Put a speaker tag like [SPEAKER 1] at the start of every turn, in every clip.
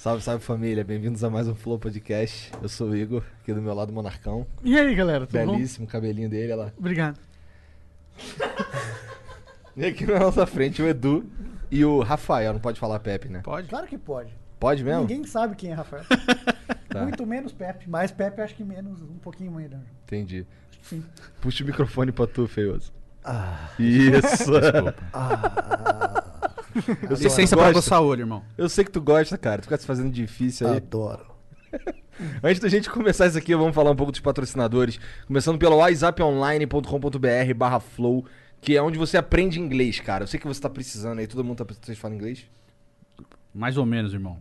[SPEAKER 1] Salve, salve família, bem-vindos a mais um Flow Podcast. Eu sou o Igor, aqui do meu lado Monarcão.
[SPEAKER 2] E aí, galera, tudo
[SPEAKER 1] Belíssimo cabelinho dele, olha lá.
[SPEAKER 2] bom? Obrigado.
[SPEAKER 1] E aqui na nossa frente o Edu e o Rafael, não pode falar Pepe, né?
[SPEAKER 3] Pode?
[SPEAKER 2] Claro que pode.
[SPEAKER 1] Pode mesmo?
[SPEAKER 3] Ninguém sabe quem é Rafael.
[SPEAKER 1] Tá.
[SPEAKER 3] Muito menos Pepe. Mas Pepe acho que menos, um pouquinho ainda.
[SPEAKER 1] Entendi.
[SPEAKER 3] Sim.
[SPEAKER 1] Puxa o microfone pra tu, feioso.
[SPEAKER 4] Ah.
[SPEAKER 1] Isso. Eu sei que tu
[SPEAKER 4] Licença pra
[SPEAKER 1] gosta.
[SPEAKER 4] coçar o olho, irmão.
[SPEAKER 1] Eu sei que tu gosta, cara. Tu fica se fazendo difícil
[SPEAKER 4] Ah,
[SPEAKER 1] aí.
[SPEAKER 3] Adoro.
[SPEAKER 1] Antes da gente começar isso aqui, vamos falar um pouco dos patrocinadores. Começando pelo whatsapponline.com.br barra flow, que é onde você aprende inglês, cara. Eu sei que você tá precisando aí, todo mundo tá precisando. Vocês falam inglês?
[SPEAKER 4] Mais ou menos, irmão.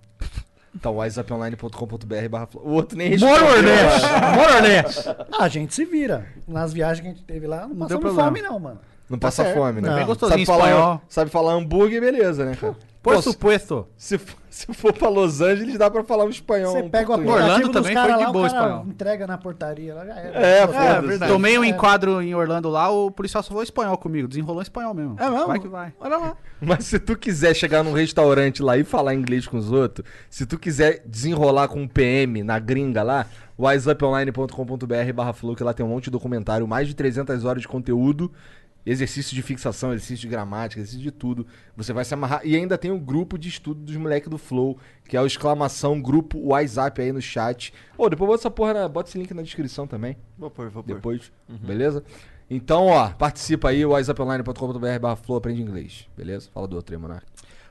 [SPEAKER 1] Então, whatsapponline.com.br barra flow. O outro nem
[SPEAKER 4] More
[SPEAKER 1] respondeu.
[SPEAKER 4] or less! More or less!
[SPEAKER 3] Ah, a gente se vira. Nas viagens que a gente teve lá, não
[SPEAKER 4] deu
[SPEAKER 3] passamos
[SPEAKER 4] problema.
[SPEAKER 3] fome não, mano.
[SPEAKER 1] Não passa
[SPEAKER 3] certo.
[SPEAKER 1] fome, né?
[SPEAKER 3] Não. Bem
[SPEAKER 1] sabe
[SPEAKER 4] gostosinho,
[SPEAKER 1] falar,
[SPEAKER 4] espanhol.
[SPEAKER 1] sabe falar hambúrguer, beleza, né, cara? Pô,
[SPEAKER 4] Por
[SPEAKER 1] se,
[SPEAKER 4] supuesto.
[SPEAKER 1] se for- se for pra Los Angeles, dá pra falar um espanhol.
[SPEAKER 3] Você
[SPEAKER 1] um
[SPEAKER 3] pega o
[SPEAKER 1] português.
[SPEAKER 3] aplicativo
[SPEAKER 4] Orlando
[SPEAKER 3] dos
[SPEAKER 4] também
[SPEAKER 3] caras
[SPEAKER 4] foi de
[SPEAKER 3] lá,
[SPEAKER 4] boa
[SPEAKER 3] o cara
[SPEAKER 4] espanhol.
[SPEAKER 3] entrega na portaria lá, já era.
[SPEAKER 1] É,
[SPEAKER 3] Foda-se.
[SPEAKER 1] foda-se.
[SPEAKER 4] Verdade. Tomei um
[SPEAKER 3] É.
[SPEAKER 4] enquadro em Orlando lá, o policial só falou espanhol comigo, desenrolou em espanhol mesmo.
[SPEAKER 2] É mesmo?
[SPEAKER 4] Vai que vai.
[SPEAKER 2] Olha lá.
[SPEAKER 1] Mas se tu quiser chegar num restaurante lá e falar inglês com os outros, se tu quiser desenrolar com um PM na gringa lá, wiseuponline.com.br barra flow, que lá tem um monte de documentário, mais de 300 horas de conteúdo, exercício de fixação, exercício de gramática, exercício de tudo. Você vai se amarrar. E ainda tem o grupo de estudo dos moleques do Flow, que é o exclamação grupo WhatsApp aí no chat. Ô, depois bota essa porra, na- bota esse link na descrição também
[SPEAKER 5] Vou pôr, vou pôr.
[SPEAKER 1] depois, beleza? Então, ó, participa aí, whatsapponline.com.br barra flow, aprende inglês, beleza? Fala do outro aí, Monark.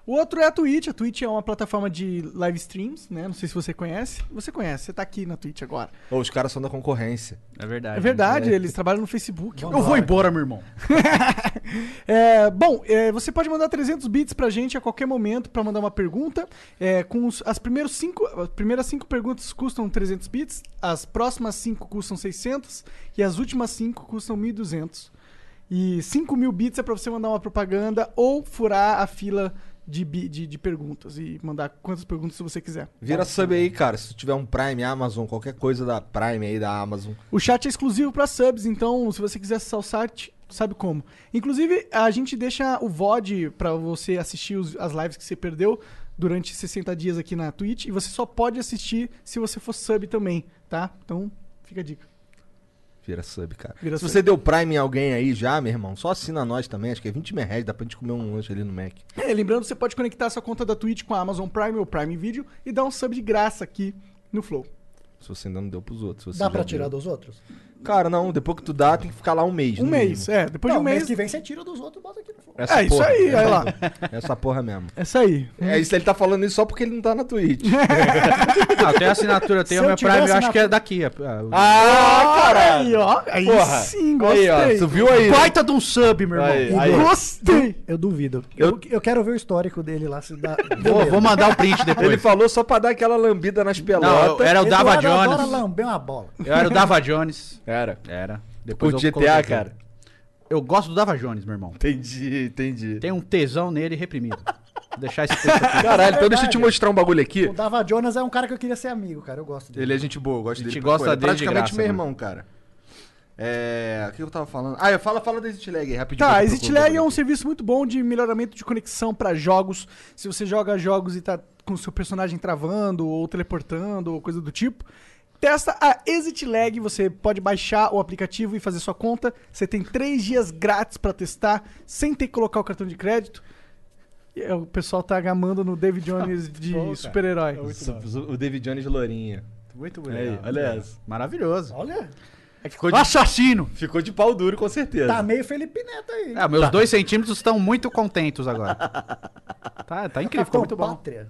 [SPEAKER 2] O outro é a Twitch. A Twitch é uma plataforma de live streams, né? Não sei se você conhece. Você conhece, você tá aqui na Twitch agora.
[SPEAKER 1] Ô, os caras são da concorrência.
[SPEAKER 4] É verdade.
[SPEAKER 2] É verdade, eles trabalham no Facebook.
[SPEAKER 4] Eu vou embora, meu irmão.
[SPEAKER 2] É, bom, é, você pode mandar 300 bits pra gente a qualquer momento pra mandar uma pergunta. É, com os- as, primeiros cinco, as primeiras 5 perguntas custam 300 bits, as próximas 5 custam 600 e as últimas 5 custam 1.200. E 5 mil bits é pra você mandar uma propaganda ou furar a fila de, bi- de, de perguntas e mandar quantas perguntas você quiser. Tá?
[SPEAKER 1] Vira sub aí, cara, se tu tiver um Prime, Amazon, qualquer coisa da Prime aí, da Amazon.
[SPEAKER 2] O chat é exclusivo para subs, então se você quiser acessar o site, sabe como. Inclusive, a gente deixa o VOD para você assistir os- as lives que você perdeu durante 60 dias aqui na Twitch. E você só pode assistir se você for sub também, tá? Então, fica a dica.
[SPEAKER 1] Vira sub, cara.
[SPEAKER 2] Vira
[SPEAKER 1] se
[SPEAKER 2] sub.
[SPEAKER 1] você deu Prime em alguém aí já, meu irmão, só assina nós também, acho que é 20 mil reais, dá pra gente comer um lanche ali no Mac.
[SPEAKER 2] É, lembrando, você pode conectar sua conta da Twitch com a Amazon Prime ou Prime Video e dar um sub de graça aqui no Flow.
[SPEAKER 1] Se você ainda não deu pros outros. se você
[SPEAKER 3] Dá
[SPEAKER 1] já
[SPEAKER 3] pra
[SPEAKER 1] deu.
[SPEAKER 3] tirar dos outros?
[SPEAKER 1] Cara, não, depois que tu dá, tem que ficar lá um mês.
[SPEAKER 2] Um
[SPEAKER 1] no
[SPEAKER 2] mês,
[SPEAKER 1] mínimo.
[SPEAKER 2] é. Depois
[SPEAKER 3] Não,
[SPEAKER 2] de um
[SPEAKER 3] mês
[SPEAKER 2] mês.
[SPEAKER 3] que vem você tira dos outros e bota aqui no fogo.
[SPEAKER 1] Essa
[SPEAKER 2] É, isso
[SPEAKER 1] porra,
[SPEAKER 2] aí,
[SPEAKER 1] essa
[SPEAKER 2] olha lá.
[SPEAKER 1] Essa porra mesmo.
[SPEAKER 2] Essa aí.
[SPEAKER 1] É isso, ele tá falando isso só porque ele não tá na Twitch.
[SPEAKER 4] Ah, tem a assinatura, tem
[SPEAKER 3] Se
[SPEAKER 4] a
[SPEAKER 3] eu
[SPEAKER 4] minha Prime,
[SPEAKER 3] tivesse
[SPEAKER 4] eu acho
[SPEAKER 3] na-
[SPEAKER 4] que é daqui. é- é o-
[SPEAKER 1] Ah, caralho!
[SPEAKER 2] Aí, ó. Aí
[SPEAKER 1] Porra.
[SPEAKER 2] sim, gostei.
[SPEAKER 1] Aí, ó, Tá, tu viu aí? né?
[SPEAKER 4] Baita de um sub, meu irmão.
[SPEAKER 1] Aí, aí.
[SPEAKER 2] Gostei.
[SPEAKER 3] Eu duvido.
[SPEAKER 1] Eu-
[SPEAKER 3] Eu, eu quero ver o histórico dele lá. Se dá...
[SPEAKER 4] Vou, vou mandar o print depois.
[SPEAKER 1] Ele falou só pra dar aquela lambida nas
[SPEAKER 4] Não, eu-
[SPEAKER 1] pelotas.
[SPEAKER 4] era o Dava
[SPEAKER 3] Eduardo adora
[SPEAKER 4] Jones.
[SPEAKER 3] lamber uma bola.
[SPEAKER 4] Eu era o Dava Jones.
[SPEAKER 1] Era.
[SPEAKER 4] Era. Depois
[SPEAKER 1] Por
[SPEAKER 4] eu
[SPEAKER 1] GTA,
[SPEAKER 4] coloquei.
[SPEAKER 1] cara.
[SPEAKER 4] Eu gosto do Dava Jones, meu irmão.
[SPEAKER 1] Entendi, entendi.
[SPEAKER 4] Tem um tesão nele reprimido. Vou deixar esse texto aqui.
[SPEAKER 1] Caralho, então deixa eu
[SPEAKER 3] verdade.
[SPEAKER 1] te mostrar um bagulho aqui.
[SPEAKER 3] O Dava Jonas é um cara que eu queria ser amigo, cara. Eu gosto dele.
[SPEAKER 1] Ele é gente boa, eu gosto
[SPEAKER 4] A gente
[SPEAKER 1] dele. pra
[SPEAKER 4] gosta
[SPEAKER 1] caralho.
[SPEAKER 4] dele de
[SPEAKER 1] Praticamente
[SPEAKER 4] graça,
[SPEAKER 1] meu
[SPEAKER 4] mano.
[SPEAKER 1] irmão, cara. É. O que eu tava falando? Ah, eu- fala, fala da Exit Lag aí, rapidinho.
[SPEAKER 2] Tá,
[SPEAKER 1] Eu
[SPEAKER 2] Exit
[SPEAKER 1] procuro o
[SPEAKER 2] Lag é
[SPEAKER 1] bagulho
[SPEAKER 2] um
[SPEAKER 1] aqui.
[SPEAKER 2] serviço muito bom de melhoramento de conexão para jogos. Se você joga jogos e tá com o seu personagem travando ou teleportando ou coisa do tipo, testa a Exit Lag. Você pode baixar o aplicativo e fazer sua conta. Você tem três dias grátis para testar, sem ter que colocar o cartão de crédito. E, é, O pessoal tá gamando no David Jones
[SPEAKER 4] Tá
[SPEAKER 2] de
[SPEAKER 4] É
[SPEAKER 2] super-herói.
[SPEAKER 1] O David Jones Lourinha.
[SPEAKER 4] Muito
[SPEAKER 1] Aí, olha essa.
[SPEAKER 4] Maravilhoso.
[SPEAKER 3] Olha,
[SPEAKER 1] É Ficou de,
[SPEAKER 4] Assassino!
[SPEAKER 1] ficou de pau duro, com certeza.
[SPEAKER 3] tá meio Felipe Neto aí.
[SPEAKER 4] É. Ah, meus dois centímetros estão muito contentos agora. Tá, tá incrível, ficou muito
[SPEAKER 3] Capitão
[SPEAKER 4] bom.
[SPEAKER 3] Pátria.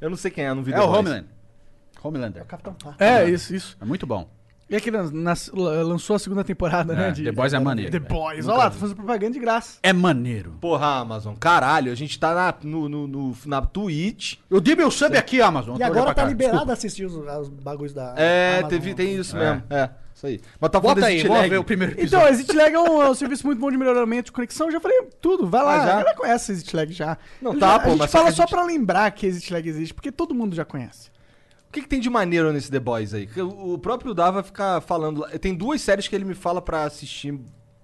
[SPEAKER 1] Eu não sei quem é, não vi
[SPEAKER 4] É o
[SPEAKER 1] depois.
[SPEAKER 4] Homeland.
[SPEAKER 3] É o
[SPEAKER 4] Homelander.
[SPEAKER 3] Capitão Pátria.
[SPEAKER 2] É, isso, isso.
[SPEAKER 4] É muito bom.
[SPEAKER 2] E aquele lançou a segunda temporada, né?
[SPEAKER 4] É, The Boys é maneiro,
[SPEAKER 2] The
[SPEAKER 4] velho.
[SPEAKER 2] Boys. Olha lá, tá fazendo propaganda de graça.
[SPEAKER 4] É maneiro.
[SPEAKER 1] Porra, Amazon, caralho, a gente tá na, no, no, no- na Twitch.
[SPEAKER 4] Eu dei meu sub é aqui, Amazon.
[SPEAKER 3] E agora tá liberado assistir os, os bagulhos da.
[SPEAKER 1] É,
[SPEAKER 3] Amazon.
[SPEAKER 1] teve, tem isso
[SPEAKER 4] É.
[SPEAKER 1] mesmo. É, isso aí. Mas tá falando
[SPEAKER 4] Bota aí,
[SPEAKER 1] desse
[SPEAKER 4] vamos
[SPEAKER 1] lag.
[SPEAKER 4] ver o primeiro
[SPEAKER 2] Então,
[SPEAKER 4] episódio.
[SPEAKER 2] a Exit Lag é um, é um serviço muito bom de melhoramento de conexão. Eu já falei tudo, vai lá.
[SPEAKER 1] Ah, já?
[SPEAKER 2] A galera conhece a Exit Lag já.
[SPEAKER 1] Não,
[SPEAKER 2] Ele
[SPEAKER 1] tá,
[SPEAKER 2] já-
[SPEAKER 1] pô,
[SPEAKER 2] A gente
[SPEAKER 1] mas só
[SPEAKER 2] fala
[SPEAKER 1] que a
[SPEAKER 2] só
[SPEAKER 1] gente-
[SPEAKER 2] pra lembrar que Exit Lag existe, porque todo mundo já conhece.
[SPEAKER 1] O que, que tem de maneiro nesse The Boys aí? Que O o próprio Dava fica falando. lá. Tem duas séries que ele me fala pra assistir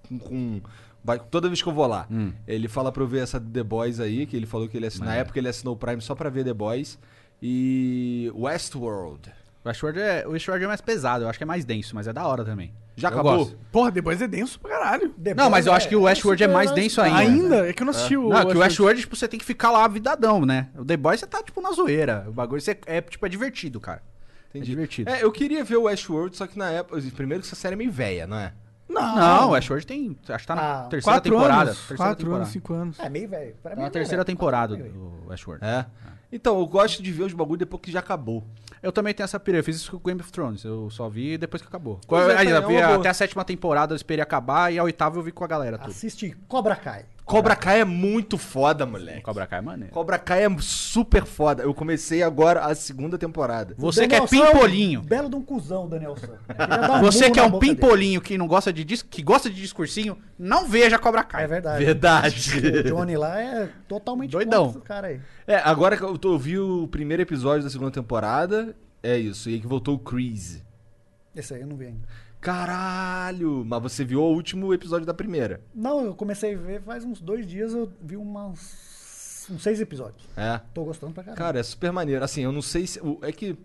[SPEAKER 1] com. com- vai- toda vez que eu vou lá.
[SPEAKER 4] Hum.
[SPEAKER 1] Ele fala pra eu ver essa The Boys aí, que ele falou que ele assinou. Na
[SPEAKER 4] É.
[SPEAKER 1] época ele assinou o Prime só pra ver The Boys. E. Westworld.
[SPEAKER 4] O Ashword é, o Ashword é mais pesado, eu acho que é mais denso, mas é da hora também.
[SPEAKER 1] Já
[SPEAKER 4] Eu
[SPEAKER 1] acabou?
[SPEAKER 4] gosto.
[SPEAKER 2] Porra, The Boys é denso pra caralho.
[SPEAKER 3] Depois
[SPEAKER 4] Não, mas eu
[SPEAKER 3] é-
[SPEAKER 4] acho que o Ashword é mais denso ainda.
[SPEAKER 2] Ainda? É que eu não assisti o.
[SPEAKER 4] Não, que o Ashword, tipo, você tem que ficar lá vidadão, né? O The Boys, você tá, tipo, na zoeira. O bagulho, você é, tipo, é divertido, cara. É divertido.
[SPEAKER 1] É, eu queria ver o Westworld, só que na época. Primeiro que essa série é meio velha, não é?
[SPEAKER 2] Não,
[SPEAKER 4] Não, o Ashword tem, acho que tá na
[SPEAKER 3] Ah,
[SPEAKER 4] terceira
[SPEAKER 2] Quatro
[SPEAKER 4] temporada.
[SPEAKER 2] anos.
[SPEAKER 4] terceira
[SPEAKER 2] Quatro
[SPEAKER 4] temporada.
[SPEAKER 2] anos, cinco anos.
[SPEAKER 3] É meio velho. Pra
[SPEAKER 4] Tá
[SPEAKER 3] mim
[SPEAKER 4] na
[SPEAKER 3] não,
[SPEAKER 4] terceira
[SPEAKER 3] velho.
[SPEAKER 4] temporada
[SPEAKER 3] Meio velho.
[SPEAKER 4] do Ashword.
[SPEAKER 1] É. Então, eu gosto de ver os bagulho depois que já acabou.
[SPEAKER 4] Eu também tenho essa pira, eu fiz isso com o Game of Thrones, eu só vi depois que acabou.
[SPEAKER 1] Pois é,
[SPEAKER 4] Aí eu
[SPEAKER 1] também é
[SPEAKER 4] vi
[SPEAKER 1] uma boa.
[SPEAKER 4] até a sétima temporada, eu esperei acabar, e a oitava eu vi com a galera
[SPEAKER 3] Ah,
[SPEAKER 4] tudo.
[SPEAKER 3] Assiste Cobra Kai.
[SPEAKER 1] Cobra Kai é muito foda, moleque.
[SPEAKER 4] Cobra Kai é maneiro.
[SPEAKER 1] Cobra Kai é super foda. Eu comecei agora a segunda temporada.
[SPEAKER 4] Você que é
[SPEAKER 3] Danielson é um
[SPEAKER 4] pimpolinho.
[SPEAKER 3] Belo de um cuzão, Danielson. Queria dar
[SPEAKER 4] Você
[SPEAKER 3] murro
[SPEAKER 4] que é
[SPEAKER 3] na
[SPEAKER 4] um
[SPEAKER 3] boca dele.
[SPEAKER 4] pimpolinho que não gosta de dis- que gosta de discursinho, não veja Cobra Kai.
[SPEAKER 3] É verdade. O
[SPEAKER 1] Verdade.
[SPEAKER 3] Johnny lá é totalmente
[SPEAKER 4] Doidão.
[SPEAKER 3] contra esse cara aí.
[SPEAKER 1] É, agora que eu, tô, eu vi o primeiro episódio da segunda temporada, é isso. E aí que voltou o Crease.
[SPEAKER 3] Esse aí eu não vi ainda.
[SPEAKER 1] Caralho! Mas você viu o último episódio da primeira.
[SPEAKER 3] Não, eu comecei a ver faz uns dois dias, eu vi umas, uns seis episódios.
[SPEAKER 1] É.
[SPEAKER 3] Tô gostando pra caramba.
[SPEAKER 1] Cara, é super maneiro. Assim, eu não sei se. o- É que.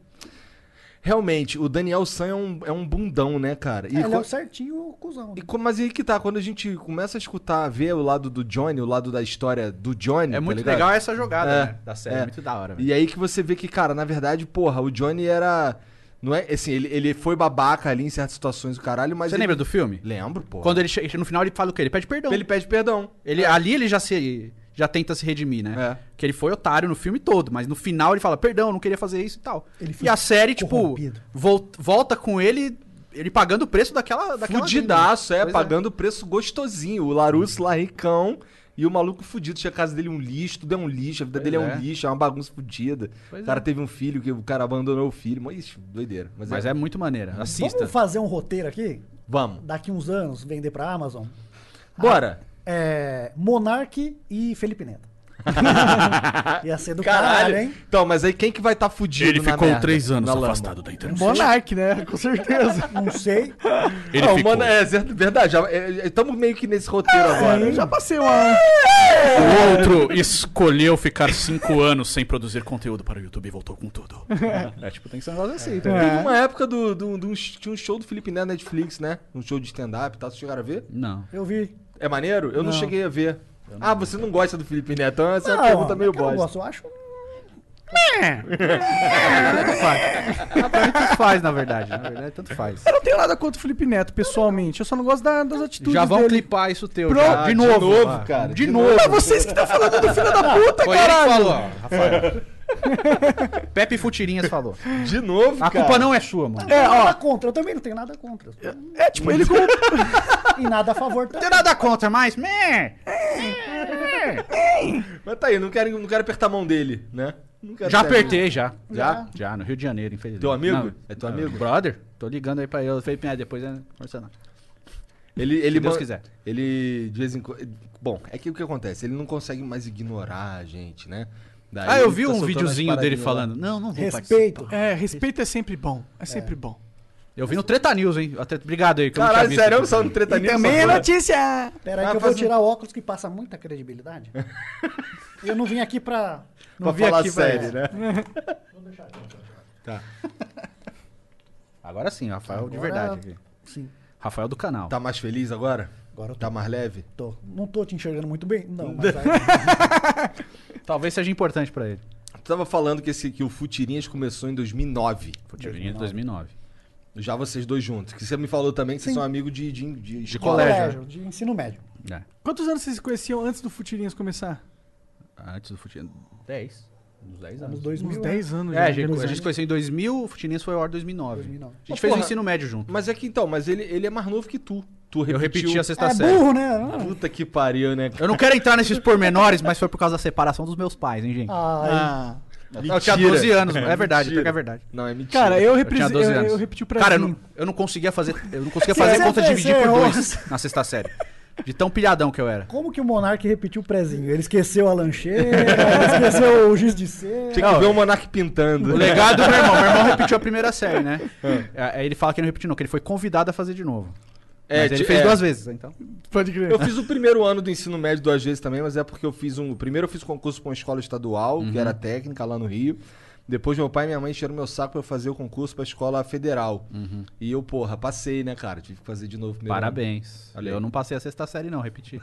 [SPEAKER 1] Realmente, o Daniel San é um, é um bundão, né, cara? E
[SPEAKER 3] É, ele é
[SPEAKER 1] co-
[SPEAKER 3] o certinho o cuzão.
[SPEAKER 1] e
[SPEAKER 3] né?
[SPEAKER 1] co- mas aí que tá, quando a gente começa a escutar, ver o lado do Johnny, o lado da história do Johnny.
[SPEAKER 4] É
[SPEAKER 1] tá
[SPEAKER 4] muito
[SPEAKER 1] ligado?
[SPEAKER 4] legal essa jogada,
[SPEAKER 1] É,
[SPEAKER 4] né? Da série,
[SPEAKER 1] é.
[SPEAKER 4] muito da hora, velho.
[SPEAKER 1] E aí que você vê que, cara, na verdade, porra, o Johnny era. Não é, assim, ele, ele foi babaca ali em certas situações, o caralho, mas.
[SPEAKER 4] Você
[SPEAKER 1] ele-
[SPEAKER 4] lembra do filme?
[SPEAKER 1] Lembro, porra.
[SPEAKER 4] Quando ele chega, no final ele fala o quê? Ele pede perdão.
[SPEAKER 1] Ele pede perdão.
[SPEAKER 4] Ele,
[SPEAKER 3] É.
[SPEAKER 4] Ali ele já se já tenta se redimir, né?
[SPEAKER 1] É.
[SPEAKER 4] Porque ele foi otário no filme todo, mas no final ele fala, perdão, não queria fazer isso e tal.
[SPEAKER 3] Ele
[SPEAKER 4] e
[SPEAKER 3] foi
[SPEAKER 4] a série, tipo,
[SPEAKER 3] corrompido.
[SPEAKER 4] vol- volta com ele, ele pagando o preço daquela... daquela
[SPEAKER 1] Fudidaço, é,
[SPEAKER 4] Pois
[SPEAKER 1] pagando o preço gostosinho. O Larusso lá ricão e o maluco fudido. Tinha a casa dele um lixo, tudo é um lixo, a vida
[SPEAKER 4] Pois
[SPEAKER 1] dele é.
[SPEAKER 4] é.
[SPEAKER 1] um lixo, é uma bagunça fudida.
[SPEAKER 4] Pois
[SPEAKER 1] o cara
[SPEAKER 4] é.
[SPEAKER 1] teve um filho que o cara abandonou o filho. Mas, ixi, doideira. Mas,
[SPEAKER 4] Mas é muito maneira, assista.
[SPEAKER 3] Vamos fazer um roteiro aqui?
[SPEAKER 1] Vamos.
[SPEAKER 3] Daqui uns anos, vender pra Amazon?
[SPEAKER 1] Bora.
[SPEAKER 3] É, Monark e Felipe Neto. Ia
[SPEAKER 4] Ah,
[SPEAKER 3] ser do caralho,
[SPEAKER 1] Caralho,
[SPEAKER 3] hein?
[SPEAKER 1] Então, mas aí quem que vai estar tá fudido na merda? Na lama.
[SPEAKER 4] da
[SPEAKER 2] Um
[SPEAKER 4] internet.
[SPEAKER 2] Monark, né? Com certeza.
[SPEAKER 3] Não sei.
[SPEAKER 1] Não, mano, é certo, verdade. Estamos meio que nesse roteiro
[SPEAKER 4] Ah,
[SPEAKER 1] agora.
[SPEAKER 2] Eu já passei uma.
[SPEAKER 4] O outro escolheu ficar cinco anos sem produzir conteúdo para o YouTube e voltou com tudo. É, tipo, tem que ser um negócio assim. tá?
[SPEAKER 1] Teve uma época do, do, do- tinha um show do Felipe Neto na Netflix, né? Um show de stand-up e tal. Vocês chegaram a ver?
[SPEAKER 4] Não.
[SPEAKER 3] Eu vi.
[SPEAKER 1] É maneiro? Eu não,
[SPEAKER 3] Não.
[SPEAKER 1] cheguei a ver. Ah, você não gosta do Felipe Neto? Então essa é
[SPEAKER 3] Não,
[SPEAKER 1] uma pergunta meio
[SPEAKER 3] não é que eu não
[SPEAKER 1] bosta.
[SPEAKER 3] gosto, eu acho.
[SPEAKER 4] Tanto faz, na verdade. Na verdade, tanto faz.
[SPEAKER 2] Eu não tenho nada contra o Felipe Neto, pessoalmente. Eu só não gosto da- das atitudes
[SPEAKER 4] Já vão
[SPEAKER 2] dele.
[SPEAKER 4] clipar isso teu.
[SPEAKER 2] Pro-
[SPEAKER 4] já.
[SPEAKER 1] Ah,
[SPEAKER 4] De novo.
[SPEAKER 1] novo, cara.
[SPEAKER 4] De novo.
[SPEAKER 2] Mas vocês que estão falando do filho da puta,
[SPEAKER 4] Foi ele que
[SPEAKER 2] caralho.
[SPEAKER 4] falou, ó, Rafael. Pepe Futirinhas falou.
[SPEAKER 1] De novo,
[SPEAKER 4] A
[SPEAKER 1] cara.
[SPEAKER 4] culpa não é sua, mano.
[SPEAKER 3] É,
[SPEAKER 2] É, ó.
[SPEAKER 3] nada contra, eu também não tenho nada contra.
[SPEAKER 2] É, tipo, ele como.
[SPEAKER 3] E nada a favor
[SPEAKER 4] Não tem
[SPEAKER 3] também.
[SPEAKER 4] nada contra, mas... meh.
[SPEAKER 1] Mas tá aí, não quero, não quero apertar a mão dele, né? Não quero
[SPEAKER 4] Já
[SPEAKER 1] ser amigo.
[SPEAKER 4] apertei, já. Ah,
[SPEAKER 1] Já?
[SPEAKER 4] Já, no Rio de Janeiro, infelizmente.
[SPEAKER 1] Teu amigo?
[SPEAKER 4] Não,
[SPEAKER 1] É teu amigo?
[SPEAKER 4] Brother? Tô ligando aí pra ele. Felipe, né, depois né, conversando.
[SPEAKER 1] Ele, ele
[SPEAKER 4] Se Deus
[SPEAKER 1] man-
[SPEAKER 4] quiser.
[SPEAKER 1] Ele, de vez em quando... Bom, é que o que acontece? Ele não consegue mais ignorar a gente, né? Daí
[SPEAKER 4] Ah, eu
[SPEAKER 1] ele
[SPEAKER 4] vi
[SPEAKER 1] tá
[SPEAKER 4] um
[SPEAKER 1] soltando
[SPEAKER 4] videozinho
[SPEAKER 1] as
[SPEAKER 4] dele
[SPEAKER 1] paradinhas
[SPEAKER 4] falando. Não, não vou participar.
[SPEAKER 3] Respeito.
[SPEAKER 2] É, respeito é sempre bom. É sempre bom.
[SPEAKER 4] Eu vi no Treta News, hein? A Treta- Obrigado aí. Que
[SPEAKER 1] lá.
[SPEAKER 4] eu não
[SPEAKER 1] Caralho,
[SPEAKER 4] tinha
[SPEAKER 1] sério, eu
[SPEAKER 4] visto.
[SPEAKER 1] só no treta News,
[SPEAKER 2] Também
[SPEAKER 1] só
[SPEAKER 2] é
[SPEAKER 1] foi.
[SPEAKER 2] notícia!
[SPEAKER 3] Pera aí
[SPEAKER 1] Ah,
[SPEAKER 3] que eu vou
[SPEAKER 1] faz um-
[SPEAKER 3] tirar o óculos que passa muita credibilidade. Eu não vim aqui pra.
[SPEAKER 1] Pra
[SPEAKER 3] Não vim
[SPEAKER 1] falar
[SPEAKER 3] aqui pra-
[SPEAKER 1] sério, né?
[SPEAKER 4] né? Tá. Agora sim, Rafael de
[SPEAKER 3] Agora-
[SPEAKER 4] verdade. aqui.
[SPEAKER 3] Sim,
[SPEAKER 4] Rafael do canal.
[SPEAKER 1] Tá mais feliz agora?
[SPEAKER 3] agora eu tô.
[SPEAKER 1] Tá mais leve?
[SPEAKER 3] tô. Não tô te enxergando muito bem? Não, mas aí,
[SPEAKER 4] Talvez seja importante pra ele.
[SPEAKER 1] Tu tava falando que, esse, que o Futirinhas começou em 2009.
[SPEAKER 4] Futirinha de 2009.
[SPEAKER 1] Já vocês dois juntos. Que você me falou também que vocês
[SPEAKER 3] Sim.
[SPEAKER 1] são amigos de, de, de, de
[SPEAKER 4] colégio.
[SPEAKER 3] de ensino médio.
[SPEAKER 4] É. É.
[SPEAKER 2] Quantos anos vocês se conheciam antes do Futirinhas começar?
[SPEAKER 4] Antes do Futirinha. 10.
[SPEAKER 1] Uns 10
[SPEAKER 3] Anos
[SPEAKER 1] anos.
[SPEAKER 3] 2000.
[SPEAKER 2] Uns
[SPEAKER 3] né?
[SPEAKER 2] 10 anos
[SPEAKER 4] É, a
[SPEAKER 2] já.
[SPEAKER 4] gente, a
[SPEAKER 2] dois
[SPEAKER 4] gente
[SPEAKER 2] anos.
[SPEAKER 4] conheceu em 2000, o Futinense foi ao ar em 2009.
[SPEAKER 3] 2009.
[SPEAKER 4] A gente
[SPEAKER 1] Ô,
[SPEAKER 4] fez o
[SPEAKER 1] porra.
[SPEAKER 4] ensino médio junto.
[SPEAKER 1] Mas é que então, mas ele, ele é mais novo que tu. Tu
[SPEAKER 4] eu
[SPEAKER 1] repetiu.
[SPEAKER 4] repeti a sexta
[SPEAKER 3] é
[SPEAKER 4] série.
[SPEAKER 3] burro, né? Ah,
[SPEAKER 1] Puta que pariu, né?
[SPEAKER 4] Eu não quero entrar nesses pormenores, mas foi por causa da separação dos meus pais, hein, gente?
[SPEAKER 3] Ah,
[SPEAKER 4] Ah, eu tinha 12 anos, mano. é verdade, pior que é verdade.
[SPEAKER 1] Não, é mentira.
[SPEAKER 2] Cara, eu, repre...
[SPEAKER 4] tinha
[SPEAKER 2] eu,
[SPEAKER 4] 12 anos.
[SPEAKER 2] eu repeti o
[SPEAKER 4] Cara, eu
[SPEAKER 2] prezinho.
[SPEAKER 4] não, eu não conseguia fazer, eu não conseguia
[SPEAKER 3] Você-
[SPEAKER 4] fazer
[SPEAKER 2] é
[SPEAKER 3] você
[SPEAKER 4] conta de
[SPEAKER 3] fez,
[SPEAKER 4] dividir por
[SPEAKER 3] errou.
[SPEAKER 4] dois na sexta série. De tão pilhadão que eu era.
[SPEAKER 3] Como que o Monark repetiu o prezinho? Ele esqueceu a lancheira, ele esqueceu o giz de cera.
[SPEAKER 1] Tinha que ver o Monark pintando. né?
[SPEAKER 4] O legado do meu irmão. Meu irmão repetiu a primeira série, né?
[SPEAKER 1] Ah.
[SPEAKER 4] Aí ele fala que não repetiu, não, que ele foi convidado a fazer de novo.
[SPEAKER 1] É,
[SPEAKER 4] Mas ele
[SPEAKER 1] ti-
[SPEAKER 4] fez
[SPEAKER 1] é.
[SPEAKER 4] duas vezes, então.
[SPEAKER 2] Pode crer.
[SPEAKER 1] Eu fiz o primeiro ano do ensino médio duas vezes também, mas é porque eu fiz um. Primeiro eu fiz concurso pra uma escola estadual,
[SPEAKER 4] Uhum.
[SPEAKER 1] que era técnica lá no Rio. Depois meu pai e minha mãe encheram meu saco pra eu fazer o concurso pra escola federal. E eu, porra, passei, né, cara? Tive que fazer de novo primeiro
[SPEAKER 4] Uhum. Parabéns.
[SPEAKER 1] Olha aí.
[SPEAKER 4] Eu não passei a sexta série, não, repeti.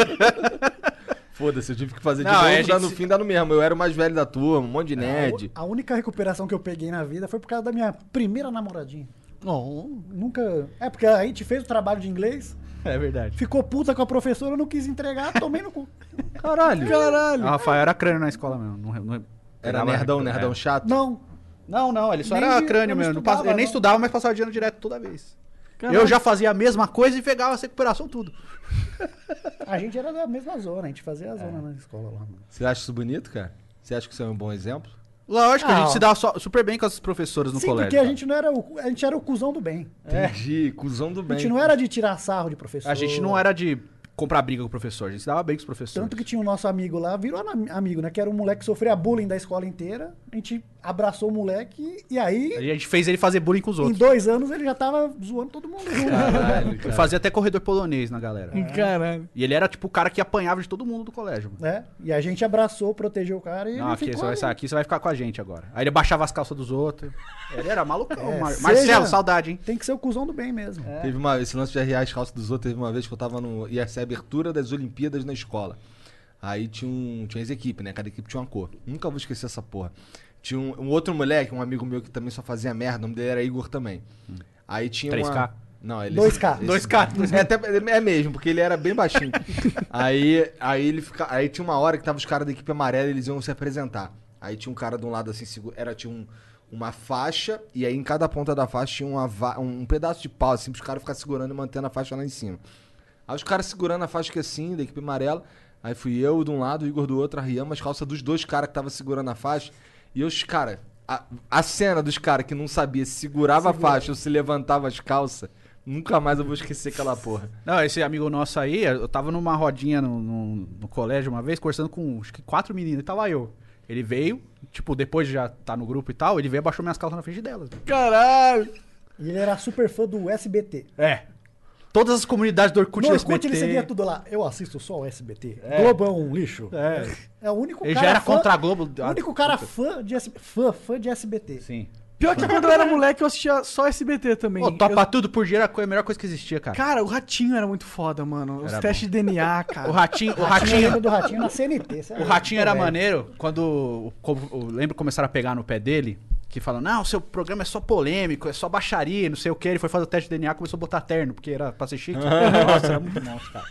[SPEAKER 1] ano. Foda-se, eu tive que fazer
[SPEAKER 4] Não,
[SPEAKER 1] de novo,
[SPEAKER 4] é, a gente
[SPEAKER 1] dá no
[SPEAKER 4] se-
[SPEAKER 1] fim, dá no mesmo. Eu era o mais velho da turma, um monte de nerd.
[SPEAKER 3] A única recuperação que eu peguei na vida foi por causa da minha primeira namoradinha.
[SPEAKER 2] Não.
[SPEAKER 3] Nunca. É, porque a gente fez o trabalho de inglês,
[SPEAKER 4] É verdade.
[SPEAKER 3] ficou puta com a professora, não quis entregar, tomei no cu.
[SPEAKER 4] Caralho.
[SPEAKER 3] Caralho.
[SPEAKER 4] O Rafael era crânio na escola mesmo. Não, não-
[SPEAKER 1] Era nerdão, nerdão
[SPEAKER 4] É.
[SPEAKER 1] chato.
[SPEAKER 3] Não.
[SPEAKER 4] Não, não, ele só
[SPEAKER 3] Nem
[SPEAKER 4] era
[SPEAKER 3] de-
[SPEAKER 4] crânio
[SPEAKER 3] eu não
[SPEAKER 4] mesmo. Não
[SPEAKER 3] estudava,
[SPEAKER 4] passa- eu nem
[SPEAKER 3] não.
[SPEAKER 4] estudava, mas passava de ano direto toda vez.
[SPEAKER 2] Caralho.
[SPEAKER 4] Eu já fazia a mesma coisa e pegava a recuperação tudo.
[SPEAKER 3] A gente era da mesma zona, a gente fazia a
[SPEAKER 4] É.
[SPEAKER 3] zona na escola lá, mano.
[SPEAKER 1] Você acha isso bonito, cara? Você acha que isso é um bom exemplo?
[SPEAKER 4] Lógico, que a
[SPEAKER 3] Ah,
[SPEAKER 4] gente
[SPEAKER 3] ó.
[SPEAKER 4] se dava só- super bem com as professoras no
[SPEAKER 3] Sim,
[SPEAKER 4] colégio.
[SPEAKER 3] porque a
[SPEAKER 4] tá? É,
[SPEAKER 3] gente não era o. A gente era o cuzão do bem.
[SPEAKER 1] Entendi, cuzão do
[SPEAKER 3] A
[SPEAKER 1] bem.
[SPEAKER 3] gente não era de tirar sarro de professor.
[SPEAKER 4] A gente não era assim. de comprar briga com o professor, a gente se dava bem com os professores.
[SPEAKER 3] Tanto que tinha o nosso amigo lá, virou ami- amigo, né? Que era um moleque que sofria bullying da escola inteira. A gente abraçou o moleque e
[SPEAKER 4] A
[SPEAKER 3] aí,
[SPEAKER 4] gente fez ele fazer bullying com os
[SPEAKER 3] em
[SPEAKER 4] outros.
[SPEAKER 3] dois anos, ele já tava zoando todo mundo. né?
[SPEAKER 1] Caralho,
[SPEAKER 4] Ele
[SPEAKER 1] cara.
[SPEAKER 4] fazia até corredor polonês na galera.
[SPEAKER 3] Hum.
[SPEAKER 2] Caralho.
[SPEAKER 4] E ele era tipo o cara que apanhava de todo mundo do colégio, mano.
[SPEAKER 3] né? E a gente abraçou, protegeu o cara e
[SPEAKER 4] Não,
[SPEAKER 3] ele
[SPEAKER 4] aqui
[SPEAKER 3] ficou
[SPEAKER 4] você, vai,
[SPEAKER 3] ali.
[SPEAKER 4] sair, aqui você vai ficar com a gente agora. Aí ele baixava as calças dos outros. Ele era malucão.
[SPEAKER 3] É,
[SPEAKER 4] Mar-
[SPEAKER 3] seja-
[SPEAKER 4] Marcelo, saudade, hein? É.
[SPEAKER 3] Tem que ser o cuzão do bem mesmo.
[SPEAKER 1] Teve uma esse lance de arriar as calças dos outros, teve uma vez que eu tava no. ia ser a abertura das Olimpíadas na escola. Aí tinha um. Tinha as equipes, né? Cada equipe tinha uma cor. Nunca vou esquecer essa porra. Tinha um, um outro moleque, um amigo meu que também só fazia merda, o nome dele era Igor também.
[SPEAKER 4] Hum.
[SPEAKER 1] Aí tinha
[SPEAKER 4] 3K?
[SPEAKER 1] uma. Não, ele.
[SPEAKER 3] 2K.
[SPEAKER 1] esse-
[SPEAKER 4] 2K.
[SPEAKER 1] É, até, é mesmo, porque ele era bem baixinho. aí, aí ele fica, aí tinha uma hora que tava os caras da equipe amarela, eles iam se apresentar. Aí tinha um cara de um lado assim, segu- era tinha um- uma faixa e aí em cada ponta da faixa tinha uma va- um pedaço de pau assim, pros caras ficar segurando e mantendo a faixa lá em cima. Aí os caras segurando a faixa que assim, da equipe amarela. Aí fui eu de um lado, o Igor do outro, arriamos as calças dos dois caras que tava segurando a faixa. E os caras, a, a cena dos caras que não sabia se segurava a faixa ou se levantava as calças, nunca mais eu vou esquecer aquela porra.
[SPEAKER 4] Não, esse amigo nosso aí, eu tava numa rodinha no, no- no colégio uma vez, conversando com acho que quatro meninas, e tava eu. Ele veio, tipo, depois de já tá no grupo e tal, ele veio e abaixou minhas calças na frente delas.
[SPEAKER 2] Caralho.
[SPEAKER 3] E ele era super fã do SBT.
[SPEAKER 4] É. Todas as comunidades do Orkut,
[SPEAKER 3] No
[SPEAKER 4] do
[SPEAKER 3] Orkut
[SPEAKER 4] SBT,
[SPEAKER 3] ele seguia tudo lá. Eu assisto só o SBT. Globo é um lixo. É. o único
[SPEAKER 4] Ele
[SPEAKER 3] cara
[SPEAKER 4] já era
[SPEAKER 3] fã-
[SPEAKER 4] contra a Globo.
[SPEAKER 3] O único cara fã de, SB fã, fã de SBT.
[SPEAKER 4] Sim.
[SPEAKER 2] Pior que quando eu era moleque, eu assistia só SBT também.
[SPEAKER 4] Pô, topa
[SPEAKER 2] Eu-
[SPEAKER 4] tudo por dinheiro era a co- a melhor coisa que existia, cara.
[SPEAKER 2] Cara, o ratinho era muito foda, mano. Os
[SPEAKER 4] Era
[SPEAKER 2] testes de DNA, cara.
[SPEAKER 4] O ratinho, o
[SPEAKER 3] Eu lembro
[SPEAKER 4] ratinho,
[SPEAKER 3] do Ratinho na CNT. sei
[SPEAKER 4] o
[SPEAKER 3] lá.
[SPEAKER 4] ratinho era
[SPEAKER 3] Tô é velho.
[SPEAKER 4] maneiro quando eu, lembro que começaram a pegar no pé dele, que falam: "Não, o seu programa é só polêmico, é só baixaria, não sei o que". Ele foi fazer o teste de DNA, e começou a botar terno, porque era pra ser chique. Nossa, era muito monstro, cara.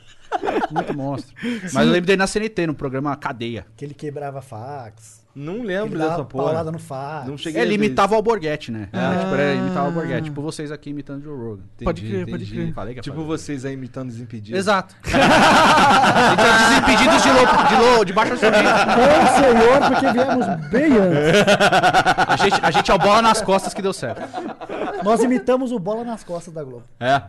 [SPEAKER 4] Muito monstro. Mas eu lembro dele na CNT, no programa Cadeia.
[SPEAKER 3] Que ele quebrava fax.
[SPEAKER 1] Não
[SPEAKER 3] que
[SPEAKER 1] lembro
[SPEAKER 3] Ele dava
[SPEAKER 1] dessa
[SPEAKER 3] paulada
[SPEAKER 1] porra.
[SPEAKER 3] no fax.
[SPEAKER 1] Não cheguei
[SPEAKER 4] Ele
[SPEAKER 1] a ver
[SPEAKER 4] imitava o Alborguete, né?
[SPEAKER 1] Ah.
[SPEAKER 4] Tipo, ele imitava o Alborguete, tipo vocês aqui imitando o Joe Rogan.
[SPEAKER 1] isso.
[SPEAKER 2] Pode
[SPEAKER 1] Entendi,
[SPEAKER 2] crer, pode
[SPEAKER 1] entendi.
[SPEAKER 2] crer.
[SPEAKER 4] Falei que ia
[SPEAKER 1] Tipo
[SPEAKER 4] fazer.
[SPEAKER 1] vocês aí imitando desimpedidos.
[SPEAKER 4] Exato. então, desimpedidos de, lo, de, lo, de baixo orçamento.
[SPEAKER 3] Não, senhor, porque viemos bem antes.
[SPEAKER 4] A gente, a gente é o bola nas costas que deu certo.
[SPEAKER 3] Nós imitamos o Bola nas Costas da Globo.
[SPEAKER 1] É.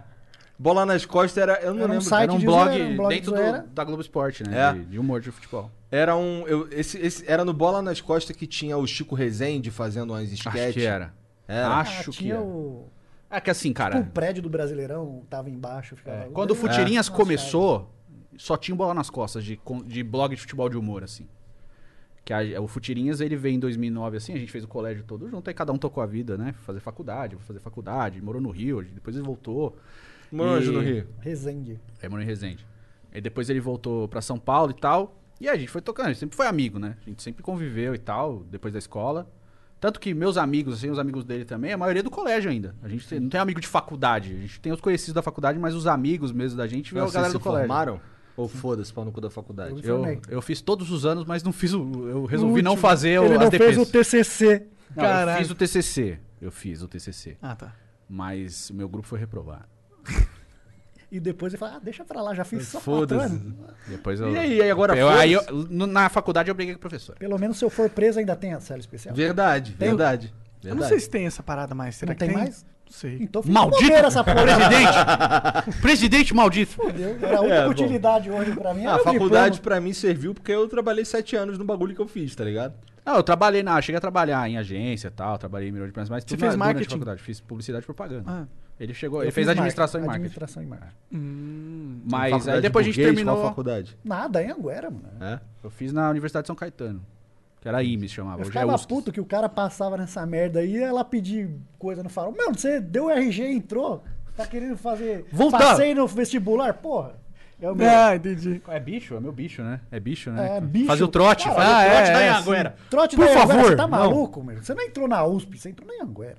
[SPEAKER 1] Bola nas costas era. Eu não
[SPEAKER 3] Era um
[SPEAKER 1] lembro.
[SPEAKER 3] site
[SPEAKER 4] Era um
[SPEAKER 3] de
[SPEAKER 4] blog,
[SPEAKER 3] zoeira, um blog
[SPEAKER 4] dentro
[SPEAKER 3] de
[SPEAKER 4] do-
[SPEAKER 3] zoeira.
[SPEAKER 4] da Globo Esporte, né?
[SPEAKER 1] É.
[SPEAKER 4] De, de humor de futebol.
[SPEAKER 1] Era um. eu- esse, esse- era no Bola nas Costas que tinha o Chico Rezende fazendo umas
[SPEAKER 4] Acho
[SPEAKER 1] esquetes.
[SPEAKER 4] que era.
[SPEAKER 1] Era.
[SPEAKER 3] Ah,
[SPEAKER 4] Acho que
[SPEAKER 3] tinha
[SPEAKER 4] era.
[SPEAKER 3] o...
[SPEAKER 4] É que assim,
[SPEAKER 3] Tipo, o
[SPEAKER 4] cara,
[SPEAKER 3] prédio do Brasileirão tava embaixo. Ficava...
[SPEAKER 4] quando o Futirinhas
[SPEAKER 3] É.
[SPEAKER 4] começou, só tinha bola nas costas de, con- de blog de futebol de humor, assim. Que a- o Futirinhas, ele veio em 2009, assim, a gente fez o colégio todo junto, aí cada um tocou a vida, né? Fazer faculdade, fazer faculdade, morou no Rio, depois ele voltou.
[SPEAKER 1] Manjo
[SPEAKER 4] E-
[SPEAKER 1] no Rio.
[SPEAKER 3] Resende.
[SPEAKER 4] Aí morou em Resende. Aí depois ele voltou pra São Paulo e tal. E aí a gente foi tocando, a gente sempre foi amigo, né? A gente sempre conviveu e tal, depois da escola. Tanto que meus amigos, assim, os amigos dele também, a maioria é do colégio ainda. A gente tem- não tem amigo de faculdade. Tipo, A gente tem os conhecidos da faculdade, mas os amigos mesmo da gente veio a
[SPEAKER 1] Vocês
[SPEAKER 4] galera
[SPEAKER 1] se
[SPEAKER 4] do colégio.
[SPEAKER 1] formaram? Ou foda-se, pau no cu da faculdade?
[SPEAKER 3] Eu-
[SPEAKER 4] Eu,
[SPEAKER 3] formei.
[SPEAKER 4] eu fiz todos os anos, mas não fiz o. Eu
[SPEAKER 3] No
[SPEAKER 4] resolvi não
[SPEAKER 3] último.
[SPEAKER 4] fazer o-
[SPEAKER 3] Ele
[SPEAKER 4] as
[SPEAKER 3] não fez o
[SPEAKER 4] DPs.
[SPEAKER 3] TCC.
[SPEAKER 4] Não, eu
[SPEAKER 2] Caralho.
[SPEAKER 4] fiz o TCC. Eu fiz o TCC.
[SPEAKER 2] Ah, tá.
[SPEAKER 4] Mas o meu grupo foi reprovado.
[SPEAKER 3] E depois ele fala, ah, deixa pra lá, já fiz só quatro
[SPEAKER 4] Foda-se.
[SPEAKER 3] anos.
[SPEAKER 4] Depois eu.
[SPEAKER 1] E aí, aí agora
[SPEAKER 4] eu, aí eu-
[SPEAKER 1] foda-se?
[SPEAKER 4] no- Na faculdade eu briguei com o professor.
[SPEAKER 3] Pelo menos se eu for preso ainda tem a cela especial.
[SPEAKER 1] Verdade, verdade.
[SPEAKER 2] Eu não
[SPEAKER 1] verdade.
[SPEAKER 2] sei se tem essa parada mais. Será
[SPEAKER 3] Não
[SPEAKER 2] que
[SPEAKER 3] tem
[SPEAKER 2] tem?
[SPEAKER 3] mais?
[SPEAKER 2] Não sei.
[SPEAKER 3] Então fica
[SPEAKER 4] Maldito
[SPEAKER 3] bobeira essa porra.
[SPEAKER 4] presidente! presidente maldito!
[SPEAKER 3] Entendeu? Era a única
[SPEAKER 1] É, bom.
[SPEAKER 3] utilidade hoje pra mim.
[SPEAKER 4] Ah,
[SPEAKER 3] era
[SPEAKER 1] Ah, a
[SPEAKER 3] o
[SPEAKER 1] faculdade
[SPEAKER 3] diploma.
[SPEAKER 1] pra mim serviu porque eu trabalhei sete anos no bagulho que eu fiz, tá ligado?
[SPEAKER 4] Não, Ah, eu trabalhei na. Cheguei a trabalhar em agência e tal, trabalhei em milhão de empresas, mas tudo
[SPEAKER 2] fez
[SPEAKER 4] na, durante a
[SPEAKER 2] marketing?
[SPEAKER 4] faculdade. Fiz publicidade e propaganda.
[SPEAKER 2] Ah.
[SPEAKER 4] Ele chegou,
[SPEAKER 3] Eu
[SPEAKER 4] ele fez
[SPEAKER 3] fiz
[SPEAKER 4] administração
[SPEAKER 3] marketing,
[SPEAKER 4] e marketing.
[SPEAKER 3] Administração e marketing.
[SPEAKER 2] Hum.
[SPEAKER 4] Mas Ah, aí
[SPEAKER 1] Faculdade
[SPEAKER 4] depois a gente
[SPEAKER 1] burguês, qual
[SPEAKER 4] terminou.
[SPEAKER 1] faculdade?
[SPEAKER 3] Nada, em Anguera, mano.
[SPEAKER 1] É?
[SPEAKER 4] Eu fiz na Universidade de São Caetano. Que era IMES, chamava.
[SPEAKER 3] Eu
[SPEAKER 4] Hoje é
[SPEAKER 3] ficava
[SPEAKER 4] USP.
[SPEAKER 3] puto que o cara passava nessa merda aí e ela pedir coisa no farol. Meu, você deu RG e entrou? Tá querendo fazer.
[SPEAKER 4] Voltar.
[SPEAKER 3] Passei no vestibular, porra. É o meu.
[SPEAKER 2] Ah, entendi.
[SPEAKER 4] É bicho? É meu bicho, né? É bicho, né?
[SPEAKER 3] É,
[SPEAKER 4] cara?
[SPEAKER 3] bicho.
[SPEAKER 4] Fazer o trote.
[SPEAKER 3] Cara,
[SPEAKER 4] fazer
[SPEAKER 2] ah,
[SPEAKER 4] o trote
[SPEAKER 2] é,
[SPEAKER 4] da
[SPEAKER 2] é,
[SPEAKER 4] Anhanguera.
[SPEAKER 3] Trote
[SPEAKER 4] Por
[SPEAKER 3] da Anguera,
[SPEAKER 4] favor,
[SPEAKER 3] Você tá
[SPEAKER 4] não.
[SPEAKER 3] maluco, meu? Você não entrou na USP, você entrou na Anguera.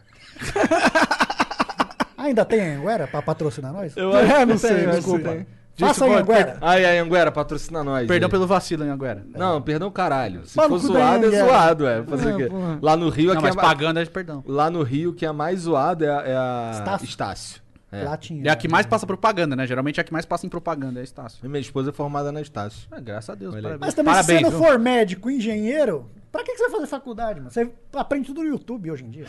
[SPEAKER 3] Ainda tem Anguera pra patrocinar nós?
[SPEAKER 1] Eu
[SPEAKER 4] É,
[SPEAKER 2] acho que
[SPEAKER 1] não
[SPEAKER 2] não sei,
[SPEAKER 1] sei,
[SPEAKER 2] não
[SPEAKER 1] desculpa.
[SPEAKER 2] sei.
[SPEAKER 3] Faça aí, Anguera.
[SPEAKER 1] Ai, ai, Anguera, patrocina nós.
[SPEAKER 4] Perdão
[SPEAKER 1] aí.
[SPEAKER 4] pelo vacilo, Anhanguera.
[SPEAKER 1] Não, perdão caralho. Se
[SPEAKER 2] Fala
[SPEAKER 1] for
[SPEAKER 2] com o
[SPEAKER 1] zoado, é
[SPEAKER 2] Daniel.
[SPEAKER 1] zoado, é. Fazer o quê?
[SPEAKER 2] É, porra.
[SPEAKER 1] Lá no Rio,
[SPEAKER 4] Não,
[SPEAKER 1] aqui é
[SPEAKER 4] mas
[SPEAKER 1] a mais-
[SPEAKER 4] pagando é perdão.
[SPEAKER 1] Lá no Rio, que é a mais zoada é a, é a Estácio.
[SPEAKER 3] Estácio.
[SPEAKER 1] É.
[SPEAKER 3] Lá tinha.
[SPEAKER 4] É a que mais passa propaganda, né? Geralmente é a que mais passa em propaganda, é a Estácio.
[SPEAKER 1] E Minha esposa é formada na Estácio.
[SPEAKER 4] Ah, graças a Deus,
[SPEAKER 1] Olha aí.
[SPEAKER 4] parabéns.
[SPEAKER 3] Mas também,
[SPEAKER 4] parabéns,
[SPEAKER 3] se você não
[SPEAKER 4] viu?
[SPEAKER 3] for médico, engenheiro, pra que, que você vai fazer faculdade, mano? Você aprende tudo no YouTube hoje em dia.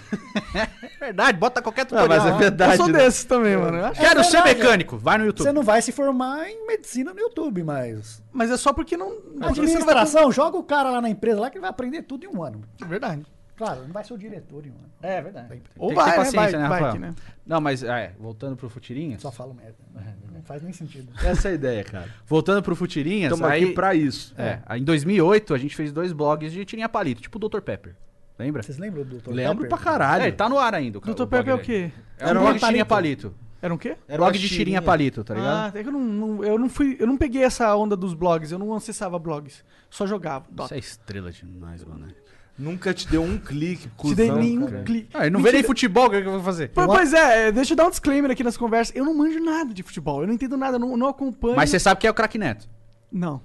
[SPEAKER 4] É verdade, bota qualquer
[SPEAKER 1] Ah,
[SPEAKER 4] tutorial.
[SPEAKER 1] mas é
[SPEAKER 4] lá.
[SPEAKER 1] verdade.
[SPEAKER 2] eu sou
[SPEAKER 1] né?
[SPEAKER 2] desses também, mano. Eu acho-
[SPEAKER 4] Quero
[SPEAKER 3] É
[SPEAKER 4] ser
[SPEAKER 3] verdade,
[SPEAKER 4] mecânico, vai no YouTube.
[SPEAKER 3] Você não vai se formar em medicina no YouTube, mas.
[SPEAKER 2] Mas é só porque não. você não vai-
[SPEAKER 3] Administração, joga o cara lá na empresa lá que ele vai aprender tudo em um ano.
[SPEAKER 2] Verdade.
[SPEAKER 3] Claro, não vai ser o diretor em um ano.
[SPEAKER 4] É verdade.
[SPEAKER 2] Ou
[SPEAKER 4] Ou
[SPEAKER 2] vai,
[SPEAKER 4] vai,
[SPEAKER 2] né?
[SPEAKER 4] paciência,
[SPEAKER 2] Vai-
[SPEAKER 4] né,
[SPEAKER 2] vai
[SPEAKER 4] Rafael?
[SPEAKER 2] que, né?
[SPEAKER 4] Não, mas é, voltando pro Futirinhas.
[SPEAKER 3] Só falo merda.
[SPEAKER 4] É,
[SPEAKER 3] Não faz nem sentido.
[SPEAKER 1] Essa é a ideia, cara.
[SPEAKER 4] Voltando pro Futirinhas,
[SPEAKER 1] Estamos
[SPEAKER 4] aí,
[SPEAKER 1] aqui pra isso.
[SPEAKER 4] é, aí em 2008 a gente fez dois blogs de tirinha palito, tipo o Dr. Pepper. Lembra?
[SPEAKER 3] Vocês lembram do Dr.
[SPEAKER 1] Lembro
[SPEAKER 3] Pepper?
[SPEAKER 1] pra caralho.
[SPEAKER 4] É, ele tá no ar ainda, cara.
[SPEAKER 2] Doutor Pepe é o quê?
[SPEAKER 4] Era
[SPEAKER 1] Era
[SPEAKER 4] um
[SPEAKER 1] um
[SPEAKER 4] blog de
[SPEAKER 3] palito.
[SPEAKER 4] tirinha palito.
[SPEAKER 2] Era um quê?
[SPEAKER 1] Era uma
[SPEAKER 4] blog de tirinha palito, tá ligado?
[SPEAKER 2] Ah, é que eu não, não- eu não fui. Eu não peguei essa onda dos blogs, eu não acessava blogs. Só jogava. Dota.
[SPEAKER 4] Você é estrela demais, mano.
[SPEAKER 1] Nunca te deu um clique,
[SPEAKER 2] Te
[SPEAKER 1] cuzão.
[SPEAKER 2] dei nenhum
[SPEAKER 1] cara.
[SPEAKER 2] clique.
[SPEAKER 4] Ah, eu não vê nem futebol, o que é que eu vou fazer?
[SPEAKER 2] Pô, Pois é, é, deixa eu dar um disclaimer aqui nas conversas. Eu não manjo nada de futebol, eu não entendo nada, eu não, não acompanho.
[SPEAKER 4] Mas você sabe quem é o craque Neto.
[SPEAKER 2] Não.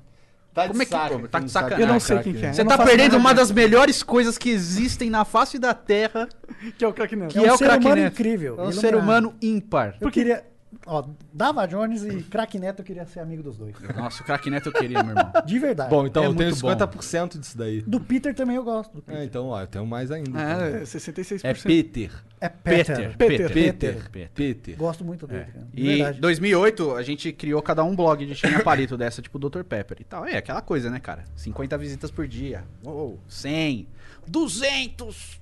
[SPEAKER 1] Tá de
[SPEAKER 4] Como é que-
[SPEAKER 1] saca,
[SPEAKER 4] pô, tá
[SPEAKER 1] quem sabe
[SPEAKER 4] de sacanagem.
[SPEAKER 2] Eu não
[SPEAKER 1] é
[SPEAKER 2] sei
[SPEAKER 1] craque,
[SPEAKER 2] quem que é.
[SPEAKER 1] né?
[SPEAKER 4] Você
[SPEAKER 2] Eu
[SPEAKER 4] tá
[SPEAKER 2] não faço
[SPEAKER 4] perdendo
[SPEAKER 2] nada.
[SPEAKER 4] uma das melhores coisas que existem na face da Terra,
[SPEAKER 2] Que é o craque Neto.
[SPEAKER 4] que
[SPEAKER 3] É
[SPEAKER 4] é,
[SPEAKER 3] um
[SPEAKER 4] o
[SPEAKER 3] ser
[SPEAKER 4] craque
[SPEAKER 3] humano
[SPEAKER 4] Neto.
[SPEAKER 3] incrível,
[SPEAKER 4] É um
[SPEAKER 3] iluminado.
[SPEAKER 4] ser humano ímpar.
[SPEAKER 3] Eu queria. Ó, Dava Jones e Crack Neto eu queria ser amigo dos dois.
[SPEAKER 4] Nossa, o craque Neto eu queria, meu irmão.
[SPEAKER 3] De verdade.
[SPEAKER 1] Bom, então
[SPEAKER 4] É
[SPEAKER 1] eu tenho
[SPEAKER 4] muito bom.
[SPEAKER 1] 50% disso daí.
[SPEAKER 3] do Peter também eu gosto. Do
[SPEAKER 1] É,
[SPEAKER 3] Peter.
[SPEAKER 1] então, ó, eu tenho mais ainda. então.
[SPEAKER 2] É, 66%.
[SPEAKER 1] É Peter.
[SPEAKER 3] É, Peter. É.
[SPEAKER 2] Peter.
[SPEAKER 1] É Peter.
[SPEAKER 4] Peter. É.
[SPEAKER 1] Peter.
[SPEAKER 3] Gosto muito dele, cara. De
[SPEAKER 4] E em
[SPEAKER 3] verdade.
[SPEAKER 4] 2008, a gente criou cada um blog de tinha palito dessa, tipo Dr. Pepper e tal. É aquela coisa, né, cara? 50 visitas por dia. Uou, 100, 200.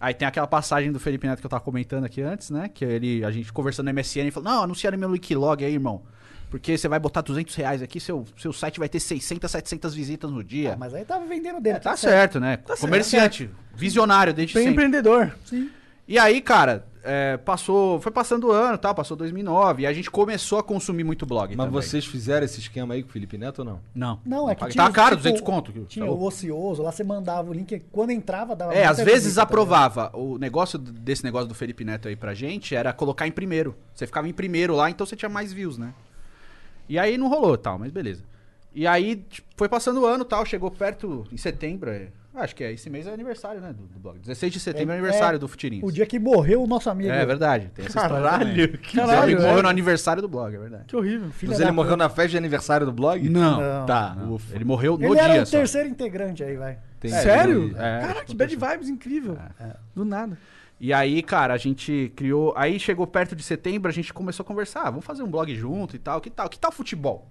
[SPEAKER 4] Aí tem aquela passagem do Felipe Neto que eu tava comentando aqui antes, né? Que ele, a gente conversando no MSN, ele falou, não, anunciaram meu Wikilog aí, irmão. Porque você vai botar 200 reais aqui, seu, seu site vai ter 600, 700 visitas no dia.
[SPEAKER 3] Ah, mas aí tava vendendo dele.
[SPEAKER 4] É, tá
[SPEAKER 3] tudo
[SPEAKER 4] certo, né? Comerciante, visionário desde
[SPEAKER 2] Bem
[SPEAKER 4] sempre.
[SPEAKER 2] empreendedor.
[SPEAKER 4] E aí, cara, é, passou, foi passando o ano, tal, passou 2009, e a gente começou a consumir muito blog
[SPEAKER 1] Mas
[SPEAKER 4] também.
[SPEAKER 1] vocês fizeram esse esquema aí com o Felipe Neto ou não?
[SPEAKER 4] Não.
[SPEAKER 3] Não, é que
[SPEAKER 4] paga-
[SPEAKER 3] tinha,
[SPEAKER 4] Tá caro,
[SPEAKER 3] tipo,
[SPEAKER 4] 200 conto. que-
[SPEAKER 3] Tinha
[SPEAKER 4] tá
[SPEAKER 3] o
[SPEAKER 4] louco.
[SPEAKER 3] ocioso, lá você mandava o link, quando entrava dava.
[SPEAKER 4] É,
[SPEAKER 3] muita
[SPEAKER 4] às vezes
[SPEAKER 3] visita, tá ligado?
[SPEAKER 4] aprovava. O negócio d- desse negócio do Felipe Neto aí pra gente era colocar em primeiro. Você ficava em primeiro lá, então você tinha mais views, né? E aí não rolou tal, mas beleza. E aí tipo, foi passando o ano tal, chegou perto em setembro. é. Acho que é esse mês é aniversário, né? Do, do blog. 16 de setembro é,
[SPEAKER 3] É,
[SPEAKER 4] aniversário
[SPEAKER 3] é,
[SPEAKER 4] do Futirinhas.
[SPEAKER 3] O dia que morreu o nosso amigo.
[SPEAKER 4] É verdade. Tem essa história também.
[SPEAKER 1] Caralho, que
[SPEAKER 4] Seu amigo
[SPEAKER 2] Caralho,
[SPEAKER 4] morreu
[SPEAKER 2] é.
[SPEAKER 4] no aniversário do blog, é verdade.
[SPEAKER 2] Que horrível.
[SPEAKER 3] Filha
[SPEAKER 1] Mas
[SPEAKER 3] da
[SPEAKER 1] ele
[SPEAKER 3] puta.
[SPEAKER 1] morreu na festa de aniversário do blog?
[SPEAKER 4] Não.
[SPEAKER 1] Tá, ufa.
[SPEAKER 4] Ele morreu no
[SPEAKER 3] Ele
[SPEAKER 4] dia
[SPEAKER 3] era um o
[SPEAKER 4] só.
[SPEAKER 3] terceiro integrante aí, vai.
[SPEAKER 1] Tem-
[SPEAKER 2] Sério?
[SPEAKER 4] É,
[SPEAKER 2] Cara, que bad vibes incrível. Do nada.
[SPEAKER 4] E aí, cara, a gente criou. Aí chegou perto de setembro, a gente começou a conversar. "Ah, vamos fazer um blog junto e tal. Que tal? Que tal futebol?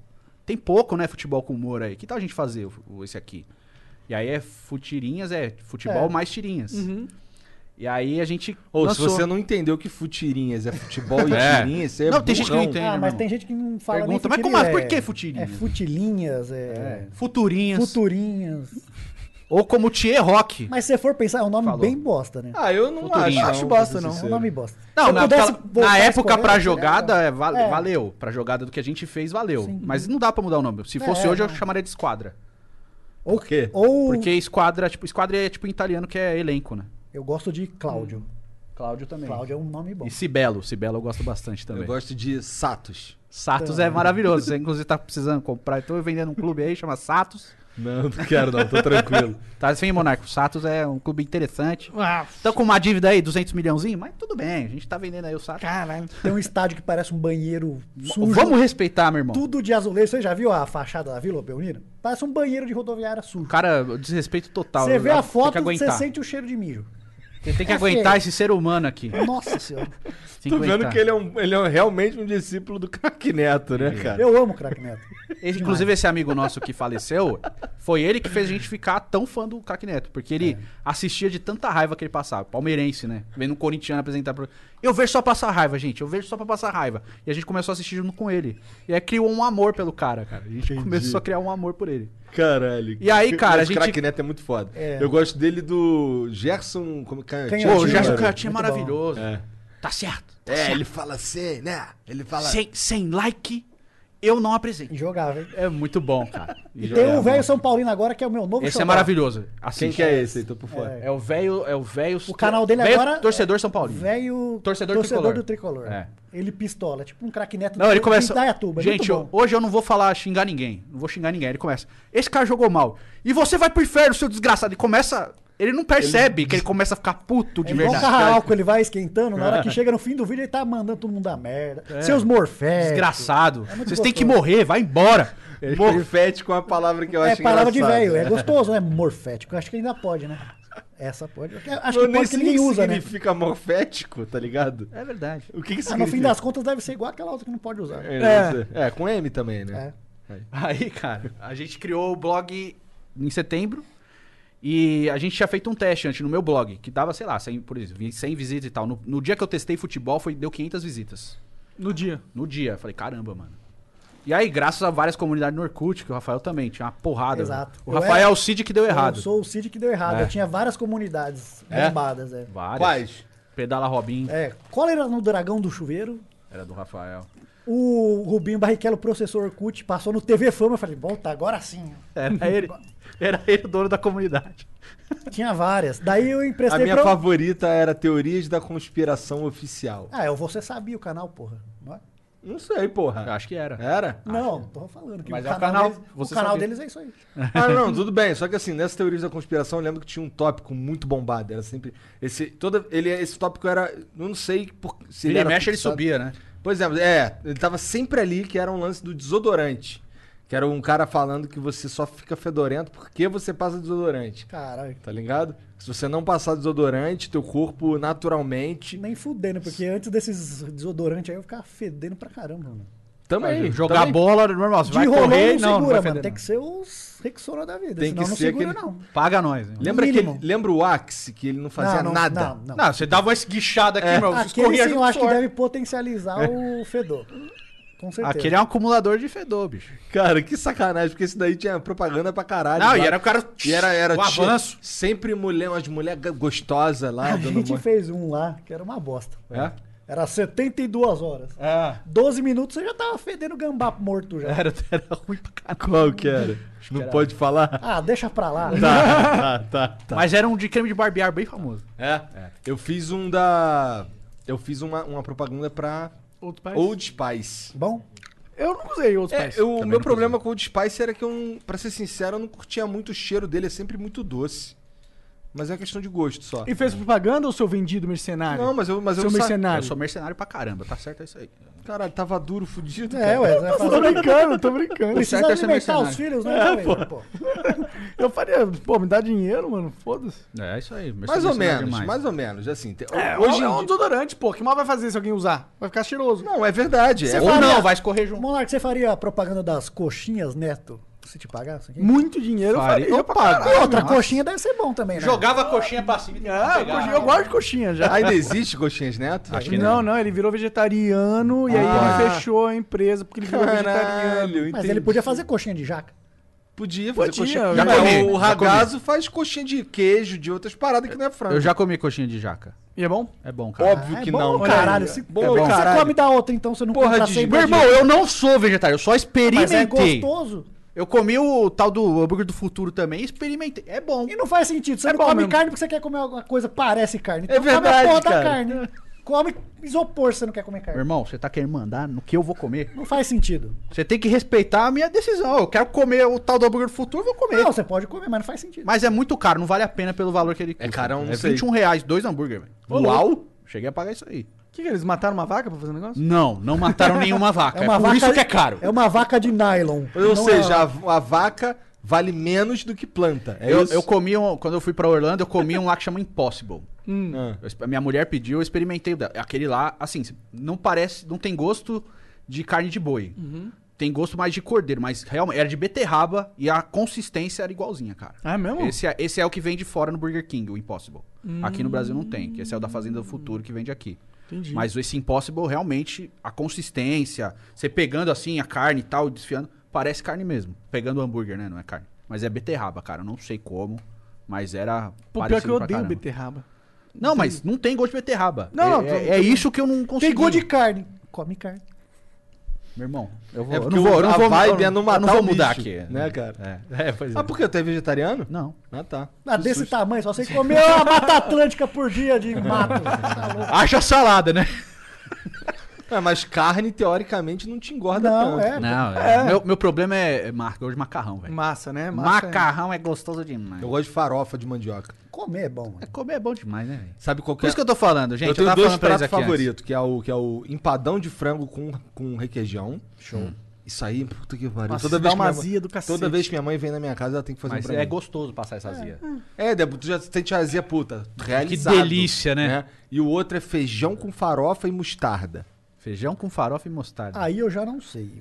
[SPEAKER 4] Tem pouco, né? Futebol com humor aí. Que tal a gente fazer o- o- esse aqui? E aí é futirinhas, é futebol
[SPEAKER 3] É.
[SPEAKER 4] mais tirinhas.
[SPEAKER 2] Uhum.
[SPEAKER 4] E aí a gente.
[SPEAKER 1] Ou
[SPEAKER 4] lançou.
[SPEAKER 1] se você não entendeu que futirinhas é futebol e
[SPEAKER 4] É.
[SPEAKER 1] tirinhas, você é
[SPEAKER 4] Não, tem gente que não
[SPEAKER 1] burrão.
[SPEAKER 4] entende. Tem,
[SPEAKER 3] ah,
[SPEAKER 4] né,
[SPEAKER 3] mas
[SPEAKER 4] meu?
[SPEAKER 3] tem gente que não fala
[SPEAKER 4] Pergunta,
[SPEAKER 3] nem
[SPEAKER 4] mas como- mas por
[SPEAKER 3] é-
[SPEAKER 4] que futirinha?
[SPEAKER 3] É futilinhas, é,
[SPEAKER 4] Futurinhas.
[SPEAKER 3] futurinhas.
[SPEAKER 4] Ou como Thier Rock.
[SPEAKER 3] Mas se você for pensar, é um nome
[SPEAKER 4] Falou.
[SPEAKER 3] bem bosta, né?
[SPEAKER 1] Ah, eu não
[SPEAKER 4] Futurinha.
[SPEAKER 1] acho.
[SPEAKER 4] Não
[SPEAKER 1] pra
[SPEAKER 2] bosta,
[SPEAKER 1] ser
[SPEAKER 2] não.
[SPEAKER 3] é
[SPEAKER 1] sincero.
[SPEAKER 3] um nome bosta.
[SPEAKER 4] Não,
[SPEAKER 3] Se eu
[SPEAKER 4] na,
[SPEAKER 3] pudesse
[SPEAKER 4] pra-
[SPEAKER 3] voltar
[SPEAKER 4] na
[SPEAKER 3] a
[SPEAKER 4] época
[SPEAKER 3] escolher,
[SPEAKER 4] pra
[SPEAKER 3] eu
[SPEAKER 4] jogada, é, va-
[SPEAKER 3] É.
[SPEAKER 4] valeu. Pra jogada do que a gente fez, valeu. Mas não dá pra mudar o nome. Se fosse
[SPEAKER 3] É,
[SPEAKER 4] hoje, eu
[SPEAKER 3] não.
[SPEAKER 4] chamaria de esquadra.
[SPEAKER 1] Por quê?
[SPEAKER 3] Ou
[SPEAKER 4] Porque esquadra, tipo, esquadra é tipo em italiano que é elenco, né?
[SPEAKER 3] eu gosto de Cláudio.
[SPEAKER 4] Cláudio também.
[SPEAKER 3] Cláudio é um nome bom.
[SPEAKER 4] E Cibelo. Cibelo eu gosto bastante também.
[SPEAKER 1] Eu gosto de Satos.
[SPEAKER 4] Satos é maravilhoso. Você, inclusive, tá precisando comprar. Estou vendendo um clube aí, chama Satos.
[SPEAKER 1] Não, não quero não, tô tranquilo.
[SPEAKER 4] Tá assim, Monarco? Satos é um clube interessante.
[SPEAKER 2] Ah,
[SPEAKER 4] Estão com uma dívida aí, 200 milhãozinho? Mas tudo bem, a gente tá vendendo aí o Satos.
[SPEAKER 2] caralho.
[SPEAKER 3] Tem um estádio que parece um banheiro sujo.
[SPEAKER 4] Vamos respeitar, meu irmão.
[SPEAKER 3] Tudo de azulejo. Você já viu a fachada da Vila Belmiro? Parece um banheiro de rodoviária
[SPEAKER 4] O
[SPEAKER 3] sujo.
[SPEAKER 4] Cara, desrespeito total.
[SPEAKER 3] Você vê
[SPEAKER 4] Tem
[SPEAKER 3] a
[SPEAKER 4] que
[SPEAKER 3] foto, você
[SPEAKER 4] aguentar.
[SPEAKER 3] sente o cheiro de mijo.
[SPEAKER 4] Ele tem que
[SPEAKER 3] É
[SPEAKER 4] aguentar
[SPEAKER 3] feio.
[SPEAKER 4] esse ser humano aqui.
[SPEAKER 3] Nossa senhora.
[SPEAKER 4] Tem
[SPEAKER 1] Tô
[SPEAKER 4] aguentar.
[SPEAKER 1] vendo que ele é, um, ele é realmente um discípulo do Craque Neto, né, cara?
[SPEAKER 3] Eu amo o craque Neto.
[SPEAKER 4] Esse- inclusive, esse amigo nosso que faleceu, foi ele que fez a gente ficar tão fã do Caque Neto. Porque ele
[SPEAKER 3] É.
[SPEAKER 4] assistia de tanta raiva que ele passava. Palmeirense, né? Vendo um corintiano apresentar. Pro... Eu vejo só passar raiva, gente. Eu vejo só pra passar raiva. E a gente começou a assistir junto com ele. E aí criou um amor pelo cara, cara. A gente
[SPEAKER 1] Entendi.
[SPEAKER 4] começou a criar um amor por ele.
[SPEAKER 1] Caralho.
[SPEAKER 4] E aí, cara,
[SPEAKER 1] Mas
[SPEAKER 4] a gente-
[SPEAKER 1] Craque Neto é muito foda.
[SPEAKER 3] É.
[SPEAKER 1] Eu gosto dele do Gerson... Como...
[SPEAKER 3] Canhotinho,
[SPEAKER 4] Pô, o
[SPEAKER 3] Sim,
[SPEAKER 4] Gerson
[SPEAKER 3] cara.
[SPEAKER 4] Cantinho é
[SPEAKER 3] Muito
[SPEAKER 4] maravilhoso.
[SPEAKER 1] É.
[SPEAKER 4] Tá certo. tá
[SPEAKER 1] É,
[SPEAKER 4] certo.
[SPEAKER 1] ele fala assim, né? Ele fala...
[SPEAKER 4] Sem, sem like, eu não apresento.
[SPEAKER 3] Injogável, hein?
[SPEAKER 4] É muito bom, cara.
[SPEAKER 3] E tem o velho São Paulino agora, que é o meu novo
[SPEAKER 4] Esse é
[SPEAKER 3] xodó.
[SPEAKER 4] maravilhoso.
[SPEAKER 1] Quem
[SPEAKER 4] Assiste.
[SPEAKER 1] que é esse aí? Tô por fora.
[SPEAKER 4] É o velho, é o velho.
[SPEAKER 3] O canal dele
[SPEAKER 4] velho
[SPEAKER 3] agora- é
[SPEAKER 4] Torcedor São Paulino.
[SPEAKER 3] Velho
[SPEAKER 4] Torcedor tricolor.
[SPEAKER 3] do tricolor.
[SPEAKER 4] É.
[SPEAKER 3] Ele pistola, tipo um craque neto
[SPEAKER 4] Não, ele começa.
[SPEAKER 3] Indaiatuba. é
[SPEAKER 4] Gente,
[SPEAKER 3] muito
[SPEAKER 4] eu-
[SPEAKER 3] bom.
[SPEAKER 4] hoje eu não vou falar xingar ninguém. Não vou xingar ninguém. Ele começa. Esse cara jogou mal. E você vai pro inferno, seu desgraçado. Ele começa. Ele não percebe que ele começa a ficar puto de
[SPEAKER 3] É igual um
[SPEAKER 4] verdade.
[SPEAKER 3] carralco, ele vai esquentando, na hora que chega no fim do vídeo, ele tá mandando todo mundo dar merda. Seus morfés.
[SPEAKER 4] É. Desgraçado.
[SPEAKER 3] É muito
[SPEAKER 4] Vocês têm que
[SPEAKER 3] gostoso.
[SPEAKER 4] morrer, vai embora.
[SPEAKER 1] Morfético é uma palavra que eu
[SPEAKER 3] É
[SPEAKER 1] acho
[SPEAKER 3] palavra de
[SPEAKER 1] engraçada.
[SPEAKER 3] velho, é gostoso, né? Morfético. Acho que ainda pode, né? Essa pode. Acho
[SPEAKER 1] Eu
[SPEAKER 3] que
[SPEAKER 1] nem
[SPEAKER 3] pode que
[SPEAKER 1] sei
[SPEAKER 3] ninguém
[SPEAKER 1] o que
[SPEAKER 3] usa, né?
[SPEAKER 1] significa morfético, tá ligado?
[SPEAKER 4] É verdade.
[SPEAKER 1] O que que
[SPEAKER 3] Ah,
[SPEAKER 1] significa?
[SPEAKER 3] no fim das contas, deve ser igual aquela outra que não pode usar.
[SPEAKER 1] É, não sei. é, com M também, né?
[SPEAKER 3] É.
[SPEAKER 4] Aí, cara, a gente criou o blog em setembro. E a gente tinha feito um teste antes no meu blog, que dava, sei lá, 100, por exemplo, vi- 100 visitas e tal. No, no dia que eu testei futebol, foi, deu 500 visitas.
[SPEAKER 2] No dia.
[SPEAKER 4] No dia. Eu Falei, caramba, mano. E aí, graças a várias comunidades no Orkut, que o Rafael também tinha uma porrada.
[SPEAKER 3] Exato.
[SPEAKER 4] O
[SPEAKER 3] Eu
[SPEAKER 4] Rafael é
[SPEAKER 3] era-
[SPEAKER 4] o Cid que deu errado.
[SPEAKER 3] Eu sou o Cid que deu errado.
[SPEAKER 4] É.
[SPEAKER 3] Eu tinha várias comunidades
[SPEAKER 1] É?
[SPEAKER 3] bombadas, é.
[SPEAKER 4] Várias.
[SPEAKER 1] Quais?
[SPEAKER 4] Pedala Robin
[SPEAKER 3] É, cólera no dragão do chuveiro.
[SPEAKER 4] era do Rafael.
[SPEAKER 3] O Rubinho Barrichello, professor Orkut, passou no TV Fama. Eu falei, volta, agora sim.
[SPEAKER 4] Era ele. Era ele o dono da comunidade.
[SPEAKER 3] Tinha várias. Daí eu
[SPEAKER 1] A
[SPEAKER 3] emprestei
[SPEAKER 1] minha
[SPEAKER 3] pra... um-
[SPEAKER 1] favorita era Teorias da Conspiração Oficial.
[SPEAKER 3] Ah, é o Você Sabia o canal, porra. Não, é?
[SPEAKER 1] Não sei,
[SPEAKER 4] Eu
[SPEAKER 1] porra.
[SPEAKER 4] acho que era.
[SPEAKER 1] Era?
[SPEAKER 3] não tô falando. Que
[SPEAKER 4] Mas é o canal,
[SPEAKER 3] deles,
[SPEAKER 4] Você
[SPEAKER 3] o canal
[SPEAKER 4] Sabia.
[SPEAKER 3] deles é isso aí.
[SPEAKER 1] Ah, não, tudo bem. Só que assim, nessa teoria da conspiração, eu lembro que tinha um tópico muito bombado. Era sempre. Esse, toda, ele, esse tópico era. eu Não sei por, se
[SPEAKER 4] Ele
[SPEAKER 1] era
[SPEAKER 4] mexe, ele
[SPEAKER 1] fixado.
[SPEAKER 4] subia, né?
[SPEAKER 1] Por exemplo, é, ele tava sempre ali que era um lance do desodorante. Que era um cara falando que você só fica fedorento porque você passa desodorante.
[SPEAKER 3] Caralho.
[SPEAKER 1] Tá ligado? Se você não passar desodorante, teu corpo naturalmente.
[SPEAKER 3] Nem fudendo, porque antes desses desodorantes aí eu ficava fedendo pra caramba, mano.
[SPEAKER 1] Também.
[SPEAKER 4] Jogar
[SPEAKER 1] também.
[SPEAKER 4] bola normal. Você
[SPEAKER 3] De
[SPEAKER 4] vai
[SPEAKER 3] rolão não,
[SPEAKER 4] correr, não, não vai
[SPEAKER 3] segura,
[SPEAKER 4] feder,
[SPEAKER 3] mano. Tem
[SPEAKER 4] não.
[SPEAKER 3] que ser os Rexona da vida.
[SPEAKER 1] Tem
[SPEAKER 3] senão
[SPEAKER 1] que
[SPEAKER 3] não
[SPEAKER 1] ser
[SPEAKER 3] segura,
[SPEAKER 1] aquele-
[SPEAKER 3] não.
[SPEAKER 4] Paga nós. Né?
[SPEAKER 1] Lembra,
[SPEAKER 3] Mínimo.
[SPEAKER 1] aquele, lembra o Axe, que ele não fazia
[SPEAKER 3] Não, não,
[SPEAKER 1] nada?
[SPEAKER 3] Não, não.
[SPEAKER 4] Não, você dava uma esguichada aqui, meu.
[SPEAKER 3] Aquele sim, eu acho que
[SPEAKER 4] suor.
[SPEAKER 3] deve potencializar o fedor. Com certeza.
[SPEAKER 4] Aquele é um acumulador de fedor, bicho.
[SPEAKER 1] Cara, que sacanagem, porque esse daí tinha propaganda pra caralho.
[SPEAKER 4] Não,
[SPEAKER 1] lá.
[SPEAKER 4] e era o cara.
[SPEAKER 1] E era, era
[SPEAKER 4] o
[SPEAKER 1] tinha
[SPEAKER 4] avanço.
[SPEAKER 1] Sempre mulher, umas mulher gostosas lá.
[SPEAKER 3] A
[SPEAKER 1] dando
[SPEAKER 3] gente
[SPEAKER 1] uma-
[SPEAKER 3] fez um lá, que era uma bosta.
[SPEAKER 1] É?
[SPEAKER 3] Era 72 horas.
[SPEAKER 4] É.
[SPEAKER 3] 12 minutos você já tava fedendo gambá morto já.
[SPEAKER 4] Era, era ruim pra caralho.
[SPEAKER 1] Qual que era? Não pode falar?
[SPEAKER 3] Ah, deixa pra lá.
[SPEAKER 1] Tá, tá, tá.
[SPEAKER 4] Mas era um de creme de barbear bem famoso.
[SPEAKER 1] É? Eu fiz um da. Eu fiz uma, uma propaganda pra
[SPEAKER 2] Outro país.
[SPEAKER 1] Old Spice.
[SPEAKER 3] Bom,
[SPEAKER 2] Eu não usei outros
[SPEAKER 1] É,
[SPEAKER 2] países.
[SPEAKER 1] eu- o
[SPEAKER 4] Também
[SPEAKER 1] meu
[SPEAKER 4] não
[SPEAKER 1] problema com o Old Spice era que eu, não- pra ser sincero, eu não curtia muito o cheiro dele, é sempre muito doce. Mas é uma questão de gosto só.
[SPEAKER 2] E fez propaganda ou seu vendido mercenário?
[SPEAKER 1] Não, mas eu. Mas
[SPEAKER 2] Seu
[SPEAKER 1] eu sa-
[SPEAKER 4] É, Eu
[SPEAKER 2] mercenário.
[SPEAKER 4] sou mercenário pra caramba, tá certo é isso aí.
[SPEAKER 1] Caralho, tava duro, fudido.
[SPEAKER 3] é, ué. Vai
[SPEAKER 2] Tô
[SPEAKER 3] fazer...
[SPEAKER 2] brincando, tô brincando.
[SPEAKER 3] Precisa
[SPEAKER 4] certo é ser
[SPEAKER 3] alimentar
[SPEAKER 4] mercenário.
[SPEAKER 3] os filhos, né? também, pô.
[SPEAKER 2] Eu faria, pô, me dá dinheiro, mano, foda-se.
[SPEAKER 4] É isso aí. mercenário
[SPEAKER 1] Mais ou
[SPEAKER 4] mercenário
[SPEAKER 1] menos,
[SPEAKER 4] demais.
[SPEAKER 1] mais ou menos. Assim, te-
[SPEAKER 2] É,
[SPEAKER 1] hoje
[SPEAKER 2] é
[SPEAKER 1] em
[SPEAKER 2] um
[SPEAKER 1] dia-
[SPEAKER 2] desodorante, pô, que mal vai fazer se alguém usar? Vai ficar cheiroso.
[SPEAKER 1] Não, é verdade. É,
[SPEAKER 4] Ou não, vai escorrer junto.
[SPEAKER 3] Monark, você faria a propaganda das coxinhas, Neto? Se te pagasse?
[SPEAKER 2] Muito dinheiro,
[SPEAKER 4] Faria.
[SPEAKER 2] eu faria.
[SPEAKER 4] Opa,
[SPEAKER 2] pra caralho.
[SPEAKER 3] E outra,
[SPEAKER 4] nossa.
[SPEAKER 3] coxinha deve ser bom também, né?
[SPEAKER 4] Jogava a É, coxinha pra cima. e tentava
[SPEAKER 2] Ah,
[SPEAKER 4] pegar.
[SPEAKER 2] coxinha, eu gosto de coxinha já.
[SPEAKER 1] Ainda existe coxinhas neto?
[SPEAKER 4] Acho que
[SPEAKER 2] não, não, ele virou vegetariano e aí
[SPEAKER 1] Ah.
[SPEAKER 2] ele fechou a empresa porque ele virou vegetariano.
[SPEAKER 1] Caralho,
[SPEAKER 3] Mas ele podia fazer coxinha de jaca.
[SPEAKER 1] Podia fazer
[SPEAKER 2] Podia,
[SPEAKER 1] coxinha.
[SPEAKER 2] já
[SPEAKER 1] Mas
[SPEAKER 4] comi,
[SPEAKER 1] o
[SPEAKER 4] já
[SPEAKER 1] ragazo faz coxinha de queijo, de outras paradas que não é frango.
[SPEAKER 4] Eu já comi coxinha de jaca.
[SPEAKER 2] E é bom?
[SPEAKER 4] É bom, cara.
[SPEAKER 1] Óbvio
[SPEAKER 3] Ah, é
[SPEAKER 1] que
[SPEAKER 3] bom,
[SPEAKER 1] não. cara.
[SPEAKER 3] Caralho, se...
[SPEAKER 1] Bom,
[SPEAKER 3] é bom.
[SPEAKER 1] caralho.
[SPEAKER 3] você come da outra, então você não
[SPEAKER 1] Porra,
[SPEAKER 3] compra
[SPEAKER 1] de-
[SPEAKER 3] sempre
[SPEAKER 4] Meu
[SPEAKER 3] a
[SPEAKER 4] irmão, eu não sou vegetariano, eu só
[SPEAKER 3] Mas
[SPEAKER 4] experimentei.
[SPEAKER 3] é gostoso.
[SPEAKER 4] Eu comi o tal do hambúrguer do futuro também e experimentei. É bom.
[SPEAKER 3] E não faz sentido. Você
[SPEAKER 2] É
[SPEAKER 3] não
[SPEAKER 2] bom
[SPEAKER 3] come
[SPEAKER 2] mesmo.
[SPEAKER 3] carne porque você quer comer alguma coisa que parece carne.
[SPEAKER 1] É
[SPEAKER 3] come a
[SPEAKER 1] verdade,
[SPEAKER 3] porra
[SPEAKER 1] cara.
[SPEAKER 3] da carne. come isopor se você não quer comer
[SPEAKER 4] Meu
[SPEAKER 3] carne.
[SPEAKER 4] irmão, você tá querendo mandar no que eu vou comer?
[SPEAKER 3] Não faz sentido.
[SPEAKER 4] Você tem que respeitar a minha decisão. Eu quero comer o tal do hambúrguer do futuro, eu vou comer.
[SPEAKER 3] Não, você pode comer, mas não faz sentido.
[SPEAKER 4] Mas é muito caro, não vale a pena pelo valor que ele custa.
[SPEAKER 1] caro, eu não
[SPEAKER 4] é
[SPEAKER 1] sei.
[SPEAKER 4] 21 reais, dois hambúrguer, velho. Uau! Cheguei a pagar isso aí.
[SPEAKER 2] O que, que eles mataram uma vaca pra fazer um negócio?
[SPEAKER 4] Não, não mataram nenhuma vaca. É, por isso que é caro.
[SPEAKER 3] É uma vaca de nylon.
[SPEAKER 1] Ou
[SPEAKER 3] Não
[SPEAKER 1] seja,
[SPEAKER 3] é-
[SPEAKER 1] a, a vaca vale menos do que planta. É
[SPEAKER 4] eu,
[SPEAKER 1] isso?
[SPEAKER 4] eu comi um, quando eu fui pra Orlando, eu comi um lá que chama Impossible.
[SPEAKER 2] Hum.
[SPEAKER 1] Ah.
[SPEAKER 4] Eu exp- a minha mulher pediu, eu experimentei o dela. Aquele lá, assim, não parece, não tem gosto de carne de boi. Tem gosto mais de cordeiro, mas realmente era de beterraba e a consistência era igualzinha, cara.
[SPEAKER 2] Ah, é mesmo?
[SPEAKER 4] Esse é, esse é o que vem de fora no Burger King, o Impossible. Aqui no Brasil não tem, que esse é o da Fazenda do Futuro que vende aqui.
[SPEAKER 2] Entendi.
[SPEAKER 4] Mas esse Impossible, realmente, a consistência, você pegando assim a carne e tal, desfiando, parece carne mesmo. Pegando o hambúrguer, né? Não é carne. Mas é beterraba, cara. Eu não sei como, mas era.
[SPEAKER 2] Pô, pior
[SPEAKER 4] parecido
[SPEAKER 2] que eu
[SPEAKER 4] pra
[SPEAKER 2] odeio
[SPEAKER 4] caramba.
[SPEAKER 2] beterraba.
[SPEAKER 4] Não, mas não tem gosto de beterraba.
[SPEAKER 2] Não,
[SPEAKER 4] é,
[SPEAKER 2] não,
[SPEAKER 4] é,
[SPEAKER 2] tô-
[SPEAKER 4] é isso que eu não consigo.
[SPEAKER 3] Tem gosto de carne. um Come carne.
[SPEAKER 4] Meu irmão, eu vou.
[SPEAKER 1] É
[SPEAKER 4] eu
[SPEAKER 1] porque
[SPEAKER 4] não vou, eu não
[SPEAKER 1] a
[SPEAKER 4] vou,
[SPEAKER 1] vibe
[SPEAKER 4] eu
[SPEAKER 1] é não
[SPEAKER 4] eu
[SPEAKER 1] matar
[SPEAKER 4] não vou
[SPEAKER 1] o
[SPEAKER 4] mudar
[SPEAKER 1] bicho,
[SPEAKER 4] aqui.
[SPEAKER 1] né, cara?
[SPEAKER 4] É, é, pois é.
[SPEAKER 1] Ah, por quê? Tu é vegetariano?
[SPEAKER 4] Não.
[SPEAKER 1] Ah, tá.
[SPEAKER 3] Ah, desse tamanho, só sei comer uma Mata Atlântica por dia de mato.
[SPEAKER 2] Ah,
[SPEAKER 3] Tá louco.
[SPEAKER 4] Acha salada, né?
[SPEAKER 1] É, mas carne, teoricamente, não te engorda
[SPEAKER 3] Não,
[SPEAKER 1] tanto.
[SPEAKER 3] é.
[SPEAKER 4] Não, é. Meu, meu problema é marca, eu gosto de macarrão, velho.
[SPEAKER 2] Massa, né? Massa é-
[SPEAKER 4] Macarrão é gostoso demais.
[SPEAKER 1] Eu gosto de farofa de mandioca.
[SPEAKER 3] Comer é bom, mano.
[SPEAKER 4] Comer é bom demais, né, velho?
[SPEAKER 1] Sabe qual que
[SPEAKER 4] Por
[SPEAKER 1] é?
[SPEAKER 4] isso que eu tô falando, gente.
[SPEAKER 1] eu tenho
[SPEAKER 4] tava
[SPEAKER 1] dois
[SPEAKER 4] falando pra eles
[SPEAKER 1] pratos
[SPEAKER 4] aqui antes.
[SPEAKER 1] favoritos, que é, o, que é o empadão de frango com, com requeijão. Show. Isso aí, puta que pariu.
[SPEAKER 2] Nossa,
[SPEAKER 1] toda vez
[SPEAKER 2] isso dá
[SPEAKER 1] que
[SPEAKER 2] uma
[SPEAKER 1] minha mãe-
[SPEAKER 2] azia do cacete.
[SPEAKER 1] Toda vez que minha mãe vem na minha casa, ela tem que fazer
[SPEAKER 4] Mas
[SPEAKER 1] um pra
[SPEAKER 4] é
[SPEAKER 1] mim.
[SPEAKER 4] gostoso passar essa azia.
[SPEAKER 1] É, Debo, tu já sente a azia puta. Realizado.
[SPEAKER 4] Que delícia, né?
[SPEAKER 1] E o outro é feijão com farofa e mostarda.
[SPEAKER 4] Feijão com farofa e mostarda.
[SPEAKER 3] Aí eu já não sei.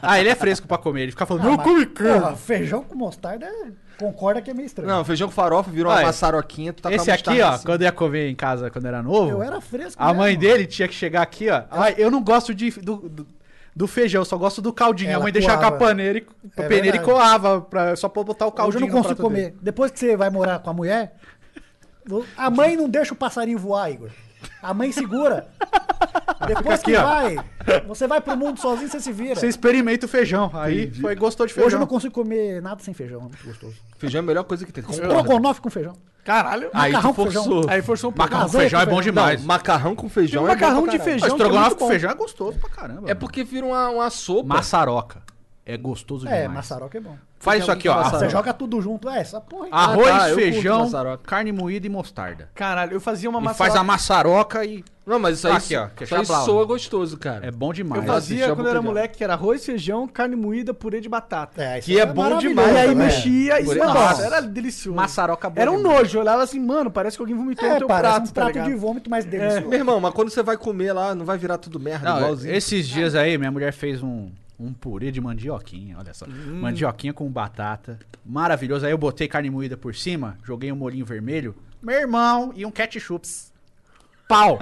[SPEAKER 4] Ah, ele é fresco pra comer. Ele fica falando,
[SPEAKER 3] Ah,
[SPEAKER 4] não
[SPEAKER 3] mas,
[SPEAKER 4] come carne.
[SPEAKER 3] porra, feijão com mostarda é- concorda que é meio estranho.
[SPEAKER 1] Não, feijão com farofa virou
[SPEAKER 4] Olha,
[SPEAKER 1] uma maçaroquinha, tu tá
[SPEAKER 4] Esse
[SPEAKER 1] com a
[SPEAKER 4] aqui, ó,
[SPEAKER 1] mostarda assim.
[SPEAKER 4] quando eu ia comer em casa quando era novo,
[SPEAKER 3] eu era fresco.
[SPEAKER 4] a
[SPEAKER 3] mesmo.
[SPEAKER 4] mãe dele tinha que chegar aqui, ó. Ai, eu não gosto de, do, do, do feijão, só gosto do caldinho. a
[SPEAKER 3] Ela
[SPEAKER 4] mãe deixava com
[SPEAKER 3] coava.
[SPEAKER 4] a paneira e, a
[SPEAKER 3] É
[SPEAKER 4] peneira e
[SPEAKER 3] verdade.
[SPEAKER 4] coava pra, só pra botar o
[SPEAKER 3] Hoje eu
[SPEAKER 4] caldinho
[SPEAKER 3] não
[SPEAKER 4] no
[SPEAKER 3] consigo
[SPEAKER 4] prato
[SPEAKER 3] comer.
[SPEAKER 4] dele.
[SPEAKER 3] Depois que você vai morar com a mulher, vo- a mãe não deixa o passarinho voar, Igor. A mãe segura. Depois
[SPEAKER 4] aqui,
[SPEAKER 3] que
[SPEAKER 4] ó.
[SPEAKER 3] vai, você vai pro mundo sozinho, você se vira.
[SPEAKER 4] Você experimenta o feijão. Aí foi, gostou de feijão.
[SPEAKER 3] Hoje eu não consigo comer nada sem feijão, é muito gostoso.
[SPEAKER 1] Feijão é a melhor coisa que tem. Concorda?
[SPEAKER 3] Estrogonofe com feijão.
[SPEAKER 2] Caralho.
[SPEAKER 1] Aí tu
[SPEAKER 3] macarrão com
[SPEAKER 1] forçou.
[SPEAKER 3] feijão.
[SPEAKER 2] Aí forçou um pouco.
[SPEAKER 4] Macarrão com
[SPEAKER 3] Lasanha
[SPEAKER 4] feijão é
[SPEAKER 3] com
[SPEAKER 4] bom
[SPEAKER 3] feijão.
[SPEAKER 4] demais.
[SPEAKER 1] Não, macarrão com feijão
[SPEAKER 2] Tem
[SPEAKER 1] é bom pra
[SPEAKER 2] um macarrão de
[SPEAKER 1] caralho.
[SPEAKER 2] feijão.
[SPEAKER 4] Ah, estrogonofe
[SPEAKER 2] que é muito
[SPEAKER 4] com
[SPEAKER 2] bom.
[SPEAKER 4] feijão é gostoso pra caramba.
[SPEAKER 1] É porque vira uma, uma sopa.
[SPEAKER 4] Maçaroca. É gostoso
[SPEAKER 3] É,
[SPEAKER 4] demais.
[SPEAKER 3] maçaroca é bom.
[SPEAKER 4] Faz isso aqui, ó.
[SPEAKER 1] Maçaroca.
[SPEAKER 3] Você joga tudo junto. É, essa porra aí.
[SPEAKER 4] Arroz,
[SPEAKER 1] Ah, tá, eu curto
[SPEAKER 4] feijão,
[SPEAKER 1] maçaroca.
[SPEAKER 4] carne moída e mostarda.
[SPEAKER 2] Caralho, eu fazia uma
[SPEAKER 4] E
[SPEAKER 2] massa.
[SPEAKER 4] faz a maçaroca e
[SPEAKER 1] Não, mas isso aí,
[SPEAKER 4] Aqui, ó, que é
[SPEAKER 1] isso aí
[SPEAKER 4] chablau.
[SPEAKER 1] soa gostoso, cara.
[SPEAKER 4] é bom demais.
[SPEAKER 2] Eu
[SPEAKER 1] Mas
[SPEAKER 2] fazia
[SPEAKER 1] chama
[SPEAKER 2] quando eu era
[SPEAKER 1] feijão.
[SPEAKER 2] moleque, que era arroz, feijão, carne moída, purê de batata.
[SPEAKER 3] É, isso
[SPEAKER 1] que é bom
[SPEAKER 3] maravilhoso,
[SPEAKER 1] demais,
[SPEAKER 2] E aí
[SPEAKER 3] né?
[SPEAKER 2] mexia e
[SPEAKER 1] Purê-
[SPEAKER 2] nossa,
[SPEAKER 1] Nossa.
[SPEAKER 2] era delicioso.
[SPEAKER 4] Maçaroca boa
[SPEAKER 2] Era um
[SPEAKER 4] demais.
[SPEAKER 2] nojo, eu olhava assim, mano, parece que alguém vomitou no
[SPEAKER 3] É,
[SPEAKER 2] teu
[SPEAKER 3] parece
[SPEAKER 2] prato,
[SPEAKER 3] um
[SPEAKER 2] tá
[SPEAKER 3] prato de
[SPEAKER 2] ligado?
[SPEAKER 3] vômito, mas delicioso.
[SPEAKER 1] Meu irmão, mas quando você vai comer lá, não vai virar tudo
[SPEAKER 3] Tá
[SPEAKER 1] merda
[SPEAKER 4] Não,
[SPEAKER 1] igualzinho.
[SPEAKER 4] esses dias aí, minha mulher fez um, um purê de mandioquinha, olha só.
[SPEAKER 3] Hum.
[SPEAKER 4] Mandioquinha com batata. Maravilhoso. Aí eu botei carne moída por cima, joguei um molhinho vermelho, meu irmão e um ketchup. Pau!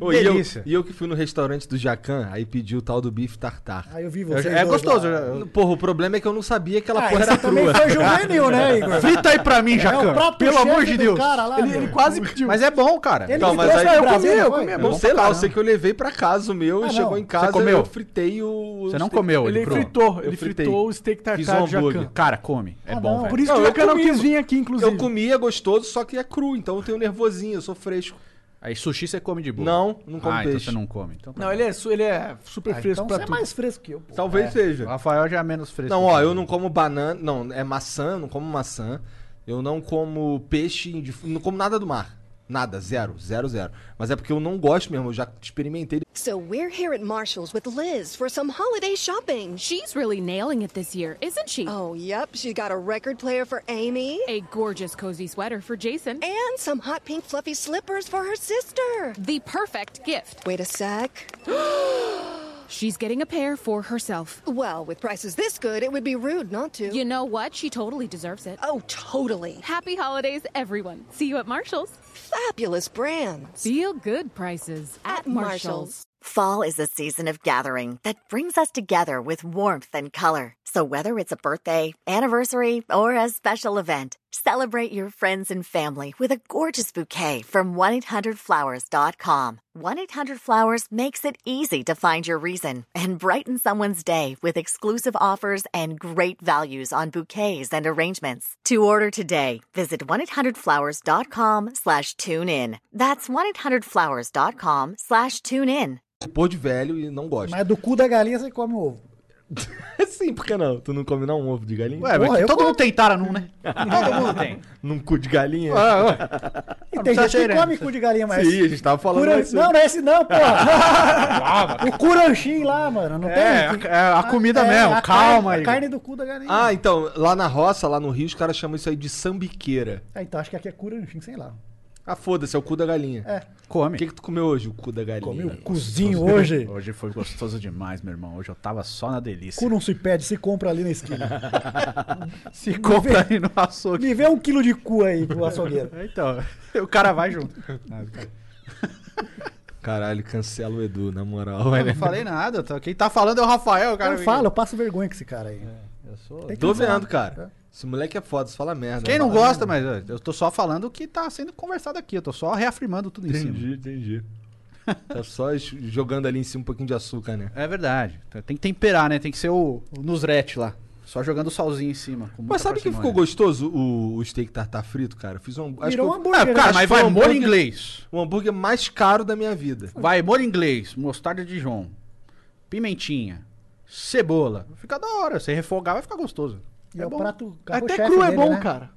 [SPEAKER 1] Ô, e, eu,
[SPEAKER 4] delícia.
[SPEAKER 1] e eu que fui no restaurante do Jacan, aí pedi o tal do bife tartar.
[SPEAKER 3] Aí eu vi
[SPEAKER 4] Eu-
[SPEAKER 3] você.
[SPEAKER 4] é gostoso. eu- eu-
[SPEAKER 1] Porra, o problema é que eu não sabia que aquela
[SPEAKER 3] Ah,
[SPEAKER 1] porra
[SPEAKER 3] esse
[SPEAKER 1] era
[SPEAKER 3] também
[SPEAKER 1] crua.
[SPEAKER 3] foi juvenil, né, Igor?
[SPEAKER 4] Frita aí pra mim,
[SPEAKER 3] É o
[SPEAKER 4] Jacan.
[SPEAKER 3] prato
[SPEAKER 4] pelo
[SPEAKER 3] chefe
[SPEAKER 4] amor de
[SPEAKER 3] do
[SPEAKER 4] Deus.
[SPEAKER 3] Cara lá,
[SPEAKER 2] Ele,
[SPEAKER 3] meu.
[SPEAKER 2] ele quase pediu.
[SPEAKER 4] Mas é bom, cara.
[SPEAKER 3] Ele
[SPEAKER 1] Não,
[SPEAKER 3] me
[SPEAKER 1] mas
[SPEAKER 3] trouxe
[SPEAKER 1] aí-
[SPEAKER 3] pra
[SPEAKER 1] Eu
[SPEAKER 3] Brasília,
[SPEAKER 2] comi, eu
[SPEAKER 3] não foi?
[SPEAKER 2] comi, é
[SPEAKER 1] Eu
[SPEAKER 2] bom
[SPEAKER 1] não sei lá, eu sei que eu levei pra casa o meu
[SPEAKER 3] Ah,
[SPEAKER 1] e chegou
[SPEAKER 3] não.
[SPEAKER 1] em casa
[SPEAKER 4] Você comeu?
[SPEAKER 1] eu fritei o...
[SPEAKER 4] Você não comeu
[SPEAKER 2] ele
[SPEAKER 4] ele, cru?
[SPEAKER 2] fritou,
[SPEAKER 1] Eu
[SPEAKER 2] ele
[SPEAKER 1] fritei.
[SPEAKER 2] fritou o steak
[SPEAKER 1] Fiz
[SPEAKER 2] tartar
[SPEAKER 1] um
[SPEAKER 2] de Jacan.
[SPEAKER 1] hambúrguer.
[SPEAKER 4] Cara, come. É
[SPEAKER 3] Tá, Ah,
[SPEAKER 4] bom,
[SPEAKER 3] não.
[SPEAKER 4] velho.
[SPEAKER 2] Por isso
[SPEAKER 1] Não,
[SPEAKER 2] que o
[SPEAKER 1] eu
[SPEAKER 2] Jacan não
[SPEAKER 1] comi,
[SPEAKER 2] quis vir aqui,
[SPEAKER 1] Eu
[SPEAKER 2] inclusive.
[SPEAKER 1] comia gostoso, só que é cru, então eu tenho nervosinho, eu sou fresco.
[SPEAKER 4] Aí sushi você come de boa.
[SPEAKER 1] Não, não como
[SPEAKER 4] ah, então
[SPEAKER 1] peixe.
[SPEAKER 4] você não come. Então,
[SPEAKER 2] Não, ele é, su- ele é super
[SPEAKER 3] Ah,
[SPEAKER 2] fresco
[SPEAKER 3] então
[SPEAKER 2] pra
[SPEAKER 3] você é
[SPEAKER 2] tudo.
[SPEAKER 3] mais fresco que eu. pô.
[SPEAKER 1] Talvez
[SPEAKER 4] O
[SPEAKER 1] seja.
[SPEAKER 4] Rafael já é menos fresco.
[SPEAKER 1] Não, ó, eu não como banana. Não, é maçã, não como maçã. Eu não como peixe, de- não como nada do mar. Nada, zero, zero, zero. Mas é porque eu não gosto mesmo, eu já experimentei.
[SPEAKER 5] So we're here at Marshall's with Liz for some holiday shopping.
[SPEAKER 6] She's really nailing it this year, isn't she?
[SPEAKER 5] Oh, yep, she's got a record player for Amy
[SPEAKER 6] A gorgeous cozy sweater for Jason.
[SPEAKER 5] and some hot pink fluffy slippers for her sister.
[SPEAKER 6] The perfect gift.
[SPEAKER 5] Wait a sec.
[SPEAKER 6] She's getting a pair for herself.
[SPEAKER 5] Well, with prices this good, it would be rude not to.
[SPEAKER 6] You know what? She totally deserves it.
[SPEAKER 5] oh, totally.
[SPEAKER 6] Happy holidays, everyone. See you at Marshall's.
[SPEAKER 5] Fabulous brands.
[SPEAKER 6] Feel good prices
[SPEAKER 5] At Marshall's.
[SPEAKER 7] Fall is a season of gathering that brings us together with warmth and color. So whether it's a birthday, anniversary, or a special event, Celebrate your friends and family with a gorgeous bouquet from 1-800-Flowers.com. 1-800-Flowers makes it easy to find your reason and brighten someone's day with exclusive offers and great values on bouquets and arrangements. To order today, visit 1-800-Flowers.com slash tune in. That's 1-800-Flowers.com slash tune in.
[SPEAKER 1] Pô de velho e não gosta.
[SPEAKER 3] Mas do cu da galinha você come o ovo.
[SPEAKER 1] Sim, por que não? Tu não come não um ovo de galinha?
[SPEAKER 4] Ué, mas
[SPEAKER 3] Porra, eu
[SPEAKER 4] todo mundo tem taranum, né? todo mundo tem.
[SPEAKER 1] Num cu de galinha?
[SPEAKER 3] E tem gente
[SPEAKER 4] tá
[SPEAKER 3] que
[SPEAKER 4] cheirando.
[SPEAKER 3] come cu de galinha, mas.
[SPEAKER 1] Sim, a gente tava falando
[SPEAKER 3] Curan-
[SPEAKER 1] isso.
[SPEAKER 3] Não, não é esse não, porra. o curanchim lá, mano. Não
[SPEAKER 4] É,
[SPEAKER 3] tem?
[SPEAKER 4] a- é a comida
[SPEAKER 3] É,
[SPEAKER 4] mesmo,
[SPEAKER 3] a
[SPEAKER 4] calma
[SPEAKER 3] carne,
[SPEAKER 4] aí.
[SPEAKER 3] A carne do cu da galinha.
[SPEAKER 1] Ah, então, lá na roça, lá no Rio, os caras chamam isso aí de sambiqueira.
[SPEAKER 3] Ah, então acho que aqui é curanchim, sei lá.
[SPEAKER 1] Ah, foda-se, é o cu da galinha.
[SPEAKER 3] É.
[SPEAKER 4] Come.
[SPEAKER 1] O que, que tu comeu um hoje, o cu da galinha?
[SPEAKER 3] Comi o cuzinho hoje.
[SPEAKER 4] Hoje foi gostoso demais, meu irmão. Hoje eu tava só na delícia.
[SPEAKER 3] Cu não se pede, se compra ali na esquina.
[SPEAKER 4] Se compra aí no açougue.
[SPEAKER 3] Me vê um quilo de cu aí pro açougueiro.
[SPEAKER 4] Então, o cara vai junto.
[SPEAKER 1] Caralho, cancela o Edu, na moral. velho.
[SPEAKER 4] Não falei nada. tá? Quem tá falando é o Rafael, o cara.
[SPEAKER 3] Eu falo, eu passo vergonha com esse cara aí.
[SPEAKER 4] É, Eu sou-
[SPEAKER 3] Tem que
[SPEAKER 1] Tô
[SPEAKER 3] cancelar.
[SPEAKER 1] vendo, cara. Esse moleque é foda, você fala merda.
[SPEAKER 4] Quem não
[SPEAKER 1] Fala
[SPEAKER 4] gosta, mas ó, eu tô só falando o que tá sendo conversado aqui. Eu tô só reafirmando tudo
[SPEAKER 1] merda.
[SPEAKER 4] isso.
[SPEAKER 1] Entendi, entendi. Tá só es- jogando ali em cima um pouquinho de açúcar, né?
[SPEAKER 4] É verdade. Tem que temperar, né? Tem que ser o, o nusrete lá. Só jogando o salzinho em cima. com muita
[SPEAKER 1] Mas sabe que
[SPEAKER 4] parcimônia.
[SPEAKER 1] ficou gostoso? O, o steak tartar frito, cara. Fiz um, acho que
[SPEAKER 3] Virou um
[SPEAKER 1] eu-
[SPEAKER 3] hambúrguer.
[SPEAKER 4] É,
[SPEAKER 3] né?
[SPEAKER 4] cara,
[SPEAKER 1] Acho que
[SPEAKER 4] mas
[SPEAKER 1] foi
[SPEAKER 4] vai
[SPEAKER 1] um
[SPEAKER 4] molho
[SPEAKER 1] hambúrguer-
[SPEAKER 4] inglês.
[SPEAKER 1] o hambúrguer mais caro da minha vida.
[SPEAKER 4] Vai molho inglês, mostarda de João, pimentinha, cebola. Fica da hora. Você refogar vai ficar gostoso.
[SPEAKER 3] E é o
[SPEAKER 4] bom.
[SPEAKER 3] prato
[SPEAKER 2] Até
[SPEAKER 3] carro-chefe
[SPEAKER 2] cru é
[SPEAKER 3] dele,
[SPEAKER 2] bom,
[SPEAKER 3] né?
[SPEAKER 2] cara.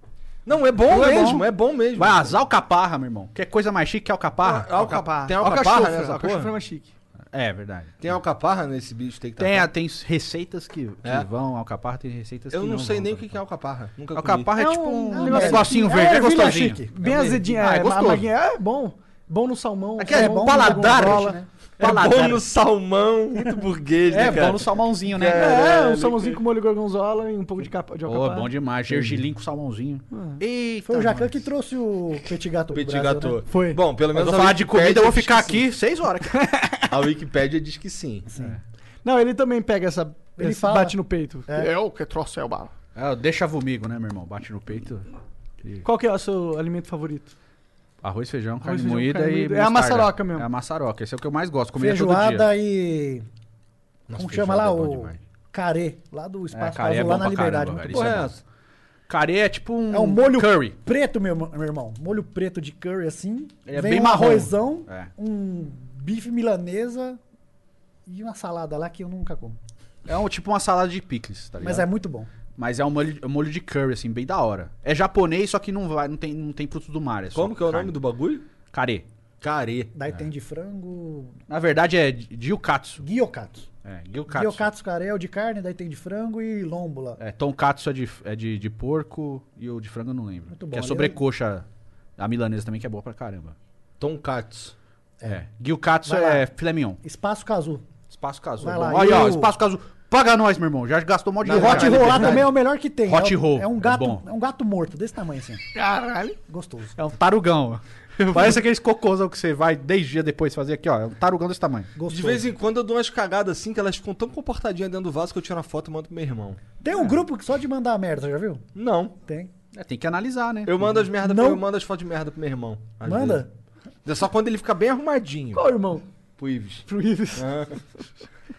[SPEAKER 1] Não, é bom
[SPEAKER 4] Não, é
[SPEAKER 1] mesmo,
[SPEAKER 4] bom.
[SPEAKER 1] é bom mesmo.
[SPEAKER 4] Vai as alcaparra, meu irmão. Quer coisa mais chique que alcaparra?
[SPEAKER 1] Ah, alcaparra. Tem alcaparra,
[SPEAKER 4] alcachofra.
[SPEAKER 1] né? Essa
[SPEAKER 2] Alcachofra
[SPEAKER 1] porra?
[SPEAKER 2] é mais chique.
[SPEAKER 4] É verdade.
[SPEAKER 1] Tem alcaparra nesse bicho steak tartar?
[SPEAKER 4] Tem, a- tem receitas que, que
[SPEAKER 1] É.
[SPEAKER 4] vão, alcaparra tem receitas
[SPEAKER 1] Eu
[SPEAKER 4] que
[SPEAKER 1] não,
[SPEAKER 4] não
[SPEAKER 1] sei
[SPEAKER 4] vão,
[SPEAKER 1] nem o
[SPEAKER 4] tá?
[SPEAKER 1] que que é alcaparra. Nunca comi.
[SPEAKER 4] Alcaparra é
[SPEAKER 2] É
[SPEAKER 4] tipo
[SPEAKER 2] um-
[SPEAKER 4] um
[SPEAKER 2] é um
[SPEAKER 4] negocinho
[SPEAKER 3] é
[SPEAKER 4] verde, é
[SPEAKER 3] ervilha
[SPEAKER 4] gostosinho.
[SPEAKER 3] chique.
[SPEAKER 2] Bem
[SPEAKER 1] É
[SPEAKER 2] azedinho.
[SPEAKER 4] Ah, é
[SPEAKER 2] É, ma-
[SPEAKER 4] gostoso.
[SPEAKER 2] amarguinha. é bom. Bom no salmão.
[SPEAKER 4] Aqui é
[SPEAKER 2] salmão no
[SPEAKER 4] paladar,
[SPEAKER 2] gorgonzola.
[SPEAKER 4] né?
[SPEAKER 1] É bom
[SPEAKER 4] Paladar.
[SPEAKER 1] no salmão, muito burguês, né,
[SPEAKER 4] É,
[SPEAKER 1] cara?
[SPEAKER 4] bom no salmãozinho, né?
[SPEAKER 2] É, um salmãozinho com molho gorgonzola e um pouco de capa de
[SPEAKER 4] Ô,
[SPEAKER 1] é.
[SPEAKER 2] alcaparra.
[SPEAKER 4] bom demais. Gergelim com salmãozinho. Eita,
[SPEAKER 1] um
[SPEAKER 3] Foi o Jacan
[SPEAKER 4] mano.
[SPEAKER 3] que trouxe o petit gato pro
[SPEAKER 1] Petit
[SPEAKER 3] Brasil,
[SPEAKER 1] gâteau.
[SPEAKER 3] né?
[SPEAKER 2] Foi.
[SPEAKER 1] Bom, pelo
[SPEAKER 4] Eu
[SPEAKER 1] menos
[SPEAKER 4] vou
[SPEAKER 1] a
[SPEAKER 4] falar de
[SPEAKER 1] Wikipédia
[SPEAKER 4] comida, eu vou
[SPEAKER 1] diz
[SPEAKER 4] ficar
[SPEAKER 1] que sim.
[SPEAKER 4] aqui seis horas.
[SPEAKER 1] A Wikipédia diz que sim.
[SPEAKER 2] Não, ele também pega essa...
[SPEAKER 3] Ele
[SPEAKER 2] esse
[SPEAKER 3] fala.
[SPEAKER 2] bate no peito.
[SPEAKER 8] Eu que trouxe o bala.
[SPEAKER 4] É, eu deixa vomigo, né, meu irmão? Bate no peito.
[SPEAKER 2] Qual que é o seu alimento favorito?
[SPEAKER 4] Arroz, feijão, carne
[SPEAKER 2] Arroz, feijão,
[SPEAKER 4] moída
[SPEAKER 2] carne
[SPEAKER 4] e.
[SPEAKER 2] moída. É a
[SPEAKER 4] mostarda.
[SPEAKER 2] maçaroca mesmo.
[SPEAKER 4] É a maçaroca. Esse é o que eu mais gosto. Comia todo dia.
[SPEAKER 3] Feijoada e.
[SPEAKER 1] Nossa,
[SPEAKER 3] Como
[SPEAKER 1] feijoada
[SPEAKER 3] chama
[SPEAKER 1] é
[SPEAKER 3] lá?
[SPEAKER 1] bom
[SPEAKER 3] O.
[SPEAKER 1] demais.
[SPEAKER 3] Carê, lá do Espaço
[SPEAKER 4] É, carê é
[SPEAKER 3] Brasil, lá
[SPEAKER 4] bom
[SPEAKER 3] na
[SPEAKER 4] pra
[SPEAKER 3] Liberdade.
[SPEAKER 4] caramba,
[SPEAKER 3] muito
[SPEAKER 4] velho.
[SPEAKER 3] bom.
[SPEAKER 4] Isso
[SPEAKER 1] Porra,
[SPEAKER 4] é
[SPEAKER 1] é
[SPEAKER 4] bom.
[SPEAKER 1] essa?
[SPEAKER 4] Carê é tipo um.
[SPEAKER 3] É um molho
[SPEAKER 4] Curry.
[SPEAKER 3] preto, meu, meu irmão. Molho preto de curry assim.
[SPEAKER 4] Ele é
[SPEAKER 3] vem
[SPEAKER 4] bem
[SPEAKER 3] um
[SPEAKER 4] marrom.
[SPEAKER 3] arrozão,
[SPEAKER 4] É.
[SPEAKER 3] um bife milanesa e uma salada lá que eu nunca como.
[SPEAKER 4] É um, tipo uma salada de picles, tá ligado?
[SPEAKER 3] Mas é muito bom.
[SPEAKER 4] Mas é um molho, um molho de curry, assim, bem da hora. É japonês, só que não, vai, não, tem, não tem frutos do mar. É só
[SPEAKER 1] Como que é o
[SPEAKER 4] carne.
[SPEAKER 1] nome do bagulho?
[SPEAKER 4] Carê.
[SPEAKER 1] Carê.
[SPEAKER 3] Daí
[SPEAKER 4] É.
[SPEAKER 3] tem de frango.
[SPEAKER 4] Na verdade é gyukatsu.
[SPEAKER 3] Guiocatsu.
[SPEAKER 4] É, gyukatsu.
[SPEAKER 3] Guiocatsu caré é o de carne, daí tem de frango e lombo lá.
[SPEAKER 4] É, tonkatsu é, de, é de, de porco e o de frango eu não lembro.
[SPEAKER 3] Muito bom.
[SPEAKER 4] Que é
[SPEAKER 3] Ali
[SPEAKER 4] sobrecoxa. A milanesa também, que é boa pra caramba.
[SPEAKER 1] Tonkatsu.
[SPEAKER 4] É. Gyukatsu
[SPEAKER 3] Vai lá.
[SPEAKER 4] é filé mignon.
[SPEAKER 3] Espaço Casu.
[SPEAKER 4] Espaço Casu.
[SPEAKER 3] Vai
[SPEAKER 4] é bom.
[SPEAKER 3] lá, e
[SPEAKER 4] Olha, ó,
[SPEAKER 3] o-
[SPEAKER 4] Espaço Casu. Paga nós, meu irmão. Já gastou mó
[SPEAKER 3] E
[SPEAKER 4] dinheiro.
[SPEAKER 3] hot
[SPEAKER 4] cara.
[SPEAKER 3] roll lá também é o melhor que tem.
[SPEAKER 4] Ah, Hot
[SPEAKER 3] é,
[SPEAKER 4] roll,
[SPEAKER 3] É
[SPEAKER 4] é
[SPEAKER 3] um gato,
[SPEAKER 4] bom.
[SPEAKER 3] é um gato morto, desse tamanho assim.
[SPEAKER 8] Caralho.
[SPEAKER 3] Gostoso.
[SPEAKER 4] É um tarugão. Parece aqueles cocôzão que você vai 10 dias depois fazer aqui, ó. É um tarugão desse tamanho.
[SPEAKER 3] Gostoso.
[SPEAKER 1] De vez em quando eu dou umas cagadas assim que elas ficam tão comportadinhas dentro do vaso que eu tiro a foto e mando pro meu irmão.
[SPEAKER 3] Tem um grupo que só de mandar merda, já viu?
[SPEAKER 1] Não.
[SPEAKER 3] Tem.
[SPEAKER 4] É, tem que analisar, né?
[SPEAKER 1] Eu mando as merda,
[SPEAKER 3] Não.
[SPEAKER 1] eu mando as fotos de merda pro meu irmão. às
[SPEAKER 3] Manda?
[SPEAKER 1] vezes. É só quando ele fica bem arrumadinho.
[SPEAKER 2] Qual, irmão?
[SPEAKER 1] Pro Ives. Ah.
[SPEAKER 2] Pro Ives.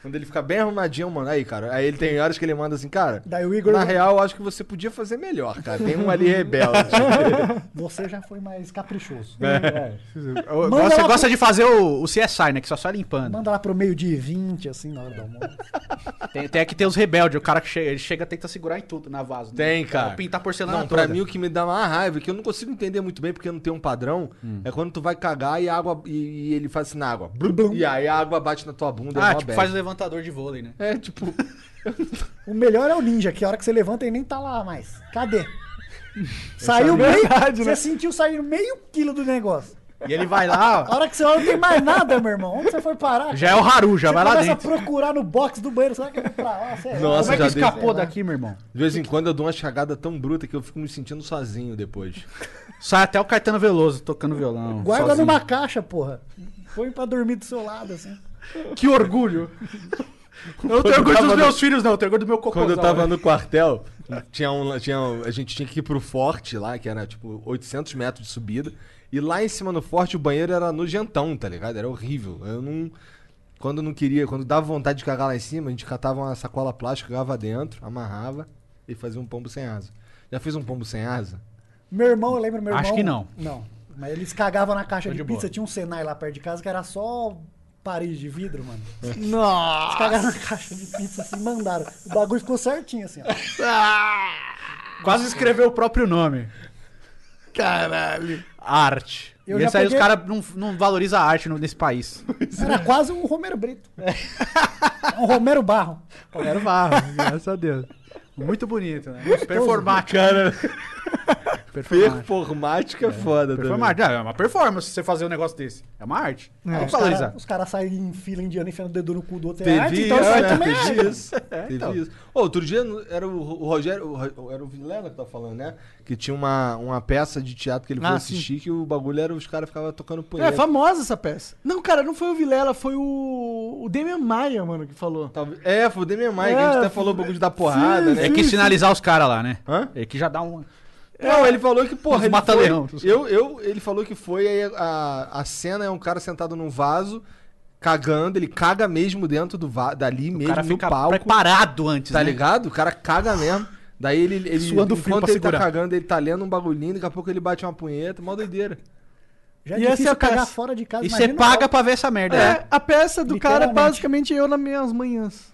[SPEAKER 1] Quando ele fica bem arrumadinho, mano. Aí, cara. Aí ele tem horas que ele manda assim, cara.
[SPEAKER 3] Daí o Igor.
[SPEAKER 1] Na real, eu acho que você podia fazer melhor, cara. Tem um ali rebelde.
[SPEAKER 3] Você já foi mais caprichoso.
[SPEAKER 4] É. Eu-
[SPEAKER 3] Manda
[SPEAKER 4] eu gosto-
[SPEAKER 3] lá
[SPEAKER 4] eu
[SPEAKER 3] pro-
[SPEAKER 4] gosto de fazer o, o CSI, né? Que só sai limpando.
[SPEAKER 3] Manda lá pro meio-dia e 20, assim, na hora do almoço.
[SPEAKER 4] Tem, tem que ter os rebeldes. O cara que chega, ele chega tenta segurar em tudo na vaso. né?
[SPEAKER 1] Tem, cara.
[SPEAKER 4] Pintar porcelana
[SPEAKER 1] Não,
[SPEAKER 4] toda.
[SPEAKER 1] pra mim o que me dá uma raiva, que eu não consigo entender muito bem porque não tem um padrão, é quando tu vai cagar e a água. E, e ele faz assim na água. Blum, blum. E aí a água bate na tua bunda é
[SPEAKER 4] Ah,
[SPEAKER 1] e
[SPEAKER 4] tipo, faz o levantador de vôlei, né?
[SPEAKER 1] É, tipo.
[SPEAKER 3] O melhor é o ninja, que a hora que você levanta ele nem tá lá mais. Cadê?
[SPEAKER 4] é
[SPEAKER 3] Saiu meio. Você
[SPEAKER 4] né?
[SPEAKER 3] sentiu sair meio quilo do negócio.
[SPEAKER 4] E ele vai lá,
[SPEAKER 3] A
[SPEAKER 4] ó.
[SPEAKER 3] hora que você olha, não tem mais nada, meu irmão. Onde você foi parar?
[SPEAKER 4] Já é o Haru, já
[SPEAKER 3] Você
[SPEAKER 4] vai lá
[SPEAKER 3] começa
[SPEAKER 4] dentro.
[SPEAKER 3] a procurar no box do banheiro. Será que eu vou pra lá? Sei lá.
[SPEAKER 1] Nossa,
[SPEAKER 4] Como é que
[SPEAKER 1] já dei-
[SPEAKER 4] escapou daqui, meu irmão?
[SPEAKER 1] De vez em quando eu dou uma chagada tão bruta que eu fico me sentindo sozinho depois.
[SPEAKER 4] Sai até o Caetano Veloso tocando violão.
[SPEAKER 3] Guarda
[SPEAKER 4] sozinho.
[SPEAKER 3] numa caixa, porra. Põe pra dormir do seu lado, assim.
[SPEAKER 4] Que orgulho. Eu não
[SPEAKER 1] Quando eu
[SPEAKER 4] tenho orgulho
[SPEAKER 1] tava
[SPEAKER 4] dos
[SPEAKER 1] no-
[SPEAKER 4] meus filhos, não. Eu tenho orgulho do meu cocô.
[SPEAKER 1] Quando eu tava no quartel, Tinha um, tinha um- a gente tinha que ir pro forte lá, que era tipo 800 metros de subida. E lá em cima no forte o banheiro era nojentão, tá ligado? Era horrível. Eu não. Quando não queria, quando dava vontade de cagar lá em cima, a gente catava uma sacola plástica, cagava dentro, amarrava e fazia um pombo sem asa. Já fez um pombo sem asa?
[SPEAKER 3] Meu irmão, eu lembro meu irmão.
[SPEAKER 4] Acho que não.
[SPEAKER 3] Não. Mas eles cagavam na caixa
[SPEAKER 4] Foi
[SPEAKER 3] de,
[SPEAKER 4] de
[SPEAKER 3] pizza.
[SPEAKER 4] boa.
[SPEAKER 3] Tinha um Senai lá perto de casa que era só parede de vidro, mano.
[SPEAKER 2] Nossa!
[SPEAKER 3] Eles cagaram na caixa de pizza assim, mandaram. O bagulho ficou certinho assim, ó.
[SPEAKER 4] Quase escreveu o próprio nome.
[SPEAKER 8] Caralho.
[SPEAKER 4] Arte.
[SPEAKER 3] Eu
[SPEAKER 4] e
[SPEAKER 3] já
[SPEAKER 4] esse aí
[SPEAKER 3] peguei-
[SPEAKER 4] os caras não, não valorizam a arte no- nesse país.
[SPEAKER 3] Era quase um Romero Brito. Um Romero Barro.
[SPEAKER 4] Era barro, graças a Deus. Muito bonito, né? Performática. Performática.
[SPEAKER 1] Performática é foda, também.
[SPEAKER 4] Performática. É uma performance você fazer um negócio desse. É uma arte.
[SPEAKER 3] Aí
[SPEAKER 4] Vamos
[SPEAKER 3] os caras
[SPEAKER 4] valorizar.
[SPEAKER 3] cara saem em fila indiana enfiando o dedo no cu do outro. É
[SPEAKER 1] Teve
[SPEAKER 3] arte,
[SPEAKER 1] isso,
[SPEAKER 3] então isso aí
[SPEAKER 1] né?
[SPEAKER 3] também é
[SPEAKER 1] Teve
[SPEAKER 3] arte.
[SPEAKER 1] isso. Teve
[SPEAKER 4] Então.
[SPEAKER 1] isso. Ô, outro dia no- era o Ro- o Rogério, o Ro- era o Vilela que tá falando, né? Que tinha uma, uma peça de teatro que ele foi
[SPEAKER 2] Ah,
[SPEAKER 1] assistir que o bagulho era os caras ficavam tocando
[SPEAKER 2] É
[SPEAKER 1] punheta.
[SPEAKER 2] famosa essa peça. Não, cara, não foi o Vilela, foi o, o Demian Maia, mano, que falou.
[SPEAKER 1] Talvez- É, foi o Demian Maia, que a
[SPEAKER 2] É,
[SPEAKER 1] gente até falou o bagulho de dar porrada, né?
[SPEAKER 4] É que sinalizar os caras lá, né?
[SPEAKER 1] Hã?
[SPEAKER 4] É que já dá um.
[SPEAKER 1] Não, ele falou que, porra,
[SPEAKER 4] Os
[SPEAKER 1] ele
[SPEAKER 4] mata-leão.
[SPEAKER 1] foi- eu, eu, ele falou que foi, aí a, a cena é um cara sentado num vaso, cagando, ele caga mesmo dentro do va- dali
[SPEAKER 4] O
[SPEAKER 1] mesmo,
[SPEAKER 4] cara
[SPEAKER 1] no
[SPEAKER 4] fica
[SPEAKER 1] palco,
[SPEAKER 4] preparado antes,
[SPEAKER 1] tá
[SPEAKER 4] né?
[SPEAKER 1] ligado? O cara caga mesmo. Daí ele, ele
[SPEAKER 4] Suando frio
[SPEAKER 1] enquanto
[SPEAKER 4] pra
[SPEAKER 1] ele tá
[SPEAKER 4] segurar.
[SPEAKER 1] cagando, ele tá lendo um bagulhinho, daqui a pouco ele bate uma punheta, mó doideira.
[SPEAKER 3] Já
[SPEAKER 2] E
[SPEAKER 3] é
[SPEAKER 2] essa
[SPEAKER 3] difícil
[SPEAKER 2] é a
[SPEAKER 3] cagar
[SPEAKER 2] peça.
[SPEAKER 3] fora de casa.
[SPEAKER 4] E você
[SPEAKER 3] imagina
[SPEAKER 4] paga pra ver essa merda. né?
[SPEAKER 2] É, a peça do cara é
[SPEAKER 3] Literalmente.
[SPEAKER 2] basicamente eu nas minhas manhãs.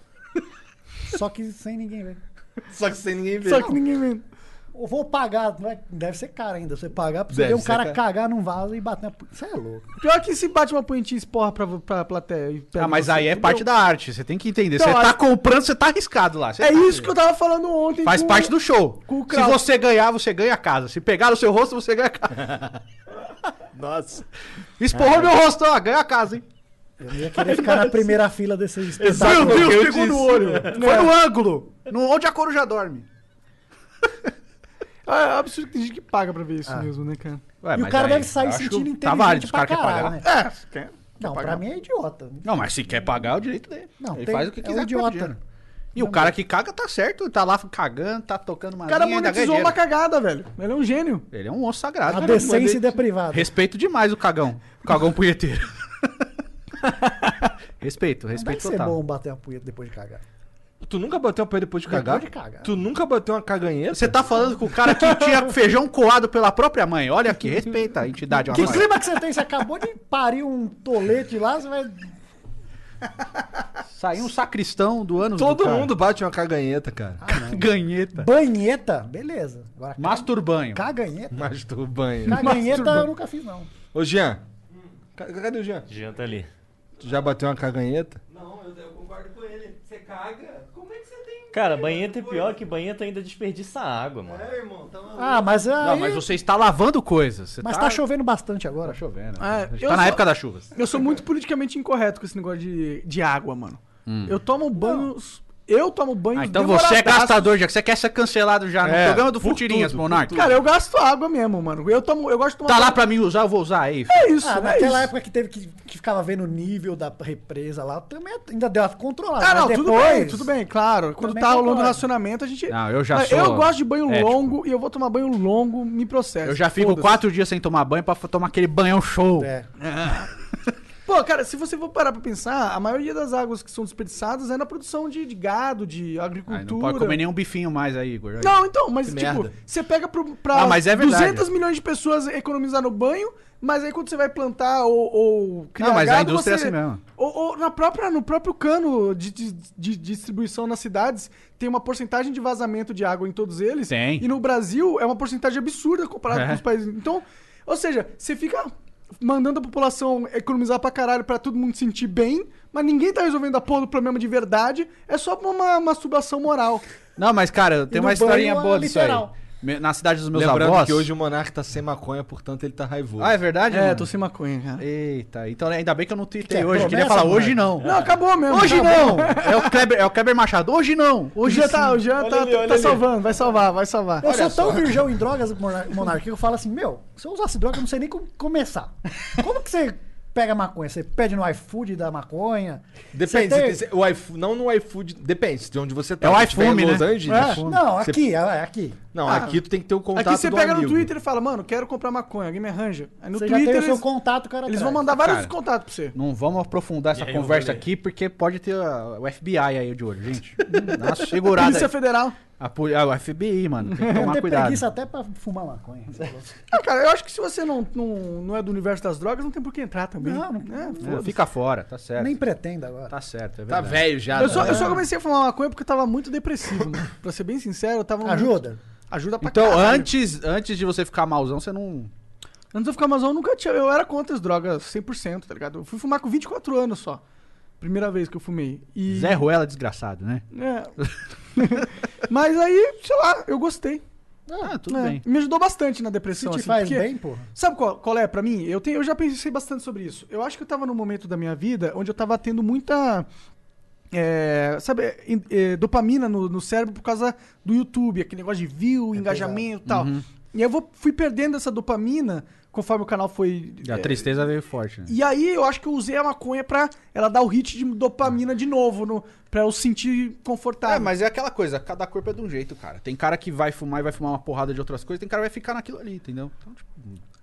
[SPEAKER 3] só- Só que sem ninguém ver.
[SPEAKER 1] Só que sem ninguém ver.
[SPEAKER 2] Só que ninguém vendo.
[SPEAKER 3] Eu vou pagar. vai- Deve ser caro ainda. Você pagar pra você
[SPEAKER 1] Deve
[SPEAKER 3] ver um
[SPEAKER 1] ser
[SPEAKER 3] cara
[SPEAKER 1] caro.
[SPEAKER 3] cagar num vaso e bater na. pu- Você é louco.
[SPEAKER 2] Pior que se bate uma punhetinha e esporra pra, pra plateia. e pega
[SPEAKER 4] Ah, mas
[SPEAKER 2] você,
[SPEAKER 4] aí é
[SPEAKER 2] entendeu?
[SPEAKER 4] parte da arte, você tem que entender.
[SPEAKER 2] Então,
[SPEAKER 4] você
[SPEAKER 2] acho-
[SPEAKER 4] tá comprando, você tá arriscado lá. você
[SPEAKER 2] É
[SPEAKER 4] tá-
[SPEAKER 2] isso que eu tava falando ontem.
[SPEAKER 4] Faz parte do show.
[SPEAKER 2] com o
[SPEAKER 4] Se
[SPEAKER 2] Kraus.
[SPEAKER 4] você ganhar, você ganha a casa. Se pegar no seu rosto, você ganha a casa.
[SPEAKER 1] Nossa.
[SPEAKER 4] Esporrou meu rosto, ó, ganha a casa, hein?
[SPEAKER 3] Eu ia querer ficar na primeira fila desse espetáculo.
[SPEAKER 1] Exato,
[SPEAKER 4] meu Deus,
[SPEAKER 1] eu
[SPEAKER 4] pegou no
[SPEAKER 1] disse.
[SPEAKER 4] olho. Foi no ângulo. No onde a coruja dorme.
[SPEAKER 2] É absurdo que tem gente que paga pra ver isso mesmo, né, cara?
[SPEAKER 4] Ué,
[SPEAKER 3] E o
[SPEAKER 4] mas
[SPEAKER 3] cara
[SPEAKER 4] aí,
[SPEAKER 3] deve sair
[SPEAKER 4] eu acho que
[SPEAKER 3] sentindo
[SPEAKER 4] Tá
[SPEAKER 3] inteligente
[SPEAKER 4] válido, os
[SPEAKER 3] pra
[SPEAKER 4] caras querem
[SPEAKER 3] caralho,
[SPEAKER 4] pagar.
[SPEAKER 3] né?
[SPEAKER 8] É, você quer?
[SPEAKER 3] Não, pra
[SPEAKER 8] pagar.
[SPEAKER 3] mim é idiota.
[SPEAKER 4] Não, mas se quer pagar, é o direito dele.
[SPEAKER 3] Não,
[SPEAKER 4] Ele
[SPEAKER 3] tem-
[SPEAKER 4] faz o que
[SPEAKER 3] é um
[SPEAKER 4] quiser com o
[SPEAKER 3] idiota.
[SPEAKER 4] dinheiro. E o cara que caga tá certo, tá lá cagando, tá tocando uma
[SPEAKER 2] O cara
[SPEAKER 4] linha, ainda ganha
[SPEAKER 2] monetizou uma
[SPEAKER 4] dinheiro.
[SPEAKER 2] cagada, velho. Ele é um gênio.
[SPEAKER 4] Ele é um osso sagrado.
[SPEAKER 3] A
[SPEAKER 4] cara.
[SPEAKER 3] decência é e deprivada.
[SPEAKER 4] Respeito demais o cagão. O cagão punheteiro. respeito,
[SPEAKER 3] Não deve
[SPEAKER 4] respeito
[SPEAKER 3] ser
[SPEAKER 4] total.
[SPEAKER 3] bom bater a punheta depois de cagar.
[SPEAKER 1] Tu nunca bateu o pé depois de
[SPEAKER 3] Depois
[SPEAKER 1] cagar?
[SPEAKER 3] de cagar.
[SPEAKER 1] Tu nunca bateu uma caganheta?
[SPEAKER 4] Você tá falando com o cara que tinha feijão coado pela própria mãe. Olha aqui, respeita a entidade.
[SPEAKER 3] Que
[SPEAKER 4] rapaz.
[SPEAKER 3] clima que você tem? Você acabou de parir um tolete lá, você vai.
[SPEAKER 4] Saiu um sacristão do ano.
[SPEAKER 1] Todo
[SPEAKER 4] do cara. Ah.
[SPEAKER 1] mundo bate uma caganheta, cara.
[SPEAKER 4] Ganheta.
[SPEAKER 3] Banheta? Beleza. Agora
[SPEAKER 4] Masturbanho.
[SPEAKER 3] caganheta.
[SPEAKER 1] Mas tu banho.
[SPEAKER 3] Caganheta eu nunca fiz, não.
[SPEAKER 1] Ô, Jean. Ca- Cadê o Jean?
[SPEAKER 9] Jean tá ali.
[SPEAKER 1] Tu já bateu uma caganheta?
[SPEAKER 10] Não, eu, eu concordo com ele. Você caga? Como é que você tem.
[SPEAKER 9] Cara, banheta é pior que banheta ainda desperdiça água, mano.
[SPEAKER 10] É, irmão, tá maluco.
[SPEAKER 3] Ah, mas aí.
[SPEAKER 4] Não,
[SPEAKER 3] mas,
[SPEAKER 4] mas você está lavando coisas. Você
[SPEAKER 3] tá... chovendo bastante agora.
[SPEAKER 4] Tá chovendo.
[SPEAKER 2] É,
[SPEAKER 4] tá
[SPEAKER 2] eu
[SPEAKER 4] na
[SPEAKER 2] só-
[SPEAKER 4] época das chuvas.
[SPEAKER 2] Eu sou muito politicamente incorreto com esse negócio de, de água, mano. Eu tomo banho. Eu tomo banho.
[SPEAKER 4] Hum. Ah, então você é
[SPEAKER 2] demoradaço.
[SPEAKER 4] gastador, já que você quer ser cancelado já no
[SPEAKER 1] É,
[SPEAKER 4] programa do
[SPEAKER 1] por
[SPEAKER 4] Futirinhas,
[SPEAKER 1] tudo,
[SPEAKER 4] Monark.
[SPEAKER 2] Cara, eu gasto água mesmo, mano. Eu tomo, eu gosto de tomar.
[SPEAKER 4] tá lá
[SPEAKER 2] banho-
[SPEAKER 4] pra mim usar, eu vou usar aí.
[SPEAKER 2] É isso,
[SPEAKER 3] Ah,
[SPEAKER 2] é
[SPEAKER 3] naquela
[SPEAKER 2] isso.
[SPEAKER 3] época que teve que, que ficava vendo o nível da represa lá, também ainda deu uma controlada.
[SPEAKER 2] Ah, não,
[SPEAKER 3] mas
[SPEAKER 2] tudo
[SPEAKER 3] depois-
[SPEAKER 2] bem, tudo bem, claro. Quando
[SPEAKER 3] Também
[SPEAKER 2] tá rolando
[SPEAKER 3] concordo.
[SPEAKER 2] racionamento, a gente.
[SPEAKER 4] Não, eu já
[SPEAKER 2] Ah,
[SPEAKER 4] sou
[SPEAKER 2] Eu gosto de banho
[SPEAKER 4] ético.
[SPEAKER 2] longo e eu vou tomar banho longo, me processo.
[SPEAKER 4] Eu já fico
[SPEAKER 2] É, Foda-se.
[SPEAKER 4] quatro dias sem tomar banho pra f- tomar aquele banhão show.
[SPEAKER 3] É.
[SPEAKER 2] Pô, cara, se você for parar pra pensar, a maioria das águas que são desperdiçadas é na produção de, de gado, de agricultura.
[SPEAKER 4] Ai, não pode comer nenhum bifinho mais aí, Igor. Aí.
[SPEAKER 2] Não, então, mas
[SPEAKER 1] Que
[SPEAKER 2] tipo,
[SPEAKER 1] merda.
[SPEAKER 2] você pega pro, pra
[SPEAKER 4] Ah, mas é verdade.
[SPEAKER 2] 200 milhões de pessoas economizar no banho, mas aí quando você vai plantar ou, ou criar
[SPEAKER 4] mas a
[SPEAKER 2] gado,
[SPEAKER 4] indústria é
[SPEAKER 2] você-
[SPEAKER 4] assim mesmo.
[SPEAKER 2] Ou, ou na própria, no próprio cano de, de- de distribuição nas cidades, tem uma porcentagem de vazamento de água em todos eles.
[SPEAKER 4] Tem.
[SPEAKER 2] E no Brasil é uma porcentagem absurda comparado
[SPEAKER 4] É.
[SPEAKER 2] com os países. Então, ou seja, você fica mandando a população economizar pra caralho pra todo mundo se sentir bem, mas ninguém tá resolvendo a porra do problema de verdade, é só uma masturbação moral.
[SPEAKER 4] Não, mas cara, tem
[SPEAKER 3] no
[SPEAKER 4] uma historinha
[SPEAKER 3] banho,
[SPEAKER 4] boa
[SPEAKER 3] é
[SPEAKER 4] disso aí.
[SPEAKER 3] literal.
[SPEAKER 4] Me- Na cidade dos meus
[SPEAKER 1] Lembrando
[SPEAKER 4] avós.
[SPEAKER 1] que hoje o Monark tá sem maconha, portanto ele tá raivoso.
[SPEAKER 4] Ah, é verdade?
[SPEAKER 2] É,
[SPEAKER 4] mano?
[SPEAKER 2] tô sem maconha, cara.
[SPEAKER 4] Eita, então né, ainda bem que eu não tuitei
[SPEAKER 3] Que que é?
[SPEAKER 4] hoje. eu queria
[SPEAKER 3] Promessa,
[SPEAKER 4] falar,
[SPEAKER 3] moleque?
[SPEAKER 4] hoje não.
[SPEAKER 2] Não, acabou mesmo.
[SPEAKER 4] Hoje
[SPEAKER 2] Tá
[SPEAKER 4] não!
[SPEAKER 2] bom.
[SPEAKER 4] É o, Kleber, é o Kleber Machado. Hoje não!
[SPEAKER 2] O
[SPEAKER 4] Hoje
[SPEAKER 2] Jean tá,
[SPEAKER 4] tá.
[SPEAKER 2] o Jean tá,
[SPEAKER 9] ali,
[SPEAKER 2] tá
[SPEAKER 9] olha ali.
[SPEAKER 2] salvando, vai salvar, vai salvar.
[SPEAKER 3] Eu sou tão virgão em drogas, Monar- Monark, que eu falo assim, meu, se eu usasse droga, eu não sei nem como começar. Como que você pega maconha, você pede no iFood da maconha.
[SPEAKER 1] Depende,
[SPEAKER 3] Você tem-
[SPEAKER 1] se tem- o iFood, não no iFood, depende de onde você tá.
[SPEAKER 4] É o
[SPEAKER 1] Se tiver
[SPEAKER 4] iFood,
[SPEAKER 1] em Los
[SPEAKER 4] né?
[SPEAKER 1] Angeles,
[SPEAKER 3] É, não,
[SPEAKER 1] você-
[SPEAKER 3] aqui, é, é aqui.
[SPEAKER 1] Não,
[SPEAKER 2] Ah.
[SPEAKER 1] aqui tu tem que ter o contato
[SPEAKER 2] Aqui você
[SPEAKER 1] do
[SPEAKER 2] pega
[SPEAKER 1] amigo.
[SPEAKER 2] no Twitter e fala, mano, quero comprar maconha, alguém me arranja. Aí no
[SPEAKER 3] você já
[SPEAKER 2] Twitter
[SPEAKER 3] tem o seu
[SPEAKER 2] eles,
[SPEAKER 3] contato, cara.
[SPEAKER 2] eles
[SPEAKER 3] atrás.
[SPEAKER 2] vão mandar vários
[SPEAKER 4] Cara.
[SPEAKER 2] contatos pra você.
[SPEAKER 4] Não vamos aprofundar essa
[SPEAKER 9] E aí eu
[SPEAKER 4] conversa
[SPEAKER 9] vou ler.
[SPEAKER 4] aqui, porque pode ter a- o FBI aí de olho, gente.
[SPEAKER 2] Hum,
[SPEAKER 4] Dá uma segurada.
[SPEAKER 2] Polícia
[SPEAKER 4] aí.
[SPEAKER 2] Federal.
[SPEAKER 4] A, poli- ah, o FBI, mano. Tem que
[SPEAKER 3] Tem
[SPEAKER 4] tomar cuidado.
[SPEAKER 3] preguiça até pra fumar maconha.
[SPEAKER 2] Ah, cara, eu acho que se você não, não, não é do universo das drogas, não tem por que entrar também.
[SPEAKER 3] Não, não-
[SPEAKER 2] né?
[SPEAKER 4] É, fica fora, tá certo.
[SPEAKER 3] Nem pretendo agora.
[SPEAKER 4] Tá certo, é
[SPEAKER 1] Tá
[SPEAKER 4] verdade.
[SPEAKER 1] velho já.
[SPEAKER 2] Eu
[SPEAKER 1] tá
[SPEAKER 2] só, eu
[SPEAKER 1] velho.
[SPEAKER 2] só comecei a fumar maconha porque eu tava muito depressivo, mano. Pra ser bem sincero, eu tava. um-
[SPEAKER 3] Ajuda.
[SPEAKER 2] Ajuda pra
[SPEAKER 4] Então,
[SPEAKER 2] caralho.
[SPEAKER 4] antes, antes de você ficar malzão, você não.
[SPEAKER 2] Antes de eu ficar mais eu nunca tinha. Eu era contra as drogas 100%, tá ligado? Eu fui fumar com 24 anos só. Primeira vez que eu fumei. E.
[SPEAKER 4] Zé Ruela desgraçado, né?
[SPEAKER 2] É. Mas aí, sei lá, eu gostei.
[SPEAKER 4] Ah, tudo
[SPEAKER 2] É.
[SPEAKER 4] bem.
[SPEAKER 2] Me ajudou bastante na depressão.
[SPEAKER 3] Se te
[SPEAKER 2] assim,
[SPEAKER 3] faz
[SPEAKER 2] porque-
[SPEAKER 3] bem, porra.
[SPEAKER 2] Sabe qual, qual é pra mim? Eu, tenho, eu já pensei bastante sobre isso. Eu acho que eu tava num momento da minha vida onde eu tava tendo muita. é, sabe, in- é, dopamina no, no cérebro por causa do YouTube, aquele negócio de
[SPEAKER 4] É
[SPEAKER 2] view, engajamento e tal.
[SPEAKER 4] Uhum.
[SPEAKER 2] E aí eu vou- fui perdendo essa dopamina conforme o canal foi. é,
[SPEAKER 4] E a tristeza veio forte, né?
[SPEAKER 2] E aí eu acho que eu usei a maconha pra ela dar o hit de dopamina de novo, no, pra eu sentir confortável.
[SPEAKER 4] É, mas é aquela coisa, cada corpo é de um jeito, cara. Tem cara que vai fumar e vai fumar uma porrada de outras coisas, tem cara que vai ficar naquilo ali, entendeu? Então, tipo,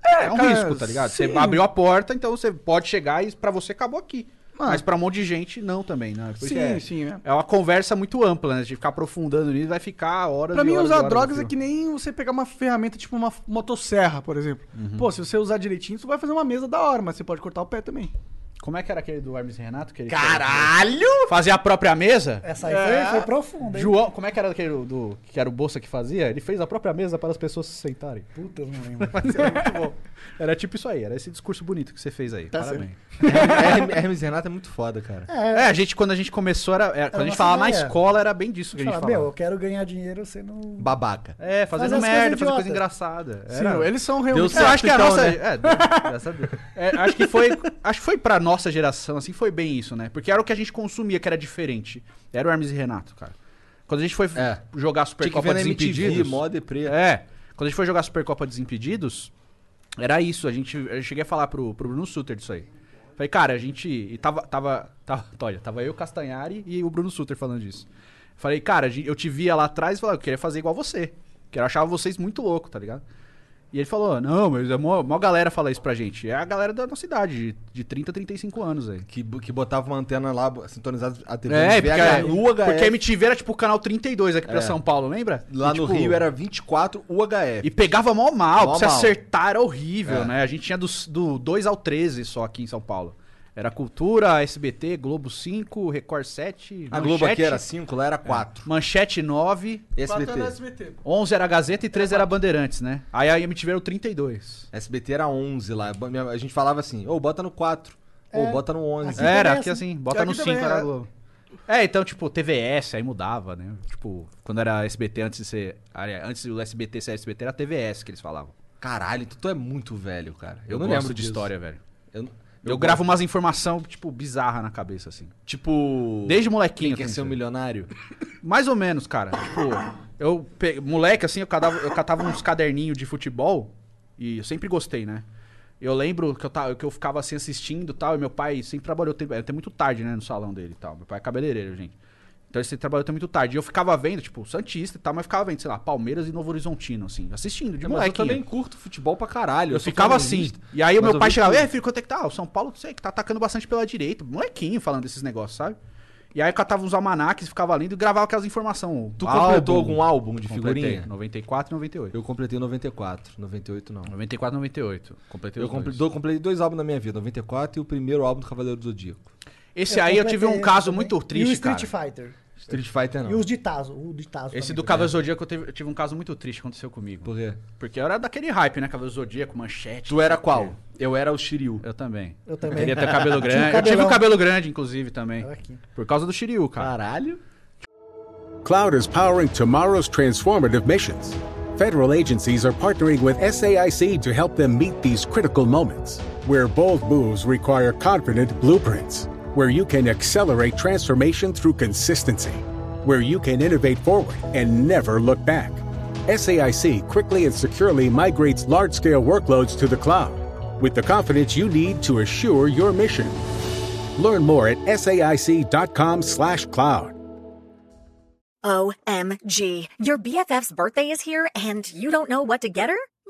[SPEAKER 4] é, um
[SPEAKER 2] cara,
[SPEAKER 4] risco, tá ligado?
[SPEAKER 2] sim.
[SPEAKER 4] Você abriu a porta, então você pode chegar e pra você acabou aqui.
[SPEAKER 2] Ah.
[SPEAKER 4] Mas pra um monte de gente, não também, né? Por isso
[SPEAKER 2] Sim,
[SPEAKER 4] é,
[SPEAKER 2] sim, é.
[SPEAKER 4] É uma conversa muito ampla, né? De ficar aprofundando nisso, vai ficar horas
[SPEAKER 2] Pra
[SPEAKER 4] e
[SPEAKER 2] mim,
[SPEAKER 4] horas e
[SPEAKER 2] usar
[SPEAKER 4] horas
[SPEAKER 2] drogas
[SPEAKER 4] no
[SPEAKER 2] é
[SPEAKER 4] fio.
[SPEAKER 2] que nem você pegar uma ferramenta tipo uma f- motosserra, por exemplo. Pô, se você usar direitinho, você vai fazer uma mesa da hora, mas você pode cortar o pé também.
[SPEAKER 4] Como é que era aquele do Hermes e Renato? Que ele
[SPEAKER 1] Caralho!
[SPEAKER 4] Fazer a própria mesa?
[SPEAKER 3] Essa aí
[SPEAKER 2] É.
[SPEAKER 3] foi, foi profunda, hein?
[SPEAKER 4] João, como é que era aquele do, do- que era o Bolsa que fazia? Ele fez a própria mesa para as pessoas se sentarem.
[SPEAKER 3] Puta, eu não lembro.
[SPEAKER 4] Mas era muito bom. Era tipo isso aí, era esse discurso bonito que você fez aí.
[SPEAKER 2] Tá
[SPEAKER 4] Parabéns.
[SPEAKER 1] Hermes- Hermes e Renato é muito foda, cara.
[SPEAKER 4] É, a gente, quando a gente começou, era, era- quando a gente
[SPEAKER 3] nossa
[SPEAKER 4] falava na
[SPEAKER 3] ideia.
[SPEAKER 4] escola, era bem disso que a gente
[SPEAKER 3] Fala,
[SPEAKER 4] falava.
[SPEAKER 3] meu, eu quero ganhar dinheiro sendo.
[SPEAKER 1] Babaca.
[SPEAKER 4] É, fazendo
[SPEAKER 3] Faz as
[SPEAKER 4] merda,
[SPEAKER 3] coisas
[SPEAKER 4] fazendo coisa
[SPEAKER 3] idiota.
[SPEAKER 4] engraçada.
[SPEAKER 2] Sim,
[SPEAKER 4] Era-
[SPEAKER 2] meu, eles são realmente.
[SPEAKER 4] Eu é um acho que a
[SPEAKER 1] então,
[SPEAKER 4] nossa.
[SPEAKER 1] né?
[SPEAKER 4] É, graças a Deus. É, acho que foi. Acho que foi pra nossa geração, assim, foi bem isso, né? Porque era o que a gente consumia, que era diferente. Era o Hermes e Renato, cara. Quando a gente foi
[SPEAKER 1] É. Tinha
[SPEAKER 4] jogar
[SPEAKER 1] que
[SPEAKER 4] Supercopa
[SPEAKER 1] ver na MTV,
[SPEAKER 4] Desimpedidos.
[SPEAKER 1] mó deprê.
[SPEAKER 4] É. Quando a gente foi jogar Supercopa Desimpedidos, era isso. A gente, eu cheguei a falar pro, pro Bruno Suter disso aí. Falei, cara, a gente. E tava. Tava. Tava, olha, tava eu, Castanhari e o Bruno Suter falando disso. Falei, cara, a gente- eu te via lá atrás e falava, eu queria fazer igual você. Que eu achava vocês muito louco, tá ligado? E ele falou, não, mas a maior, galera fala isso pra gente. É a galera da nossa idade, de, de 30, 35 anos aí.
[SPEAKER 1] Que, bo- que botava uma antena lá, bo- sintonizada a TV.
[SPEAKER 4] É,
[SPEAKER 1] no
[SPEAKER 4] porque,
[SPEAKER 1] VHF, o HF.
[SPEAKER 4] porque a MTV era tipo o canal 32 aqui pra São Paulo, lembra?
[SPEAKER 1] Lá
[SPEAKER 4] E,
[SPEAKER 1] no
[SPEAKER 4] tipo,
[SPEAKER 1] Rio era 24 UHF.
[SPEAKER 4] E pegava mó mal,
[SPEAKER 1] Mó
[SPEAKER 4] pra você
[SPEAKER 1] mal.
[SPEAKER 4] acertar era horrível,
[SPEAKER 1] É.
[SPEAKER 4] né? A gente tinha dos- do 2 ao 13 só aqui em São Paulo. Era Cultura, SBT, Globo 5, Record 7,
[SPEAKER 1] a Globo aqui era 5,
[SPEAKER 4] É.
[SPEAKER 1] lá era 4.
[SPEAKER 4] Manchete 9,
[SPEAKER 1] SBT.
[SPEAKER 2] Quatro anos SBT.
[SPEAKER 4] 11 era Gazeta e 13 era Bandeirantes, né? Aí a MTV era o 32.
[SPEAKER 1] SBT era 11 lá. Ba- minha- A gente falava assim, ou bota no 4, ou bota no 11.
[SPEAKER 3] Aqui também
[SPEAKER 4] era,
[SPEAKER 3] é
[SPEAKER 4] aqui assim,
[SPEAKER 3] assim.
[SPEAKER 4] bota
[SPEAKER 2] Aqui
[SPEAKER 4] no 5
[SPEAKER 2] também
[SPEAKER 4] era
[SPEAKER 2] era.
[SPEAKER 4] Globo. É, então, tipo, TVS, aí mudava, né? Tipo, quando era SBT antes de ser. aliás, Antes do SBT ser SBT, era TVS que eles falavam.
[SPEAKER 1] Caralho, tu, tu é muito velho, cara. Eu, não
[SPEAKER 4] gosto
[SPEAKER 1] lembro
[SPEAKER 4] de
[SPEAKER 1] disso.
[SPEAKER 4] história, velho.
[SPEAKER 1] Eu,
[SPEAKER 4] Eu, gravo umas informação, tipo, bizarra na cabeça, assim.
[SPEAKER 1] Tipo...
[SPEAKER 4] Desde
[SPEAKER 1] quem
[SPEAKER 4] molequinho.
[SPEAKER 1] quer
[SPEAKER 4] assim,
[SPEAKER 1] ser um
[SPEAKER 4] sabe?
[SPEAKER 1] milionário?
[SPEAKER 4] Mais ou menos, cara. Tipo, eu pe- moleque, assim, eu catava, eu catava uns caderninhos de futebol e eu sempre gostei, né? Eu lembro que eu, tava, que eu ficava assim assistindo e tal, e meu pai sempre trabalhou até, até muito tarde, né, no salão dele e tal. Meu pai é cabeleireiro, gente. Então ele sempre trabalhou até muito tarde. E eu ficava vendo, tipo, Santista e tal, mas ficava vendo, sei lá, Palmeiras e Novo Horizontino, assim, assistindo, de
[SPEAKER 1] É, mas eu
[SPEAKER 4] moleque.
[SPEAKER 1] também curto futebol pra caralho.
[SPEAKER 4] Eu
[SPEAKER 1] sou
[SPEAKER 4] ficava assim.
[SPEAKER 1] flamenguista.
[SPEAKER 4] E aí o
[SPEAKER 1] mas
[SPEAKER 4] meu
[SPEAKER 1] eu
[SPEAKER 4] pai
[SPEAKER 1] vi
[SPEAKER 4] chegava,
[SPEAKER 1] tudo.
[SPEAKER 4] é, filho, quanto é que tá? Ah, O São Paulo, sei que tá atacando bastante pela direita. Molequinho falando desses negócios, sabe? E aí eu catava uns almanaques, ficava lendo e gravava aquelas informações.
[SPEAKER 1] Tu
[SPEAKER 4] Álbum.
[SPEAKER 1] completou algum álbum de
[SPEAKER 4] Completei.
[SPEAKER 1] figurinha?
[SPEAKER 4] 94 e 98.
[SPEAKER 1] Eu completei 94, 98 não.
[SPEAKER 4] 94 e 98. Completei
[SPEAKER 1] Eu
[SPEAKER 4] os dois.
[SPEAKER 1] completei dois. completei dois álbuns na minha vida, 94 e o primeiro álbum do Cavaleiro do Zodíaco.
[SPEAKER 4] Esse aí eu tive um
[SPEAKER 3] completei
[SPEAKER 4] caso
[SPEAKER 3] também.
[SPEAKER 4] muito
[SPEAKER 3] E o
[SPEAKER 4] triste, cara.
[SPEAKER 3] Street Fighter.
[SPEAKER 1] Street Fighter não.
[SPEAKER 3] E os de Tazo. O de Tazo.
[SPEAKER 4] Esse do
[SPEAKER 3] também.
[SPEAKER 4] Cavaleiro Zodíaco eu tive, eu tive um caso muito triste que aconteceu comigo.
[SPEAKER 1] Por quê?
[SPEAKER 4] Porque eu era daquele hype, né? Cavaleiro Zodíaco, manchete.
[SPEAKER 1] Tu era
[SPEAKER 4] não sei o
[SPEAKER 1] qual?
[SPEAKER 4] quê.
[SPEAKER 1] Eu era o Shiryu.
[SPEAKER 4] Eu também.
[SPEAKER 3] Eu também.
[SPEAKER 4] Queria ter cabelo
[SPEAKER 3] Tinha um
[SPEAKER 4] grande. Eu tive um
[SPEAKER 3] cabelão.
[SPEAKER 4] cabelo grande, inclusive, também.
[SPEAKER 3] Olha aqui.
[SPEAKER 4] Por causa do Shiryu, cara.
[SPEAKER 1] Caralho.
[SPEAKER 11] Cloud is powering tomorrow's transformative missions. Federal agencies are partnering with SAIC to help them meet these critical moments, where bold moves require confident blueprints, where you can accelerate transformation through consistency, where you can innovate forward and never look back. SAIC quickly and securely migrates large scale workloads to the cloud with the confidence you need to assure your mission. Learn more at saic.com/cloud.
[SPEAKER 7] OMG. Your BFF's birthday is here and you don't know what to get her?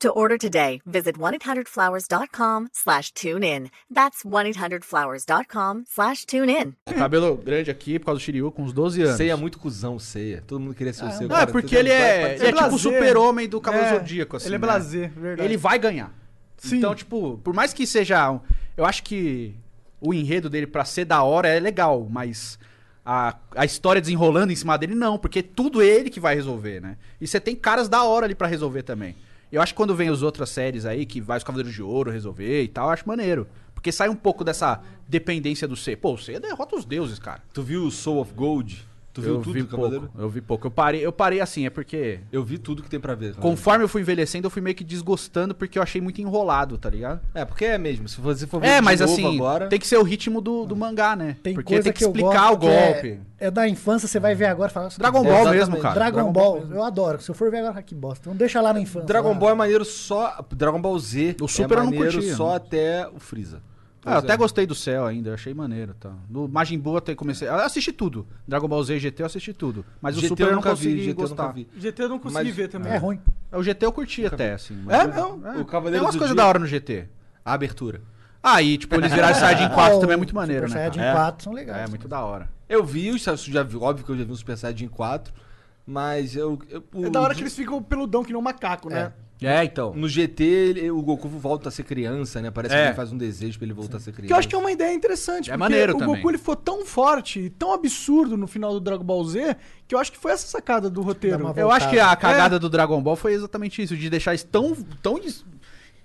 [SPEAKER 7] To order today, visit 1-800-Flowers.com slash tune in. That's 1-800-Flowers.com slash tune in.
[SPEAKER 4] Cabelo grande aqui por causa do Shiryu com uns 12 anos.
[SPEAKER 1] Ceia é muito cuzão, ceia. Todo mundo queria ser o seu.
[SPEAKER 4] Não, é porque ele é, ele é tipo o
[SPEAKER 2] Blazer.
[SPEAKER 4] super-homem do Cavalo
[SPEAKER 2] É,
[SPEAKER 4] Zodíaco, assim.
[SPEAKER 2] ele é
[SPEAKER 4] né?
[SPEAKER 2] blazer, verdade.
[SPEAKER 4] Ele vai ganhar.
[SPEAKER 2] Sim.
[SPEAKER 4] Então, tipo, por mais que seja. um- Eu acho que o enredo dele pra ser da hora é legal, mas a, a história desenrolando em cima dele, não, porque é tudo ele que vai resolver, né? E você tem caras da hora ali pra resolver também. Eu acho que quando vem as outras séries aí, que vai os Cavaleiros de Ouro resolver e tal, eu acho maneiro. Porque sai um pouco dessa dependência do C. Pô, o C derrota os deuses, cara.
[SPEAKER 1] tipo, Tu viu o Soul of Gold? Tu viu
[SPEAKER 4] eu
[SPEAKER 1] tudo
[SPEAKER 4] vi
[SPEAKER 1] do Cavaleiro?
[SPEAKER 4] pouco, eu vi pouco. Eu parei, eu parei assim, é porque
[SPEAKER 1] Eu vi tudo que tem pra ver. Cavaleiro.
[SPEAKER 4] conforme eu fui envelhecendo, eu fui meio que desgostando porque eu achei muito enrolado, tá ligado?
[SPEAKER 1] É, porque é mesmo. Se você for ver
[SPEAKER 4] É,
[SPEAKER 1] de
[SPEAKER 4] mas
[SPEAKER 1] novo
[SPEAKER 4] assim,
[SPEAKER 1] agora...
[SPEAKER 4] tem que ser o ritmo do, do mangá, né?
[SPEAKER 3] Ah. Tem
[SPEAKER 4] Porque
[SPEAKER 3] coisa
[SPEAKER 4] tem que,
[SPEAKER 3] eu
[SPEAKER 4] explicar
[SPEAKER 3] gosto
[SPEAKER 4] o
[SPEAKER 3] que
[SPEAKER 4] golpe.
[SPEAKER 3] É, é da infância, você vai ver agora e falar. "Nossa, que
[SPEAKER 4] Dragon
[SPEAKER 3] bosta."
[SPEAKER 4] Ball
[SPEAKER 1] Exatamente.
[SPEAKER 4] mesmo, cara.
[SPEAKER 3] Dragon, Ball, eu adoro. Se eu for ver agora, que bosta. Então deixa lá na infância.
[SPEAKER 1] Dragon
[SPEAKER 3] lá.
[SPEAKER 1] Ball é maneiro só... Dragon Ball Z
[SPEAKER 4] Ah. O Super eu
[SPEAKER 1] é
[SPEAKER 4] não
[SPEAKER 1] maneiro
[SPEAKER 4] curtia.
[SPEAKER 1] só até o Freeza. é.
[SPEAKER 4] Ah, eu até gostei do céu ainda, eu achei maneiro, tá? No Majin Buu até comecei, eu assisti tudo. Dragon Ball Z e GT eu assisti tudo, mas o Super eu não consegui
[SPEAKER 1] GT eu
[SPEAKER 4] gostar.
[SPEAKER 1] nunca vi.
[SPEAKER 2] GT eu não consegui
[SPEAKER 1] Mas-
[SPEAKER 2] ver também.
[SPEAKER 3] É ruim.
[SPEAKER 4] O GT eu curti até assim, mas-
[SPEAKER 1] É, não. O
[SPEAKER 4] Tem
[SPEAKER 1] Cavaleiro
[SPEAKER 4] umas
[SPEAKER 1] do
[SPEAKER 4] coisas
[SPEAKER 1] Dia-
[SPEAKER 4] da hora no GT.
[SPEAKER 1] A abertura.
[SPEAKER 4] Ah, e tipo, eles viraram Saiyajin 4 também é muito maneiro,
[SPEAKER 3] Super
[SPEAKER 4] né?
[SPEAKER 3] Tipo, Saiyajin
[SPEAKER 4] cara?
[SPEAKER 3] 4 são
[SPEAKER 4] É, é
[SPEAKER 3] legais.
[SPEAKER 4] muito da hora.
[SPEAKER 1] Eu vi, isso é já vi, óbvio que eu já vi um Super Saiyajin 4, mas eu... eu o-
[SPEAKER 2] É da hora que eles ficam peludão, que nem um macaco, né?
[SPEAKER 4] É, então.
[SPEAKER 1] No GT, ele- o Goku volta a ser criança, né? Parece
[SPEAKER 4] É.
[SPEAKER 1] que ele faz um desejo pra ele voltar a ser criança.
[SPEAKER 2] Que eu acho que é uma ideia interessante.
[SPEAKER 4] É
[SPEAKER 2] porque
[SPEAKER 4] maneiro
[SPEAKER 2] o
[SPEAKER 4] também.
[SPEAKER 2] Goku ele ficou tão forte e tão absurdo no final do Dragon Ball Z que eu acho que foi essa sacada do roteiro.
[SPEAKER 3] Dá uma
[SPEAKER 4] Eu
[SPEAKER 3] voltada.
[SPEAKER 4] acho que a cagada do Dragon Ball foi exatamente isso, de deixar eles tão, tão ins-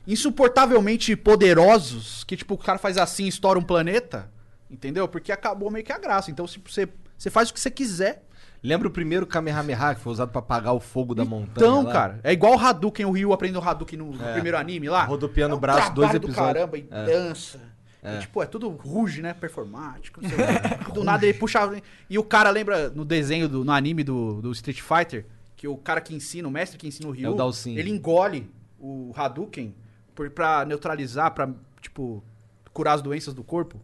[SPEAKER 4] insuportavelmente poderosos que, tipo, o cara faz assim e estoura um planeta, entendeu? Porque acabou meio que a graça. Então, se você, você faz o que você quiser.
[SPEAKER 1] Lembra o primeiro Kamehameha que foi usado pra apagar o fogo da montanha?
[SPEAKER 4] Então,
[SPEAKER 1] lá? É.
[SPEAKER 4] cara, é igual o Hadouken, o Ryu aprende o Hadouken no, no primeiro anime lá.
[SPEAKER 1] Rodopiando
[SPEAKER 4] é
[SPEAKER 1] o braço, dois
[SPEAKER 4] trabalho do
[SPEAKER 1] episódios. É.
[SPEAKER 4] caramba, e dança. E, tipo, é tudo ruge, né? Performático. não sei o quê. do nada ele puxa. E o cara lembra no desenho, do, no anime do, do Street Fighter, que o cara que ensina, o mestre que ensina o
[SPEAKER 1] É
[SPEAKER 4] Ryu,
[SPEAKER 1] o Dalsin.
[SPEAKER 4] ele engole o Hadouken por, pra neutralizar, pra, tipo, curar as doenças do corpo.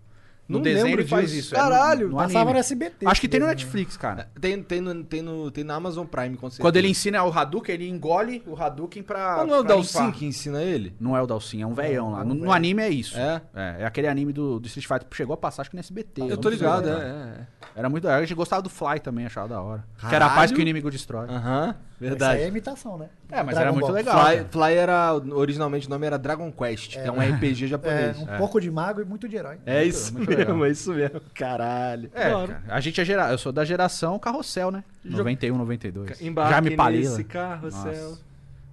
[SPEAKER 4] No
[SPEAKER 1] Não
[SPEAKER 4] desenho
[SPEAKER 1] lembro
[SPEAKER 4] ele faz
[SPEAKER 1] disso.
[SPEAKER 4] isso. é
[SPEAKER 2] Caralho,
[SPEAKER 4] no, no
[SPEAKER 3] Passava no
[SPEAKER 4] anime.
[SPEAKER 3] SBT.
[SPEAKER 4] Acho que tem
[SPEAKER 3] né?
[SPEAKER 4] no Netflix, cara.
[SPEAKER 1] Tem, tem, no, tem, no, tem na Amazon Prime, com certeza.
[SPEAKER 4] Quando ele Ah, ensina o Hadouken, ele engole o Hadouken pra.
[SPEAKER 1] Mas não é o
[SPEAKER 4] pra
[SPEAKER 1] Dalsin
[SPEAKER 4] limpar.
[SPEAKER 1] que ensina ele?
[SPEAKER 4] Não é o Dalsin, é um velhão lá. No, no anime é isso.
[SPEAKER 1] É?
[SPEAKER 4] É, é aquele anime do, do Street Fighter. Chegou a passar, acho que no SBT.
[SPEAKER 1] Eu
[SPEAKER 4] não
[SPEAKER 1] tô
[SPEAKER 4] sei
[SPEAKER 1] ligado,
[SPEAKER 4] agora.
[SPEAKER 1] é. é.
[SPEAKER 4] Era muito da hora. A gente gostava do Fly também, achava da hora. Que era a paz
[SPEAKER 1] Caralho.
[SPEAKER 4] que o inimigo destrói.
[SPEAKER 1] Aham,
[SPEAKER 3] Isso aí é
[SPEAKER 1] verdade.
[SPEAKER 3] imitação, né?
[SPEAKER 4] É, mas
[SPEAKER 3] Dragon
[SPEAKER 4] era muito
[SPEAKER 3] Ball.
[SPEAKER 4] legal.
[SPEAKER 1] Fly,
[SPEAKER 4] cara.
[SPEAKER 1] Fly era. Originalmente o nome era Dragon Quest, que é um RPG
[SPEAKER 3] É,
[SPEAKER 1] japonês.
[SPEAKER 3] um pouco de mago e muito de herói.
[SPEAKER 1] É, isso mesmo, é isso mesmo. Caralho.
[SPEAKER 4] É,
[SPEAKER 2] Claro.
[SPEAKER 4] cara. A gente é gera... Eu sou da geração Carrossel, né? 91, 92. Já
[SPEAKER 1] Embarque
[SPEAKER 4] me palila.
[SPEAKER 1] nesse carrossel.
[SPEAKER 4] Nossa.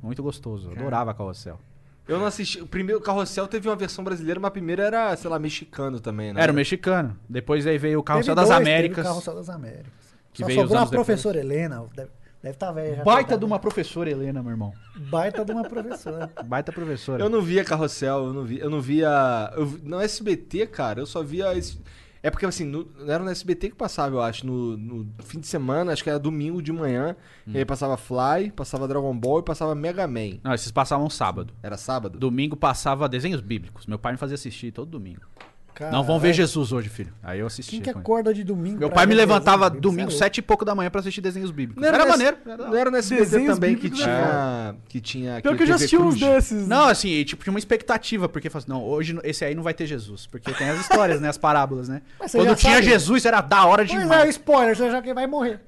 [SPEAKER 4] Muito gostoso. Eu adorava Carrossel.
[SPEAKER 1] Eu não assisti. O primeiro o Carrossel teve uma versão brasileira, mas a primeira era, sei lá, mexicano também, né?
[SPEAKER 4] Era o mexicano. Depois aí veio o Carrossel
[SPEAKER 3] Teve
[SPEAKER 4] das
[SPEAKER 3] dois, teve
[SPEAKER 4] Américas.
[SPEAKER 3] o Carrossel das Américas.
[SPEAKER 4] Que
[SPEAKER 3] Só
[SPEAKER 4] veio
[SPEAKER 3] sobrou
[SPEAKER 4] os
[SPEAKER 3] a
[SPEAKER 4] anos depois.
[SPEAKER 3] professora Helena. Deve estar tá velha. já,
[SPEAKER 4] Baita
[SPEAKER 3] coitada.
[SPEAKER 4] de uma professora, Helena, meu irmão.
[SPEAKER 3] Baita de uma professora.
[SPEAKER 4] Baita professora.
[SPEAKER 1] Eu não via Carrossel, eu não via. Eu não via. Eu, vi- no SBT, cara, eu só via. esse- é porque, assim, no- não era no SBT que passava, eu acho. No, no fim de semana, acho que era domingo de manhã. E aí passava Fly, passava Dragon Ball e passava Mega Man.
[SPEAKER 4] Não, esses passavam um sábado.
[SPEAKER 1] Era sábado?
[SPEAKER 4] Domingo passava desenhos bíblicos. Meu pai me fazia assistir todo domingo.
[SPEAKER 3] Caralho,
[SPEAKER 4] Não vão ver Jesus hoje, filho. Aí eu assisti.
[SPEAKER 3] Quem que
[SPEAKER 4] com ele.
[SPEAKER 3] acorda de domingo?
[SPEAKER 4] Meu
[SPEAKER 3] pra
[SPEAKER 4] pai me
[SPEAKER 3] ver desenho?
[SPEAKER 4] levantava
[SPEAKER 3] Isso é
[SPEAKER 4] domingo,
[SPEAKER 3] louco.
[SPEAKER 4] sete e pouco da manhã pra assistir desenhos bíblicos.
[SPEAKER 1] Não
[SPEAKER 4] Era,
[SPEAKER 1] no S-
[SPEAKER 4] maneiro.
[SPEAKER 1] Não era no SBT
[SPEAKER 2] Desenhos
[SPEAKER 1] também que
[SPEAKER 2] bíblicos
[SPEAKER 1] tinha,
[SPEAKER 2] era
[SPEAKER 1] que tinha.
[SPEAKER 2] Pior que eu já
[SPEAKER 1] TV
[SPEAKER 2] assisti uns
[SPEAKER 1] Cruz.
[SPEAKER 2] desses.
[SPEAKER 4] Não, assim, e, tipo, tinha uma expectativa, porque falava assim, não, hoje esse aí não vai ter Jesus. Porque tem as histórias, né? As parábolas, né?
[SPEAKER 3] Mas você
[SPEAKER 4] Quando
[SPEAKER 3] já
[SPEAKER 4] tinha
[SPEAKER 3] sabe.
[SPEAKER 4] Jesus, era da hora
[SPEAKER 3] Pois
[SPEAKER 4] demais.
[SPEAKER 3] é, spoiler, você já que vai morrer.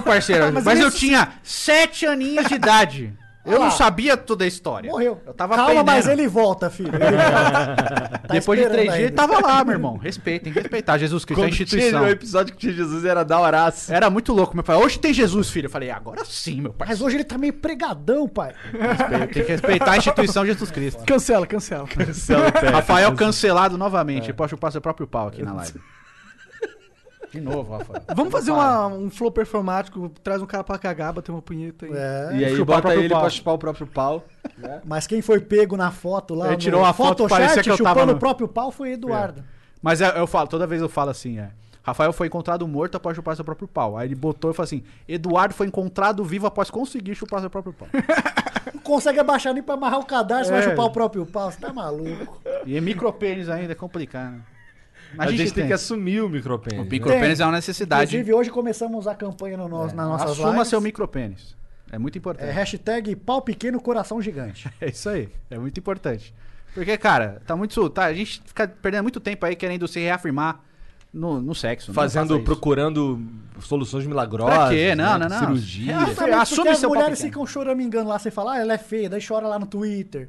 [SPEAKER 4] parceiro, mas, eu tinha sete aninhos de idade. Eu
[SPEAKER 3] Olha lá.
[SPEAKER 4] não sabia toda a história.
[SPEAKER 3] Morreu.
[SPEAKER 4] Eu tava
[SPEAKER 3] Calma,
[SPEAKER 4] aprendendo.
[SPEAKER 3] mas ele volta, filho. Ele volta. Tá
[SPEAKER 4] Depois de
[SPEAKER 3] esperando
[SPEAKER 4] três dias,
[SPEAKER 3] ainda.
[SPEAKER 4] ele tava lá, meu irmão. Respeita, tem que respeitar. Jesus Cristo é a
[SPEAKER 1] Quando tinha
[SPEAKER 4] instituição. É.
[SPEAKER 1] o episódio que tinha Jesus era da Horácio.
[SPEAKER 4] Era muito louco. Meu pai, hoje tem Jesus, filho. Eu falei, agora sim, meu pai.
[SPEAKER 3] Mas hoje ele tá meio pregadão, pai.
[SPEAKER 4] Tem que respeitar a instituição de Jesus Cristo.
[SPEAKER 2] Cancela, cancela.
[SPEAKER 4] É. Rafael cancelado novamente. Ele pode chupar seu próprio pau aqui na live. De novo, Rafa.
[SPEAKER 2] Vamos fazer uma- um flow performático, traz um cara pra cagar, bater uma punheta aí.
[SPEAKER 3] É.
[SPEAKER 1] E aí
[SPEAKER 3] Chupar o
[SPEAKER 1] bota
[SPEAKER 3] próprio
[SPEAKER 1] ele
[SPEAKER 3] pau.
[SPEAKER 1] pra chupar o próprio pau. né?
[SPEAKER 3] Mas quem foi pego na foto lá,
[SPEAKER 4] Ele tirou uma foto,
[SPEAKER 3] Photoshop,
[SPEAKER 4] parecia que eu tava
[SPEAKER 3] chupando
[SPEAKER 4] no-
[SPEAKER 3] o próprio pau, foi Eduardo.
[SPEAKER 4] Mas é, eu, eu falo, toda vez eu falo assim, é. Rafael foi encontrado morto após chupar seu próprio pau. Aí ele botou e falou assim: Eduardo foi encontrado vivo após conseguir chupar seu próprio pau.
[SPEAKER 3] Não consegue abaixar nem pra amarrar o cadarço,
[SPEAKER 4] É.
[SPEAKER 3] vai chupar o próprio pau, você tá maluco.
[SPEAKER 4] E é micropênis ainda, é complicado.
[SPEAKER 1] A, gente, tem, que assumir o micropênis.
[SPEAKER 4] O
[SPEAKER 1] né?
[SPEAKER 4] micropênis é uma necessidade.
[SPEAKER 3] Inclusive, hoje começamos a campanha no nosso, nas nossas
[SPEAKER 4] É. Assuma
[SPEAKER 3] lives.
[SPEAKER 4] seu micropênis. É muito importante.
[SPEAKER 3] É hashtag pau pequeno, coração gigante.
[SPEAKER 4] É isso aí. É muito importante. Porque, cara, tá muito. su- Tá, a gente fica perdendo muito tempo aí querendo se reafirmar no, no sexo.
[SPEAKER 1] Fazendo,
[SPEAKER 4] não faça isso.
[SPEAKER 1] procurando soluções milagrosas.
[SPEAKER 4] né? Pra quê? Não,
[SPEAKER 1] né?
[SPEAKER 4] não, não.
[SPEAKER 1] Cirurgia.
[SPEAKER 4] Ah,
[SPEAKER 3] Exatamente,
[SPEAKER 4] Assume
[SPEAKER 3] porque as
[SPEAKER 4] seu pau
[SPEAKER 3] mulheres
[SPEAKER 4] pequeno.
[SPEAKER 3] ficam choramingando lá, você fala, ah, ela é feia, daí chora lá no Twitter.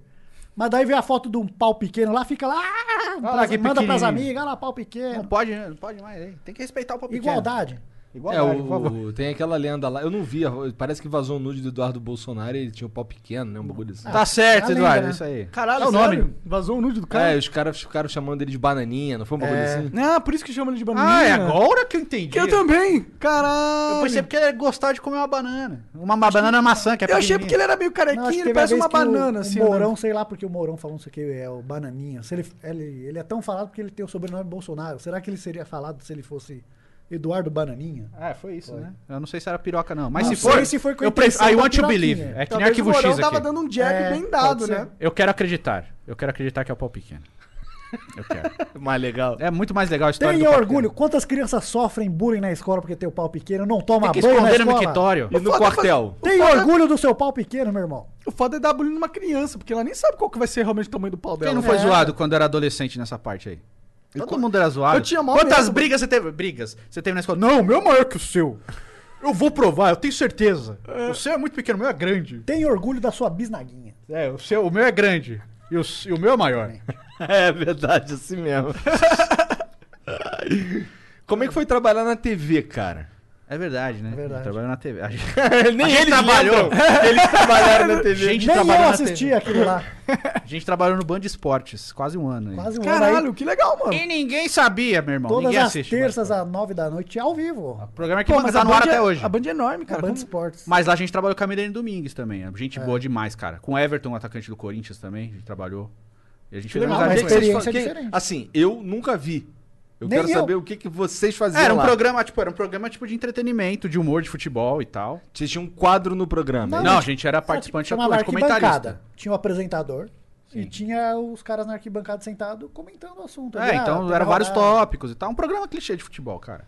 [SPEAKER 3] Mas daí vê a foto de um pau pequeno lá, fica lá, ah,
[SPEAKER 4] lá
[SPEAKER 3] pras-
[SPEAKER 4] que
[SPEAKER 3] manda pras
[SPEAKER 4] pequenininho.
[SPEAKER 3] amigas, olha lá, pau pequeno.
[SPEAKER 4] Não pode, né? não pode mais. hein? Tem que respeitar o papo
[SPEAKER 3] Igualdade.
[SPEAKER 1] É,
[SPEAKER 4] Igualdade, por favor.
[SPEAKER 1] o, tem aquela lenda lá. Eu não vi, parece que vazou o nude do Eduardo Bolsonaro e ele tinha o pau pequeno, né? Um bagulho assim.
[SPEAKER 4] Tá certo,
[SPEAKER 3] é a lenda,
[SPEAKER 4] Eduardo,
[SPEAKER 3] né?
[SPEAKER 4] isso aí.
[SPEAKER 2] Caralho,
[SPEAKER 4] é o nome.
[SPEAKER 2] sério? Vazou o nude do
[SPEAKER 1] É,
[SPEAKER 2] cara?
[SPEAKER 1] os caras ficaram chamando ele de bananinha, não foi um bagulho assim?
[SPEAKER 2] Ah, por isso que chama ele de bananinha.
[SPEAKER 4] Ah, é agora que é. eu entendi.
[SPEAKER 2] Eu também. Caralho.
[SPEAKER 4] Eu pensei porque ele gostava de comer uma banana. Uma, uma banana maçã, que é
[SPEAKER 2] Eu achei
[SPEAKER 4] pequenininha.
[SPEAKER 2] porque ele era meio
[SPEAKER 3] Não, acho que
[SPEAKER 2] carequinho, ele
[SPEAKER 3] teve a
[SPEAKER 2] parece
[SPEAKER 3] vez
[SPEAKER 2] uma
[SPEAKER 3] que o-
[SPEAKER 2] banana,
[SPEAKER 3] o
[SPEAKER 2] assim.
[SPEAKER 4] né?
[SPEAKER 3] Mourão,
[SPEAKER 2] andando.
[SPEAKER 3] sei lá porque o Mourão falando isso aqui, é o Bananinha. Se ele, ele, ele é tão falado porque ele tem o sobrenome Bolsonaro. Será que ele seria falado se ele fosse Eduardo Bananinha?
[SPEAKER 4] Ah, foi isso, né? Eu não sei se era piroca, não. Mas
[SPEAKER 3] Não
[SPEAKER 4] se
[SPEAKER 3] sei
[SPEAKER 4] for.
[SPEAKER 3] se foi com
[SPEAKER 4] eu
[SPEAKER 3] a intenção
[SPEAKER 4] prefiro. I
[SPEAKER 3] da
[SPEAKER 4] want to
[SPEAKER 3] piroquinha.
[SPEAKER 4] believe. É que nem
[SPEAKER 2] Talvez o
[SPEAKER 4] arquivo X
[SPEAKER 2] Mourão
[SPEAKER 4] aqui.
[SPEAKER 2] tava dando um jab
[SPEAKER 3] É,
[SPEAKER 2] bem dado,
[SPEAKER 3] pode ser.
[SPEAKER 2] né?
[SPEAKER 4] Eu quero acreditar. Eu quero acreditar que é o pau pequeno. Eu quero.
[SPEAKER 1] Mais legal.
[SPEAKER 4] É muito mais legal a história
[SPEAKER 3] Tenha
[SPEAKER 4] do pau
[SPEAKER 3] orgulho. Quantas crianças sofrem bullying na escola porque tem o pau pequeno? Não toma
[SPEAKER 4] pequeno. Tem que
[SPEAKER 3] Ah, banho na
[SPEAKER 4] esconder no
[SPEAKER 3] escola?
[SPEAKER 4] mictório.
[SPEAKER 1] E no quartel?
[SPEAKER 3] Tenha orgulho do seu pau pequeno, meu irmão.
[SPEAKER 2] O foda é dar bullying numa criança, porque ela nem sabe qual que vai ser realmente o tamanho do pau dela. né?
[SPEAKER 4] Quem não foi
[SPEAKER 3] É.
[SPEAKER 4] zoado quando era adolescente nessa parte aí? Todo mundo era zoado.
[SPEAKER 2] Eu tinha maior
[SPEAKER 4] Quantas
[SPEAKER 2] medo.
[SPEAKER 4] brigas você teve? Brigas. Você teve na escola? Não, o meu é maior que o seu. Eu vou provar, eu tenho certeza. O seu é muito pequeno, o meu é grande.
[SPEAKER 3] Tenha orgulho da sua bisnaguinha.
[SPEAKER 4] É, o seu, o meu é grande. E o, s- e o meu é maior.
[SPEAKER 1] É verdade, assim mesmo. Como é que foi trabalhar na TV, cara?
[SPEAKER 4] É verdade, né?
[SPEAKER 3] verdade.
[SPEAKER 4] Trabalhou na TV. A gente,
[SPEAKER 1] Nem ele trabalhou. Eles trabalharam na TV.
[SPEAKER 4] gente
[SPEAKER 3] Nem
[SPEAKER 4] trabalhou
[SPEAKER 3] eu
[SPEAKER 4] na
[SPEAKER 3] assisti aquilo lá.
[SPEAKER 4] TV. A gente trabalhou no Band Esportes, quase um ano. aí.
[SPEAKER 3] Quase um ano
[SPEAKER 2] Caralho,
[SPEAKER 3] aí.
[SPEAKER 2] que legal, mano.
[SPEAKER 4] E ninguém sabia, meu irmão.
[SPEAKER 3] Todas
[SPEAKER 4] ninguém
[SPEAKER 3] as
[SPEAKER 4] assiste.
[SPEAKER 3] terças às nove da noite, ao vivo.
[SPEAKER 4] O programa que
[SPEAKER 2] Pô,
[SPEAKER 4] tá no
[SPEAKER 2] Band
[SPEAKER 4] ar
[SPEAKER 2] é-
[SPEAKER 4] até hoje.
[SPEAKER 2] A Band é enorme,
[SPEAKER 3] A
[SPEAKER 2] cara.
[SPEAKER 3] Band
[SPEAKER 2] Como-
[SPEAKER 3] Esportes.
[SPEAKER 4] Mas lá a gente trabalhou com a Milene Domingues também. é Gente boa demais, cara. Com o Everton, atacante do Corinthians também, a gente trabalhou. E a gente fez
[SPEAKER 3] legal, mas
[SPEAKER 4] amizade com
[SPEAKER 1] Quem-
[SPEAKER 4] ele.
[SPEAKER 3] experiência
[SPEAKER 1] vocês fa- quem-
[SPEAKER 3] diferente.
[SPEAKER 1] Assim, eu nunca vi. Eu
[SPEAKER 3] Nem
[SPEAKER 1] quero
[SPEAKER 3] eu.
[SPEAKER 1] saber o que, que vocês faziam
[SPEAKER 4] Era um
[SPEAKER 1] lá.
[SPEAKER 4] programa, tipo, era um programa tipo de entretenimento, de humor, de futebol e tal.
[SPEAKER 1] Vocês tinham um quadro no programa.
[SPEAKER 4] Não,
[SPEAKER 1] né?
[SPEAKER 4] a gente era
[SPEAKER 3] tipo,
[SPEAKER 4] participante
[SPEAKER 3] chamava
[SPEAKER 4] atuante,
[SPEAKER 3] arquibancada.
[SPEAKER 4] comentarista.
[SPEAKER 3] Tinha o apresentador e tinha os caras na arquibancada sentado comentando o assunto.
[SPEAKER 4] É,
[SPEAKER 3] Ali, ah,
[SPEAKER 4] então
[SPEAKER 3] teve
[SPEAKER 4] eram vários
[SPEAKER 3] rodada.
[SPEAKER 4] tópicos e tal. Um programa clichê de futebol, cara.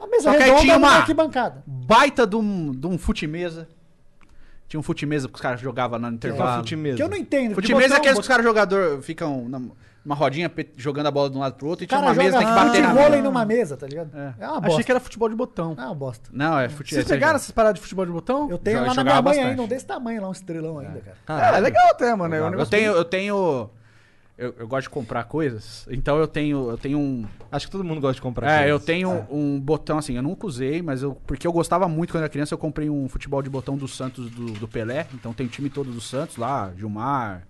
[SPEAKER 3] A mesa
[SPEAKER 4] Só que aí
[SPEAKER 3] redonda
[SPEAKER 4] tinha
[SPEAKER 3] tinha uma...
[SPEAKER 4] uma-
[SPEAKER 3] arquibancada.
[SPEAKER 4] Baita de um, de um fute-mesa. Tinha um fute-mesa que os caras jogavam lá no
[SPEAKER 1] Qual
[SPEAKER 4] intervalo.
[SPEAKER 1] fute mesmo?
[SPEAKER 3] Que eu não entendo. porque
[SPEAKER 4] Fute-mesa
[SPEAKER 3] botar
[SPEAKER 4] é aqueles
[SPEAKER 3] um-
[SPEAKER 4] que os caras jogador ficam na- numa rodinha pe- jogando a bola de um lado pro outro e
[SPEAKER 3] o
[SPEAKER 4] tinha
[SPEAKER 3] cara
[SPEAKER 4] uma mesa
[SPEAKER 3] joga
[SPEAKER 4] tem que bater na
[SPEAKER 3] futevôlei
[SPEAKER 4] mesa.
[SPEAKER 3] numa mesa, tá ligado? É, uma bosta.
[SPEAKER 2] Achei que era futebol de botão.
[SPEAKER 3] É uma bosta.
[SPEAKER 4] Não, é fute
[SPEAKER 2] Vocês pegaram essas paradas de futebol de botão?
[SPEAKER 3] Eu tenho
[SPEAKER 4] Joga-
[SPEAKER 3] lá na minha
[SPEAKER 4] jogava
[SPEAKER 3] mãe
[SPEAKER 4] bastante.
[SPEAKER 3] ainda, um desse tamanho lá, um estrelão ainda, cara.
[SPEAKER 2] É, legal até, mano. é um
[SPEAKER 4] Eu,
[SPEAKER 2] negócio
[SPEAKER 4] tenho, eu tenho. Eu, eu gosto de comprar coisas, então eu tenho. Eu tenho um.
[SPEAKER 1] Acho que todo mundo gosta de comprar.
[SPEAKER 4] é,
[SPEAKER 1] coisas.
[SPEAKER 4] eu tenho um botão assim, eu nunca usei, mas eu. Porque eu gostava muito quando era criança, eu comprei um futebol de botão do Santos do, do Pelé. Então tem o time todo do Santos lá, Gilmar,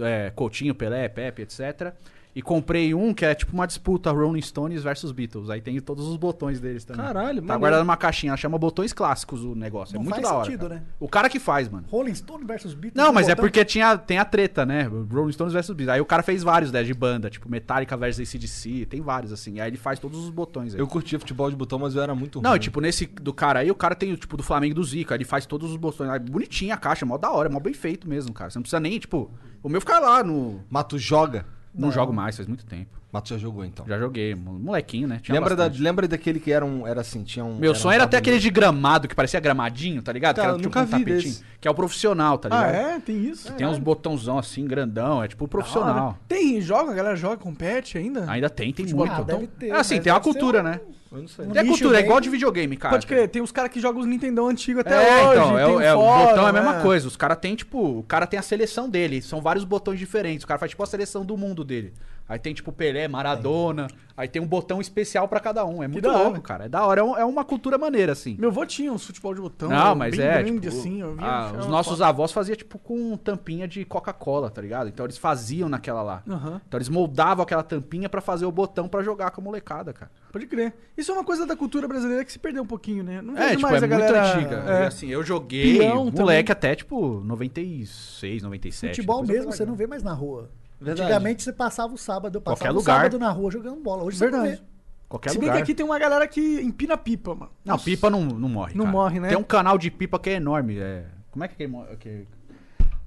[SPEAKER 4] é, Coutinho, Pelé, Pepe, etc. E comprei um que é tipo uma disputa Rolling Stones versus Beatles. Aí tem todos os botões deles também.
[SPEAKER 1] Caralho,
[SPEAKER 4] Tá
[SPEAKER 1] maneiro.
[SPEAKER 4] guardado numa caixinha, chama botões clássicos o negócio.
[SPEAKER 3] Não
[SPEAKER 4] é muito
[SPEAKER 3] faz
[SPEAKER 4] da hora.
[SPEAKER 3] sentido,
[SPEAKER 4] cara.
[SPEAKER 3] né?
[SPEAKER 4] O cara que faz, mano.
[SPEAKER 3] Rolling Stone versus Beatles.
[SPEAKER 4] Não,
[SPEAKER 3] no
[SPEAKER 4] mas é
[SPEAKER 3] botão.
[SPEAKER 4] porque tinha, tem a treta, né? Rolling Stones versus Beatles. Aí o cara fez vários, né? De banda, tipo Metallica versus ACDC, tem vários, assim. Aí ele faz todos os botões aí.
[SPEAKER 1] Eu curtia futebol de botão, mas eu era muito
[SPEAKER 4] Não,
[SPEAKER 1] ruim.
[SPEAKER 4] e tipo, nesse do cara aí, o cara tem o tipo do Flamengo e do Zica, ele faz todos os botões. Aí, bonitinha a caixa, mó da hora, mó bem feito mesmo, cara. Você não precisa nem, tipo, o meu ficar lá no.
[SPEAKER 1] Mato joga.
[SPEAKER 4] Não, jogo mais, faz muito tempo.
[SPEAKER 1] Mato já jogou então.
[SPEAKER 4] Já joguei, mo- molequinho, né? Tinha
[SPEAKER 1] Lembra, da,
[SPEAKER 4] bastante.
[SPEAKER 1] lembra daquele que era um. Era assim, tinha um.
[SPEAKER 4] Meu
[SPEAKER 1] um
[SPEAKER 4] sonho era até
[SPEAKER 1] tabuleiro.
[SPEAKER 4] aquele de gramado, que parecia gramadinho, tá ligado?
[SPEAKER 1] Cara,
[SPEAKER 4] que era
[SPEAKER 1] eu nunca vi desse.
[SPEAKER 4] Que é o profissional, tá
[SPEAKER 2] Ah,
[SPEAKER 4] ligado?
[SPEAKER 2] é? Tem isso?
[SPEAKER 4] Tem uns botãozão assim, grandão, é tipo o
[SPEAKER 2] Da
[SPEAKER 4] profissional.
[SPEAKER 2] hora. Tem joga, a galera joga, compete ainda?
[SPEAKER 4] Ainda tem, tem
[SPEAKER 3] Futebol,
[SPEAKER 4] muito.
[SPEAKER 3] ah, deve ter,
[SPEAKER 4] é assim,
[SPEAKER 3] mas
[SPEAKER 4] tem uma
[SPEAKER 3] deve ser
[SPEAKER 4] cultura,
[SPEAKER 3] um-
[SPEAKER 4] né?
[SPEAKER 1] Eu não sei.
[SPEAKER 3] um
[SPEAKER 4] Tem
[SPEAKER 3] nicho
[SPEAKER 4] cultura, é
[SPEAKER 3] bem-
[SPEAKER 4] igual de videogame, cara.
[SPEAKER 2] Pode crer, tem uns caras que jogam os Nintendão antigo até
[SPEAKER 4] É,
[SPEAKER 2] hoje.
[SPEAKER 4] então, é,
[SPEAKER 2] tem
[SPEAKER 4] o- é, o
[SPEAKER 2] fórum,
[SPEAKER 4] botão é a mesma
[SPEAKER 2] né?
[SPEAKER 4] coisa. Os caras tem, tipo, o cara tem a seleção dele. São vários botões diferentes. O cara faz, tipo, a seleção do mundo dele. Aí tem tipo Pelé, Maradona. Aí tem um botão especial pra cada um. É muito
[SPEAKER 2] da hora.
[SPEAKER 4] louco, cara. É da hora. É, um- é uma cultura maneira, assim.
[SPEAKER 2] Meu avô tinha uns futebol de botão.
[SPEAKER 4] Não, mas
[SPEAKER 2] bem
[SPEAKER 4] é.
[SPEAKER 2] grande,
[SPEAKER 4] tipo,
[SPEAKER 2] assim. Eu via,
[SPEAKER 4] ah, os nossos avós faziam, tipo, com tampinha de Coca-Cola, tá ligado? Então eles faziam naquela lá.
[SPEAKER 2] Aham.
[SPEAKER 4] Então eles moldavam aquela tampinha pra fazer o botão pra jogar com a molecada, cara.
[SPEAKER 2] Pode crer. Isso é uma coisa da cultura brasileira que se perdeu um pouquinho, né? Não
[SPEAKER 4] É,
[SPEAKER 2] vejo
[SPEAKER 4] tipo,
[SPEAKER 2] mais
[SPEAKER 4] é
[SPEAKER 2] a
[SPEAKER 4] muito
[SPEAKER 2] galera,
[SPEAKER 4] antiga.
[SPEAKER 2] é.
[SPEAKER 4] E, assim, eu joguei
[SPEAKER 2] Peão
[SPEAKER 4] moleque
[SPEAKER 2] também.
[SPEAKER 4] até, tipo, 96, 97.
[SPEAKER 3] Futebol
[SPEAKER 4] depois eu
[SPEAKER 3] mesmo
[SPEAKER 4] tava
[SPEAKER 3] você não vê mais na rua.
[SPEAKER 4] Verdade.
[SPEAKER 3] Antigamente você passava o sábado, eu passava
[SPEAKER 4] Qualquer
[SPEAKER 3] o
[SPEAKER 4] lugar.
[SPEAKER 3] sábado na rua jogando bola. Hoje
[SPEAKER 2] Verdade.
[SPEAKER 3] você não vê.
[SPEAKER 4] Qualquer
[SPEAKER 2] Se bem
[SPEAKER 4] lugar.
[SPEAKER 2] que aqui tem uma galera que empina pipa, mano.
[SPEAKER 4] Não, pipa não, não morre.
[SPEAKER 2] Não
[SPEAKER 4] cara.
[SPEAKER 2] morre, né?
[SPEAKER 4] Tem um canal de pipa que é enorme. É... Como é que é aquele. mo- aquele-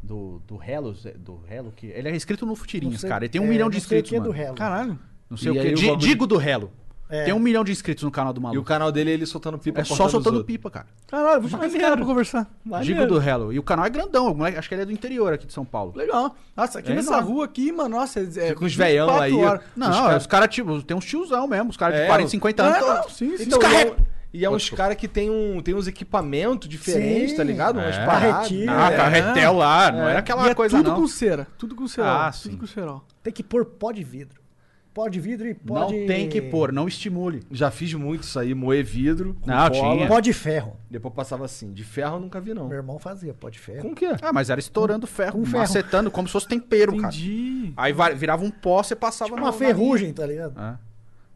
[SPEAKER 4] Do, do Hello, Zé- do Hello que ele é inscrito no Futirinhas,
[SPEAKER 3] Não sei-
[SPEAKER 4] cara. Ele tem um
[SPEAKER 3] é,
[SPEAKER 4] milhão
[SPEAKER 3] não
[SPEAKER 4] de
[SPEAKER 3] sei o
[SPEAKER 4] inscritos,
[SPEAKER 3] que é do
[SPEAKER 4] mano.
[SPEAKER 3] Hello.
[SPEAKER 2] Caralho.
[SPEAKER 4] Não sei
[SPEAKER 1] E
[SPEAKER 4] o que. é
[SPEAKER 1] aí o
[SPEAKER 4] Di-
[SPEAKER 1] bagulho-
[SPEAKER 4] Digo do Hello.
[SPEAKER 3] É.
[SPEAKER 4] Tem um milhão de inscritos no canal
[SPEAKER 1] E
[SPEAKER 4] do
[SPEAKER 1] o
[SPEAKER 4] maluco.
[SPEAKER 1] canal dele é ele soltando pipa
[SPEAKER 4] É só
[SPEAKER 1] cortando os
[SPEAKER 4] soltando
[SPEAKER 1] outros.
[SPEAKER 4] pipa, cara.
[SPEAKER 2] Caralho, vou chamar esse cara pra conversar.
[SPEAKER 4] Digo do Hello. E o canal é grandão. o moleque- Acho que ele é do interior aqui de São Paulo.
[SPEAKER 2] Legal. Nossa, aqui
[SPEAKER 4] É
[SPEAKER 2] nessa
[SPEAKER 4] enorme.
[SPEAKER 2] rua aqui, mano, nossa, é.
[SPEAKER 1] Fica uns veião aí.
[SPEAKER 2] 24 horas.
[SPEAKER 4] Não,
[SPEAKER 1] os
[SPEAKER 4] os
[SPEAKER 1] cara-
[SPEAKER 4] caras, tipo, tem uns tiozão mesmo. Os caras de
[SPEAKER 1] É,
[SPEAKER 4] 40, 50 anos.
[SPEAKER 2] É, não, sim, sim.
[SPEAKER 1] Então, e é, um- e é
[SPEAKER 4] Pode
[SPEAKER 1] uns
[SPEAKER 4] desculpa.
[SPEAKER 1] caras que tem, um, tem uns equipamentos diferentes,
[SPEAKER 3] Sim.
[SPEAKER 1] tá ligado? Umas
[SPEAKER 4] É.
[SPEAKER 1] paradas.
[SPEAKER 3] Carretilha.
[SPEAKER 4] Ah,
[SPEAKER 1] É.
[SPEAKER 4] carretel lá. Não
[SPEAKER 1] É.
[SPEAKER 4] era
[SPEAKER 2] E
[SPEAKER 4] aquela
[SPEAKER 2] é
[SPEAKER 4] coisa,
[SPEAKER 2] tudo
[SPEAKER 4] não.
[SPEAKER 2] com cera. Tudo com cerol.
[SPEAKER 4] Ah,
[SPEAKER 2] tudo
[SPEAKER 4] sim.
[SPEAKER 2] com cerol.
[SPEAKER 3] Tem que pôr pó de vidro. Pó de vidro e pó
[SPEAKER 4] Não
[SPEAKER 3] de...
[SPEAKER 4] tem que pôr, não estimule.
[SPEAKER 1] Já fiz muito isso aí, moer vidro. com
[SPEAKER 4] Não, tinha.
[SPEAKER 3] Pó de ferro.
[SPEAKER 1] Depois passava assim. De ferro eu nunca vi, não.
[SPEAKER 3] Meu irmão fazia pó de ferro.
[SPEAKER 1] Com o quê?
[SPEAKER 4] Ah, mas era estourando ferro,
[SPEAKER 3] com ferro.
[SPEAKER 4] macetando como se fosse tempero, cara.
[SPEAKER 2] Entendi.
[SPEAKER 4] Aí va- virava um pó, você passava
[SPEAKER 3] Tipo
[SPEAKER 4] no-
[SPEAKER 3] uma
[SPEAKER 4] na
[SPEAKER 3] ferrugem, tá ligado?
[SPEAKER 4] linha.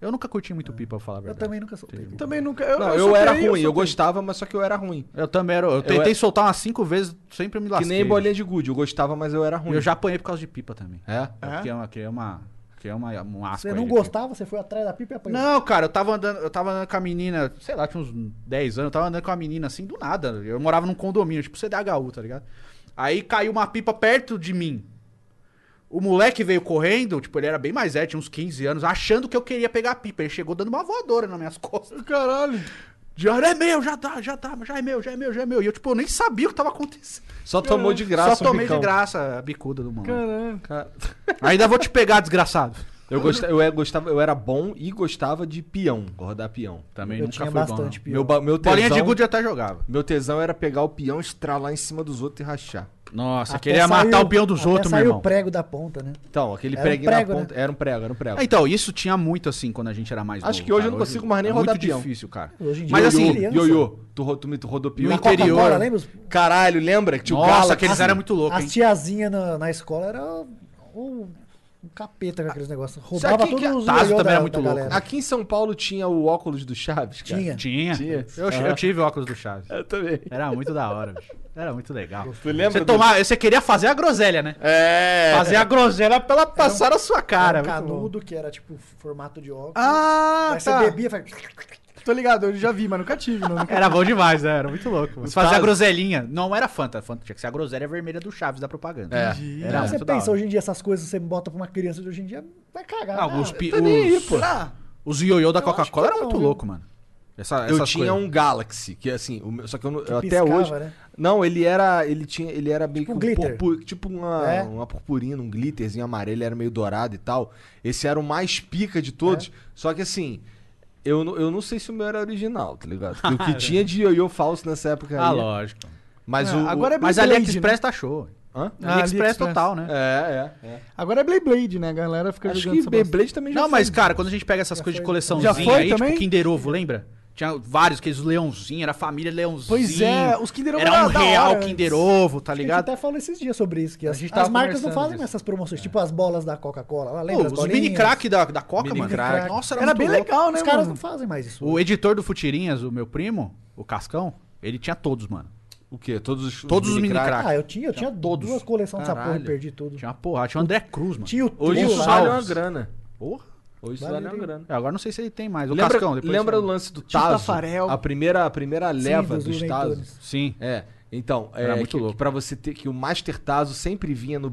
[SPEAKER 4] É. Eu nunca curti muito pipa, pra falar a
[SPEAKER 3] Eu
[SPEAKER 4] verdade. um
[SPEAKER 3] também nunca soltei.
[SPEAKER 2] Também nunca.
[SPEAKER 1] Não, eu, era ruim, eu,
[SPEAKER 2] soltei, soltei.
[SPEAKER 1] gostava, mas só que eu era ruim.
[SPEAKER 4] Eu também era. Eu é- tentei soltar umas cinco vezes, sempre me
[SPEAKER 1] Que
[SPEAKER 4] lasquei.
[SPEAKER 1] nem bolinha de gude, eu gostava, mas eu era ruim.
[SPEAKER 4] Eu já apanhei por causa de pipa também.
[SPEAKER 1] É?
[SPEAKER 4] Que é uma. Que é uma, que é uma um asco
[SPEAKER 3] Você
[SPEAKER 4] aí
[SPEAKER 3] não
[SPEAKER 4] de pipa.
[SPEAKER 3] gostava, você foi atrás da pipa e apanhou.
[SPEAKER 2] é.
[SPEAKER 4] Não, cara, eu tava andando, eu tava andando com a menina, sei lá, tinha uns 10 anos, eu tava andando com a menina assim, do nada. Eu morava num condomínio, tipo CDHU, tá ligado? Aí caiu uma pipa perto de mim. O moleque veio correndo, tipo, ele era bem mais velho, tinha uns 15 anos, achando que eu queria pegar a pipa. Ele chegou dando uma voadora nas minhas costas.
[SPEAKER 2] Caralho.
[SPEAKER 4] Já é meu, já tá, já tá, já é meu, já é meu, já é meu. E eu, tipo, eu nem sabia o que tava acontecendo.
[SPEAKER 1] Só tomou de graça
[SPEAKER 4] Só
[SPEAKER 1] um
[SPEAKER 4] tomei
[SPEAKER 1] bicão.
[SPEAKER 4] de graça a bicuda do mano.
[SPEAKER 2] Caralho.
[SPEAKER 1] Cara,
[SPEAKER 4] Ainda vou te pegar, desgraçado.
[SPEAKER 1] Eu, gosta- eu é- gostava, eu era bom e gostava de peão, rodar peão.
[SPEAKER 4] Também
[SPEAKER 3] Eu tinha bastante pior.
[SPEAKER 1] Meu, ba- meu tesão,
[SPEAKER 4] Bolinha de gude é- eu até jogava.
[SPEAKER 1] meu tesão era pegar o peão, estralar em cima dos outros e rachar.
[SPEAKER 4] Nossa,
[SPEAKER 3] Até
[SPEAKER 4] queria matar
[SPEAKER 3] saiu-
[SPEAKER 4] o peão dos
[SPEAKER 3] até
[SPEAKER 4] outros, meu
[SPEAKER 3] saiu
[SPEAKER 4] irmão.
[SPEAKER 3] o prego da ponta, né?
[SPEAKER 1] Então, aquele
[SPEAKER 3] Era um
[SPEAKER 1] preguinho
[SPEAKER 3] prego,
[SPEAKER 1] na ponta. Era um prego, era um prego.
[SPEAKER 4] Ah, então, isso tinha muito assim quando a gente era mais
[SPEAKER 1] Acho
[SPEAKER 4] novo,
[SPEAKER 1] que hoje
[SPEAKER 4] cara.
[SPEAKER 1] eu não consigo mais nem rodar
[SPEAKER 4] muito
[SPEAKER 1] peão.
[SPEAKER 4] difícil, cara.
[SPEAKER 3] Hoje em dia
[SPEAKER 4] Mas
[SPEAKER 1] Ioiô,
[SPEAKER 4] assim,
[SPEAKER 3] criança.
[SPEAKER 1] Ioiô, tu, ro- tu, me- tu rodou peão.
[SPEAKER 4] No
[SPEAKER 3] Na
[SPEAKER 4] interior-
[SPEAKER 3] Coca-Cola, lembra? Os-
[SPEAKER 1] Caralho, lembra que tinha o
[SPEAKER 4] Nossa,
[SPEAKER 1] galo?
[SPEAKER 4] aqueles eram muito loucos, hein?
[SPEAKER 3] As tiazinhas na, na escola era um, um capeta com aqueles negócios.
[SPEAKER 1] Sabe
[SPEAKER 3] Roubava
[SPEAKER 1] quem que
[SPEAKER 3] todos
[SPEAKER 1] é? né?
[SPEAKER 3] os
[SPEAKER 4] Tazo
[SPEAKER 3] ioiô
[SPEAKER 4] também
[SPEAKER 3] da-
[SPEAKER 4] era muito
[SPEAKER 3] da
[SPEAKER 4] louco.
[SPEAKER 3] galera.
[SPEAKER 1] Aqui em São Paulo tinha o óculos do Chaves, cara.
[SPEAKER 3] Tinha.
[SPEAKER 4] Tinha.
[SPEAKER 1] Tinha.
[SPEAKER 4] Eu, eu tive o óculos do Chaves.
[SPEAKER 1] Eu também.
[SPEAKER 4] Era muito da hora, bicho. Era muito legal.
[SPEAKER 1] Tu lembra
[SPEAKER 4] Você,
[SPEAKER 1] do-
[SPEAKER 4] tomava- você queria fazer a groselha, né?
[SPEAKER 1] É.
[SPEAKER 4] Fazer a groselha pra ela passar na sua cara.
[SPEAKER 3] Era um
[SPEAKER 4] muito bom.
[SPEAKER 3] canudo que era tipo formato de óculos.
[SPEAKER 2] é Ah,
[SPEAKER 3] Aí
[SPEAKER 2] tá. É,
[SPEAKER 3] você bebia e faz...
[SPEAKER 2] Tô ligado, eu já vi, mas nunca tive, mano. Nunca...
[SPEAKER 4] Era bom demais, né? Era muito louco. Você fazia a
[SPEAKER 1] Tazos.
[SPEAKER 4] groselinha. Não era Fanta. Fanta tinha que ser a groselha vermelha do Chaves da propaganda.
[SPEAKER 1] É.
[SPEAKER 4] Entendi.
[SPEAKER 3] Aí
[SPEAKER 4] Era
[SPEAKER 3] Ah, você
[SPEAKER 4] muito da
[SPEAKER 3] pensa,
[SPEAKER 4] hora.
[SPEAKER 3] hoje em dia essas coisas você bota pra uma criança de hoje em dia, vai cagar.
[SPEAKER 4] Ah, os,
[SPEAKER 3] né?
[SPEAKER 4] pi-
[SPEAKER 1] tá nem aí,
[SPEAKER 4] os-
[SPEAKER 1] pô.
[SPEAKER 4] os ioiô da
[SPEAKER 3] Eu acho que
[SPEAKER 4] Coca-Cola eram
[SPEAKER 3] não,
[SPEAKER 4] muito
[SPEAKER 3] viu?
[SPEAKER 4] louco, mano. Essa,
[SPEAKER 1] Eu
[SPEAKER 4] essas
[SPEAKER 1] tinha
[SPEAKER 4] coisas.
[SPEAKER 1] um Galaxy, que assim, o meu- só que eu, não- eu até
[SPEAKER 3] piscava,
[SPEAKER 1] hoje.
[SPEAKER 3] né?
[SPEAKER 1] Não, ele era. Ele tinha. Ele era meio
[SPEAKER 3] Tipo um
[SPEAKER 1] que
[SPEAKER 3] glitter.
[SPEAKER 1] purpu- tipo uma,
[SPEAKER 3] É.
[SPEAKER 1] uma purpurina, um glitterzinho amarelo, ele era meio dourado e tal. Esse era o mais pica de todos. Só que assim, eu, não- eu não sei se o meu era original, tá ligado? Porque o que tinha de ioiô falso nessa época
[SPEAKER 4] Ah,
[SPEAKER 1] aí.
[SPEAKER 4] lógico.
[SPEAKER 1] mas o.
[SPEAKER 2] agora
[SPEAKER 1] Agora
[SPEAKER 2] é
[SPEAKER 4] Mas
[SPEAKER 2] Blade,
[SPEAKER 4] AliExpress tá show.
[SPEAKER 1] Hã?
[SPEAKER 2] Ah,
[SPEAKER 4] AliExpress
[SPEAKER 2] AliExpress.
[SPEAKER 4] total, né?
[SPEAKER 1] É, é. é.
[SPEAKER 2] Agora é Blade Blade, né? A galera fica
[SPEAKER 1] Acho
[SPEAKER 2] jogando
[SPEAKER 1] que
[SPEAKER 2] essa bosta.
[SPEAKER 1] Beyblade também já
[SPEAKER 4] Não, mas,
[SPEAKER 1] foi.
[SPEAKER 4] cara, quando a gente pega essas coisas de coleçãozinha
[SPEAKER 2] Já foi
[SPEAKER 4] aí,
[SPEAKER 2] também?
[SPEAKER 4] tipo Kinder Ovo, lembra? Tinha vários, aqueles leãozinhos, era a família leãozinho.
[SPEAKER 2] Pois é, os Kinder Ovo
[SPEAKER 4] Era
[SPEAKER 2] era
[SPEAKER 4] um
[SPEAKER 2] da
[SPEAKER 4] real
[SPEAKER 2] hora
[SPEAKER 4] Kinder Ovo, tá
[SPEAKER 3] A gente
[SPEAKER 4] ligado?
[SPEAKER 3] até falou esses dias sobre isso, que as,
[SPEAKER 4] gente
[SPEAKER 3] as
[SPEAKER 4] tava
[SPEAKER 3] marcas não
[SPEAKER 4] conversando
[SPEAKER 3] fazem
[SPEAKER 4] disso.
[SPEAKER 3] mais essas promoções, tipo as bolas da Coca-Cola lá,
[SPEAKER 4] Pô,
[SPEAKER 3] lembra? as
[SPEAKER 4] os
[SPEAKER 3] bolinhas? É
[SPEAKER 4] mini crack da, da Coca,
[SPEAKER 1] Mini
[SPEAKER 4] mano.
[SPEAKER 1] crack.
[SPEAKER 4] Nossa, era,
[SPEAKER 2] Era bem
[SPEAKER 4] legal.
[SPEAKER 2] legal, né,
[SPEAKER 3] Os caras
[SPEAKER 2] mano?
[SPEAKER 3] não fazem mais isso.
[SPEAKER 4] O editor do Futirinhas, o meu primo, o Cascão, ele tinha todos, mano.
[SPEAKER 1] O quê? Todos os.
[SPEAKER 4] Todos os mini
[SPEAKER 1] crack?
[SPEAKER 4] crack.
[SPEAKER 3] Ah, eu tinha, eu tinha
[SPEAKER 4] todos.
[SPEAKER 3] duas coleções dessa porra
[SPEAKER 1] Caralho.
[SPEAKER 3] e perdi tudo.
[SPEAKER 4] Tinha uma porra, tinha o André Cruz, mano.
[SPEAKER 3] Tinha o
[SPEAKER 1] Hoje
[SPEAKER 3] trio
[SPEAKER 1] isso
[SPEAKER 3] lá.
[SPEAKER 4] Gonçalves.
[SPEAKER 1] vale uma grana.
[SPEAKER 4] Porra.
[SPEAKER 1] Hoje isso vale
[SPEAKER 3] um Vale
[SPEAKER 1] uma
[SPEAKER 3] bem.
[SPEAKER 1] grana.
[SPEAKER 4] É, Agora não sei se ele tem mais. O
[SPEAKER 1] lembra
[SPEAKER 4] Cascão, depois.
[SPEAKER 1] lembra
[SPEAKER 4] você-
[SPEAKER 1] o lance do
[SPEAKER 2] Tio
[SPEAKER 1] Tazo?
[SPEAKER 2] Tafarel.
[SPEAKER 1] A primeira, a primeira leva
[SPEAKER 3] dos
[SPEAKER 1] dos
[SPEAKER 3] Ventunes.
[SPEAKER 1] Tazos.
[SPEAKER 4] Sim.
[SPEAKER 1] É. Então, é
[SPEAKER 4] Era muito
[SPEAKER 1] que,
[SPEAKER 4] louco.
[SPEAKER 1] que pra você ter que o Master Tazo sempre vinha no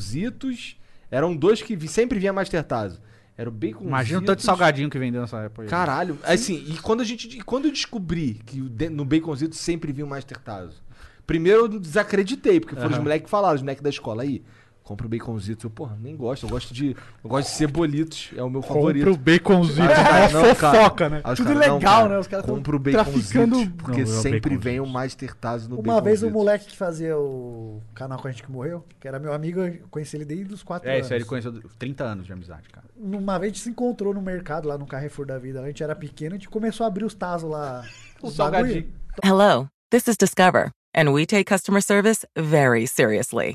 [SPEAKER 1] Baconzitos. Eram dois que vi- sempre vinha Master Tazo. Era o Baconzitos.
[SPEAKER 4] Imagina o tanto de salgadinho que vendeu nessa época. aí.
[SPEAKER 1] Caralho, assim, e quando a gente e quando eu descobri que o de- no Baconzitos sempre vinha o Master Tazo. Primeiro eu desacreditei, porque foram os moleques que falaram, os moleques da escola aí. Compro baconzitos. Eu, porra, nem gosto. Eu gosto de. Eu gosto de cebolitos. É o meu
[SPEAKER 4] Compra
[SPEAKER 1] favorito.
[SPEAKER 4] o baconzitos.
[SPEAKER 1] Aí os caras,
[SPEAKER 4] É
[SPEAKER 1] não, cara.
[SPEAKER 4] fofoca, né?
[SPEAKER 1] Aí os
[SPEAKER 4] Tudo
[SPEAKER 1] caras, não,
[SPEAKER 4] ilegal,
[SPEAKER 1] cara.
[SPEAKER 4] né? Os caras tão
[SPEAKER 1] Compra o
[SPEAKER 4] traficando-
[SPEAKER 1] baconzitos. Porque
[SPEAKER 4] Não, é o
[SPEAKER 1] sempre vem o Master Tazo no
[SPEAKER 3] Uma vez o
[SPEAKER 1] baconzitos.
[SPEAKER 3] moleque que fazia o canal com a gente que morreu, que era meu amigo, eu conheci ele desde os 4
[SPEAKER 4] É,
[SPEAKER 3] anos.
[SPEAKER 4] isso aí ele conheceu 30 anos de amizade, cara.
[SPEAKER 3] Uma vez a gente se encontrou no mercado, lá no Carrefour da Vida. A gente era pequeno, a gente começou a abrir os tazos lá.
[SPEAKER 4] Os
[SPEAKER 3] bagulho.
[SPEAKER 4] salgadinhos.
[SPEAKER 12] Hello, this is Discover, and we take customer service very seriously.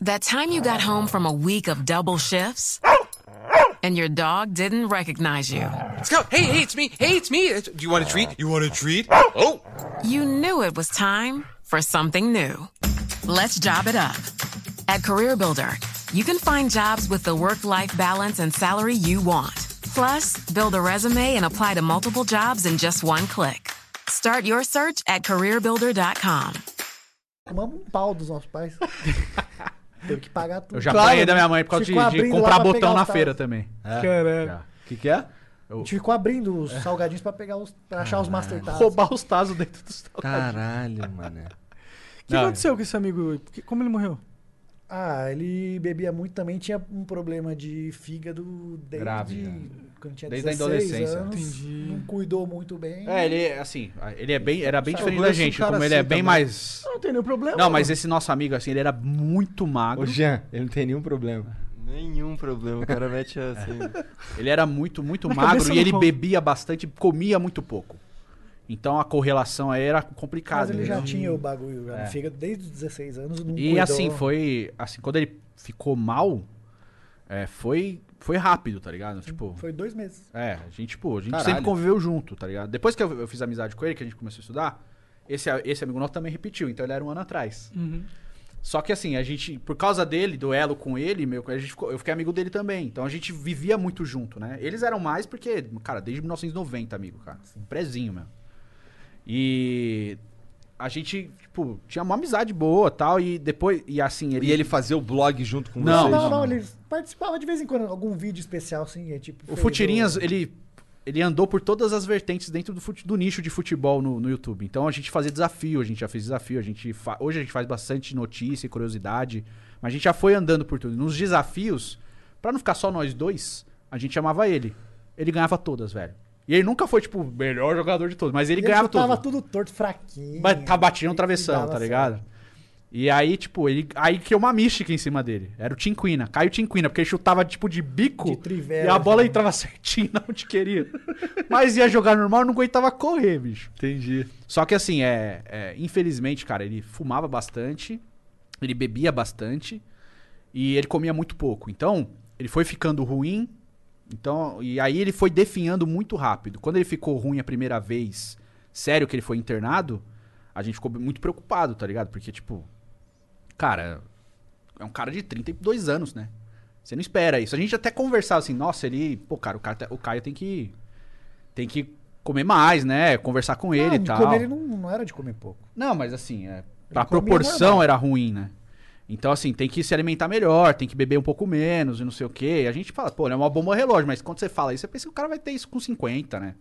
[SPEAKER 13] That time you got home from a week of double shifts and your dog didn't recognize you.
[SPEAKER 14] Scout, hey, hey, it's me. Hey, it's me. It's- Do you want a treat? You want a treat? Oh.
[SPEAKER 13] You knew it was time for something new. Let's job it up. At CareerBuilder, you can find jobs with the work life balance and salary you want. Plus, build a resume and apply to multiple jobs in just one click. Start your search at CareerBuilder.com.
[SPEAKER 3] Tomamos um pau dos nossos pais. Teve que pagar tudo. né?
[SPEAKER 4] Eu já apanhei da minha mãe por causa de,
[SPEAKER 3] Ficou
[SPEAKER 4] de
[SPEAKER 3] abrindo lá
[SPEAKER 4] comprar
[SPEAKER 3] pra pegar
[SPEAKER 4] botão
[SPEAKER 3] os
[SPEAKER 4] na
[SPEAKER 3] tazos.
[SPEAKER 4] feira também.
[SPEAKER 3] Caralho.
[SPEAKER 4] O que, que é?
[SPEAKER 3] A gente ficou abrindo os salgadinhos pra pegar os. pra achar os master tazos.
[SPEAKER 4] Roubar os tazos dentro dos
[SPEAKER 1] Caralho, mano.
[SPEAKER 2] O que aconteceu com esse amigo? Que- Como ele morreu?
[SPEAKER 3] Ah, ele bebia muito também, tinha um problema de fígado desde,
[SPEAKER 4] Grave, né?
[SPEAKER 3] quando tinha
[SPEAKER 4] Desde a
[SPEAKER 3] 16
[SPEAKER 4] adolescência.
[SPEAKER 3] Anos,
[SPEAKER 4] Entendi.
[SPEAKER 3] Não cuidou muito bem.
[SPEAKER 4] É, ele, assim, ele é bem, era bem
[SPEAKER 3] Sabe,
[SPEAKER 4] diferente
[SPEAKER 3] eu
[SPEAKER 4] da
[SPEAKER 3] conheço um
[SPEAKER 4] gente.
[SPEAKER 3] cara
[SPEAKER 4] Como ele
[SPEAKER 3] assim
[SPEAKER 4] é bem
[SPEAKER 3] também.
[SPEAKER 4] mais.
[SPEAKER 2] Não tem nenhum problema.
[SPEAKER 4] Não, mas esse nosso amigo, assim, ele era muito magro.
[SPEAKER 1] Ô, Jean, ele não tem nenhum problema.
[SPEAKER 10] Nenhum problema, o cara mete assim.
[SPEAKER 4] Ele era muito, muito
[SPEAKER 10] Na
[SPEAKER 4] magro
[SPEAKER 10] cabeça eu
[SPEAKER 4] e
[SPEAKER 10] não
[SPEAKER 4] ele
[SPEAKER 10] como.
[SPEAKER 4] bebia bastante, comia muito pouco. Então a correlação aí era complicada.
[SPEAKER 3] Mas ele já
[SPEAKER 4] entendeu?
[SPEAKER 3] tinha um o bagulho já
[SPEAKER 4] É.
[SPEAKER 3] no fígado desde os 16 anos. Não
[SPEAKER 4] E
[SPEAKER 3] cuidou.
[SPEAKER 4] assim, foi. Assim, quando ele ficou mal, é, foi, foi rápido, tá ligado? Tipo.
[SPEAKER 3] Foi dois meses.
[SPEAKER 4] É, a gente, pô, a gente
[SPEAKER 3] Caralho.
[SPEAKER 4] sempre conviveu junto, tá ligado? Depois que eu, eu fiz amizade com ele, que a gente começou a estudar, esse, esse amigo nosso também repetiu, então ele era um ano atrás. Só que assim, a gente, por causa dele, do elo com ele, meu, a gente ficou- eu fiquei amigo dele também. Então a gente vivia muito junto, né? Eles eram mais porque, cara, desde 1990, amigo, cara. Um prezinho mesmo. E a gente, tipo, tinha uma amizade boa tal. E depois, e assim, ele.
[SPEAKER 1] E ele fazia o blog junto com
[SPEAKER 4] Não,
[SPEAKER 1] vocês?
[SPEAKER 3] Não, não, ele participava de vez em quando, algum vídeo especial, assim, é tipo.
[SPEAKER 4] O
[SPEAKER 3] fez
[SPEAKER 4] Futirinhas, ele, ele andou por todas as vertentes dentro do, fut- do nicho de futebol no, no YouTube. Então a gente fazia desafio, a gente já fez desafio, a gente fa- hoje a gente faz bastante notícia e curiosidade, mas a gente já foi andando por tudo. Nos desafios, pra não ficar só nós dois, a gente chamava ele. Ele ganhava todas, velho. E ele nunca foi, tipo, o melhor jogador de todos, mas ele, ganhava
[SPEAKER 3] Tava
[SPEAKER 4] todas.
[SPEAKER 3] tudo torto, fraquinho.
[SPEAKER 4] Mas tá batia no travessão,
[SPEAKER 3] dava
[SPEAKER 4] tá ligado? E aí, tipo, ele, aí criou uma mística em cima dele. Era o Tinquina. Caiu o Tinquina, porque ele chutava, tipo, de bico.
[SPEAKER 3] trivela,
[SPEAKER 4] e a bola
[SPEAKER 3] assim.
[SPEAKER 4] entrava certinho na onde queria. Mas ia jogar normal, não aguentava correr, bicho. Entendi. Só que assim, é, é, infelizmente, cara, ele fumava bastante, ele bebia bastante e ele comia muito pouco. Então, ele foi ficando ruim. Então, e aí ele foi definhando muito rápido. Quando ele ficou ruim a primeira vez, sério que ele foi internado, a gente ficou muito preocupado, tá ligado? Porque tipo, cara, é um cara de 32 anos, né? Você não espera isso. A gente até conversava assim, nossa, ele, pô, cara, o cara, tá- o Caio tem que tem que comer mais, né? Conversar com ele e
[SPEAKER 3] De
[SPEAKER 4] tal.
[SPEAKER 3] comer ele não, não era de comer pouco.
[SPEAKER 4] Não, mas assim, é, pra
[SPEAKER 3] comia
[SPEAKER 4] proporção
[SPEAKER 3] normal.
[SPEAKER 4] era ruim, né? Então, assim, tem que se alimentar melhor, tem que beber um pouco menos e não sei o quê. A gente fala, pô, ele é uma bomba relógio, mas quando você fala isso, você pensa que o cara vai ter isso com 50, né?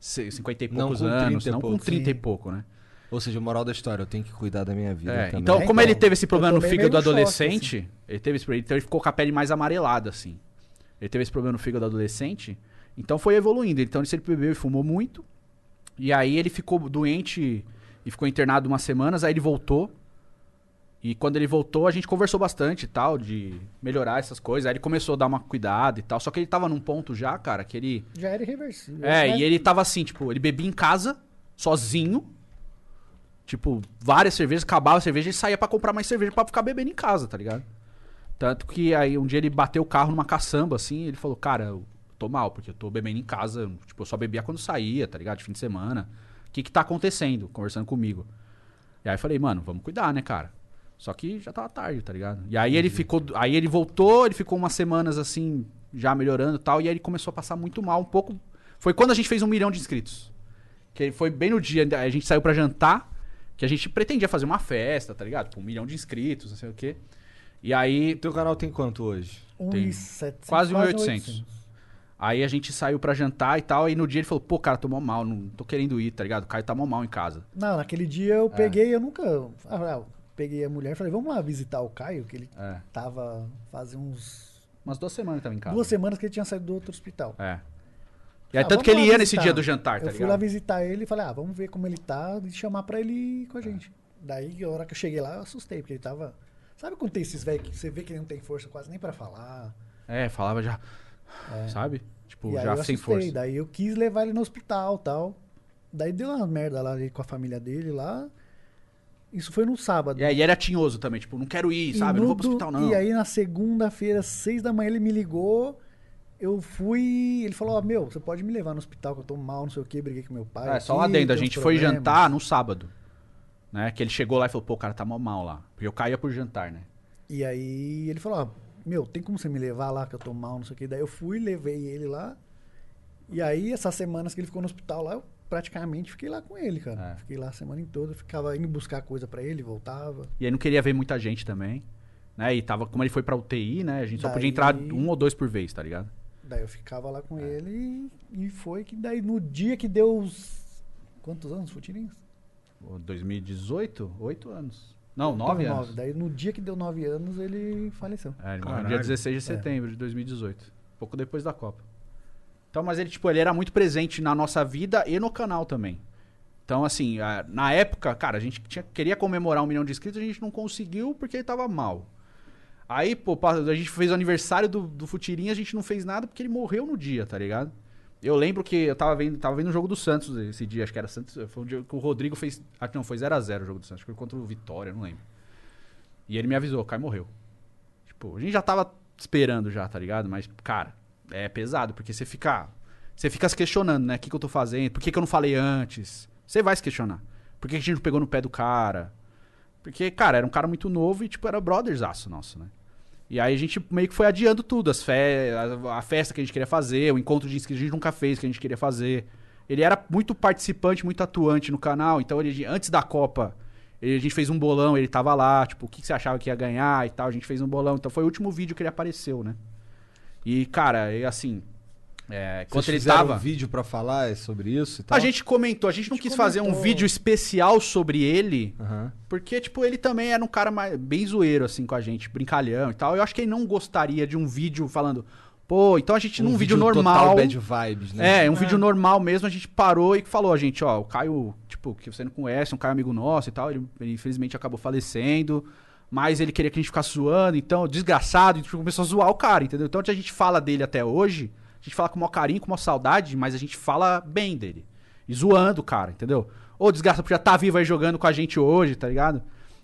[SPEAKER 4] Se- 50 e
[SPEAKER 1] Não
[SPEAKER 4] poucos
[SPEAKER 1] com 30
[SPEAKER 4] anos,
[SPEAKER 1] e
[SPEAKER 4] não
[SPEAKER 1] poucos.
[SPEAKER 4] com 30 e
[SPEAKER 1] Sim.
[SPEAKER 4] pouco, né?
[SPEAKER 1] Ou seja, moral da história, eu tenho que cuidar da minha vida.
[SPEAKER 4] É,
[SPEAKER 1] também.
[SPEAKER 4] então, como ele teve esse problema no
[SPEAKER 1] eu tomei
[SPEAKER 4] fígado
[SPEAKER 1] meio um choque, assim.
[SPEAKER 4] adolescente, ele teve esse problema, então ele ficou com a pele mais amarelada, assim. Ele teve esse problema no fígado adolescente, então foi evoluindo. Então, ele sempre bebeu e fumou muito, e aí ele ficou doente e ficou internado umas semanas, aí ele voltou. E quando ele voltou, a gente conversou bastante e tal, de melhorar essas coisas. Aí ele começou a dar uma cuidada e tal. Só que ele tava num ponto já, cara, que ele.
[SPEAKER 3] Já era irreversível.
[SPEAKER 4] É,
[SPEAKER 3] Mas
[SPEAKER 4] e ele tava assim, tipo, ele bebia em casa, sozinho. Tipo, várias cervejas, acabava a cerveja, ele saía pra comprar mais cerveja pra ficar bebendo em casa, tá ligado? Tanto que aí um dia ele bateu o carro numa caçamba, assim, e ele falou, cara, eu tô mal, porque eu tô bebendo em casa, tipo, eu só bebia quando saía, tá ligado? De fim de semana. O que que tá acontecendo? Conversando comigo. E aí eu falei, mano, vamos cuidar, né, cara? Só que já tava tarde, tá ligado? E aí ele ficou. Aí ele voltou, ele ficou umas semanas assim, já melhorando e tal. E aí ele começou a passar muito mal, um pouco. Foi quando a gente fez um milhão de inscritos. Que foi bem no dia, a gente saiu pra jantar, que a gente pretendia fazer uma festa, tá ligado? Tipo, um milhão de inscritos, não sei o quê. E aí.
[SPEAKER 1] Teu canal tem quanto hoje?
[SPEAKER 3] Um
[SPEAKER 4] Tem
[SPEAKER 3] e setecentos,
[SPEAKER 4] Quase
[SPEAKER 3] quase
[SPEAKER 4] 1.800. Aí a gente saiu pra jantar e tal. E no dia ele falou: pô, cara, tô mó mal, não tô querendo ir, tá ligado? O Caio tá mó mal em casa.
[SPEAKER 3] Não, naquele dia
[SPEAKER 4] É.
[SPEAKER 3] eu peguei, eu nunca. ah, eu peguei a mulher e falei, vamos lá visitar o Caio, que ele
[SPEAKER 4] É.
[SPEAKER 3] tava fazendo uns.
[SPEAKER 4] Umas duas semanas ele tava em casa.
[SPEAKER 3] Duas semanas que ele tinha saído do outro hospital.
[SPEAKER 4] É. E aí,
[SPEAKER 3] Ah,
[SPEAKER 4] tanto
[SPEAKER 3] vamos
[SPEAKER 4] que ele
[SPEAKER 3] lá
[SPEAKER 4] ia nesse
[SPEAKER 3] visitar.
[SPEAKER 4] dia do jantar, tá
[SPEAKER 3] Eu fui
[SPEAKER 4] ligado?
[SPEAKER 3] lá visitar ele e falei, ah, vamos ver como ele tá e chamar pra ele ir
[SPEAKER 4] É.
[SPEAKER 3] com a gente. Daí, a hora que eu cheguei lá, eu assustei, porque ele tava. Sabe quando tem esses velhos que você vê que ele não tem força quase nem pra falar?
[SPEAKER 4] É, falava já. Sabe? Tipo,
[SPEAKER 3] É. E aí
[SPEAKER 4] já
[SPEAKER 3] eu
[SPEAKER 4] sem
[SPEAKER 3] assustei,
[SPEAKER 4] força.
[SPEAKER 3] Daí eu quis levar ele no hospital tal. Daí deu uma merda lá ele com a família dele lá. Isso foi no sábado.
[SPEAKER 4] E aí era tinhoso também, tipo, não quero ir,
[SPEAKER 3] E
[SPEAKER 4] sabe? Não
[SPEAKER 3] no
[SPEAKER 4] vou pro
[SPEAKER 3] do-
[SPEAKER 4] hospital, não.
[SPEAKER 3] E aí na segunda-feira, seis da manhã, ele me ligou. Eu fui. Ele falou: ó, Meu, você pode me levar no hospital que eu tô mal, não sei o que, briguei com meu pai.
[SPEAKER 4] É, só
[SPEAKER 3] aqui, um
[SPEAKER 4] lá dentro. A
[SPEAKER 3] tenho uns
[SPEAKER 4] gente foi
[SPEAKER 3] problemas."
[SPEAKER 4] jantar no sábado. Né? Que ele chegou lá e falou, pô, o cara tá mó mal lá. Porque eu caía por jantar, né?
[SPEAKER 3] E aí ele falou, ó, meu, tem como você me levar lá que eu tô mal, não sei o que. Daí eu fui, levei ele lá. E aí essas semanas que ele ficou no hospital lá, eu praticamente fiquei lá com ele,
[SPEAKER 4] É.
[SPEAKER 3] cara. Fiquei lá a semana em toda, ficava indo buscar coisa pra ele, voltava.
[SPEAKER 4] E aí não queria ver muita gente também. Né? E tava, como ele foi pra UTI, né? A gente só
[SPEAKER 3] Daí-
[SPEAKER 4] podia entrar um ou dois por vez, tá ligado?
[SPEAKER 3] Daí eu ficava lá
[SPEAKER 4] É.
[SPEAKER 3] com ele e e foi que daí no dia que deu os... Quantos anos, Futirinhos?
[SPEAKER 4] Ô, 2018? Oito anos. Não, nove
[SPEAKER 3] Deu
[SPEAKER 4] anos.
[SPEAKER 3] Daí no dia que deu nove anos ele faleceu.
[SPEAKER 4] É, ele morreu no dia 16 de setembro de 2018. Pouco depois da Copa. Então, mas ele, tipo, ele era muito presente na nossa vida e no canal também. Então, assim, a- na época, cara, a gente tinha- queria comemorar um milhão de inscritos, a gente não conseguiu porque ele tava mal. Aí, pô, pa- a gente fez o aniversário do, do Futirinha, a gente não fez nada porque ele morreu no dia, tá ligado? Eu lembro que eu tava vendo, tava vendo o jogo do Santos esse dia, acho que era Santos. Foi um dia que o Rodrigo fez. Ah, não, foi 0x0 o jogo do Santos. Acho que foi contra o Vitória, não lembro. E ele me avisou, o Caio morreu. Tipo, a gente já tava esperando já, tá ligado? Mas, cara, é pesado, porque você fica. Você fica se questionando, né? O que, que eu tô fazendo? Por que, que eu não falei antes? Você vai se questionar. Por que, que a gente não pegou no pé do cara? Porque, cara, era um cara muito novo e, tipo, era brotherzaço nosso, né? E aí a gente meio que foi adiando tudo. As fe a, a festa que a gente queria fazer, o encontro de inscritos que a gente nunca fez, que a gente queria fazer. Ele era muito participante, muito atuante no canal. Então, ele, antes da Copa, ele- a gente fez um bolão, ele tava lá, tipo, o que que você achava que ia ganhar e tal. A gente fez um bolão. Então, foi o último vídeo que ele apareceu, né? E, cara, e assim... É,
[SPEAKER 1] Vocês
[SPEAKER 4] enquanto ele
[SPEAKER 1] fizeram
[SPEAKER 4] tava...
[SPEAKER 1] um vídeo pra falar sobre isso e tal?
[SPEAKER 4] A gente comentou, a gente não quis fazer um
[SPEAKER 1] comentou.
[SPEAKER 4] vídeo especial sobre ele, porque, tipo, ele também era um cara mais, bem zoeiro, assim, com a gente, brincalhão e tal. Eu acho que ele não gostaria de um vídeo falando, pô, então a gente,
[SPEAKER 1] um
[SPEAKER 4] num vídeo, normal.
[SPEAKER 1] Total bad vibes, né?
[SPEAKER 4] É, um vídeo normal mesmo, a gente parou e falou, gente, ó, o Caio, tipo, que você não conhece, um Caio amigo nosso e tal, ele, ele infelizmente acabou falecendo, mas ele queria que a gente ficasse zoando, então, desgraçado, a gente começou a zoar o cara, entendeu? Então, a gente fala dele até hoje, a gente fala com o maior carinho, com o maior saudade, mas a gente fala bem dele. E zoando o cara, entendeu? Ô, desgraça, porque já tá vivo aí jogando com a gente hoje, tá ligado?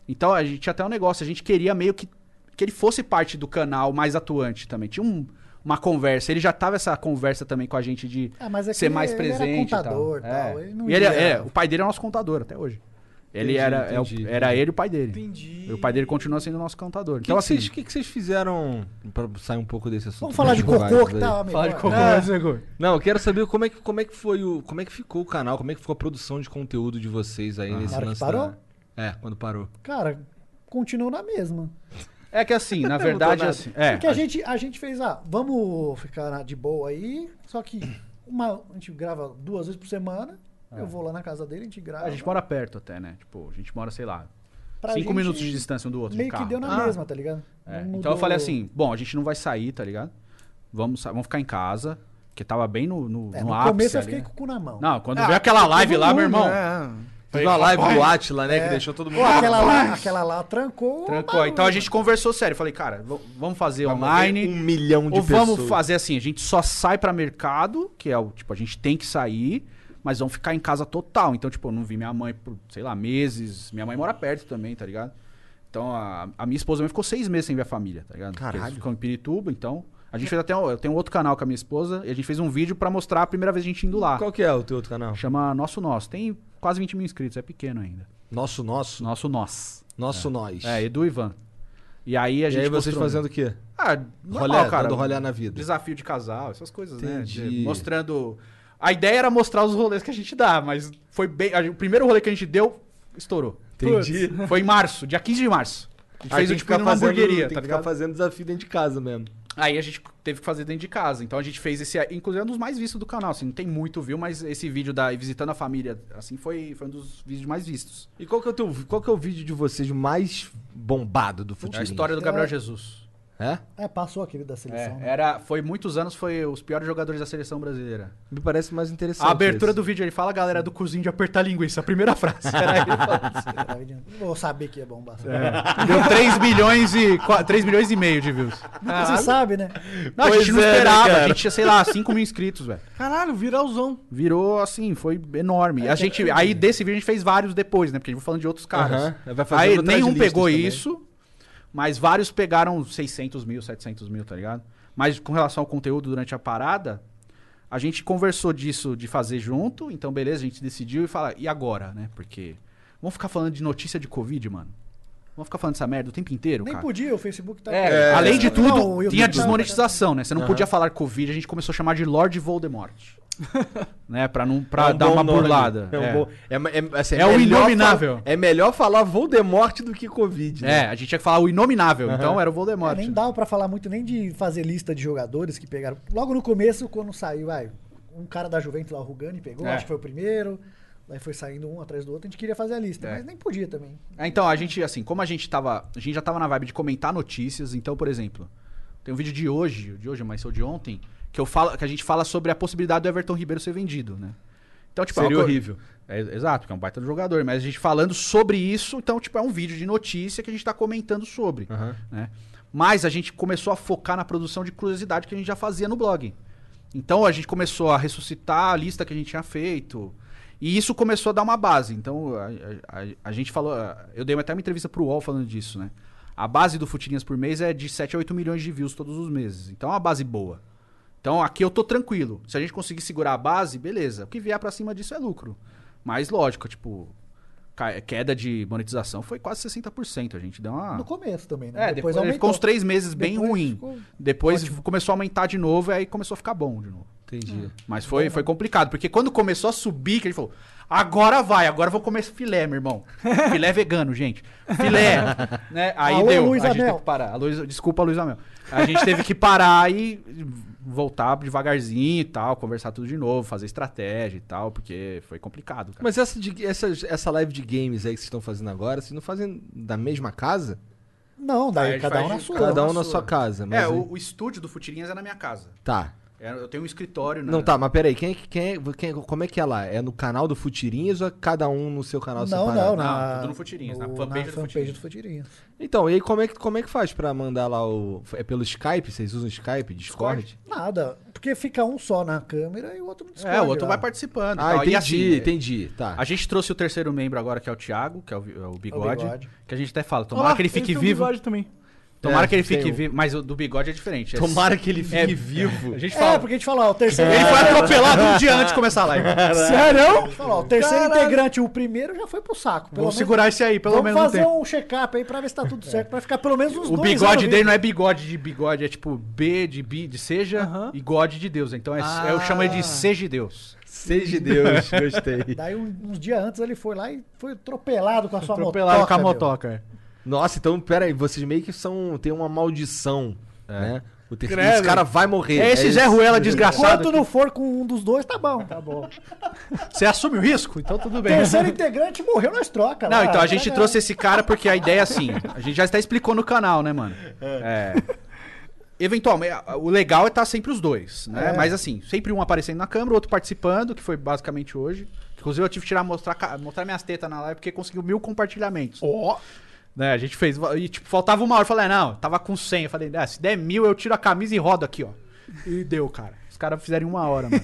[SPEAKER 4] Então, a gente tinha até um negócio, a gente queria meio que que ele fosse parte do canal mais atuante também. Tinha um- uma conversa, ele já tava essa conversa também com a gente de
[SPEAKER 3] Ah, mas é que
[SPEAKER 4] ser mais
[SPEAKER 3] ele era
[SPEAKER 4] presente.
[SPEAKER 3] contador
[SPEAKER 4] e
[SPEAKER 3] e
[SPEAKER 4] tal.
[SPEAKER 3] tal,
[SPEAKER 4] É.
[SPEAKER 3] ele não
[SPEAKER 4] E ele-
[SPEAKER 3] ia-
[SPEAKER 4] é, o pai dele é nosso contador até hoje. Ele
[SPEAKER 1] Entendi,
[SPEAKER 4] era, é o-
[SPEAKER 1] entendi,
[SPEAKER 4] era
[SPEAKER 1] entendi.
[SPEAKER 4] ele e o pai dele.
[SPEAKER 1] Entendi.
[SPEAKER 4] E o pai dele continua sendo nosso contador.
[SPEAKER 1] Que
[SPEAKER 4] então,
[SPEAKER 1] que
[SPEAKER 4] assim.
[SPEAKER 1] vocês- O que, que vocês fizeram pra sair um pouco desse assunto?
[SPEAKER 3] Vamos falar de
[SPEAKER 1] Bad
[SPEAKER 3] cocô
[SPEAKER 1] vibes
[SPEAKER 3] que
[SPEAKER 1] aí.
[SPEAKER 3] tá melhor. Falar de cocô,
[SPEAKER 1] É.
[SPEAKER 3] né, Zegor?
[SPEAKER 1] Não, eu quero saber como é, que, como é que foi o. Como é que ficou o canal, como é que ficou a produção de conteúdo de vocês aí nesse
[SPEAKER 3] Na hora que
[SPEAKER 1] lance.
[SPEAKER 3] parou?
[SPEAKER 1] da- É, quando parou.
[SPEAKER 3] Cara, continuou na mesma.
[SPEAKER 4] É que assim, na
[SPEAKER 3] Não
[SPEAKER 4] verdade,
[SPEAKER 3] mudou nada.
[SPEAKER 4] assim. É,
[SPEAKER 3] Porque a gente, a gente fez, ah, vamos ficar na- de boa aí, só que uma, a gente grava duas vezes por semana,
[SPEAKER 4] É.
[SPEAKER 3] eu vou lá na casa dele, a gente grava.
[SPEAKER 4] a gente mora perto até, né? Tipo, a gente mora, sei lá.
[SPEAKER 3] Pra
[SPEAKER 4] cinco
[SPEAKER 3] gente,
[SPEAKER 4] minutos de distância um do outro. de
[SPEAKER 3] Meio que
[SPEAKER 4] carro.
[SPEAKER 3] deu na
[SPEAKER 4] Ah,
[SPEAKER 3] mesma, tá ligado?
[SPEAKER 4] É,
[SPEAKER 3] Não
[SPEAKER 4] Então eu
[SPEAKER 3] mudou-
[SPEAKER 4] falei assim, bom, a gente não vai sair, tá ligado? Vamos, sa- vamos ficar em casa, que tava bem no, no,
[SPEAKER 3] É,
[SPEAKER 4] no
[SPEAKER 3] no
[SPEAKER 4] ápice
[SPEAKER 3] começo eu
[SPEAKER 4] ali,
[SPEAKER 3] fiquei
[SPEAKER 4] né?
[SPEAKER 3] com o cu na mão.
[SPEAKER 4] Não, quando
[SPEAKER 3] Ah,
[SPEAKER 4] veio aquela
[SPEAKER 3] todo
[SPEAKER 4] live lá,
[SPEAKER 2] um
[SPEAKER 3] mundo,
[SPEAKER 4] meu irmão.
[SPEAKER 3] né?
[SPEAKER 1] Fez uma live do Atila, né?
[SPEAKER 3] É.
[SPEAKER 1] Que deixou todo mundo.
[SPEAKER 3] Pô, aquela, lá, aquela lá trancou.
[SPEAKER 4] Trancou. Então a gente conversou sério. Falei, cara, v- vamos fazer online.
[SPEAKER 1] ver um milhão de
[SPEAKER 4] ou vamos
[SPEAKER 1] pessoas.
[SPEAKER 4] fazer assim, a gente só sai pra mercado, que é o tipo, a gente tem que sair, mas vamos ficar em casa total. Então, tipo, eu não vi minha mãe por, sei lá, meses. Minha mãe mora perto também, tá ligado? Então a, a minha esposa também ficou seis meses sem ver a família, tá ligado? Porque
[SPEAKER 1] Caralho.
[SPEAKER 4] Ficou em Pirituba, então. A gente fez até. um- Eu tenho outro canal com a minha esposa e a gente fez um vídeo pra mostrar a primeira vez a gente indo lá.
[SPEAKER 1] Qual que é o teu outro canal?
[SPEAKER 4] Chama Nosso Nosso. Tem quase 20 mil inscritos, é pequeno ainda.
[SPEAKER 1] Nosso Nosso?
[SPEAKER 4] Nosso Nós.
[SPEAKER 1] Nosso nós.
[SPEAKER 4] É, Edu e Ivan. E aí a
[SPEAKER 1] E
[SPEAKER 4] gente.
[SPEAKER 1] aí vocês
[SPEAKER 4] mostrou-
[SPEAKER 1] fazendo o quê?
[SPEAKER 4] Ah, normal,
[SPEAKER 1] Rolé,
[SPEAKER 4] cara.
[SPEAKER 1] dando rolé na vida.
[SPEAKER 4] Desafio de casal, essas coisas, né?
[SPEAKER 1] Entendi.
[SPEAKER 4] De- Mostrando. A ideia era mostrar os rolês que a gente dá, mas foi bem. a- O primeiro rolê que a gente deu, estourou.
[SPEAKER 1] Entendi.
[SPEAKER 4] Putz. Foi em março, dia 15 de março. A gente
[SPEAKER 1] Aí
[SPEAKER 4] fez
[SPEAKER 1] tem
[SPEAKER 4] um
[SPEAKER 1] que
[SPEAKER 4] tipo
[SPEAKER 1] ficar
[SPEAKER 4] numa
[SPEAKER 1] fazendo- tem
[SPEAKER 4] hamburgueria, tá
[SPEAKER 1] que ficar
[SPEAKER 4] ligado?
[SPEAKER 1] fazendo desafio dentro de casa mesmo.
[SPEAKER 4] Aí a gente teve que fazer dentro de casa. Então a gente fez esse. Inclusive é um dos mais vistos do canal, assim. Não tem muito view, mas esse vídeo da Visitando a Família, assim, foi, foi um dos vídeos mais vistos.
[SPEAKER 1] E qual que é o, teu, qual que é o vídeo de vocês mais bombado do futebol?
[SPEAKER 4] É a história do Gabriel Jesus.
[SPEAKER 1] É?
[SPEAKER 3] É, passou aquele da seleção.
[SPEAKER 4] É,
[SPEAKER 3] né?
[SPEAKER 4] era, foi muitos anos, foi os piores jogadores da seleção brasileira.
[SPEAKER 1] Me parece mais interessante.
[SPEAKER 4] A abertura
[SPEAKER 1] esse.
[SPEAKER 4] do vídeo, ele fala, galera do cozinho de apertar linguiça. A primeira frase era ele falando.
[SPEAKER 3] Era vídeo- Vou saber que ia bombar.
[SPEAKER 4] É. Deu 3 milhões e. 3 milhões e meio de views.
[SPEAKER 3] Nunca
[SPEAKER 4] ah,
[SPEAKER 3] se sabe, né?
[SPEAKER 4] Não, a
[SPEAKER 3] Pois
[SPEAKER 4] gente não
[SPEAKER 3] é, né,
[SPEAKER 4] esperava. a
[SPEAKER 3] cara?
[SPEAKER 4] gente tinha, sei lá, 5 mil inscritos, velho.
[SPEAKER 2] Caralho, viralzão.
[SPEAKER 4] Virou assim, foi enorme.
[SPEAKER 2] É,
[SPEAKER 4] a
[SPEAKER 2] tem
[SPEAKER 4] gente,
[SPEAKER 2] que-
[SPEAKER 4] aí desse vídeo a gente fez vários depois, né? Porque a gente foi falando de outros caras.
[SPEAKER 1] Aham, vai fazendo
[SPEAKER 4] aí
[SPEAKER 1] outras
[SPEAKER 4] nenhum
[SPEAKER 1] listas
[SPEAKER 4] pegou
[SPEAKER 1] também.
[SPEAKER 4] isso, mas vários pegaram 600 mil, 700 mil, tá ligado? Mas com relação ao conteúdo durante a parada, a gente conversou disso de fazer junto, então beleza, a gente decidiu e fala, e agora, né? Porque vamos ficar falando de notícia de Covid, mano. Vamos ficar falando dessa merda o tempo inteiro,
[SPEAKER 3] Nem
[SPEAKER 4] cara.
[SPEAKER 3] podia, o Facebook tá.
[SPEAKER 4] É, além de tudo,
[SPEAKER 3] Não, o YouTube
[SPEAKER 4] tinha
[SPEAKER 3] tá-
[SPEAKER 4] desmonetização, né? Você não
[SPEAKER 3] Aham.
[SPEAKER 4] podia falar Covid, a gente começou a chamar de Lord Voldemort. né? Pra, não, pra
[SPEAKER 1] É um
[SPEAKER 4] dar
[SPEAKER 1] bom
[SPEAKER 4] uma
[SPEAKER 1] nome.
[SPEAKER 4] burlada.
[SPEAKER 1] É, um bom- é- é- assim,
[SPEAKER 4] É o
[SPEAKER 1] melhor
[SPEAKER 4] inominável.
[SPEAKER 1] fa- É melhor falar Voldemort do que Covid. né?
[SPEAKER 4] É, a gente tinha que falar o inominável,
[SPEAKER 1] Aham.
[SPEAKER 4] então era o Voldemort.
[SPEAKER 3] É, nem dava pra falar muito nem de fazer lista de jogadores que pegaram. Logo no começo, quando saiu, vai, um cara da Juventus lá, o Rugani, pegou,
[SPEAKER 4] É.
[SPEAKER 3] acho que foi o primeiro. Daí foi saindo um atrás do outro, a gente queria fazer a lista,
[SPEAKER 4] É.
[SPEAKER 3] mas nem podia também.
[SPEAKER 4] É, então, a gente, assim, como a gente tava. A gente já tava na vibe de comentar notícias, então, por exemplo, tem um vídeo de hoje, de hoje, mas ou de ontem, que, eu falo, que a gente fala sobre a possibilidade do Everton Ribeiro ser vendido, né? Então, tipo, é uma
[SPEAKER 1] Seria
[SPEAKER 4] co-
[SPEAKER 1] horrível.
[SPEAKER 4] É, exato, porque é um baita do jogador, mas a gente falando sobre isso, então, tipo, é um vídeo de notícia que a gente tá comentando sobre, né? Mas a gente começou a focar na produção de curiosidade que a gente já fazia no blog. Então a gente começou a ressuscitar a lista que a gente tinha feito. E isso começou a dar uma base. Então a, a- a- a gente falou. Eu dei até uma entrevista pro UOL falando disso, né? A base do Futirinhas por mês é de 7 a 8 milhões de views todos os meses. Então é uma base boa. Então aqui eu tô tranquilo. Se a gente conseguir segurar a base, beleza. O que vier pra cima disso é lucro. Mas lógico, tipo, ca- queda de monetização foi quase 60%. A gente deu uma.
[SPEAKER 3] No começo também, né?
[SPEAKER 4] É, depois, ele ficou uns três meses bem
[SPEAKER 3] Depois
[SPEAKER 4] ruim.
[SPEAKER 3] ficou
[SPEAKER 4] Depois começou a aumentar de novo e aí começou a ficar bom de novo.
[SPEAKER 1] Entendi.
[SPEAKER 4] Mas foi, foi complicado, porque quando começou a subir, que a gente falou, agora vai, agora eu vou comer esse filé, meu irmão. filé vegano, gente. Filé. né? Aí
[SPEAKER 1] Alô,
[SPEAKER 4] deu.
[SPEAKER 1] Luiz
[SPEAKER 4] a gente
[SPEAKER 1] Amel.
[SPEAKER 4] teve que parar. A Luiz- desculpa, Luiz Amel. A gente teve que parar e voltar devagarzinho e tal, conversar tudo de novo, fazer estratégia e tal, porque foi complicado, cara.
[SPEAKER 1] Mas essa, de- essa, essa live de games aí que vocês estão fazendo agora, vocês não fazem da mesma casa?
[SPEAKER 3] Não,
[SPEAKER 4] Aí
[SPEAKER 3] daí
[SPEAKER 4] a gente
[SPEAKER 3] cada um
[SPEAKER 4] É, faz
[SPEAKER 3] na
[SPEAKER 4] de-
[SPEAKER 3] sua.
[SPEAKER 1] Cada um na sua casa. Mas
[SPEAKER 4] é,
[SPEAKER 1] aí-
[SPEAKER 4] o, o estúdio do Futirinhas é na minha casa.
[SPEAKER 1] Tá.
[SPEAKER 4] É, Eu tenho um escritório, né?
[SPEAKER 1] Não, tá, mas peraí, quem, é que- quem, é- quem, é- como é que é lá? É no canal do Futirinhas ou é cada um no seu canal
[SPEAKER 3] Não,
[SPEAKER 1] separado?
[SPEAKER 3] não,
[SPEAKER 4] Não,
[SPEAKER 3] na,
[SPEAKER 4] tudo no Futirinhas, na
[SPEAKER 3] no-
[SPEAKER 4] fanpage
[SPEAKER 3] na
[SPEAKER 4] do
[SPEAKER 3] fanpage do Futirinhas.
[SPEAKER 1] Então, e aí como é, que, como é que faz pra mandar lá o... É pelo Skype? Vocês usam Skype? Discord?
[SPEAKER 3] Nada, porque fica um só na câmera e o outro no Discord.
[SPEAKER 4] É, o outro
[SPEAKER 3] lá.
[SPEAKER 4] vai participando. e
[SPEAKER 1] Ah,
[SPEAKER 4] tal.
[SPEAKER 1] entendi,
[SPEAKER 4] e assim,
[SPEAKER 1] entendi, tá.
[SPEAKER 4] A gente trouxe o terceiro membro agora, que é o Thiago, que é o, vi- é o bigode,
[SPEAKER 3] Bigode.
[SPEAKER 4] Que a gente até fala, tomara
[SPEAKER 2] Olá,
[SPEAKER 4] que ele
[SPEAKER 2] ele
[SPEAKER 4] fique
[SPEAKER 2] tem um
[SPEAKER 4] vivo.
[SPEAKER 2] bigode também.
[SPEAKER 4] Tomara
[SPEAKER 2] É,
[SPEAKER 4] que ele
[SPEAKER 2] tem
[SPEAKER 4] fique
[SPEAKER 2] um.
[SPEAKER 4] vivo. Mas o do bigode é diferente. é-
[SPEAKER 1] Tomara que ele fique
[SPEAKER 4] é-
[SPEAKER 1] vivo.
[SPEAKER 4] A gente
[SPEAKER 3] É,
[SPEAKER 4] fala. É.
[SPEAKER 3] porque a gente fala, ó, o terceiro.
[SPEAKER 4] Ele foi atropelado um dia antes de começar a live.
[SPEAKER 3] Sério? Fala, ó, o terceiro
[SPEAKER 4] Caralho.
[SPEAKER 3] integrante, o primeiro já foi pro saco. pelo
[SPEAKER 4] Vamos segurar esse aí, pelo
[SPEAKER 3] vamos
[SPEAKER 4] menos um
[SPEAKER 3] fazer
[SPEAKER 4] tempo. É.
[SPEAKER 3] um check-up aí pra ver se tá tudo certo, pra ficar pelo menos uns
[SPEAKER 4] O
[SPEAKER 3] dois
[SPEAKER 4] bigode
[SPEAKER 3] anos
[SPEAKER 4] dele
[SPEAKER 3] vivos.
[SPEAKER 4] não é bigode de bigode, é tipo B de bi de seja e God de Deus. Então é, eu chamo
[SPEAKER 3] Ah.
[SPEAKER 4] ele de seja de Deus.
[SPEAKER 1] Seja de Deus, gostei.
[SPEAKER 3] Daí um- uns dias antes ele foi lá e foi atropelado com a sua
[SPEAKER 4] Atropelado
[SPEAKER 3] motoca.
[SPEAKER 4] com a
[SPEAKER 3] meu.
[SPEAKER 4] motoca.
[SPEAKER 1] Nossa, então, peraí, vocês meio que são... Tem uma maldição, né? O terceiro,
[SPEAKER 4] Credo.
[SPEAKER 1] esse cara vai morrer.
[SPEAKER 4] É esse Zé Ruela desgraçado
[SPEAKER 3] Enquanto não for com um dos dois, tá bom. Tá bom.
[SPEAKER 4] Você assume o risco? Então tudo bem.
[SPEAKER 3] Terceiro integrante morreu, nós troca. Tá
[SPEAKER 4] Não,
[SPEAKER 3] lá.
[SPEAKER 4] então a gente
[SPEAKER 3] Vai,
[SPEAKER 4] trouxe esse cara porque a ideia é assim. A gente já até explicou no canal, né, mano? É. Eventualmente, a- o legal é estar sempre os dois, né?
[SPEAKER 1] É.
[SPEAKER 4] Mas assim, sempre um aparecendo na câmera, o outro participando, que foi basicamente hoje. Inclusive, eu tive que tirar, mostrar, ca- mostrar minhas tetas na live porque conseguiu mil compartilhamentos. Ó! Né, a gente fez. E tipo, faltava uma hora. Eu falei, não, tava com 100. Eu falei, ah, se der mil, eu tiro a camisa e rodo aqui, ó. E deu, cara. Os caras fizeram em uma hora, mano.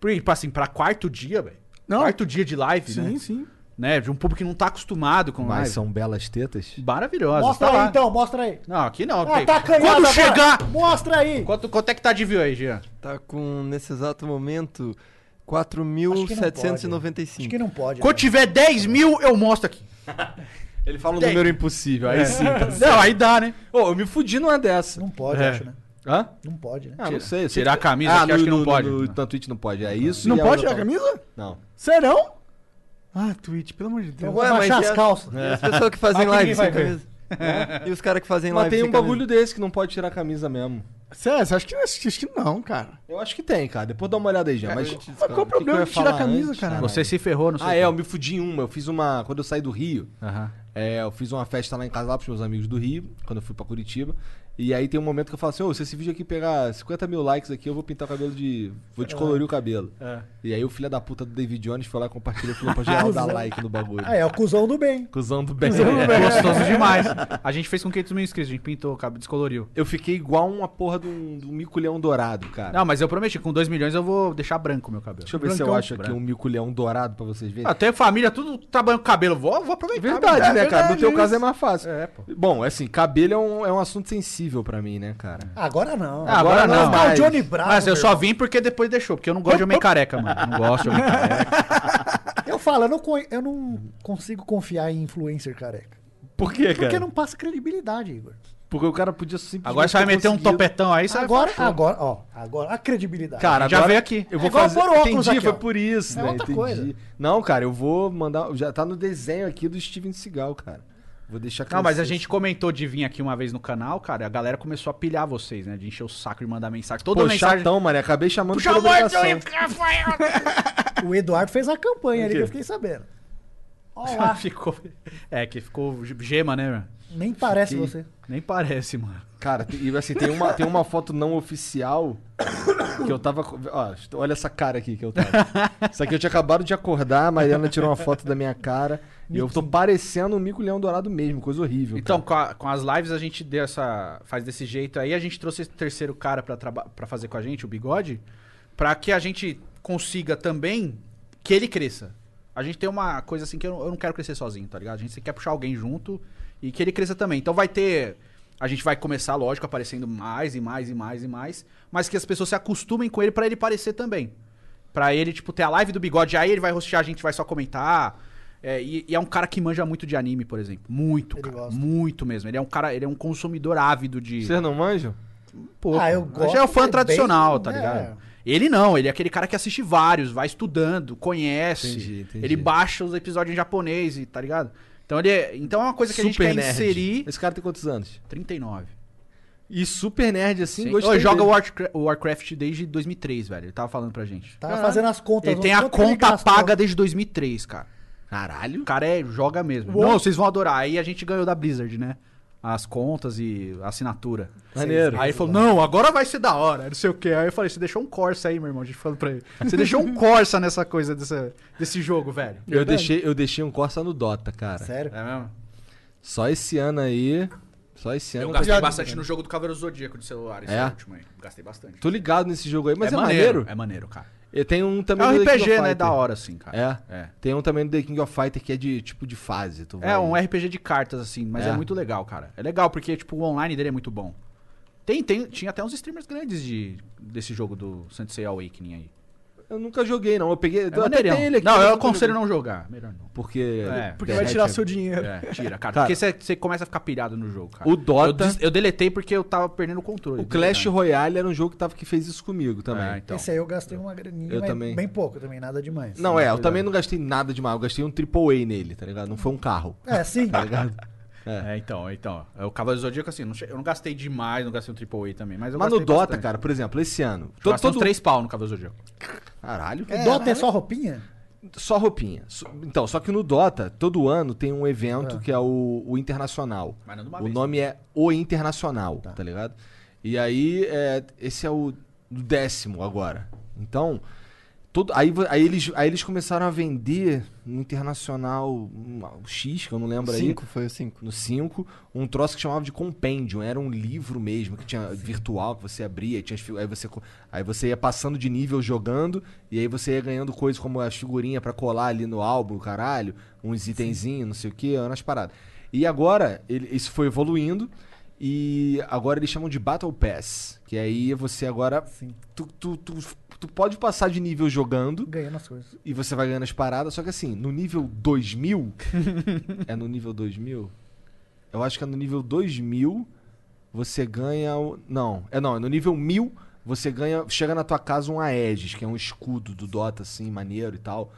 [SPEAKER 4] Por- tipo assim, pra quarto dia, velho. Quarto dia de live, né?
[SPEAKER 2] Sim, sim.
[SPEAKER 4] né? De um público que não tá acostumado com
[SPEAKER 1] Mas
[SPEAKER 4] live.
[SPEAKER 1] são belas tetas?
[SPEAKER 4] Maravilhosa.
[SPEAKER 3] Mostra
[SPEAKER 4] tá
[SPEAKER 3] aí
[SPEAKER 4] lá.
[SPEAKER 3] então, mostra aí.
[SPEAKER 4] Não, aqui não.
[SPEAKER 3] Ah,
[SPEAKER 4] porque-
[SPEAKER 3] tá canhada
[SPEAKER 4] Quando
[SPEAKER 3] agora.
[SPEAKER 4] chegar...
[SPEAKER 3] Mostra aí.
[SPEAKER 4] Quanto, quanto é que tá de view aí, Jean?
[SPEAKER 10] Tá com, nesse exato momento,
[SPEAKER 3] Acho que não pode.
[SPEAKER 10] 4.795.
[SPEAKER 3] Acho que não pode.
[SPEAKER 4] Quando tiver 10 mil, eu mostro aqui.
[SPEAKER 1] Ele fala um
[SPEAKER 4] Tem.
[SPEAKER 1] número impossível, aí
[SPEAKER 4] É.
[SPEAKER 1] sim. tá
[SPEAKER 4] Não,
[SPEAKER 1] certo.
[SPEAKER 4] aí dá, né?
[SPEAKER 1] Ô, eu me fudi numa dessa.
[SPEAKER 3] Não pode,
[SPEAKER 1] É.
[SPEAKER 3] acho, né?
[SPEAKER 1] Hã?
[SPEAKER 3] Não pode, né?
[SPEAKER 1] Ah, não sei. eu sei
[SPEAKER 4] Tirar a
[SPEAKER 1] que-
[SPEAKER 4] camisa
[SPEAKER 1] ah,
[SPEAKER 4] aqui, acho
[SPEAKER 1] no-
[SPEAKER 4] que não
[SPEAKER 1] no-
[SPEAKER 4] pode.
[SPEAKER 1] no- na Twitch não pode, é isso.
[SPEAKER 2] Não
[SPEAKER 1] e a
[SPEAKER 2] pode
[SPEAKER 1] outra
[SPEAKER 2] tirar a
[SPEAKER 1] tá-
[SPEAKER 2] camisa?
[SPEAKER 1] Não.
[SPEAKER 2] Serão? Ah, Twitch, pelo amor de Deus.
[SPEAKER 1] Ué, mas é- e as-
[SPEAKER 10] E as
[SPEAKER 4] É.
[SPEAKER 10] pessoas que fazem
[SPEAKER 1] Aqui ninguém
[SPEAKER 10] live
[SPEAKER 1] vai
[SPEAKER 10] sem
[SPEAKER 1] ver.
[SPEAKER 10] camisa? E os caras que fazem
[SPEAKER 1] Mas
[SPEAKER 10] live
[SPEAKER 1] tem
[SPEAKER 10] sem
[SPEAKER 1] um
[SPEAKER 10] camisa?
[SPEAKER 1] bagulho desse que não pode tirar a camisa mesmo.
[SPEAKER 2] Sério, você acha que não assiste não, cara?
[SPEAKER 1] Eu acho que tem, cara. Depois dá uma olhada aí já. Mas, mas
[SPEAKER 2] qual o problema de tirar a camisa, cara?
[SPEAKER 4] Você se ferrou, não sei.
[SPEAKER 1] Ah, é, eu me fudi em uma. Eu fiz uma. Quando eu saí do Rio, é, eu fiz uma festa lá em casa lá pros meus amigos do Rio, quando eu fui pra Curitiba. E aí tem um momento que eu falo assim: ô, se esse vídeo aqui pegar 50 mil likes aqui, eu vou pintar o cabelo de. Vou descolorir o cabelo.
[SPEAKER 4] É.
[SPEAKER 1] E aí o filho da puta do David Jones foi lá e compartilhou e falou pra geral dar like no bagulho.
[SPEAKER 3] Ah, é o cuzão do bem.
[SPEAKER 1] Cusão do bem.
[SPEAKER 4] É gostoso demais. A gente fez com 500 mil inscritos, a gente pintou, o cabo, descoloriu.
[SPEAKER 1] Eu fiquei igual uma porra de um, de um mico-leão dourado, cara.
[SPEAKER 4] Não, mas eu prometi, com 2 milhões eu vou deixar branco o meu cabelo.
[SPEAKER 1] Deixa eu ver se eu acho aqui um mico-leão dourado pra vocês verem.
[SPEAKER 4] Até família, tudo trabalhando com cabelo. Vou, vou aproveitar.
[SPEAKER 1] Verdade,
[SPEAKER 4] meu.
[SPEAKER 1] né,
[SPEAKER 4] É
[SPEAKER 1] cara? No
[SPEAKER 4] verdade
[SPEAKER 1] teu caso é
[SPEAKER 4] isso.
[SPEAKER 1] mais fácil.
[SPEAKER 4] É, pô.
[SPEAKER 1] Bom, assim, cabelo é um, é um assunto sensível pra mim, né, cara?
[SPEAKER 3] Agora não.
[SPEAKER 4] Ah, agora, não.
[SPEAKER 3] Tá o
[SPEAKER 4] mas-
[SPEAKER 3] Johnny Bravo.
[SPEAKER 4] Mas eu
[SPEAKER 3] meu
[SPEAKER 4] só
[SPEAKER 3] irmão.
[SPEAKER 4] vim porque depois deixou, porque eu não gosto de homem careca, mano. Não gosto de homem careca.
[SPEAKER 3] Eu falo, eu não, conhe- eu não consigo confiar em influencer
[SPEAKER 4] É.
[SPEAKER 3] careca.
[SPEAKER 1] Por quê, cara?
[SPEAKER 3] Porque
[SPEAKER 1] Porque,
[SPEAKER 3] não passa credibilidade, Igor.
[SPEAKER 1] o cara podia simplesmente.
[SPEAKER 4] Agora você vai
[SPEAKER 1] ter
[SPEAKER 4] meter um
[SPEAKER 1] conseguido.
[SPEAKER 4] topetão aí, você
[SPEAKER 3] Agora,
[SPEAKER 4] vai falar, show.
[SPEAKER 3] agora, ó, agora a credibilidade.
[SPEAKER 1] Cara,
[SPEAKER 4] Já
[SPEAKER 1] agora
[SPEAKER 4] veio aqui.
[SPEAKER 1] Eu vou
[SPEAKER 3] É igual
[SPEAKER 1] fazer.
[SPEAKER 3] pôr o óculos
[SPEAKER 1] Entendi,
[SPEAKER 3] aqui,
[SPEAKER 1] foi
[SPEAKER 3] ó.
[SPEAKER 1] por isso,
[SPEAKER 3] É
[SPEAKER 1] né?
[SPEAKER 3] outra
[SPEAKER 1] Entendi.
[SPEAKER 3] coisa.
[SPEAKER 1] Não, cara, eu vou mandar. Já tá no desenho aqui do Steven Seagal, cara. Vou deixar
[SPEAKER 4] Não, mas a
[SPEAKER 1] crescer.
[SPEAKER 4] gente comentou de vir aqui uma vez no canal, cara, e a galera começou a pilhar vocês, né? De encher o saco e mandar mensagem. Toda
[SPEAKER 1] Pô,
[SPEAKER 4] mensagem.
[SPEAKER 1] chatão, mano. Acabei chamando
[SPEAKER 4] Puxa
[SPEAKER 1] por
[SPEAKER 4] o morto,
[SPEAKER 1] obrigação.
[SPEAKER 3] O Eduardo fez uma campanha ali
[SPEAKER 1] quê?
[SPEAKER 3] que eu fiquei sabendo. Ó
[SPEAKER 4] Ah,
[SPEAKER 3] lá,
[SPEAKER 4] ficou. É, que ficou gema, né, mano?
[SPEAKER 3] nem parece
[SPEAKER 1] Fiquei-
[SPEAKER 3] você.
[SPEAKER 4] Nem parece, mano.
[SPEAKER 1] Cara, tem- e assim, tem uma, tem uma foto não oficial que eu tava. co- Ó, olha essa cara aqui que eu tava. Isso aqui eu tinha acabado de acordar, a Mariana tirou uma foto da minha cara. E eu tô parecendo um mico leão dourado mesmo, coisa horrível.
[SPEAKER 4] Então, com, a- com as lives a gente deu essa. faz desse jeito aí. A gente trouxe esse terceiro cara pra, traba- pra fazer com a gente, o bigode, pra que a gente consiga também que ele cresça. A gente tem uma coisa assim que eu, não- eu não quero crescer sozinho, tá ligado? A gente sempre quer puxar alguém junto e que ele cresça também. Então vai ter. A gente vai começar, lógico, aparecendo mais e mais e mais e mais, mas que as pessoas se acostumem com ele pra ele parecer também. Pra ele, tipo, ter a live do bigode, aí ele vai rostear, a gente vai só comentar. É, e, e é um cara que manja muito de anime, por exemplo. Muito,
[SPEAKER 3] Ele
[SPEAKER 4] cara.
[SPEAKER 3] gosta.
[SPEAKER 4] Muito mesmo. Ele é um cara, ele é um consumidor ávido de.
[SPEAKER 1] Vocês não manjam?
[SPEAKER 4] Pô,
[SPEAKER 3] Ah, eu
[SPEAKER 4] cara,
[SPEAKER 3] gosto,
[SPEAKER 4] Já é o fã
[SPEAKER 3] mas é
[SPEAKER 4] tradicional,
[SPEAKER 3] bem-
[SPEAKER 4] tá
[SPEAKER 3] é.
[SPEAKER 4] ligado? Ele não, ele é aquele cara que assiste vários, vai estudando, conhece.
[SPEAKER 1] Entendi, entendi.
[SPEAKER 4] Ele baixa os episódios em japonês, e- tá ligado? Então ele é, então é uma coisa que a gente quer inserir.
[SPEAKER 1] Esse cara tem quantos anos?
[SPEAKER 4] 39.
[SPEAKER 1] E super nerd assim,
[SPEAKER 4] Sim.
[SPEAKER 1] gostei.
[SPEAKER 4] Ô, joga
[SPEAKER 1] dele.
[SPEAKER 4] o Warcra- o Warcraft desde 2003, velho. Ele tava falando pra gente.
[SPEAKER 3] Tava tá fazendo as contas.
[SPEAKER 4] Ele tem a
[SPEAKER 3] quanto ele
[SPEAKER 4] conta
[SPEAKER 3] gastou.
[SPEAKER 4] paga desde 2003, cara.
[SPEAKER 1] Caralho.
[SPEAKER 4] O cara é, joga mesmo.
[SPEAKER 3] Uou.
[SPEAKER 4] Não, vocês vão adorar. Aí a gente ganhou da Blizzard, né? As contas e a assinatura.
[SPEAKER 1] Maneiro.
[SPEAKER 4] Aí ele falou, não, agora vai ser da hora, não sei o quê. Aí eu falei, você deixou um Corsa aí, meu irmão. A gente falou pra ele. Você deixou um Corsa nessa coisa, dessa, desse jogo, velho.
[SPEAKER 1] Eu deixei, eu deixei um Corsa no Dota, cara.
[SPEAKER 3] Sério?
[SPEAKER 4] É mesmo?
[SPEAKER 1] Só esse ano aí. Só esse ano.
[SPEAKER 4] Eu
[SPEAKER 1] eu
[SPEAKER 4] gastei
[SPEAKER 1] tô-
[SPEAKER 4] bastante no jogo do Cavaleiro Zodíaco de celular, esse
[SPEAKER 1] É?
[SPEAKER 4] último aí. Gastei bastante.
[SPEAKER 1] Tô ligado nesse jogo aí, mas é, maneiro.
[SPEAKER 4] É maneiro, cara.
[SPEAKER 1] Eu tenho um
[SPEAKER 4] É
[SPEAKER 1] também
[SPEAKER 4] um
[SPEAKER 1] do The King
[SPEAKER 4] RPG,
[SPEAKER 1] of
[SPEAKER 4] né?
[SPEAKER 1] Fighter.
[SPEAKER 4] Da hora, assim, cara.
[SPEAKER 1] É. Tem um também do The King of Fighter que é de tipo de fase. Tu
[SPEAKER 4] É
[SPEAKER 1] vai-
[SPEAKER 4] um RPG de cartas, assim, mas é.
[SPEAKER 1] É.
[SPEAKER 4] muito legal, cara. É legal porque, tipo, o online dele é muito bom. Tem, tem, tinha até uns streamers grandes de, desse jogo do Sensei Awakening aí.
[SPEAKER 1] Eu nunca joguei, não. Eu peguei.
[SPEAKER 4] É
[SPEAKER 1] eu até
[SPEAKER 4] maneirão.
[SPEAKER 1] tenho ele aqui.
[SPEAKER 4] não,
[SPEAKER 1] mas
[SPEAKER 4] eu
[SPEAKER 1] nunca
[SPEAKER 4] aconselho
[SPEAKER 1] joguei.
[SPEAKER 4] não jogar. Melhor não.
[SPEAKER 1] Porque.
[SPEAKER 4] É,
[SPEAKER 2] Porque vai tirar seu dinheiro.
[SPEAKER 4] É, tira, cara.
[SPEAKER 1] Cara,
[SPEAKER 4] porque você- você começa a ficar pilhado no jogo, cara.
[SPEAKER 1] O
[SPEAKER 4] Eu,
[SPEAKER 1] Dota.
[SPEAKER 4] des- eu deletei porque eu tava perdendo o controle. tá
[SPEAKER 1] O
[SPEAKER 4] de
[SPEAKER 1] Clash
[SPEAKER 4] verdade.
[SPEAKER 1] Royale era um jogo que, tava, que fez isso comigo também.
[SPEAKER 4] É, então.
[SPEAKER 3] Esse aí eu gastei uma graninha,
[SPEAKER 1] Eu
[SPEAKER 3] mas
[SPEAKER 1] também.
[SPEAKER 3] bem pouco também, nada demais.
[SPEAKER 1] Não, é, eu também não gastei nada demais. Eu gastei um AAA nele, tá ligado? Não foi um carro.
[SPEAKER 3] É, sim.
[SPEAKER 1] Tá ligado?
[SPEAKER 4] É, então, então. O Cavaleiro Zodíaco, assim, não che- eu não gastei demais, não gastei um AAA também, mas eu
[SPEAKER 1] Mas no
[SPEAKER 4] gastei
[SPEAKER 1] Dota,
[SPEAKER 4] bastante.
[SPEAKER 1] cara, por exemplo, esse ano.
[SPEAKER 4] Eu
[SPEAKER 1] Todo,
[SPEAKER 4] gastei uns
[SPEAKER 1] todo...
[SPEAKER 4] três pau no Cavaleiro Zodíaco.
[SPEAKER 1] Caralho.
[SPEAKER 3] O Dota é só roupinha?
[SPEAKER 1] Só roupinha. So- Então, só que no Dota, todo ano tem um evento que é o, o Internacional.
[SPEAKER 4] Mas não de uma
[SPEAKER 1] O
[SPEAKER 4] vez, né?
[SPEAKER 1] nome é O Internacional, tá, ligado? E aí, é, esse é o décimo agora. Então, todo, aí, vo- aí, eles, aí eles começaram a vender no Internacional um, um X, que eu não lembro aí.
[SPEAKER 10] Cinco, foi o cinco.
[SPEAKER 1] No 5, um troço que chamava de Compendium. Era um livro mesmo, que tinha virtual, que você abria, tinha as fi- aí, você, co- aí você ia passando de nível jogando, e aí você ia ganhando coisas como as figurinhas pra colar ali no álbum, caralho, uns itenzinhos, não sei o que, umas paradas. E agora, ele- isso foi evoluindo, e agora eles chamam de Battle Pass, que aí você agora. Tu, tu- tu tu pode passar de nível jogando.
[SPEAKER 3] Ganhando as coisas.
[SPEAKER 1] E você vai ganhando as paradas, só que assim, no nível 2000. é no nível 2000? Eu acho que é no nível 2000 você ganha. o- Não, é não, é no nível 1000 você ganha. Chega na tua casa um Aegis, que é um escudo do Dota assim, maneiro e tal.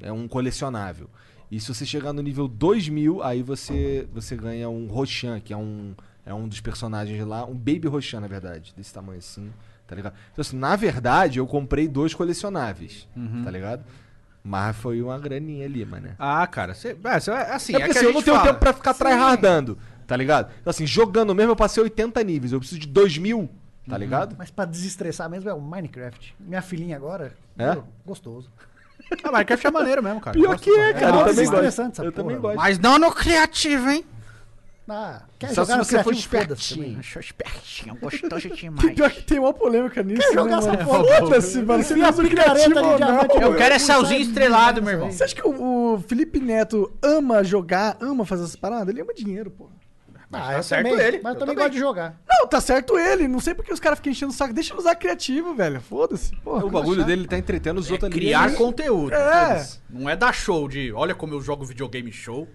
[SPEAKER 1] É um colecionável. E se você chegar no nível 2000, aí você, você ganha um Roshan, que é um, é um dos personagens lá, um Baby Roshan, na verdade, desse tamanho assim, tá ligado? Então, assim, na verdade, eu comprei dois colecionáveis, tá ligado? Mas foi uma graninha ali, mané.
[SPEAKER 4] Ah, cara, você. É, você vai- assim,
[SPEAKER 1] É
[SPEAKER 4] é,
[SPEAKER 1] porque
[SPEAKER 4] que
[SPEAKER 1] assim, eu
[SPEAKER 4] a gente
[SPEAKER 1] não tenho
[SPEAKER 4] fala.
[SPEAKER 1] tempo pra ficar tryhardando, tá ligado? Então, Assim, jogando mesmo, eu passei 80 níveis, eu preciso de 2000,
[SPEAKER 4] Uhum.
[SPEAKER 1] tá ligado?
[SPEAKER 3] Mas pra desestressar mesmo é o Minecraft. Minha filhinha agora.
[SPEAKER 1] É?
[SPEAKER 3] gostoso.
[SPEAKER 4] Ah, Minecraft é maneiro mesmo, cara.
[SPEAKER 3] Pior que é, cara, eu
[SPEAKER 4] gosto.
[SPEAKER 3] também
[SPEAKER 4] Nossa,
[SPEAKER 3] gosto.
[SPEAKER 4] interessante essa
[SPEAKER 3] Eu também
[SPEAKER 4] porra.
[SPEAKER 3] gosto.
[SPEAKER 4] Mas não no criativo, hein?
[SPEAKER 3] Ah, quer
[SPEAKER 4] Só
[SPEAKER 3] jogar
[SPEAKER 4] se você
[SPEAKER 3] no
[SPEAKER 4] for
[SPEAKER 3] criativo? Foda-se
[SPEAKER 4] espertinho.
[SPEAKER 3] também.
[SPEAKER 4] Achou espertinho, gostoso
[SPEAKER 2] Que
[SPEAKER 4] demais.
[SPEAKER 2] pior que tem uma polêmica nisso.
[SPEAKER 3] Quer jogar
[SPEAKER 2] né,
[SPEAKER 3] essa
[SPEAKER 2] mano?
[SPEAKER 3] porra?
[SPEAKER 2] Foda-se, mano.
[SPEAKER 3] Você
[SPEAKER 2] Se
[SPEAKER 3] tem
[SPEAKER 2] não é
[SPEAKER 3] uma
[SPEAKER 2] aplicativo
[SPEAKER 3] picareta de
[SPEAKER 2] ou não.
[SPEAKER 3] diamante,
[SPEAKER 4] Eu quero é salzinho estrelado, meu irmão.
[SPEAKER 2] Você acha que o, o Felipe Neto ama jogar, ama fazer essas paradas? Ele ama dinheiro, pô.
[SPEAKER 3] Ah,
[SPEAKER 4] tá
[SPEAKER 3] eu
[SPEAKER 4] certo
[SPEAKER 3] também,
[SPEAKER 4] ele.
[SPEAKER 3] Mas eu também
[SPEAKER 4] Eu também.
[SPEAKER 3] gosto de jogar.
[SPEAKER 2] Não, tá certo ele. Não sei porque os caras ficam enchendo o saco. Deixa ele usar criativo, velho. Foda-se.
[SPEAKER 1] O bagulho dele tá entretendo os outros ali.
[SPEAKER 4] É Criar
[SPEAKER 1] Ele-
[SPEAKER 4] conteúdo.
[SPEAKER 2] É.
[SPEAKER 4] foda-se. Não é dar show de olha como eu jogo videogame show.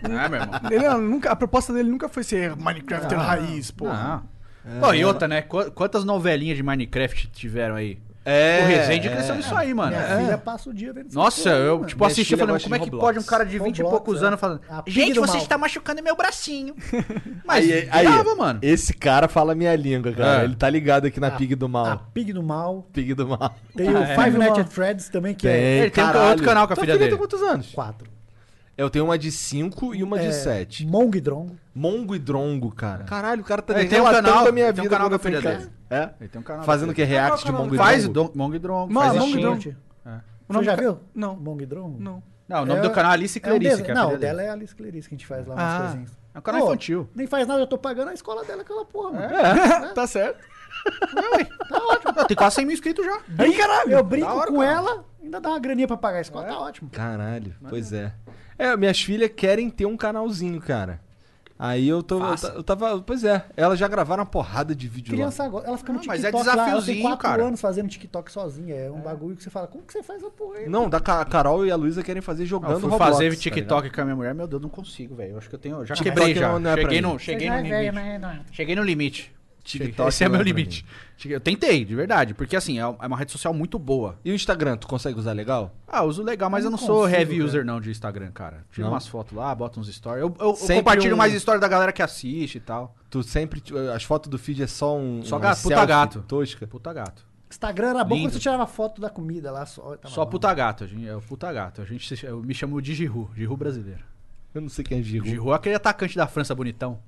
[SPEAKER 4] Não é, meu irmão?
[SPEAKER 2] Ele não- nunca, a proposta dele nunca foi ser Minecraft
[SPEAKER 4] Não.
[SPEAKER 2] raiz, pô.
[SPEAKER 4] Não. Pô, e outra, né? Qu- Quantas novelinhas de Minecraft tiveram aí?
[SPEAKER 1] É,
[SPEAKER 4] o Resende
[SPEAKER 1] é.
[SPEAKER 4] cresceu nisso aí, mano.
[SPEAKER 3] Minha
[SPEAKER 4] É.
[SPEAKER 3] filha passa o dia vendo
[SPEAKER 4] Nossa, eu tipo
[SPEAKER 1] Minha
[SPEAKER 4] assisti
[SPEAKER 1] filha
[SPEAKER 4] e falei,
[SPEAKER 1] gosta
[SPEAKER 4] como é
[SPEAKER 1] de
[SPEAKER 4] que
[SPEAKER 1] Roblox.
[SPEAKER 4] pode um cara de 20 e
[SPEAKER 3] Roblox,
[SPEAKER 4] poucos
[SPEAKER 3] é.
[SPEAKER 4] anos falando,
[SPEAKER 3] A pig
[SPEAKER 4] gente,
[SPEAKER 3] do
[SPEAKER 4] você
[SPEAKER 3] mal."
[SPEAKER 4] está machucando meu bracinho. Mas
[SPEAKER 1] Aí, aí,
[SPEAKER 4] tava, mano.
[SPEAKER 1] Esse cara fala minha língua, cara.
[SPEAKER 4] É.
[SPEAKER 1] Ele tá ligado aqui na
[SPEAKER 3] Ah,
[SPEAKER 1] Pig do
[SPEAKER 3] A
[SPEAKER 1] Mal.
[SPEAKER 3] Pig do Mal.
[SPEAKER 1] Pig do Mal.
[SPEAKER 3] Tem
[SPEAKER 2] Ah,
[SPEAKER 3] o
[SPEAKER 2] é?
[SPEAKER 3] Five Nights
[SPEAKER 2] Mal.
[SPEAKER 3] at Freddy's também, que é
[SPEAKER 1] Tem,
[SPEAKER 4] Ele tem um
[SPEAKER 1] caralho.
[SPEAKER 4] outro canal com a
[SPEAKER 1] Tua
[SPEAKER 4] filha dele.
[SPEAKER 1] tem quantos anos?
[SPEAKER 3] quatro.
[SPEAKER 1] Eu tenho uma de 5 e uma
[SPEAKER 4] É.
[SPEAKER 1] de 7.
[SPEAKER 3] Mong e Drongo.
[SPEAKER 1] Mongo e Drongo, cara. Caralho, o cara tá
[SPEAKER 4] Ele tem um
[SPEAKER 1] relatando
[SPEAKER 4] canal-
[SPEAKER 1] da minha
[SPEAKER 4] ele
[SPEAKER 1] vida
[SPEAKER 4] tem um canal
[SPEAKER 1] quando eu
[SPEAKER 4] com a
[SPEAKER 1] tô em
[SPEAKER 4] filha
[SPEAKER 1] casa.
[SPEAKER 4] dele.
[SPEAKER 1] É?
[SPEAKER 4] Ele tem um canal.
[SPEAKER 1] Fazendo o que? React de Mongo e
[SPEAKER 4] Faz
[SPEAKER 1] Drongo?
[SPEAKER 4] Don- Ah, Mong Drong.
[SPEAKER 2] Mano,
[SPEAKER 4] Faz
[SPEAKER 2] Mong
[SPEAKER 4] Steam.
[SPEAKER 2] Drong. O
[SPEAKER 3] Você
[SPEAKER 2] nome
[SPEAKER 3] já
[SPEAKER 2] do ca-
[SPEAKER 3] viu?
[SPEAKER 2] Não.
[SPEAKER 3] Mong e Drongo?
[SPEAKER 2] Não.
[SPEAKER 4] Não, o nome
[SPEAKER 3] É-
[SPEAKER 4] do canal é
[SPEAKER 3] É
[SPEAKER 4] Alice
[SPEAKER 3] um
[SPEAKER 4] Clarice,
[SPEAKER 3] desenho-
[SPEAKER 4] que é a
[SPEAKER 3] Não,
[SPEAKER 4] filha
[SPEAKER 3] o
[SPEAKER 4] dele.
[SPEAKER 3] dela é a Alice Clarice que a gente faz lá
[SPEAKER 2] Ah.
[SPEAKER 3] umas coisinhas.
[SPEAKER 4] É um canal
[SPEAKER 3] Pô,
[SPEAKER 4] infantil. É?
[SPEAKER 3] Nem faz nada, eu tô pagando a escola dela aquela porra, mano.
[SPEAKER 2] Tá certo.
[SPEAKER 4] Não, tem quase 100 mil inscritos já.
[SPEAKER 3] Aí, caralho, eu brinco
[SPEAKER 4] Da hora,
[SPEAKER 3] com
[SPEAKER 4] cara. É?
[SPEAKER 3] ela, ainda dá uma graninha pra pagar a escola, tá ótimo.
[SPEAKER 1] Caralho, pois é. É, minhas filhas querem ter um canalzinho, cara. Aí eu tô. Eu,
[SPEAKER 4] Faça.
[SPEAKER 1] ta- eu tava. Pois é, elas já gravaram uma porrada de vídeo
[SPEAKER 3] Criança agora, ela fica no
[SPEAKER 4] Ah,
[SPEAKER 3] TikTok
[SPEAKER 4] mas é
[SPEAKER 3] lá, ela tem
[SPEAKER 4] desafiozinho,
[SPEAKER 3] 4
[SPEAKER 4] cara.
[SPEAKER 3] anos fazendo TikTok sozinha, é um bagulho que você fala, como que você faz a porra aí?
[SPEAKER 1] lá. Não, da Ca- a Carol e a Luísa querem fazer
[SPEAKER 4] Ah,
[SPEAKER 1] jogando
[SPEAKER 4] Eu fui
[SPEAKER 1] Roblox,
[SPEAKER 4] fazer
[SPEAKER 1] tá
[SPEAKER 4] TikTok com a minha mulher, meu Deus, não consigo, velho. Eu acho que eu tenho. Já
[SPEAKER 1] TikTok
[SPEAKER 4] quebrei já.
[SPEAKER 1] não- não é pra
[SPEAKER 4] cheguei
[SPEAKER 1] mim.
[SPEAKER 4] no, cheguei
[SPEAKER 3] Você
[SPEAKER 4] no
[SPEAKER 3] já é
[SPEAKER 4] limite.
[SPEAKER 3] velho, né? Não.
[SPEAKER 4] Cheguei no limite.
[SPEAKER 1] TikTok
[SPEAKER 4] Esse é
[SPEAKER 1] não é
[SPEAKER 4] meu
[SPEAKER 1] pra
[SPEAKER 4] limite. Cheguei- Eu tentei, de verdade, porque assim, é uma rede social muito boa.
[SPEAKER 1] E o Instagram, tu consegue usar legal?
[SPEAKER 4] Ah, uso legal, mas eu
[SPEAKER 3] Eu
[SPEAKER 4] não,
[SPEAKER 3] não
[SPEAKER 4] sou
[SPEAKER 3] consigo,
[SPEAKER 4] heavy
[SPEAKER 3] velho.
[SPEAKER 4] user não de Instagram, cara. Tiro
[SPEAKER 1] Não?
[SPEAKER 4] umas fotos lá, boto uns stories. Eu, eu- eu
[SPEAKER 1] Sempre
[SPEAKER 4] compartilho
[SPEAKER 1] um-
[SPEAKER 4] mais stories da galera que assiste e tal.
[SPEAKER 1] Tu sempre. tu- As fotos do feed é só um.
[SPEAKER 4] Só
[SPEAKER 1] um
[SPEAKER 4] gato, puta
[SPEAKER 1] selfie
[SPEAKER 4] gato.
[SPEAKER 1] Tosca.
[SPEAKER 4] Puta gato.
[SPEAKER 3] Instagram era bom
[SPEAKER 4] Lindo.
[SPEAKER 3] quando você tirava foto da comida lá só. tá
[SPEAKER 4] Só
[SPEAKER 3] bom.
[SPEAKER 4] puta gato, a gente, é o puta gato. A gente se- eu me chamo de Giroud, Giroud brasileiro.
[SPEAKER 1] Eu não sei quem é Giru.
[SPEAKER 4] Giroud é aquele atacante da França bonitão.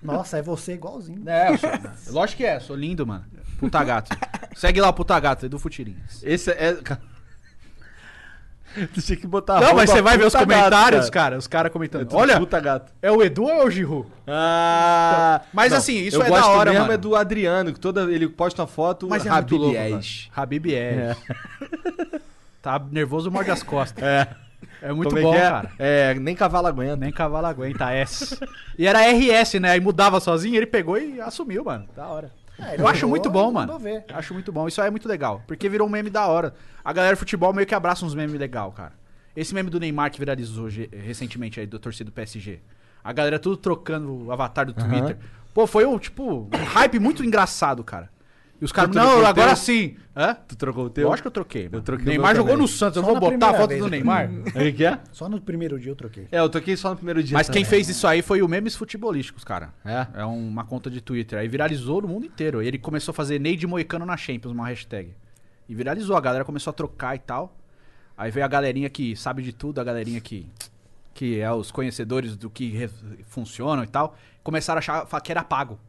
[SPEAKER 3] Nossa, é você igualzinho.
[SPEAKER 4] É, eu sou, lógico que é, sou lindo, mano. Puta gato. Segue lá o puta gato, Edu Futirinhas.
[SPEAKER 1] Esse é. ca- tu tinha que botar.
[SPEAKER 4] Não, mas
[SPEAKER 1] arroba
[SPEAKER 4] você vai ver os
[SPEAKER 1] puta gato,
[SPEAKER 4] comentários, cara. Os caras comentando.
[SPEAKER 1] Tu-
[SPEAKER 4] Olha,
[SPEAKER 1] Puta gato.
[SPEAKER 4] é o Edu ou é o Giroud?
[SPEAKER 1] Ah,
[SPEAKER 4] Mas
[SPEAKER 1] não,
[SPEAKER 4] assim, isso
[SPEAKER 1] eu
[SPEAKER 4] é
[SPEAKER 1] gosto
[SPEAKER 4] da hora,
[SPEAKER 1] mesmo
[SPEAKER 4] mano.
[SPEAKER 1] é do Adriano, que toda ele posta uma foto
[SPEAKER 4] Mas é muito
[SPEAKER 1] Habib
[SPEAKER 4] louco,
[SPEAKER 1] Yes.
[SPEAKER 4] cara. Habib é. Tá nervoso, morde as costas.
[SPEAKER 1] É.
[SPEAKER 4] É muito
[SPEAKER 1] Como é
[SPEAKER 4] bom,
[SPEAKER 1] que é?
[SPEAKER 4] cara.
[SPEAKER 1] É, nem cavalo aguenta.
[SPEAKER 4] Nem cavalo aguenta, S. E era RS, né? Aí mudava sozinho, ele pegou e assumiu, mano. Da hora.
[SPEAKER 3] É, ele
[SPEAKER 4] Eu acho
[SPEAKER 3] mandou,
[SPEAKER 4] muito bom,
[SPEAKER 3] ele mandou
[SPEAKER 4] mano.
[SPEAKER 3] ver.
[SPEAKER 4] Acho muito bom. Isso aí é muito legal. Porque virou um meme da hora. A galera de futebol meio que abraça uns memes legal, cara. Esse meme do Neymar que viralizou ge- recentemente aí, do torcida do PSG. A galera tudo trocando o avatar do Twitter. Pô, foi um, tipo, um hype muito engraçado, cara. E os caras,
[SPEAKER 1] Tu trocou
[SPEAKER 4] não,
[SPEAKER 1] o
[SPEAKER 4] agora
[SPEAKER 1] teu?
[SPEAKER 4] sim. Hã?
[SPEAKER 1] Tu trocou o teu?
[SPEAKER 4] Eu acho que eu troquei. mano.
[SPEAKER 1] troquei o
[SPEAKER 4] Neymar
[SPEAKER 1] meu
[SPEAKER 4] jogou
[SPEAKER 1] também.
[SPEAKER 4] no Santos. Eu
[SPEAKER 3] Só
[SPEAKER 4] vou
[SPEAKER 3] na
[SPEAKER 4] botar a
[SPEAKER 3] primeira
[SPEAKER 4] foto
[SPEAKER 3] vez né?
[SPEAKER 4] do
[SPEAKER 3] eu
[SPEAKER 4] Neymar.
[SPEAKER 1] É que que é?
[SPEAKER 3] Só no primeiro dia eu troquei.
[SPEAKER 1] É, eu toquei só no primeiro dia.
[SPEAKER 4] Mas quem
[SPEAKER 1] também.
[SPEAKER 4] fez isso aí foi o Memes Futebolísticos, cara.
[SPEAKER 1] É?
[SPEAKER 4] É um- uma conta de Twitter. Aí viralizou no mundo inteiro. Ele começou a fazer Neide Moicano na Champions, uma hashtag. E viralizou, a galera começou a trocar e tal. Aí veio a galerinha que sabe de tudo, a galerinha que, que é os conhecedores do que re- funciona e tal. Começaram a achar fa- que era pago.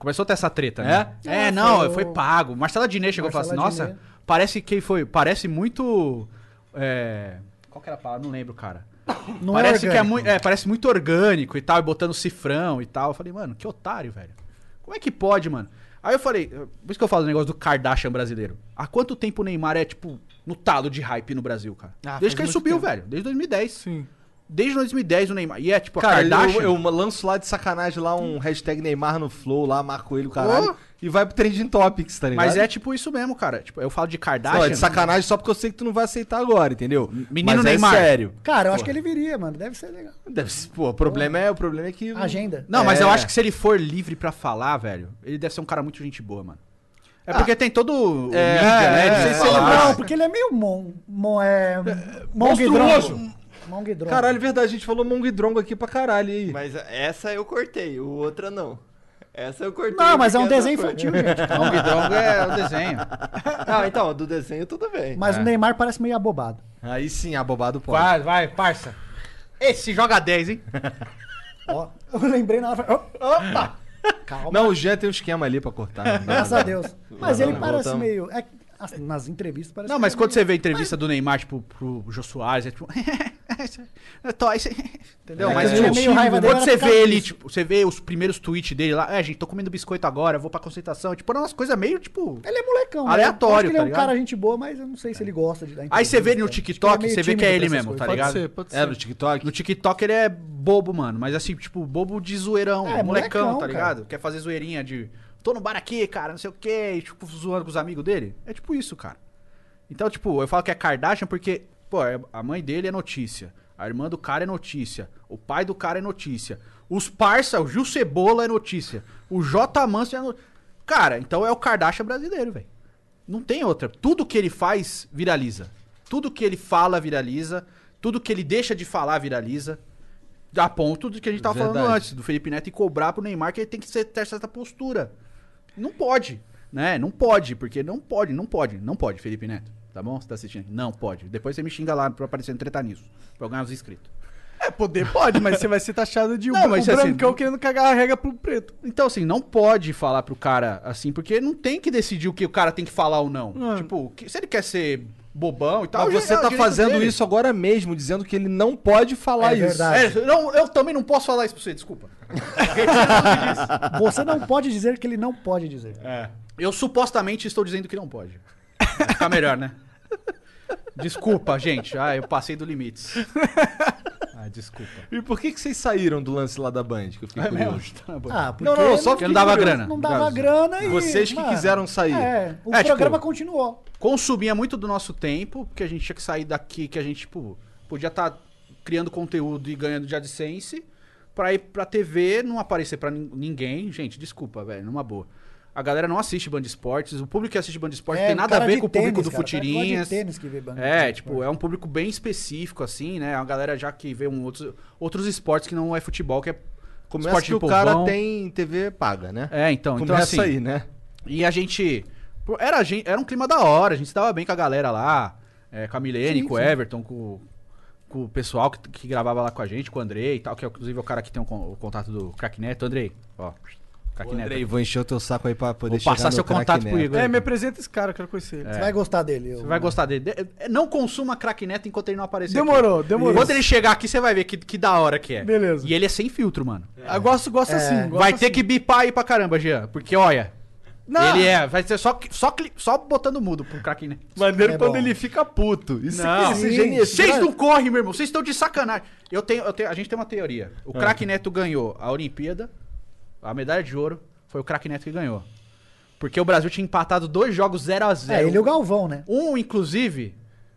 [SPEAKER 4] Começou a ter essa treta, né? É,
[SPEAKER 3] É,
[SPEAKER 4] não,
[SPEAKER 3] foi
[SPEAKER 4] foi
[SPEAKER 3] o-
[SPEAKER 4] pago. Marcela Diné chegou e falou assim,
[SPEAKER 3] Marcela
[SPEAKER 4] nossa,
[SPEAKER 3] Diné.
[SPEAKER 4] parece que foi, parece muito... é, Qual que era a palavra? Não lembro, cara
[SPEAKER 3] Não é
[SPEAKER 4] parece que é
[SPEAKER 3] orgânico.
[SPEAKER 4] muito, é, parece muito orgânico e tal, e botando cifrão e tal. Eu falei, mano, que otário, velho. Como é que pode, mano? Aí eu falei, por isso que eu falo do negócio do Kardashian brasileiro. Há quanto tempo o Neymar é, tipo, no talo de hype no Brasil, cara?
[SPEAKER 2] Ah,
[SPEAKER 4] Desde
[SPEAKER 2] faz
[SPEAKER 4] que ele
[SPEAKER 2] muito
[SPEAKER 4] subiu,
[SPEAKER 2] tempo.
[SPEAKER 4] velho. Desde 2010.
[SPEAKER 2] Sim.
[SPEAKER 4] desde 2010 o Neymar. E é tipo a
[SPEAKER 1] Cara,
[SPEAKER 4] Kardashian.
[SPEAKER 1] eu, eu lanço lá de sacanagem lá um hashtag Neymar no Flow lá, marco ele o caralho.
[SPEAKER 4] Ô.
[SPEAKER 1] E vai pro Trending Topics, tá ligado?
[SPEAKER 4] Mas é tipo isso mesmo, cara. Tipo, eu falo de Kardashian.
[SPEAKER 1] Não, é de sacanagem só porque eu sei que tu não vai aceitar agora, entendeu?
[SPEAKER 4] Menino
[SPEAKER 1] Mas
[SPEAKER 4] Neymar.
[SPEAKER 1] É sério.
[SPEAKER 3] Cara, eu acho que ele viria, mano. Deve ser legal.
[SPEAKER 1] Deve ser- pô, o problema é, o problema é
[SPEAKER 4] Uhum.
[SPEAKER 1] que.
[SPEAKER 3] Agenda.
[SPEAKER 4] Não, mas
[SPEAKER 1] É.
[SPEAKER 4] eu acho que se ele for livre pra falar, velho, ele deve ser um cara muito gente boa, mano. É porque tem todo o
[SPEAKER 1] Ah. É,
[SPEAKER 4] mídia,
[SPEAKER 1] é,
[SPEAKER 4] né?
[SPEAKER 1] é,
[SPEAKER 4] de
[SPEAKER 1] é,
[SPEAKER 4] falar.
[SPEAKER 3] Não, porque ele é meio mon... mon é,
[SPEAKER 1] monstruoso.
[SPEAKER 3] monguedrongo. Monguedrongo.
[SPEAKER 1] Caralho, é verdade, a gente falou Mongidrongo aqui pra caralho aí.
[SPEAKER 10] Mas essa eu cortei, o outra não. Essa eu cortei.
[SPEAKER 3] Não, mas é um
[SPEAKER 10] porque essa
[SPEAKER 3] desenho
[SPEAKER 10] foi-
[SPEAKER 3] infantil, gente. Então,
[SPEAKER 4] Monguidrongo é o desenho.
[SPEAKER 10] Ah, então, do desenho tudo bem.
[SPEAKER 3] Mas o Neymar parece meio abobado.
[SPEAKER 1] Aí sim, abobado pode.
[SPEAKER 4] Vai, vai, parça. Esse joga 10, hein?
[SPEAKER 3] Ó, eu lembrei na hora. falei, "Oh, Opa! Calma.
[SPEAKER 1] Não, o Jean tem um esquema ali pra cortar. não dá
[SPEAKER 3] Graças
[SPEAKER 1] nada.
[SPEAKER 3] a Deus. Mas ele
[SPEAKER 1] Voltamos.
[SPEAKER 3] parece meio. é que, assim, nas entrevistas parece.
[SPEAKER 4] Não,
[SPEAKER 3] que
[SPEAKER 4] mas
[SPEAKER 3] ele é
[SPEAKER 4] quando
[SPEAKER 3] meio-
[SPEAKER 4] você vê a entrevista do Neymar, tipo, pro Jô Soares, é tipo. é Toys. Entendeu?
[SPEAKER 3] É,
[SPEAKER 4] mas
[SPEAKER 3] que ele é
[SPEAKER 4] tipo,
[SPEAKER 3] meio raiva dele,
[SPEAKER 4] quando
[SPEAKER 3] era
[SPEAKER 4] você
[SPEAKER 3] por
[SPEAKER 4] vê
[SPEAKER 3] causa
[SPEAKER 4] ele,
[SPEAKER 3] disso.
[SPEAKER 4] tipo, você vê os primeiros tweets dele lá, é, gente, tô comendo biscoito agora, vou pra concentração. Tipo, eram umas coisas meio, tipo.
[SPEAKER 3] Ele é molecão. né?
[SPEAKER 4] Aleatório,
[SPEAKER 3] Eu acho que ele é
[SPEAKER 4] tá
[SPEAKER 3] um
[SPEAKER 4] ligado?
[SPEAKER 3] cara gente boa, mas eu não sei se ele gosta de dar
[SPEAKER 4] Aí você vê ele no
[SPEAKER 3] entrevista. Acho
[SPEAKER 4] TikTok,
[SPEAKER 3] ele
[SPEAKER 4] você vê
[SPEAKER 3] Tipo, meio
[SPEAKER 4] que é
[SPEAKER 3] tímido
[SPEAKER 4] ele
[SPEAKER 3] pra essas
[SPEAKER 4] mesmo, tá
[SPEAKER 3] coisas.
[SPEAKER 4] ligado?
[SPEAKER 2] ser, pode
[SPEAKER 1] É,
[SPEAKER 2] ser.
[SPEAKER 1] no TikTok?
[SPEAKER 4] No TikTok ele é bobo, mano. Mas assim, tipo, bobo de zoeirão.
[SPEAKER 3] É,
[SPEAKER 4] molecão,
[SPEAKER 3] molecão,
[SPEAKER 4] tá
[SPEAKER 3] cara.
[SPEAKER 4] ligado? Quer fazer zoeirinha de. Tô no bar aqui, cara, não sei o quê. E, tipo, zoando com os amigos dele. É tipo isso, cara. Então, tipo, eu falo que é Kardashian porque, pô, é- a mãe dele é notícia. A irmã do cara é notícia. O pai do cara é notícia. Os parça, o Gil Cebola é notícia. O J. Manso é notícia. Cara, então é o Kardashian brasileiro, velho. Não tem outra. Tudo que ele faz viraliza. Tudo que ele fala viraliza. Tudo que ele deixa de falar viraliza. A ponto do que a gente tava falando
[SPEAKER 1] Verdade.
[SPEAKER 4] antes, do Felipe Neto e cobrar pro Neymar que ele tem que ser- ter certa postura. Não pode, né? Não pode, porque não pode, não pode, não pode, Felipe Neto. Tá bom? Você tá assistindo? Não pode. Depois você me xinga lá pra aparecer no Treta News, pra eu ganhar os inscritos.
[SPEAKER 2] É, poder pode, mas você vai ser taxado de um
[SPEAKER 4] Não, mas
[SPEAKER 2] o
[SPEAKER 4] assim,
[SPEAKER 2] brancão
[SPEAKER 4] não-
[SPEAKER 2] querendo cagar a regra pro preto.
[SPEAKER 4] Então, assim, não pode falar pro cara assim, porque não tem que decidir o que o cara tem que falar ou não.
[SPEAKER 2] Ah.
[SPEAKER 4] Tipo, que- se ele quer ser bobão e tal.
[SPEAKER 1] Mas
[SPEAKER 4] já é
[SPEAKER 1] você
[SPEAKER 4] o
[SPEAKER 1] tá
[SPEAKER 4] direito
[SPEAKER 1] fazendo
[SPEAKER 4] dele.
[SPEAKER 1] isso agora mesmo, dizendo que ele não pode falar
[SPEAKER 3] É
[SPEAKER 1] isso.
[SPEAKER 3] verdade.
[SPEAKER 4] É, não, eu também não posso falar isso pra você, desculpa.
[SPEAKER 3] Você não pode dizer que ele não pode dizer.
[SPEAKER 4] Eu supostamente estou dizendo que não pode. Vai ficar melhor, né? Desculpa, gente. Ah, eu passei do limite. Ah, desculpa.
[SPEAKER 1] E por que, que vocês saíram do lance lá da Band? Que eu fiquei
[SPEAKER 3] É
[SPEAKER 1] curioso.
[SPEAKER 3] Ah, porque
[SPEAKER 1] Não, não, só
[SPEAKER 4] porque não dava
[SPEAKER 1] fiquei
[SPEAKER 4] grana.
[SPEAKER 1] curioso.
[SPEAKER 3] não dava grana e.
[SPEAKER 1] Vocês que quiseram sair.
[SPEAKER 3] É, o
[SPEAKER 4] É, tipo-
[SPEAKER 3] programa continuou.
[SPEAKER 4] Consumia muito do nosso tempo, porque a gente tinha que sair daqui, que a gente, tipo, podia estar criando conteúdo e ganhando de AdSense, pra ir pra TV, não aparecer pra nin- ninguém. Gente, desculpa, velho, numa boa. A galera não assiste Band Esportes, o público que assiste Band Esportes
[SPEAKER 3] É,
[SPEAKER 4] tem
[SPEAKER 3] um
[SPEAKER 4] nada a
[SPEAKER 3] cara
[SPEAKER 4] ver
[SPEAKER 3] de
[SPEAKER 4] com o
[SPEAKER 3] tênis,
[SPEAKER 4] público do
[SPEAKER 3] cara, cara
[SPEAKER 4] Futirinhas.
[SPEAKER 3] de tênis que
[SPEAKER 1] Tá
[SPEAKER 3] vê banco.
[SPEAKER 4] É, tipo, é um público bem específico, assim, né? A galera já que vê um outros, outros esportes que não é futebol, que é
[SPEAKER 1] Começa
[SPEAKER 4] esporte
[SPEAKER 1] que o
[SPEAKER 4] de
[SPEAKER 1] cara
[SPEAKER 4] povão.
[SPEAKER 1] tem TV paga, né?
[SPEAKER 4] É, então, então
[SPEAKER 1] Começa
[SPEAKER 4] assim.
[SPEAKER 1] aí, né?
[SPEAKER 4] E a gente. pô, Era, a gente- era um clima da hora, a gente se dava bem com a galera lá, é, com a Milene,
[SPEAKER 3] Sim,
[SPEAKER 4] com o
[SPEAKER 3] sim.
[SPEAKER 4] Everton, com, com o pessoal que, que gravava lá com a gente, com o Andrei e tal, que é inclusive o cara que tem o, con- o contato do Crack Neto. Andrei, ó. Crack Neto.
[SPEAKER 1] Andrei, vou encher o teu saco aí pra poder
[SPEAKER 4] Vou passar
[SPEAKER 1] chegar no
[SPEAKER 4] seu
[SPEAKER 1] craque
[SPEAKER 4] contato
[SPEAKER 1] Neto.
[SPEAKER 4] pro Igor.
[SPEAKER 2] É, me apresenta esse cara, eu quero conhecer ele.
[SPEAKER 3] é. Você vai gostar dele.
[SPEAKER 4] Você vai gostar dele. De- é, Não consuma Crack Neto enquanto ele não aparecer. aqui.
[SPEAKER 2] Demorou, demorou.
[SPEAKER 4] Quando ele chegar aqui, você vai ver que, que da hora que é.
[SPEAKER 2] Beleza.
[SPEAKER 4] E ele é sem filtro, mano.
[SPEAKER 2] Ah, gosto,
[SPEAKER 3] É.
[SPEAKER 2] gosto assim. gosto
[SPEAKER 4] Vai
[SPEAKER 2] assim.
[SPEAKER 4] ter que bipar aí pra caramba, Jean. Porque, olha.
[SPEAKER 2] Não.
[SPEAKER 4] Ele é, vai ser só, só, cli- só botando mudo pro craque, né?
[SPEAKER 1] Maneiro
[SPEAKER 3] É
[SPEAKER 1] quando
[SPEAKER 3] bom.
[SPEAKER 1] ele fica puto. Isso
[SPEAKER 4] Não.
[SPEAKER 1] é que esse
[SPEAKER 3] Sim.
[SPEAKER 1] gênio.
[SPEAKER 4] Vocês não correm, meu irmão. Vocês estão de sacanagem. Eu tenho, eu tenho- a gente tem uma teoria. O
[SPEAKER 1] Ah.
[SPEAKER 4] craque Neto ganhou a Olimpíada, a medalha de ouro. Foi o craque Neto que ganhou. Porque o Brasil tinha empatado dois jogos 0 a 0
[SPEAKER 3] É, ele e o Galvão, né?
[SPEAKER 4] Um, inclusive,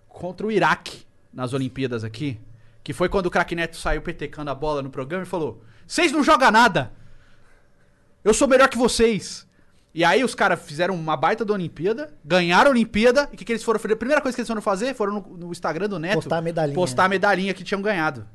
[SPEAKER 4] contra o Iraque nas Olimpíadas aqui. Que foi quando o craque Neto saiu petecando a bola no programa e falou: Vocês não jogam nada! Eu sou melhor que vocês! E aí os caras fizeram uma baita da Olimpíada, ganharam a Olimpíada, e o que, que eles foram fazer? A primeira coisa que eles foram fazer foram no, no Instagram do Neto
[SPEAKER 3] Postar a medalhinha.
[SPEAKER 4] postar a medalhinha que tinham ganhado.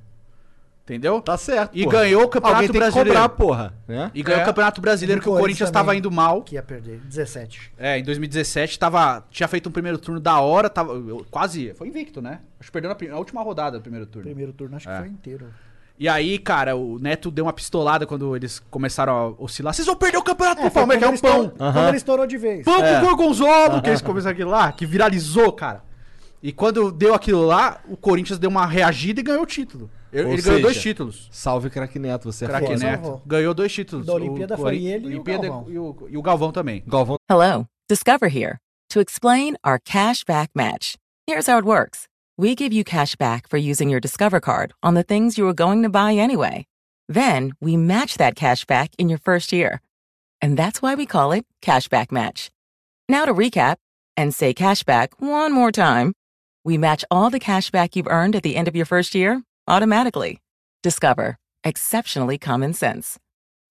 [SPEAKER 4] Entendeu?
[SPEAKER 1] Tá certo.
[SPEAKER 4] E
[SPEAKER 1] porra.
[SPEAKER 4] ganhou o Campeonato
[SPEAKER 1] Alguém tem
[SPEAKER 4] Brasileiro.
[SPEAKER 1] Que cobrar, porra. Né?
[SPEAKER 4] E ganhou o Campeonato Brasileiro
[SPEAKER 3] Do
[SPEAKER 4] que o Corinthians
[SPEAKER 3] Corinthians
[SPEAKER 4] estava
[SPEAKER 3] também.
[SPEAKER 4] indo mal.
[SPEAKER 3] Que ia perder. 17.
[SPEAKER 4] É, em 2017 tava, tinha feito um primeiro turno da hora, tava eu- quase, foi invicto, né? Acho que perdeu na, prim- na última rodada do primeiro turno.
[SPEAKER 3] Primeiro turno, acho que foi inteiro.
[SPEAKER 4] E aí, cara, o Neto deu uma pistolada quando eles começaram a oscilar. Vocês vão perder o campeonato pro
[SPEAKER 3] foi
[SPEAKER 4] Palmeiras, que é
[SPEAKER 3] quando É.
[SPEAKER 4] um
[SPEAKER 3] ele
[SPEAKER 4] pão.
[SPEAKER 3] estourou- Quando ele estourou de vez.
[SPEAKER 4] Pão com gorgonzola, que eles começaram aquilo lá, que viralizou, cara. E quando deu aquilo lá, o Corinthians deu uma reagida e ganhou o título. Ele
[SPEAKER 1] Ou
[SPEAKER 4] ele ganhou dois
[SPEAKER 1] seja,
[SPEAKER 4] títulos.
[SPEAKER 1] Salve, craque Neto. Você é
[SPEAKER 4] Craque
[SPEAKER 1] foda.
[SPEAKER 3] né?
[SPEAKER 4] Neto. Ganhou dois títulos.
[SPEAKER 3] Da Olimpíada foi
[SPEAKER 4] Cori-
[SPEAKER 3] ele e o
[SPEAKER 4] Olimpíada
[SPEAKER 3] Galvão.
[SPEAKER 4] E o, e o Galvão também.
[SPEAKER 1] Galvão
[SPEAKER 12] Hello, Discover here to explain our cash back match. Here's how it works we give you cash back for using your Discover card on the things you were going to buy anyway. Then we match that cash back in your first year. And that's why we call it Cashback Match. Now to recap and say cashback one more time. We match all the cash back you've earned at the end of your first year automatically. Discover. Exceptionally common sense.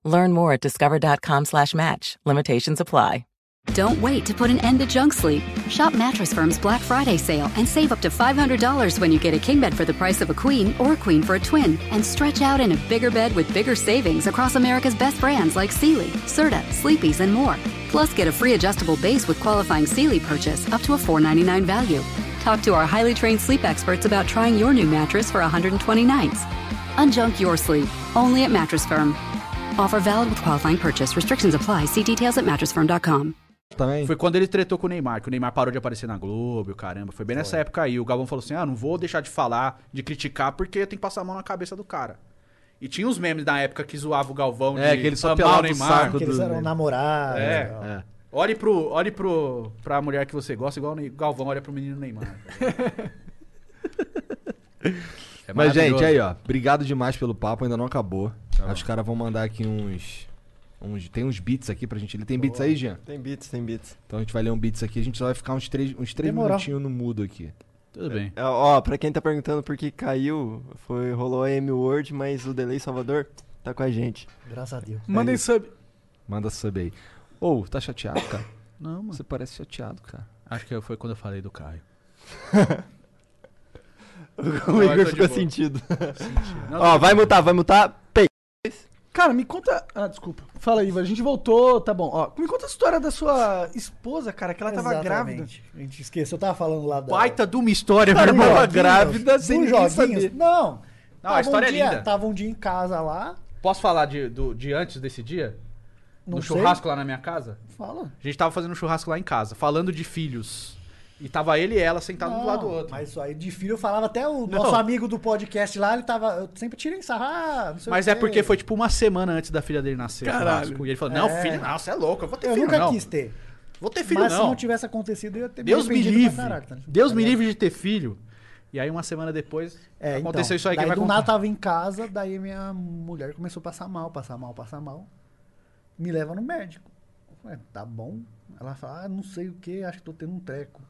[SPEAKER 12] Learn more at discover.com slash match. Limitations apply.
[SPEAKER 15] Don't wait to put an end to junk sleep. Shop Mattress Firm's Black Friday sale and save up to $500 when you get a king bed for the price of a queen or a queen for a twin and stretch out in a bigger bed with bigger savings across America's best brands like Sealy, Serta, Sleepy's, and more. Plus, get a free adjustable base with qualifying Sealy purchase up to a $499 value. Talk to our highly trained sleep experts about trying your new mattress for 120 nights. Unjunk your sleep only at Mattress Firm. Offer valid with qualifying purchase. Restrictions apply. See details at mattressfirm.com.
[SPEAKER 4] Foi quando ele tretou com o Neymar, que o Neymar parou de aparecer na Globo, e o caramba. Foi bem nessa época aí. O Galvão falou assim: ah, não vou deixar de falar, de criticar, porque eu tenho que passar a mão na cabeça do cara. E tinha uns memes da época que zoava o Galvão
[SPEAKER 1] É, que ele só pelava o saco
[SPEAKER 3] Porque eles eram namorados.
[SPEAKER 4] É.
[SPEAKER 3] tal.
[SPEAKER 4] é. Olhe, pro, olhe pro, pra mulher que você gosta, igual o Ney- Galvão olha pro menino Neymar. É
[SPEAKER 1] Mas,
[SPEAKER 4] maravilhoso. Tá
[SPEAKER 1] gente, aí, ó. Obrigado demais pelo papo, ainda não acabou. Acho que os caras vão mandar aqui uns, uns. Tem uns beats aqui pra gente. Ele tem beats aí, Jean?
[SPEAKER 10] Tem beats, tem beats.
[SPEAKER 1] Então a gente vai ler um beats aqui. A gente só vai ficar uns três, uns três
[SPEAKER 10] Demorou.
[SPEAKER 1] minutinhos no mudo aqui.
[SPEAKER 4] Tudo bem.
[SPEAKER 10] É, ó, pra quem tá perguntando por que caiu, foi, rolou a M-Word, mas o Delay Salvador tá com a gente.
[SPEAKER 3] Graças a Deus.
[SPEAKER 2] Mandem
[SPEAKER 1] isso.
[SPEAKER 2] sub.
[SPEAKER 1] Manda sub aí. Ô, tá chateado, cara?
[SPEAKER 4] Não, mano.
[SPEAKER 1] Você parece chateado, cara.
[SPEAKER 4] Acho que foi quando eu falei do Caio.
[SPEAKER 10] O
[SPEAKER 4] Agora tô
[SPEAKER 10] Igor
[SPEAKER 4] de
[SPEAKER 10] ficou
[SPEAKER 4] boa.
[SPEAKER 10] sentido.
[SPEAKER 4] Não,
[SPEAKER 10] Ó, vai mutar, vai mutar. Pei.
[SPEAKER 2] Cara, me conta. Ah, desculpa. Fala aí, a gente voltou, tá bom. Ó, me conta a história da sua esposa, cara, que ela tava grávida.
[SPEAKER 3] Exatamente. A gente esqueceu, eu tava falando lá da.
[SPEAKER 4] Baita de uma história,
[SPEAKER 3] Tá
[SPEAKER 4] meu irmão.
[SPEAKER 3] joguinhos,
[SPEAKER 1] grávida sem
[SPEAKER 3] dos
[SPEAKER 1] ninguém
[SPEAKER 3] joguinhos.
[SPEAKER 1] saber.
[SPEAKER 3] Não.
[SPEAKER 4] Não, a história
[SPEAKER 3] um
[SPEAKER 4] é
[SPEAKER 3] dia,
[SPEAKER 4] linda.
[SPEAKER 3] Tava um dia em casa lá.
[SPEAKER 4] Posso falar de, do- de antes desse dia?
[SPEAKER 3] Não
[SPEAKER 4] no
[SPEAKER 3] sei.
[SPEAKER 4] churrasco lá na minha casa?
[SPEAKER 3] Fala.
[SPEAKER 4] A gente tava fazendo um churrasco lá em casa, falando de filhos. E tava ele e ela sentados um do lado do outro.
[SPEAKER 3] Mas isso aí de filho eu falava até o
[SPEAKER 4] Não.
[SPEAKER 3] nosso amigo do podcast lá, ele tava. Eu sempre tirei sarro. Ah, não sei
[SPEAKER 4] Mas
[SPEAKER 3] o
[SPEAKER 4] é
[SPEAKER 3] quê.
[SPEAKER 4] porque foi tipo uma semana antes da filha dele nascer. o
[SPEAKER 3] Caralho.
[SPEAKER 4] churrasco. E ele falou: Não,
[SPEAKER 3] É.
[SPEAKER 4] filho, não, você é louco, eu vou ter
[SPEAKER 3] Eu
[SPEAKER 4] filho.
[SPEAKER 3] nunca
[SPEAKER 4] não.
[SPEAKER 3] quis ter.
[SPEAKER 4] Vou ter filho,
[SPEAKER 3] Mas se
[SPEAKER 4] não.
[SPEAKER 3] não tivesse acontecido, eu ia ter
[SPEAKER 4] Deus me
[SPEAKER 3] arrependido pra
[SPEAKER 4] livre.
[SPEAKER 3] caraca, tá ligado?
[SPEAKER 4] Deus me livre de ter filho. E aí, uma semana depois,
[SPEAKER 3] É, então,
[SPEAKER 4] aconteceu isso aí que
[SPEAKER 3] daí
[SPEAKER 4] vai
[SPEAKER 3] do
[SPEAKER 4] contar.
[SPEAKER 3] nada tava em casa, daí minha mulher começou a passar mal, passar mal, passar mal. Me leva no médico. Eu falei, tá bom. Ela fala, ah, não sei o que, acho que tô tendo um treco.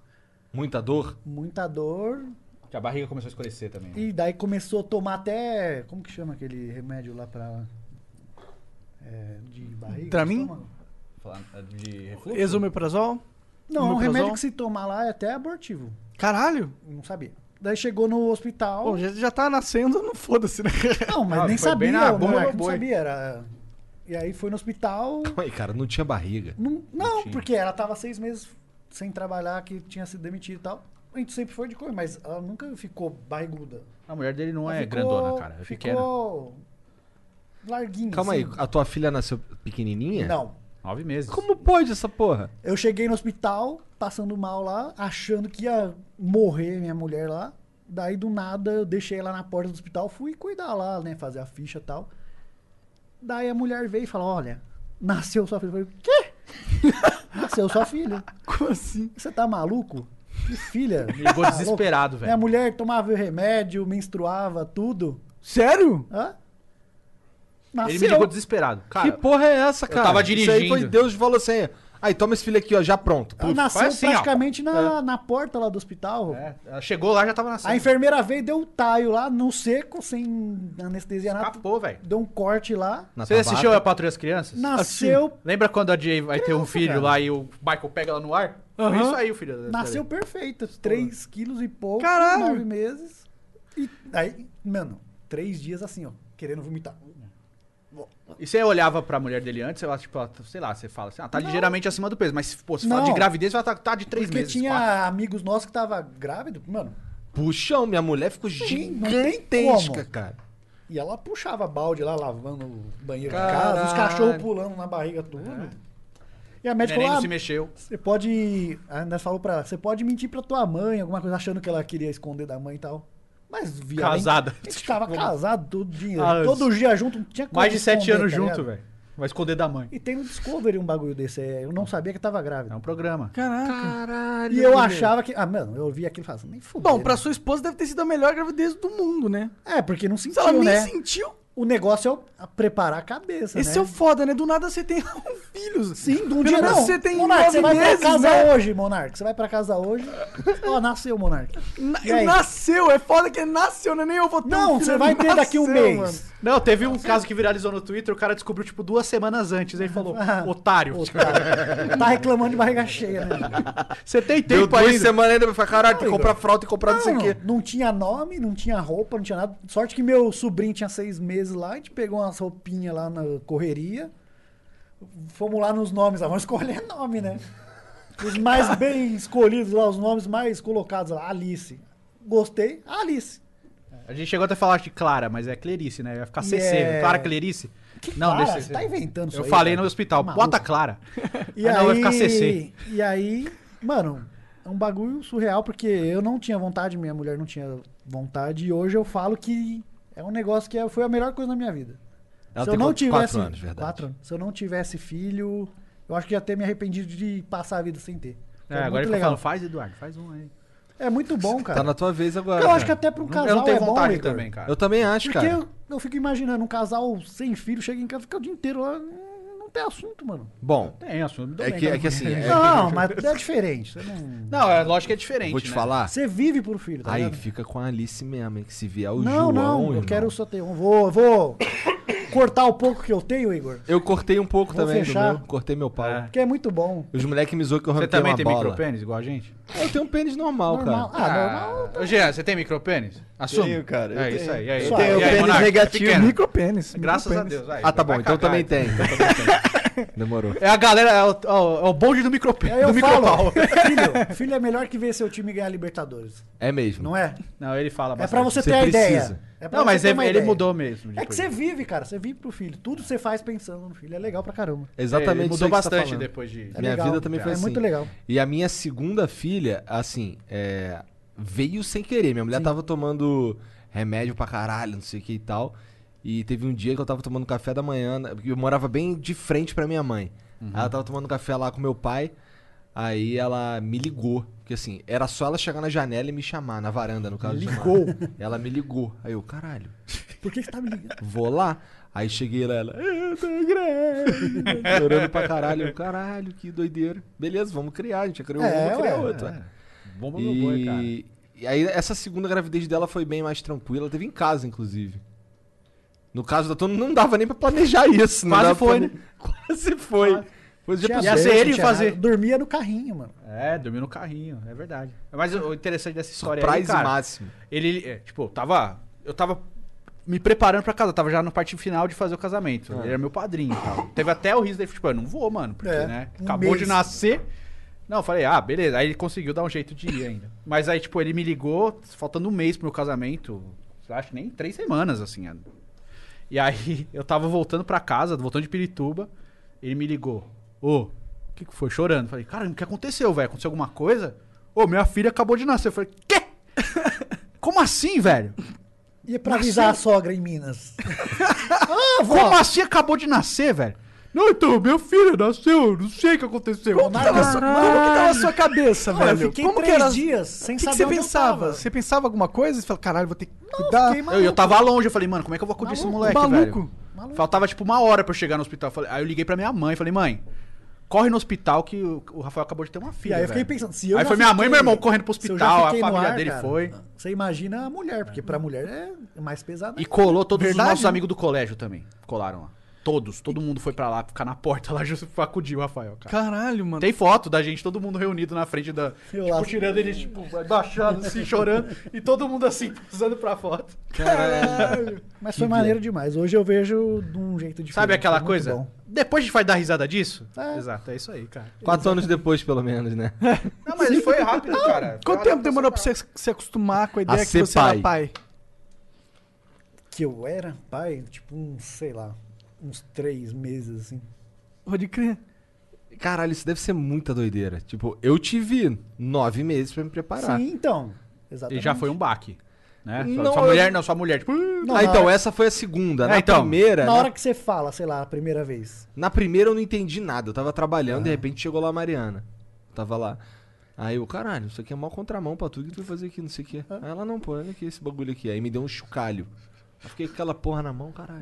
[SPEAKER 1] Muita dor?
[SPEAKER 3] Muita dor.
[SPEAKER 4] Que a barriga começou a escurecer também.
[SPEAKER 3] E daí começou a tomar até. Como que chama aquele remédio lá pra. É, de barriga?
[SPEAKER 2] Dramin?
[SPEAKER 3] estômago?
[SPEAKER 4] Falar é, De refluxo?
[SPEAKER 2] Exomeprazol?
[SPEAKER 3] Não, um
[SPEAKER 2] Omeprazol?
[SPEAKER 3] remédio que se tomar lá é até abortivo.
[SPEAKER 2] Caralho!
[SPEAKER 3] Não sabia. Daí chegou no hospital.
[SPEAKER 2] Bom, já, já tá nascendo, não foda-se, né?
[SPEAKER 3] Não, mas
[SPEAKER 4] Ah,
[SPEAKER 3] nem
[SPEAKER 4] foi
[SPEAKER 3] sabia.
[SPEAKER 4] bem na
[SPEAKER 3] o
[SPEAKER 4] bomba
[SPEAKER 3] moleque
[SPEAKER 4] do
[SPEAKER 3] não
[SPEAKER 4] boi.
[SPEAKER 3] sabia. Era... E aí foi no hospital.
[SPEAKER 1] Calma aí, cara, não tinha barriga.
[SPEAKER 3] Não, não,
[SPEAKER 1] tinha.
[SPEAKER 3] porque ela tava seis meses sem trabalhar, que tinha sido demitida e tal. A gente sempre foi de coisa, mas ela nunca ficou barriguda.
[SPEAKER 4] A mulher dele não
[SPEAKER 3] Ela
[SPEAKER 4] é
[SPEAKER 3] ficou-
[SPEAKER 4] grandona, cara. É pequena.
[SPEAKER 3] Ficou larguinha.
[SPEAKER 1] Calma
[SPEAKER 3] assim.
[SPEAKER 1] aí, a tua filha nasceu pequenininha?
[SPEAKER 3] Não.
[SPEAKER 4] Nove meses.
[SPEAKER 1] Como pode essa porra?
[SPEAKER 3] Eu cheguei no hospital, passando mal lá, achando que ia morrer minha mulher lá. Daí do nada eu deixei ela na porta do hospital, fui cuidar lá, né? Fazer a ficha e tal. Daí a mulher veio e falou: Olha, nasceu sua filha. Eu falei: Quê? Nasceu sua filha.
[SPEAKER 2] Como assim?
[SPEAKER 3] Você tá maluco? Que filha?
[SPEAKER 4] Me ligou
[SPEAKER 3] Tá
[SPEAKER 4] desesperado,
[SPEAKER 3] louco? Minha
[SPEAKER 4] velho.
[SPEAKER 3] mulher tomava remédio, menstruava, tudo.
[SPEAKER 2] Sério?
[SPEAKER 3] Hã?
[SPEAKER 4] Ele
[SPEAKER 3] Nasceu.
[SPEAKER 4] me ligou desesperado. Cara,
[SPEAKER 1] que porra é essa, cara?
[SPEAKER 4] tava
[SPEAKER 1] Isso aí
[SPEAKER 4] dirigindo.
[SPEAKER 1] foi Deus que falou assim: aí toma esse filho aqui, ó, já pronto.
[SPEAKER 3] Ela
[SPEAKER 4] Putz,
[SPEAKER 3] nasceu
[SPEAKER 4] faz assim, ó.
[SPEAKER 3] praticamente na, na porta lá do hospital.
[SPEAKER 4] É, ela chegou lá já tava nascendo.
[SPEAKER 3] A enfermeira veio, deu um taio lá, no seco, sem anestesia nada.
[SPEAKER 4] Escapou, velho.
[SPEAKER 3] Deu um corte lá.
[SPEAKER 1] Na
[SPEAKER 4] Você
[SPEAKER 1] tabata.
[SPEAKER 4] assistiu a Patrulha das Crianças? Assim,
[SPEAKER 3] Nasceu,
[SPEAKER 4] Lembra quando a Jay vai ter um filho lá e o Michael pega ela no ar? Foi
[SPEAKER 2] Aham.
[SPEAKER 4] isso aí, o filho da-
[SPEAKER 3] nasceu perfeito. 3 quilos e pouco,
[SPEAKER 2] Caralho.
[SPEAKER 3] 9 meses. E aí, mano, três dias assim, ó, querendo vomitar.
[SPEAKER 4] E você olhava pra mulher dele antes, ela, tipo, ela- sei lá, você fala assim, ah, tá ligeiramente acima do peso. Mas, pô, se fala
[SPEAKER 3] Não.
[SPEAKER 4] de gravidez, ela tá, tá de três
[SPEAKER 3] Porque
[SPEAKER 4] meses.
[SPEAKER 3] tinha
[SPEAKER 4] quatro.
[SPEAKER 3] amigos nossos que tava grávido, mano,
[SPEAKER 1] Puxão, minha mulher ficou
[SPEAKER 3] não tem
[SPEAKER 1] gigantesca,
[SPEAKER 3] como.
[SPEAKER 1] cara.
[SPEAKER 3] e ela puxava balde lá, lavando o banheiro de
[SPEAKER 1] Caralho.
[SPEAKER 3] casa, os cachorros pulando na barriga, tudo. E a
[SPEAKER 4] O
[SPEAKER 3] médica "Ah,
[SPEAKER 4] neném
[SPEAKER 3] lá,
[SPEAKER 4] É. não é se mexeu.
[SPEAKER 3] Você pode. Ainda falou pra ela, você pode mentir pra tua mãe, alguma coisa, achando que ela queria esconder da mãe e tal. Mas via.
[SPEAKER 4] Casada.
[SPEAKER 3] A gente tava casado todo dia.
[SPEAKER 4] Ah,
[SPEAKER 3] todo dia junto, não tinha como
[SPEAKER 4] Mais de sete
[SPEAKER 3] esconder,
[SPEAKER 4] anos
[SPEAKER 3] tá
[SPEAKER 4] junto,
[SPEAKER 3] ligado?
[SPEAKER 4] velho. Vai esconder da mãe.
[SPEAKER 3] E tem no Discovery um bagulho desse. é, eu não sabia que tava grávida. É um
[SPEAKER 4] programa.
[SPEAKER 2] Caraca.
[SPEAKER 3] Caralho. E eu achava que. Ah, mano, eu vi aquilo e falava, nem fudeu. né?
[SPEAKER 2] Bom, pra sua esposa deve ter sido a melhor gravidez do mundo, né?
[SPEAKER 3] É, porque não sentiu,
[SPEAKER 2] ela nem
[SPEAKER 3] né?
[SPEAKER 2] sentiu.
[SPEAKER 3] O negócio é o- preparar a cabeça,
[SPEAKER 2] Esse
[SPEAKER 3] né?
[SPEAKER 2] é o foda, né? Do nada você tem um filho.
[SPEAKER 3] Sim, de um
[SPEAKER 2] Pelo
[SPEAKER 3] dia
[SPEAKER 2] menos
[SPEAKER 3] não.
[SPEAKER 2] você tem
[SPEAKER 3] Monark,
[SPEAKER 2] nove
[SPEAKER 3] você vai
[SPEAKER 2] meses,
[SPEAKER 3] pra casa
[SPEAKER 2] né?
[SPEAKER 3] hoje, Monark. Você vai pra casa hoje. Ó, nasceu, Monark.
[SPEAKER 2] Na-
[SPEAKER 3] E aí?
[SPEAKER 2] nasceu, é foda que nasceu, né? Nem eu vou ter
[SPEAKER 3] Não,
[SPEAKER 2] um filho,
[SPEAKER 3] você vai ter daqui um
[SPEAKER 2] nasceu,
[SPEAKER 3] mês.
[SPEAKER 2] mano.
[SPEAKER 4] Não, teve um caso que viralizou no Twitter, o cara descobriu, tipo, duas semanas antes. Aí falou,
[SPEAKER 3] Ah,
[SPEAKER 4] otário.
[SPEAKER 3] Tá reclamando de barriga cheia, né?
[SPEAKER 4] Você tem
[SPEAKER 1] Deu
[SPEAKER 4] tempo
[SPEAKER 1] duas
[SPEAKER 4] ainda.
[SPEAKER 1] semanas ainda pra falar, caralho, tem que
[SPEAKER 3] Igor.
[SPEAKER 1] comprar fralda e comprar não sei o quê.
[SPEAKER 3] Não é tinha nome, não tinha roupa, não tinha nada. Sorte que meu sobrinho tinha seis meses lá, a gente pegou umas roupinhas lá na correria. Fomos lá nos nomes, lá, vamos escolher nome, né? Os mais bem escolhidos lá, os nomes mais colocados lá, Alice. Gostei, Alice.
[SPEAKER 4] A gente chegou até a falar de Clara, mas é Clarice, né? Ia ficar
[SPEAKER 3] E
[SPEAKER 4] CC.
[SPEAKER 3] é-
[SPEAKER 4] Clara Clarice?
[SPEAKER 3] Clara?
[SPEAKER 4] deixa-
[SPEAKER 3] Você tá inventando isso
[SPEAKER 4] Eu
[SPEAKER 3] aí,
[SPEAKER 4] falei
[SPEAKER 3] cara.
[SPEAKER 4] no hospital,
[SPEAKER 3] Tá
[SPEAKER 4] bota
[SPEAKER 3] maluco.
[SPEAKER 4] Clara.
[SPEAKER 3] E aí,
[SPEAKER 4] aí,
[SPEAKER 1] Ah,
[SPEAKER 4] não, vai ficar CC.
[SPEAKER 3] E aí, mano, é um bagulho surreal, porque eu não tinha vontade, minha mulher não tinha vontade, e hoje eu falo que é um negócio que é- foi a melhor coisa na minha vida.
[SPEAKER 1] Ela
[SPEAKER 3] se eu
[SPEAKER 1] tem
[SPEAKER 3] não
[SPEAKER 1] quanto?
[SPEAKER 3] tivesse.
[SPEAKER 1] Quatro anos, verdade.
[SPEAKER 3] Quatro anos. Se eu não tivesse filho, eu acho que ia ter me arrependido de passar a vida sem ter.
[SPEAKER 4] É, agora ele
[SPEAKER 3] muito
[SPEAKER 4] fica
[SPEAKER 3] legal.
[SPEAKER 4] falando, faz, Eduardo, faz um aí.
[SPEAKER 3] É muito bom, cara.
[SPEAKER 1] Tá na tua vez agora.
[SPEAKER 3] Eu
[SPEAKER 1] cara.
[SPEAKER 3] acho que até pra um
[SPEAKER 1] Não-
[SPEAKER 3] casal
[SPEAKER 1] Eu não tenho
[SPEAKER 3] é bom,
[SPEAKER 1] vontade
[SPEAKER 3] Igor.
[SPEAKER 1] também, cara. Eu também acho, é.
[SPEAKER 3] Porque
[SPEAKER 1] cara.
[SPEAKER 3] eu, eu fico imaginando, um casal sem filho chega em casa, fica o dia inteiro lá, não tem assunto, mano.
[SPEAKER 1] Bom,
[SPEAKER 4] Tem assunto.
[SPEAKER 1] é que, é que assim... é
[SPEAKER 3] né? não,
[SPEAKER 1] que-
[SPEAKER 3] mas é diferente. Você não...
[SPEAKER 4] Não, é lógico que é diferente.
[SPEAKER 1] Vou te
[SPEAKER 4] né?
[SPEAKER 1] falar.
[SPEAKER 3] Você vive pro filho, tá
[SPEAKER 1] Aí
[SPEAKER 3] ligado?
[SPEAKER 1] fica com a Alice mesmo, hein, que se vier o
[SPEAKER 3] não,
[SPEAKER 1] João...
[SPEAKER 3] não, eu
[SPEAKER 1] irmão.
[SPEAKER 3] quero só ter um. Vou, vou cortar o pouco que eu tenho, Igor.
[SPEAKER 1] Eu cortei um pouco
[SPEAKER 3] Vou
[SPEAKER 1] também
[SPEAKER 3] fechar.
[SPEAKER 1] do meu. Cortei meu pau.
[SPEAKER 3] Porque é muito bom.
[SPEAKER 1] Os moleques me zoam que eu
[SPEAKER 4] Ah. Você
[SPEAKER 1] arranquei
[SPEAKER 4] também
[SPEAKER 1] uma
[SPEAKER 4] tem
[SPEAKER 1] bola.
[SPEAKER 4] micropênis igual a gente?
[SPEAKER 1] Eu tenho um pênis normal,
[SPEAKER 3] Normal.
[SPEAKER 1] cara.
[SPEAKER 3] Ah, normal.
[SPEAKER 4] Ô, Jean, você tem micropênis? Assume.
[SPEAKER 10] Tenho, cara, eu
[SPEAKER 4] É
[SPEAKER 10] tenho.
[SPEAKER 4] isso aí. E aí,
[SPEAKER 10] Eu tenho
[SPEAKER 4] e aí,
[SPEAKER 10] pênis
[SPEAKER 4] Monark?
[SPEAKER 10] negativo.
[SPEAKER 4] Pequeno.
[SPEAKER 2] Micropênis.
[SPEAKER 4] Graças a
[SPEAKER 2] micropênis.
[SPEAKER 4] Deus. Vai,
[SPEAKER 1] Ah, tá
[SPEAKER 4] vai
[SPEAKER 1] bom, então eu
[SPEAKER 4] cagar.
[SPEAKER 1] também tem. então eu também tenho. Demorou.
[SPEAKER 4] É a galera, é o, ó, é o bonde do micropê,
[SPEAKER 3] Aí eu
[SPEAKER 4] do
[SPEAKER 3] falo,
[SPEAKER 4] micropau.
[SPEAKER 3] filho, filho é melhor que ver seu time ganhar Libertadores,
[SPEAKER 1] É mesmo.
[SPEAKER 3] não é?
[SPEAKER 4] Não, ele fala
[SPEAKER 3] É
[SPEAKER 4] bastante.
[SPEAKER 3] pra você
[SPEAKER 1] Você
[SPEAKER 3] ter a
[SPEAKER 1] precisa.
[SPEAKER 3] ideia. É pra
[SPEAKER 4] Não,
[SPEAKER 3] você
[SPEAKER 4] mas
[SPEAKER 3] ter
[SPEAKER 4] ele,
[SPEAKER 3] uma
[SPEAKER 4] ele
[SPEAKER 3] ideia.
[SPEAKER 4] mudou mesmo.
[SPEAKER 3] É que
[SPEAKER 4] depois
[SPEAKER 3] você
[SPEAKER 4] disso.
[SPEAKER 3] vive, cara. Você vive pro filho. Tudo você faz pensando no filho. É legal pra caramba.
[SPEAKER 1] É
[SPEAKER 4] É,
[SPEAKER 1] Exatamente
[SPEAKER 4] ele
[SPEAKER 1] isso
[SPEAKER 4] mudou
[SPEAKER 1] aí que você tá
[SPEAKER 4] bastante
[SPEAKER 1] falando.
[SPEAKER 4] depois de...
[SPEAKER 3] É
[SPEAKER 1] minha
[SPEAKER 3] legal.
[SPEAKER 1] vida também foi
[SPEAKER 3] É
[SPEAKER 1] assim.
[SPEAKER 3] muito legal.
[SPEAKER 1] E a minha segunda filha, assim, é, veio sem querer. Minha mulher tava tomando remédio pra caralho, não sei o que e tal. E teve um dia que eu tava tomando café da manhã, na- porque eu morava bem de frente pra minha mãe.
[SPEAKER 3] Uhum.
[SPEAKER 1] Aí Ela tava tomando café lá com meu pai. Aí ela me ligou. Porque assim, era só ela chegar na janela e me chamar, na varanda, no caso. Ligou? Ela me ligou. Aí eu, caralho,
[SPEAKER 3] Por que você tá me ligando?
[SPEAKER 1] vou lá. Aí cheguei lá, ela, eu tô grávida. Chorando pra caralho. Eu, caralho, que doideira. Beleza, vamos criar. A gente já criou
[SPEAKER 3] É,
[SPEAKER 1] um, vamos criar
[SPEAKER 3] ué,
[SPEAKER 1] outro.
[SPEAKER 4] é.
[SPEAKER 1] ué.
[SPEAKER 4] Bomba no boi, cara.
[SPEAKER 1] E... e aí, essa segunda gravidez dela foi bem mais tranquila. Ela teve em casa, inclusive. No caso da Tona, não dava nem pra planejar isso. não
[SPEAKER 4] Quase
[SPEAKER 1] dava
[SPEAKER 4] foi,
[SPEAKER 1] pra-
[SPEAKER 4] né?
[SPEAKER 1] Quase foi. tipo Pois já
[SPEAKER 3] Tinha
[SPEAKER 1] pensou?
[SPEAKER 4] Ia ser
[SPEAKER 3] berço,
[SPEAKER 4] ele
[SPEAKER 3] tinha
[SPEAKER 4] fazer.
[SPEAKER 3] nada. Dormia no carrinho, mano.
[SPEAKER 4] É, dormiu no carrinho, é verdade. Mas o interessante dessa história aí,
[SPEAKER 1] Surprise
[SPEAKER 4] cara,
[SPEAKER 1] máximo.
[SPEAKER 4] ele, é, tipo, tava, eu tava me preparando pra casa, tava já na parte final de fazer o casamento.
[SPEAKER 3] Ah.
[SPEAKER 4] Ele era meu padrinho e tal. Teve até o riso dele, tipo, eu não vou, mano, porque,
[SPEAKER 3] É,
[SPEAKER 4] né,
[SPEAKER 3] um
[SPEAKER 4] acabou de
[SPEAKER 3] mês.
[SPEAKER 4] nascer. Não, eu falei, ah, beleza. Aí ele conseguiu dar um jeito de ir ainda. Mas aí, tipo, ele me ligou, faltando um mês pro meu casamento, acho que nem três semanas, assim. é. E aí, eu tava voltando pra casa, voltando de Pirituba, ele me ligou. Ô, o que que foi? Chorando. Falei, caramba, o que aconteceu, velho? Aconteceu alguma coisa? Ô, minha filha acabou de nascer. Eu falei, quê? Como assim, velho?
[SPEAKER 3] E é pra
[SPEAKER 4] Nasceu.
[SPEAKER 3] avisar a sogra em Minas. ah, vó.
[SPEAKER 4] Como assim acabou de nascer, velho? Não, então, meu filho nasceu, não sei o que aconteceu.
[SPEAKER 3] Como que tava
[SPEAKER 4] Caralho.
[SPEAKER 3] sua-
[SPEAKER 2] Como que tava a sua cabeça,
[SPEAKER 3] Mano,
[SPEAKER 2] velho?
[SPEAKER 3] eu fiquei
[SPEAKER 2] Como
[SPEAKER 3] três
[SPEAKER 2] que era...
[SPEAKER 3] dias sem
[SPEAKER 2] o que que
[SPEAKER 3] saber
[SPEAKER 2] você
[SPEAKER 3] onde eu
[SPEAKER 2] pensava?
[SPEAKER 3] tava.
[SPEAKER 2] Você pensava alguma coisa? Você falou, caralho, vou ter que cuidar.
[SPEAKER 3] fiquei
[SPEAKER 4] Eu, eu tava longe, eu falei, mano, como é que eu vou acudir esse
[SPEAKER 3] Maluco,
[SPEAKER 4] moleque,
[SPEAKER 2] maluco,
[SPEAKER 4] velho? Faltava tipo uma hora pra eu chegar no hospital. Eu falei- aí eu liguei pra minha mãe, falei, mãe, corre no hospital que o, o Rafael acabou de ter uma
[SPEAKER 3] E
[SPEAKER 4] filha.
[SPEAKER 3] aí eu fiquei
[SPEAKER 4] velho.
[SPEAKER 3] pensando, se eu
[SPEAKER 4] Aí
[SPEAKER 3] já
[SPEAKER 4] foi minha mãe e
[SPEAKER 3] fiquei-
[SPEAKER 4] meu irmão correndo pro
[SPEAKER 3] se eu já
[SPEAKER 4] hospital, a
[SPEAKER 3] fiquei no
[SPEAKER 4] família
[SPEAKER 3] ar,
[SPEAKER 4] dele
[SPEAKER 3] cara,
[SPEAKER 4] foi.
[SPEAKER 3] Você imagina a mulher, porque pra mulher é mais pesado.
[SPEAKER 4] E colou todos
[SPEAKER 2] Verdade,
[SPEAKER 4] os nossos
[SPEAKER 2] né?
[SPEAKER 4] amigos do colégio também. Colaram lá. Todos, todo mundo foi pra lá ficar na porta lá justo pra acudir o Rafael, cara.
[SPEAKER 2] Caralho, mano.
[SPEAKER 4] Tem foto da gente, todo mundo reunido na frente da.
[SPEAKER 3] Eu
[SPEAKER 4] tipo,
[SPEAKER 3] lá-
[SPEAKER 4] tirando ele, tipo, baixando, assim, chorando. E todo mundo assim, usando pra foto.
[SPEAKER 3] Mas foi maneiro demais. Hoje eu vejo de um jeito diferente.
[SPEAKER 4] Sabe aquela
[SPEAKER 3] foi muito
[SPEAKER 4] coisa?
[SPEAKER 3] bom.
[SPEAKER 4] Depois a gente vai dar risada disso?
[SPEAKER 3] É.
[SPEAKER 4] Exato, é isso aí, cara.
[SPEAKER 1] Quatro anos depois, pelo menos, né?
[SPEAKER 4] Não, mas foi rápido, assim, cara.
[SPEAKER 2] Quanto tempo demorou pra você se acostumar com a ideia que
[SPEAKER 1] ser
[SPEAKER 2] você era pai?
[SPEAKER 3] Que eu era pai, tipo, um, sei lá, uns três meses, assim.
[SPEAKER 2] Pode crer.
[SPEAKER 1] Caralho, isso deve ser muita doideira. Tipo, eu tive nove meses pra me preparar.
[SPEAKER 3] Sim, então. Exatamente.
[SPEAKER 4] E já foi um baque. Né? Sua-
[SPEAKER 1] Não,
[SPEAKER 4] sua
[SPEAKER 1] eu-
[SPEAKER 4] mulher não, sua mulher. Tipo,
[SPEAKER 3] Não,
[SPEAKER 1] ah,
[SPEAKER 3] na
[SPEAKER 1] então,
[SPEAKER 3] hora-
[SPEAKER 1] essa foi a segunda.
[SPEAKER 4] É,
[SPEAKER 1] na
[SPEAKER 4] então,
[SPEAKER 1] primeira.
[SPEAKER 3] Na
[SPEAKER 1] na-
[SPEAKER 3] hora que você fala, sei lá, a primeira vez.
[SPEAKER 1] Na primeira eu não entendi nada. Eu tava
[SPEAKER 4] Ah.
[SPEAKER 1] trabalhando, de repente chegou lá a Mariana. Tava lá. Aí eu, caralho, isso aqui é mó contramão pra tudo que tu vai fazer aqui, não sei o quê.
[SPEAKER 4] Ah.
[SPEAKER 1] Aí ela, não, pô, olha aqui esse bagulho aqui. Aí me deu um chocalho. Eu fiquei com aquela porra na mão, caralho.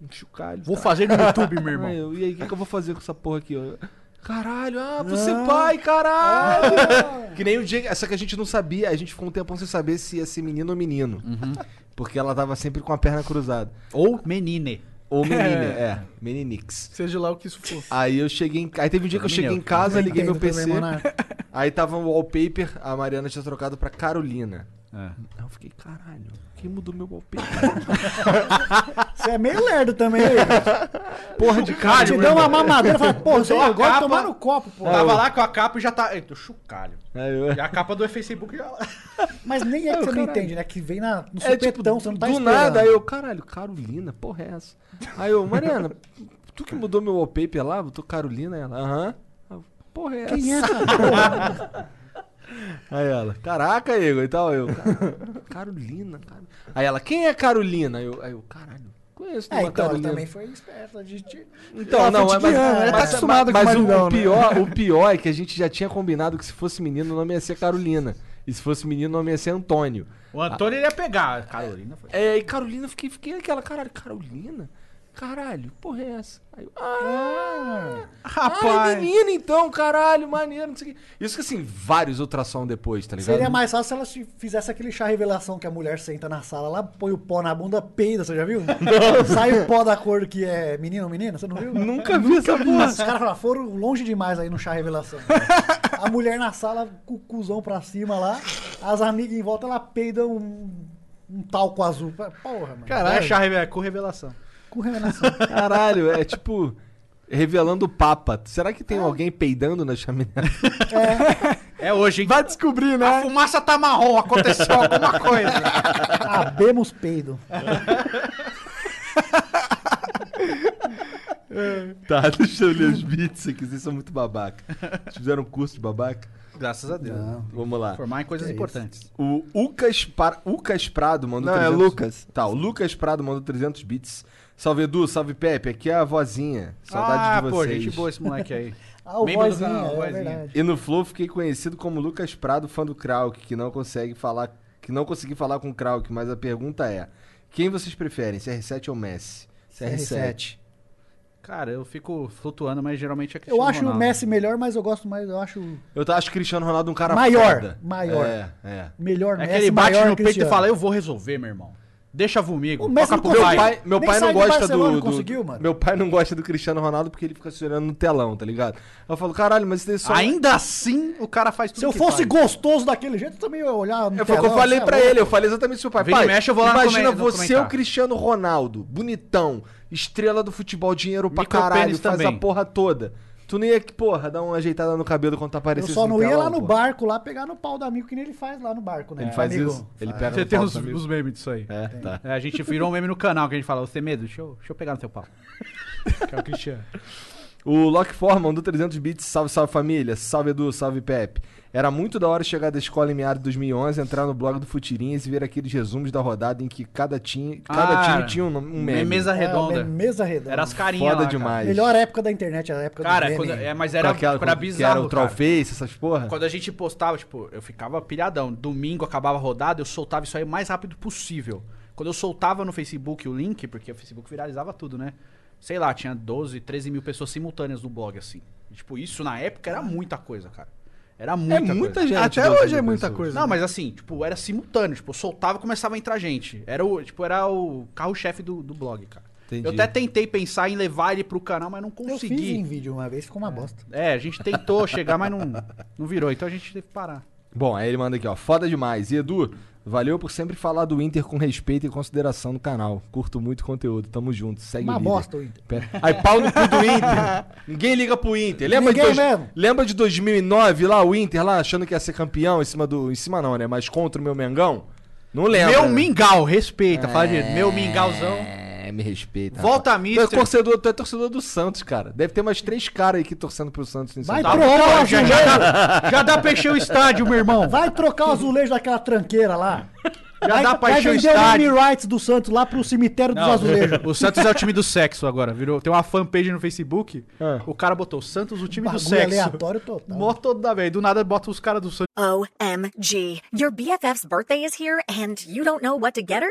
[SPEAKER 1] Um chocalho.
[SPEAKER 4] Vou fazer no YouTube, meu irmão.
[SPEAKER 1] Aí eu, e aí, o que, que eu vou fazer com essa porra aqui? Eu,
[SPEAKER 8] Caralho, ah,
[SPEAKER 1] você é pai,
[SPEAKER 4] Ah.
[SPEAKER 1] caralho! que nem o dia. Só que a gente não sabia, a gente ficou um tempão sem saber se ia ser menino ou menino.
[SPEAKER 4] Uhum.
[SPEAKER 1] Porque ela tava sempre com a perna cruzada.
[SPEAKER 4] Ou menine.
[SPEAKER 1] Ou menine,
[SPEAKER 2] É.
[SPEAKER 1] é. Meninix.
[SPEAKER 2] Seja lá o que isso for.
[SPEAKER 1] Aí eu cheguei em... Aí teve um dia que eu
[SPEAKER 2] Menino,
[SPEAKER 1] cheguei em casa,
[SPEAKER 2] é eu
[SPEAKER 1] liguei meu
[SPEAKER 2] entendo
[SPEAKER 1] PC.
[SPEAKER 2] também, Monark.
[SPEAKER 1] aí tava um wallpaper, a Mariana tinha trocado pra Carolina.
[SPEAKER 4] É.
[SPEAKER 1] Aí eu fiquei, caralho, quem mudou meu wallpaper?
[SPEAKER 3] Você é meio lerdo também, aí.
[SPEAKER 1] Porra de cara,
[SPEAKER 3] Te
[SPEAKER 1] meu
[SPEAKER 3] deu uma
[SPEAKER 1] irmão.
[SPEAKER 3] mamadeira e fala, pô, você
[SPEAKER 4] Deu a
[SPEAKER 3] agora
[SPEAKER 4] capa. Ah,
[SPEAKER 3] tomar no copo, pô.
[SPEAKER 4] Tava lá com a capa e já tá. Eita, chocalho.
[SPEAKER 1] Aí
[SPEAKER 4] E a capa do Facebook já.
[SPEAKER 3] Mas nem é que
[SPEAKER 4] Ai,
[SPEAKER 3] você não
[SPEAKER 4] caralho.
[SPEAKER 3] entende, né? Que vem na, no
[SPEAKER 1] É,
[SPEAKER 3] supetão,
[SPEAKER 1] tipo,
[SPEAKER 3] você não tá
[SPEAKER 1] do
[SPEAKER 3] esperando.
[SPEAKER 1] nada, aí eu, caralho, Carolina, porra é essa? Aí eu, Mariana, tu que mudou meu wallpaper lá, botou Carolina, ela, aham. Aí eu, Porra é essa?
[SPEAKER 8] Quem é essa
[SPEAKER 1] Aí ela, caraca, Igor, e tal, eu, "Car- Carolina, cara. Aí ela, quem é Carolina? Aí eu, aí eu caralho, conheço
[SPEAKER 3] É,
[SPEAKER 1] uma
[SPEAKER 3] então ela
[SPEAKER 1] Carolina.
[SPEAKER 3] também foi esperta de te...
[SPEAKER 1] Então, não, é, mas,
[SPEAKER 3] ela
[SPEAKER 1] mas-
[SPEAKER 3] tá acostumada
[SPEAKER 1] mas
[SPEAKER 3] com né? o maridão,
[SPEAKER 1] o, pior, o pior é que a gente já tinha combinado que se fosse menino o nome ia ser Carolina. E se fosse menino o nome ia ser Antônio.
[SPEAKER 4] O Antônio ele ia pegar. Carolina foi.
[SPEAKER 1] É, e Carolina, eu fiquei, fiquei aquela, caralho, Carolina? Caralho, porra é essa? Aí eu, ah, rapaz.
[SPEAKER 3] rapaz.
[SPEAKER 1] Ai, menina então, caralho, maneiro, não sei o quê. Isso que assim, vários ultrassom depois, tá ligado?
[SPEAKER 3] Seria mais fácil se ela se fizesse aquele chá revelação que a mulher senta na sala lá, põe o pó na bunda, peida, você já viu? Sai o pó da cor que é menino ou menina, você não viu?
[SPEAKER 1] Nunca vi essa porra.
[SPEAKER 3] Os caras falaram, foram longe demais aí no chá revelação. a mulher na sala, com o cuzão pra cima lá, as amigas em volta, ela peida um, um talco azul. Porra, mano.
[SPEAKER 4] Caralho. É chá revela- com revelação.
[SPEAKER 3] Com revelação.
[SPEAKER 1] Caralho, é tipo. Revelando o Papa. Será que tem alguém peidando na chaminé?
[SPEAKER 4] É hoje, hein?
[SPEAKER 1] Vai descobrir, né?
[SPEAKER 4] A fumaça tá marrom, aconteceu alguma coisa.
[SPEAKER 3] Abemos peido.
[SPEAKER 1] Tá, deixa eu ler os beats aqui, vocês são muito babaca. Vocês fizeram um curso de babaca?
[SPEAKER 4] Graças a Deus.
[SPEAKER 1] Vamos lá.
[SPEAKER 4] Formar
[SPEAKER 3] É
[SPEAKER 4] em coisas importantes.
[SPEAKER 1] O Ucas, Par... Ucas Prado mandou
[SPEAKER 10] Não, é Lucas.
[SPEAKER 1] Tá, o Lucas Prado mandou 300 bits. Salve Edu, salve Pepe, aqui é a vozinha. Saudade de
[SPEAKER 4] pô,
[SPEAKER 1] vocês.
[SPEAKER 4] gente boa esse moleque aí.
[SPEAKER 3] Ah, o
[SPEAKER 4] Membro do
[SPEAKER 3] vozinha,
[SPEAKER 4] canal,
[SPEAKER 3] é
[SPEAKER 4] vozinha.
[SPEAKER 3] verdade.
[SPEAKER 1] E no Flow fiquei conhecido como Lucas Prado, fã do Krauk, que não consegue falar, que não consegui falar com o Krauk, mas a pergunta é: quem vocês preferem, CR7 ou Messi? CR7.
[SPEAKER 4] Cara, eu fico flutuando, mas geralmente é
[SPEAKER 3] Eu
[SPEAKER 4] Cristiano
[SPEAKER 3] acho o
[SPEAKER 4] Ronaldo.
[SPEAKER 3] Messi melhor, mas eu gosto mais, eu acho
[SPEAKER 1] Eu acho o Cristiano Ronaldo um cara
[SPEAKER 3] Maior,
[SPEAKER 1] foda.
[SPEAKER 3] maior.
[SPEAKER 1] É, é.
[SPEAKER 3] melhor
[SPEAKER 4] É
[SPEAKER 3] Messi,
[SPEAKER 4] que ele bate
[SPEAKER 3] maior
[SPEAKER 4] no peito
[SPEAKER 3] Cristiano.
[SPEAKER 4] e fala, eu vou resolver, meu irmão. Deixa comigo.
[SPEAKER 3] O Messi não
[SPEAKER 4] toca pro
[SPEAKER 1] Meu
[SPEAKER 3] conseguiu.
[SPEAKER 1] pai, meu
[SPEAKER 3] Nem
[SPEAKER 1] pai não
[SPEAKER 3] sair do
[SPEAKER 1] gosta do,
[SPEAKER 3] Barcelona
[SPEAKER 1] do-
[SPEAKER 3] conseguiu, mano.
[SPEAKER 1] Meu pai não gosta do Cristiano Ronaldo porque ele fica se olhando no telão, tá ligado? Eu falo, caralho, mas isso é só.
[SPEAKER 4] Ainda assim, o cara faz tudo
[SPEAKER 3] Se eu
[SPEAKER 4] que
[SPEAKER 3] fosse
[SPEAKER 4] faz.
[SPEAKER 3] gostoso daquele jeito, eu também ia olhar no
[SPEAKER 1] É, foi o que eu
[SPEAKER 3] telão,
[SPEAKER 1] falei
[SPEAKER 3] você é
[SPEAKER 1] pra
[SPEAKER 3] louco.
[SPEAKER 1] ele, eu falei exatamente isso, pai.
[SPEAKER 4] Vira e
[SPEAKER 1] pai
[SPEAKER 4] mexe, eu vou lá
[SPEAKER 1] imagina
[SPEAKER 4] comer-
[SPEAKER 1] você,
[SPEAKER 4] comentar.
[SPEAKER 1] o Cristiano Ronaldo, bonitão, estrela do futebol, dinheiro pra
[SPEAKER 4] Micropênis
[SPEAKER 1] caralho, faz
[SPEAKER 4] também.
[SPEAKER 1] a porra toda. Tu nem ia, que, porra, dar uma ajeitada no cabelo quando tá
[SPEAKER 3] Eu
[SPEAKER 1] aparecendo
[SPEAKER 3] só não ia lá no barco lá pegar no pau do amigo que nem ele faz lá no barco, né?
[SPEAKER 1] Ele faz
[SPEAKER 3] Amigo,
[SPEAKER 1] isso? Ele pega
[SPEAKER 4] Você
[SPEAKER 1] no
[SPEAKER 4] tem
[SPEAKER 1] pau
[SPEAKER 4] uns,
[SPEAKER 1] também.
[SPEAKER 4] uns memes disso aí.
[SPEAKER 1] É, tá.
[SPEAKER 4] É, a gente virou um meme no canal que a gente fala, você tem medo? Deixa eu, deixa eu pegar no seu pau. que é o Cristiano.
[SPEAKER 1] O Lock Forman do 300 Bits, salve, salve família, salve Edu, salve Pepe. Era muito da hora chegar da escola em meados de 2011, entrar no blog do Futirinhas e ver aqueles resumos da rodada em que cada time, cada
[SPEAKER 4] Ah,
[SPEAKER 1] time tinha um, um meme.
[SPEAKER 4] Mesa redonda.
[SPEAKER 3] É, mesa redonda.
[SPEAKER 4] Era as carinhas
[SPEAKER 1] Foda
[SPEAKER 4] lá, cara.
[SPEAKER 1] demais.
[SPEAKER 3] Melhor época da internet, a época
[SPEAKER 4] Cara,
[SPEAKER 3] do meme.
[SPEAKER 4] quando- é, mas
[SPEAKER 1] Com
[SPEAKER 4] era,
[SPEAKER 1] aquela-
[SPEAKER 4] era
[SPEAKER 1] que
[SPEAKER 4] bizarro,
[SPEAKER 1] Era o né?
[SPEAKER 4] cara.
[SPEAKER 1] Trollface, essas porra.
[SPEAKER 4] Quando a gente postava, tipo, eu ficava pilhadão. Domingo acabava a rodada, eu soltava isso aí o mais rápido possível. Quando eu soltava no Facebook o link, porque o Facebook viralizava tudo, né? Sei lá, tinha 12, 13 mil pessoas simultâneas no blog, assim. E, tipo, isso na época era muita coisa, cara. Era
[SPEAKER 2] É
[SPEAKER 4] muita, coisa.
[SPEAKER 1] É muita né? gente,
[SPEAKER 2] Até
[SPEAKER 1] 12
[SPEAKER 2] hoje é
[SPEAKER 1] mil
[SPEAKER 2] muita
[SPEAKER 1] pessoas.
[SPEAKER 2] coisa.
[SPEAKER 4] Não, mas assim, tipo, era simultâneo. Tipo, eu soltava e começava a entrar gente. Era o, tipo, era o carro-chefe do, do blog, cara.
[SPEAKER 1] Entendi.
[SPEAKER 4] Eu até tentei pensar em levar ele pro canal, mas não
[SPEAKER 3] Eu fiz em
[SPEAKER 4] consegui.
[SPEAKER 3] vídeo uma vez, ficou uma bosta.
[SPEAKER 4] É, a gente tentou chegar, mas não, não virou. Então a gente teve que parar.
[SPEAKER 1] Bom, aí ele manda aqui, ó. Foda demais. E Edu, valeu por sempre falar do Inter com respeito e consideração no canal. Curto muito o conteúdo. Tamo junto. Segue
[SPEAKER 3] Uma
[SPEAKER 1] o líder.
[SPEAKER 3] bosta o Inter.
[SPEAKER 1] Pera- Aí, pau no cu do Inter. Ninguém liga pro Inter. Lembra,
[SPEAKER 3] Ninguém
[SPEAKER 1] de
[SPEAKER 3] mesmo.
[SPEAKER 1] Lembra de 2009 lá, o Inter lá achando que ia ser campeão em cima do. Em cima não, né? Mas contra o meu Mengão? Não lembro.
[SPEAKER 3] É, tá
[SPEAKER 4] Meu mingau, respeita, fala direito. Meu mingauzão.
[SPEAKER 1] É, me respeita.
[SPEAKER 4] Volta
[SPEAKER 1] rapaz.
[SPEAKER 4] a Mister.
[SPEAKER 1] Tu é, torcedor, tu é torcedor do Santos, cara. Deve ter umas três caras aí que torcendo pro Santos em
[SPEAKER 3] Vai
[SPEAKER 1] São Paulo.
[SPEAKER 3] trocar o azulejo.
[SPEAKER 1] pra encher o estádio, meu irmão.
[SPEAKER 3] Vai trocar o azulejo daquela tranqueira lá.
[SPEAKER 4] Já
[SPEAKER 3] vai,
[SPEAKER 4] dá pra
[SPEAKER 3] vai
[SPEAKER 4] encher o
[SPEAKER 3] vender
[SPEAKER 4] estádio.
[SPEAKER 3] name rights do Santos lá pro cemitério dos
[SPEAKER 4] Não,
[SPEAKER 3] azulejos.
[SPEAKER 4] O Santos é o time do sexo agora. Virou, tem uma fanpage no Facebook. O cara botou Santos, o time do
[SPEAKER 3] É. Bagulho
[SPEAKER 4] sexo.
[SPEAKER 3] aleatório total.
[SPEAKER 4] Mó toda vez. Do nada bota os caras do Santos.
[SPEAKER 7] OMG. Your BFF's birthday is here and you don't know what to get her?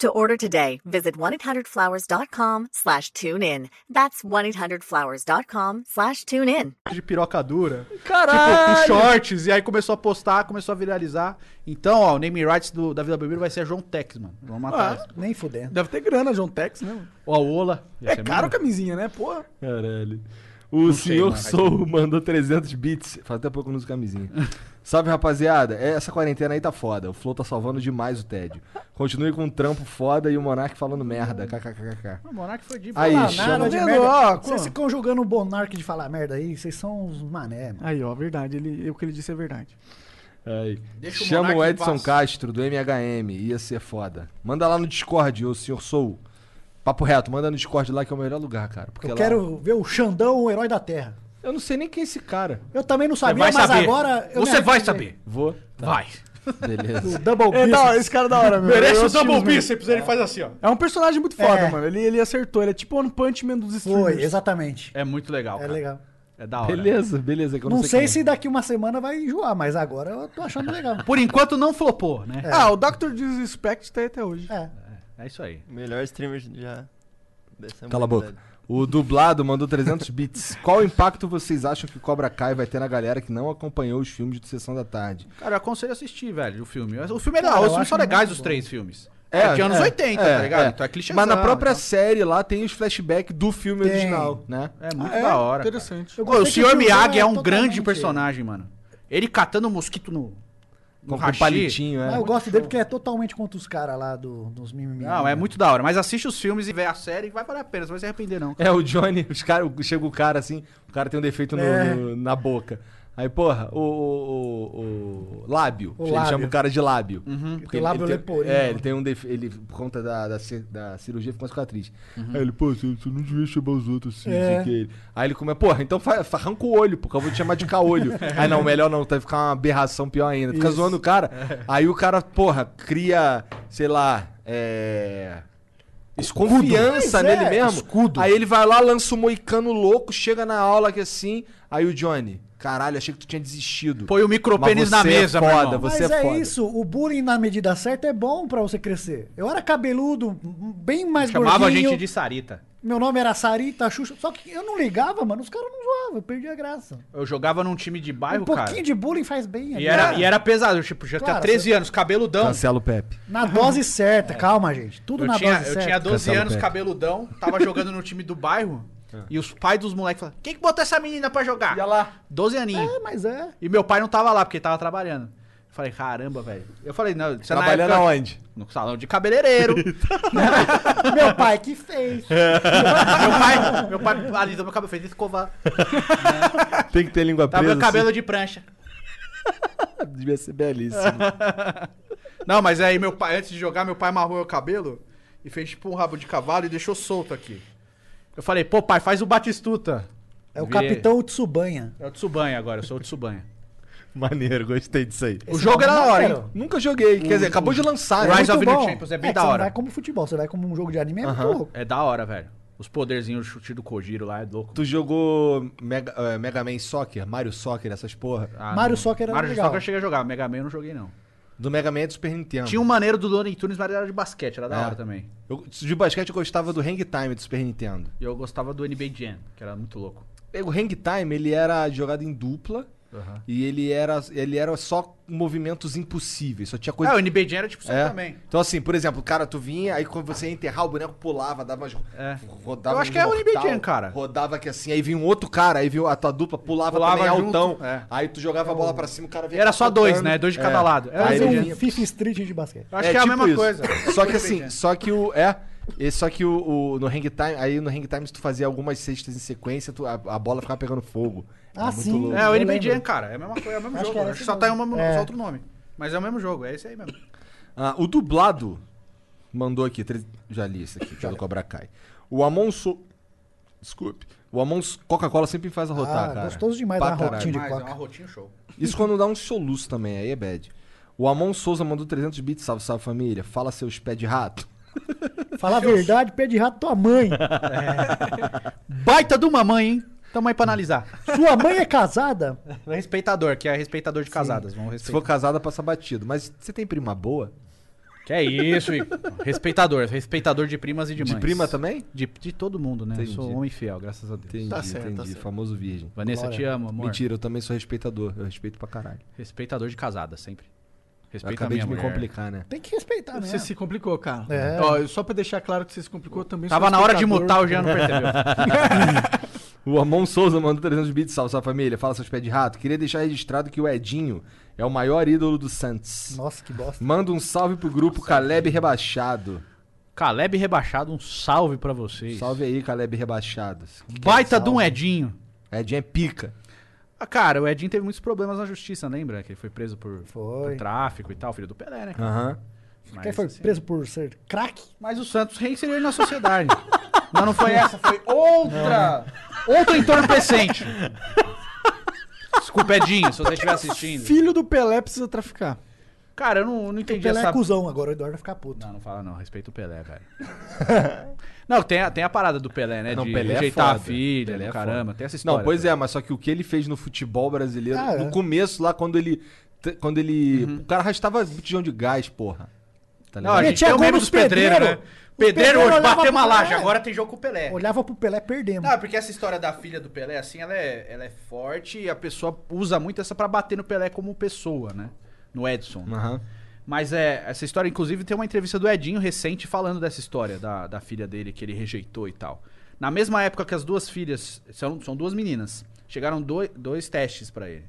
[SPEAKER 7] To order today, visit 1-800-Flowers.com slash tune in. That's 1-800-Flowers.com slash tune in.
[SPEAKER 4] de piroca dura.
[SPEAKER 7] Caralho!
[SPEAKER 4] Tipo, com shorts. E aí começou a postar, começou a viralizar. Então, ó, o name rights do, da Vila Belmiro vai ser João Tex, mano. Vamos matar.
[SPEAKER 3] Ah, nem fudendo.
[SPEAKER 2] Deve ter grana, John Tex, né?
[SPEAKER 4] Ó, o Ola. Ia
[SPEAKER 2] É
[SPEAKER 4] ser
[SPEAKER 2] caro a
[SPEAKER 4] maneiro.
[SPEAKER 2] camisinha, né? Porra.
[SPEAKER 1] Caralho. O
[SPEAKER 2] Não sei,
[SPEAKER 1] senhor
[SPEAKER 2] mas-
[SPEAKER 1] Sou mandou 300 bits. Faz até pouco que eu não uso camisinha. Salve, rapaziada. É, Essa quarentena aí tá foda. O Flow tá salvando demais o tédio. Continue com um trampo foda e o Monark falando merda. KKKK.
[SPEAKER 4] O Monark foi de
[SPEAKER 1] Aí,
[SPEAKER 3] falar
[SPEAKER 1] chama-
[SPEAKER 3] nada de
[SPEAKER 1] Tá vendo,
[SPEAKER 3] merda.
[SPEAKER 1] ó,
[SPEAKER 3] Vocês
[SPEAKER 1] co-
[SPEAKER 3] ficam jogando o Bonark de falar merda aí, vocês são uns mané, mano.
[SPEAKER 2] Aí, ó, verdade. Ele, o que ele disse é verdade.
[SPEAKER 1] Aí.
[SPEAKER 2] Deixa o
[SPEAKER 1] Chama o
[SPEAKER 2] Monark em
[SPEAKER 1] Edson
[SPEAKER 2] paz.
[SPEAKER 1] Castro do MHM. Ia ser foda. Manda lá no Discord, o senhor Sou. Papo reto, manda no Discord lá que é o melhor lugar, cara. Porque
[SPEAKER 3] Eu
[SPEAKER 1] lá-
[SPEAKER 3] quero ver o Xandão, o herói da terra.
[SPEAKER 1] Eu não sei nem quem é esse cara.
[SPEAKER 3] Eu também não sabia, mas agora. eu me arrependo.
[SPEAKER 1] Vou.
[SPEAKER 4] Vai.
[SPEAKER 1] Beleza.
[SPEAKER 3] O Double
[SPEAKER 2] É, da hora, esse cara é da hora, meu.
[SPEAKER 4] Merece
[SPEAKER 2] Eu
[SPEAKER 4] o
[SPEAKER 2] assisti os
[SPEAKER 4] double
[SPEAKER 2] memes.
[SPEAKER 4] biceps, ele faz assim, ó.
[SPEAKER 2] É um personagem muito foda,
[SPEAKER 4] É.
[SPEAKER 2] mano. Ele, ele acertou. Ele é tipo One Punch Man dos streamers.
[SPEAKER 3] exatamente.
[SPEAKER 4] É muito legal,
[SPEAKER 3] É legal.
[SPEAKER 4] É da hora.
[SPEAKER 1] Beleza, beleza. que eu
[SPEAKER 3] Não, sei,
[SPEAKER 1] quem é.
[SPEAKER 3] se daqui uma semana vai enjoar, mas agora eu tô achando legal.
[SPEAKER 4] Por enquanto não flopou, né?
[SPEAKER 2] Ah, o Dr. Disrespect tá aí até hoje.
[SPEAKER 3] É.
[SPEAKER 4] É isso aí.
[SPEAKER 10] Melhor streamer já. dessa
[SPEAKER 1] Cala a boca.
[SPEAKER 10] humanidade.
[SPEAKER 1] O dublado mandou 300 bits. Qual impacto vocês acham que Cobra Kai vai ter na galera que não acompanhou os filmes de Sessão da Tarde?
[SPEAKER 4] Cara, eu aconselho a assistir, velho, o filme. O filme é
[SPEAKER 1] Cara,
[SPEAKER 4] legal,
[SPEAKER 1] eu
[SPEAKER 4] os filmes
[SPEAKER 1] acho
[SPEAKER 4] são legais,
[SPEAKER 1] muito
[SPEAKER 4] os
[SPEAKER 1] bom.
[SPEAKER 4] três filmes. É, de anos 80, tá ligado? Então é clichê.
[SPEAKER 1] Mas na própria série lá tem os flashbacks do filme
[SPEAKER 4] Tem.
[SPEAKER 1] original, né?
[SPEAKER 4] É muito da hora.
[SPEAKER 2] Interessante.
[SPEAKER 4] cara. Ô, o Sr.
[SPEAKER 3] né?
[SPEAKER 4] Miyagi é um grande personagem, mano. Ele catando mosquito no.
[SPEAKER 1] Com-
[SPEAKER 4] No
[SPEAKER 1] com
[SPEAKER 4] hashi.
[SPEAKER 1] palitinho,
[SPEAKER 4] né?
[SPEAKER 3] Mas eu gosto dele porque é totalmente contra os caras lá do, dos mimimi. né?
[SPEAKER 4] Não, é muito da hora. Mas assiste os filmes e vê a série que vai valer a pena, você não vai se arrepender, não.
[SPEAKER 1] É, o Johnny, os cara, chega o cara assim, o cara tem um defeito no-
[SPEAKER 4] É.
[SPEAKER 1] no- na boca. Aí, porra, o, o, o- o lábio.
[SPEAKER 3] O
[SPEAKER 1] ele
[SPEAKER 3] lábio.
[SPEAKER 1] chama o cara de lábio.
[SPEAKER 3] Uhum.
[SPEAKER 1] Porque
[SPEAKER 3] O
[SPEAKER 1] ele-
[SPEAKER 3] lábio
[SPEAKER 1] ele tem-
[SPEAKER 3] leporino.
[SPEAKER 1] É, ele tem um defeito. Ele, por conta da, da, ci- da cirurgia, ficou uma cicatriz.
[SPEAKER 11] Uhum.
[SPEAKER 1] Aí ele, pô, você, você não devia chamar os outros assim,
[SPEAKER 11] É.
[SPEAKER 1] não sei o que. Ele- Aí ele começa, porra, então fa- fa- arranca o olho, porque eu vou te chamar de caolho. Aí não, melhor não, vai ficar uma aberração pior ainda. Fica
[SPEAKER 11] Isso.
[SPEAKER 1] zoando o cara.
[SPEAKER 11] É.
[SPEAKER 1] Aí o cara, porra, cria, sei lá, é. Desconfiança
[SPEAKER 11] Pois é,
[SPEAKER 1] nele mesmo.
[SPEAKER 11] escudo.
[SPEAKER 1] Aí ele vai lá, lança o moicano louco, chega na aula que assim. Aí o Johnny, caralho, achei que tu tinha desistido.
[SPEAKER 4] Põe o micropênis
[SPEAKER 1] Mas
[SPEAKER 4] na
[SPEAKER 1] você
[SPEAKER 4] mesa,
[SPEAKER 1] é
[SPEAKER 4] meu
[SPEAKER 1] foda,
[SPEAKER 4] irmão.
[SPEAKER 1] você
[SPEAKER 3] Mas
[SPEAKER 1] é,
[SPEAKER 3] é,
[SPEAKER 1] foda.
[SPEAKER 3] isso, o bullying na medida certa é bom pra você crescer. Eu era cabeludo, bem É mais
[SPEAKER 4] Chamava a
[SPEAKER 3] gordinho.
[SPEAKER 4] gente de Sarita.
[SPEAKER 3] Meu nome era Sarita, Xuxa, só que eu não ligava, mano, os caras não zoavam, eu perdi a graça.
[SPEAKER 4] Eu jogava num time de bairro,
[SPEAKER 3] um pouquinho
[SPEAKER 4] cara.
[SPEAKER 3] de bullying faz bem.
[SPEAKER 4] E
[SPEAKER 3] ali.
[SPEAKER 4] era, e era pesado, eu, tipo, já tinha
[SPEAKER 3] Claro,
[SPEAKER 4] 13
[SPEAKER 3] você-
[SPEAKER 4] anos, cabeludão.
[SPEAKER 1] Cancela o Pepe.
[SPEAKER 3] Na dose certa, calma, gente. Tudo
[SPEAKER 4] É. eu
[SPEAKER 3] na
[SPEAKER 4] tinha,
[SPEAKER 3] dose
[SPEAKER 4] eu
[SPEAKER 3] certa.
[SPEAKER 4] tinha 12
[SPEAKER 3] Cancela o
[SPEAKER 4] anos,
[SPEAKER 3] Pepe.
[SPEAKER 4] cabeludão, tava jogando no time do bairro.
[SPEAKER 1] É.
[SPEAKER 4] E os pais dos moleques falaram: Quem que botou essa menina pra jogar? Ia
[SPEAKER 1] lá.
[SPEAKER 4] 12 aninhos.
[SPEAKER 3] É, mas é.
[SPEAKER 4] E meu pai não tava lá, porque ele tava trabalhando. Eu falei, caramba, velho. Eu falei, não, você
[SPEAKER 1] Trabalhando
[SPEAKER 4] na época-
[SPEAKER 1] aonde?
[SPEAKER 4] No salão de cabeleireiro.
[SPEAKER 3] Meu pai que fez.
[SPEAKER 4] meu pai, meu pai alisou meu cabelo, fez escovar.
[SPEAKER 1] Tem que ter língua
[SPEAKER 4] Tava
[SPEAKER 1] presa.
[SPEAKER 4] meu cabelo
[SPEAKER 1] assim.
[SPEAKER 4] de prancha.
[SPEAKER 1] Devia ser belíssimo.
[SPEAKER 4] Não, mas é aí meu pai, antes de jogar, meu pai amarrou meu cabelo e fez tipo um rabo de cavalo e deixou solto aqui. Eu falei, pô, pai, faz o Batistuta.
[SPEAKER 3] É o
[SPEAKER 4] Virei-
[SPEAKER 3] Capitão Tsubanha.
[SPEAKER 4] É o Tsubanha agora, eu sou o Tsubanha.
[SPEAKER 1] Maneiro, gostei disso aí.
[SPEAKER 4] O jogo era da hora, hein?
[SPEAKER 1] Nunca joguei, quer dizer, acabou de lançar,
[SPEAKER 4] né?
[SPEAKER 3] Muito
[SPEAKER 4] Rise of the
[SPEAKER 3] bom.
[SPEAKER 4] Champions é bem
[SPEAKER 3] que
[SPEAKER 4] da
[SPEAKER 3] você não
[SPEAKER 4] hora.
[SPEAKER 3] vai como futebol, você vai como um jogo de anime, é muito
[SPEAKER 1] Aham.
[SPEAKER 3] louco.
[SPEAKER 4] É da hora, velho. Os poderzinhos do chute do Kojiro lá é louco.
[SPEAKER 1] Tu jogou Mega, eh, Mega Man Soccer, Mario Soccer, essas porra?
[SPEAKER 4] Ah, não. Mario Soccer eu cheguei a jogar, Mega Man eu não joguei não.
[SPEAKER 1] Do Mega Man é do Super Nintendo.
[SPEAKER 4] Tinha um maneiro do Looney Tunes, mas era de basquete, era da
[SPEAKER 1] É.
[SPEAKER 4] hora também.
[SPEAKER 1] Eu- de basquete eu gostava do Hang Time do Super Nintendo.
[SPEAKER 4] E eu gostava do NBA Jam, que era muito louco.
[SPEAKER 1] O Hang Time, ele era jogado em dupla.
[SPEAKER 4] Aham.
[SPEAKER 1] E ele era, ele era só movimentos impossíveis, só tinha coisa.
[SPEAKER 4] Ah, o NBA Jam era tipo isso aí
[SPEAKER 1] É.
[SPEAKER 4] também.
[SPEAKER 1] Então, assim, por exemplo, cara, tu vinha, aí quando você ia enterrar, o boneco pulava, dava umas. Rodava
[SPEAKER 4] Eu acho
[SPEAKER 1] um
[SPEAKER 4] que é o
[SPEAKER 1] mortal,
[SPEAKER 4] NBA Jam, cara.
[SPEAKER 1] Rodava que assim, aí vinha um outro cara, aí vinha a tua dupla, pulava,
[SPEAKER 4] Pulava
[SPEAKER 1] também
[SPEAKER 4] junto,
[SPEAKER 1] altão.
[SPEAKER 4] é.
[SPEAKER 1] Aí tu jogava a bola pra cima, o cara vinha.
[SPEAKER 4] Era só dois,
[SPEAKER 1] tocando. É.
[SPEAKER 4] né? Dois de cada lado. Era
[SPEAKER 1] Aí
[SPEAKER 4] o
[SPEAKER 1] ele
[SPEAKER 4] NBA
[SPEAKER 1] vinha-
[SPEAKER 3] um FIFA Street de basquete.
[SPEAKER 4] Eu acho que é a mesma coisa.
[SPEAKER 1] tipo Só que assim, só que o. É. e Só que o, o- no hang time, aí no hang time, se tu fazia algumas cestas em sequência, tu- a, a bola ficava pegando fogo.
[SPEAKER 3] Ah, sim.
[SPEAKER 1] louco.
[SPEAKER 4] É, o
[SPEAKER 3] Eu
[SPEAKER 4] NBA
[SPEAKER 3] lembro.
[SPEAKER 4] Jam, cara. É a mesma coisa, é o mesmo
[SPEAKER 3] Acho que
[SPEAKER 4] jogo.
[SPEAKER 3] era
[SPEAKER 4] Acho que
[SPEAKER 3] esse
[SPEAKER 4] só
[SPEAKER 3] mesmo.
[SPEAKER 4] tem uma-
[SPEAKER 3] É.
[SPEAKER 4] só outro nome. Mas é o mesmo jogo, é esse aí mesmo.
[SPEAKER 1] Ah, o dublado mandou aqui, tre- já li isso aqui, já do Cobra Kai. O Amon So... Desculpe. O Amon S- Coca-Cola sempre faz arrotar,
[SPEAKER 3] Ah,
[SPEAKER 1] cara.
[SPEAKER 3] gostoso demais
[SPEAKER 1] Pra
[SPEAKER 3] dar uma
[SPEAKER 1] caralho.
[SPEAKER 3] rotinha de
[SPEAKER 4] Mas é
[SPEAKER 3] coca.
[SPEAKER 4] uma rotinha show.
[SPEAKER 1] Isso quando dá um soluço também, aí é bad. O Amon Souza mandou 300 bits, salve, salve família. Fala seus pé de rato.
[SPEAKER 3] Falar a verdade, pé de rato tua mãe.
[SPEAKER 4] Baita de uma mãe, hein? Tamo aí pra analisar.
[SPEAKER 3] Sua mãe é casada?
[SPEAKER 4] Respeitador, que é respeitador de casadas. Vamos
[SPEAKER 1] Se
[SPEAKER 4] respeitar.
[SPEAKER 1] for casada, passa batido. Mas você tem prima boa?
[SPEAKER 4] Que é isso, Igor. Respeitador. Respeitador de primas e de
[SPEAKER 1] De
[SPEAKER 4] mães.
[SPEAKER 1] prima também?
[SPEAKER 4] De, de todo mundo, né? Eu sou
[SPEAKER 1] Entendi.
[SPEAKER 4] homem fiel, graças a Deus.
[SPEAKER 1] Entendi,
[SPEAKER 4] Tá certo,
[SPEAKER 1] entendi.
[SPEAKER 4] tá certo.
[SPEAKER 1] Famoso virgem.
[SPEAKER 4] Vanessa, Glória. te amo, amor.
[SPEAKER 1] Mentira, eu também sou respeitador. Eu respeito pra caralho.
[SPEAKER 4] Respeitador de casadas, sempre. Respeita é.
[SPEAKER 1] Acabei
[SPEAKER 4] a minha
[SPEAKER 1] de me
[SPEAKER 4] mulher.
[SPEAKER 1] complicar, né?
[SPEAKER 3] Tem que respeitar, né?
[SPEAKER 2] Você se complicou, cara.
[SPEAKER 3] É.
[SPEAKER 2] Ó, só pra deixar claro que você se complicou eu também. sou
[SPEAKER 4] Tava na hora de
[SPEAKER 2] espectador.
[SPEAKER 4] mutar, o Jean não percebeu.
[SPEAKER 1] O Amon Souza mandou 300 bits, salve sua família. Fala seus pés de rato. Queria deixar registrado que o Edinho é o maior ídolo do Santos.
[SPEAKER 3] Nossa, que bosta.
[SPEAKER 1] Manda um salve pro grupo Caleb Rebaixado.
[SPEAKER 4] Caleb Rebaixado, um salve pra vocês.
[SPEAKER 1] Salve aí, Caleb Rebaixado. Que
[SPEAKER 4] Baita de um
[SPEAKER 1] salve?
[SPEAKER 4] Edinho.
[SPEAKER 1] Edinho é pica.
[SPEAKER 4] Ah, cara, o Edinho teve muitos problemas na justiça, lembra? Que ele foi preso por,
[SPEAKER 3] Foi.
[SPEAKER 4] por tráfico e tal, filho do Pelé, né?
[SPEAKER 1] Aham.
[SPEAKER 3] Quem
[SPEAKER 4] Mas, assim,
[SPEAKER 3] foi preso por ser craque?
[SPEAKER 4] mas o Santos reinseriu ele na sociedade. Mas não foi essa, foi
[SPEAKER 3] né?
[SPEAKER 4] outra. Outro entorpecente. Desculpa, Edinho, se você estiver assistindo.
[SPEAKER 2] Filho do Pelé precisa traficar.
[SPEAKER 4] Cara, eu não, não
[SPEAKER 3] O
[SPEAKER 4] entendi
[SPEAKER 3] Pelé
[SPEAKER 4] essa.
[SPEAKER 3] é cuzão agora, o Eduardo vai ficar puto.
[SPEAKER 4] Não, não fala não, respeita o Pelé, velho. não, tem a, tem a parada do Pelé, né?
[SPEAKER 1] Não,
[SPEAKER 4] de
[SPEAKER 1] Pelé é
[SPEAKER 4] rejeitar a
[SPEAKER 1] foda.
[SPEAKER 4] filha,
[SPEAKER 1] Pelé é
[SPEAKER 4] caramba,
[SPEAKER 1] foda.
[SPEAKER 4] tem essa história. tá
[SPEAKER 1] Não, pois é, mas só que o que ele fez no futebol brasileiro,
[SPEAKER 3] Ah,
[SPEAKER 1] no
[SPEAKER 3] é.
[SPEAKER 1] começo lá, quando ele. t- Quando ele. O cara arrastava botijão de gás, porra. Tá
[SPEAKER 4] Uhum. Não, a gente
[SPEAKER 3] Metia
[SPEAKER 4] tem o
[SPEAKER 3] gol
[SPEAKER 4] meme
[SPEAKER 3] nos
[SPEAKER 4] dos pedreiros,
[SPEAKER 3] pedreiro.
[SPEAKER 4] né?
[SPEAKER 3] O
[SPEAKER 4] Pedreiro
[SPEAKER 3] pedreiro
[SPEAKER 4] hoje
[SPEAKER 3] olhava
[SPEAKER 4] bateu uma
[SPEAKER 3] pro
[SPEAKER 4] laje,
[SPEAKER 3] Pelé.
[SPEAKER 4] agora tem jogo com o Pelé.
[SPEAKER 3] Olhava pro Pelé, perdemos.
[SPEAKER 4] Não, porque essa história da filha do Pelé, assim, ela é, ela é forte e a pessoa usa muito essa pra bater no Pelé como pessoa, né? No Edson.
[SPEAKER 1] Aham.
[SPEAKER 4] Mas é, essa história, inclusive, tem uma entrevista do Edinho recente falando dessa história da, da filha dele que ele rejeitou e tal. Na mesma época que as duas filhas, são, são duas meninas, chegaram dois, dois testes pra ele.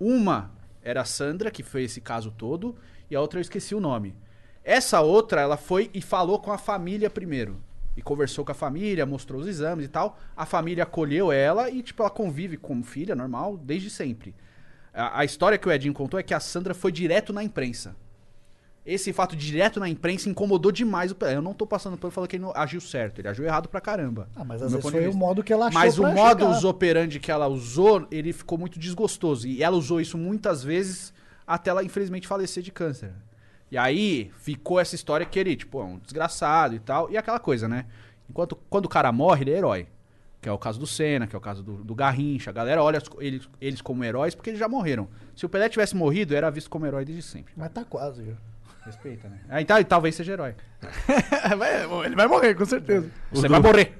[SPEAKER 4] Uma era a Sandra, que foi esse caso todo, e a outra eu esqueci o nome. Essa outra, ela foi e falou com a família primeiro. E conversou com a família, mostrou os exames e tal. A família acolheu ela e, tipo, ela convive como filha normal desde sempre. A, a história que o Edinho contou é que a Sandra foi direto na imprensa. Esse fato direto na imprensa incomodou demais o Pelé. Eu não tô passando pano falando que ele não agiu certo. Ele agiu errado pra caramba.
[SPEAKER 3] Ah, mas
[SPEAKER 4] do
[SPEAKER 3] às
[SPEAKER 4] meu
[SPEAKER 3] vezes
[SPEAKER 4] ponto
[SPEAKER 3] foi
[SPEAKER 4] de
[SPEAKER 3] o
[SPEAKER 4] vista.
[SPEAKER 3] modo que ela achou
[SPEAKER 4] Mas o
[SPEAKER 3] pra
[SPEAKER 4] modus
[SPEAKER 3] chegar.
[SPEAKER 4] operandi que ela usou, ele ficou muito desgostoso. E ela usou isso muitas vezes até ela, infelizmente, falecer de câncer. E aí ficou essa história que ele, tipo, é um desgraçado e tal. E aquela coisa, né? Enquanto quando o cara morre, ele é herói. Que é o caso do Senna, que é o caso do, do Garrincha. A galera olha as co- eles, eles como heróis porque eles já morreram. Se o Pelé tivesse morrido, era visto como herói desde sempre.
[SPEAKER 3] Mas tá quase, viu?
[SPEAKER 4] Respeita, né? Ah, então, talvez seja herói.
[SPEAKER 2] Vai- ele vai morrer, com certeza.
[SPEAKER 1] du-
[SPEAKER 4] Você vai morrer.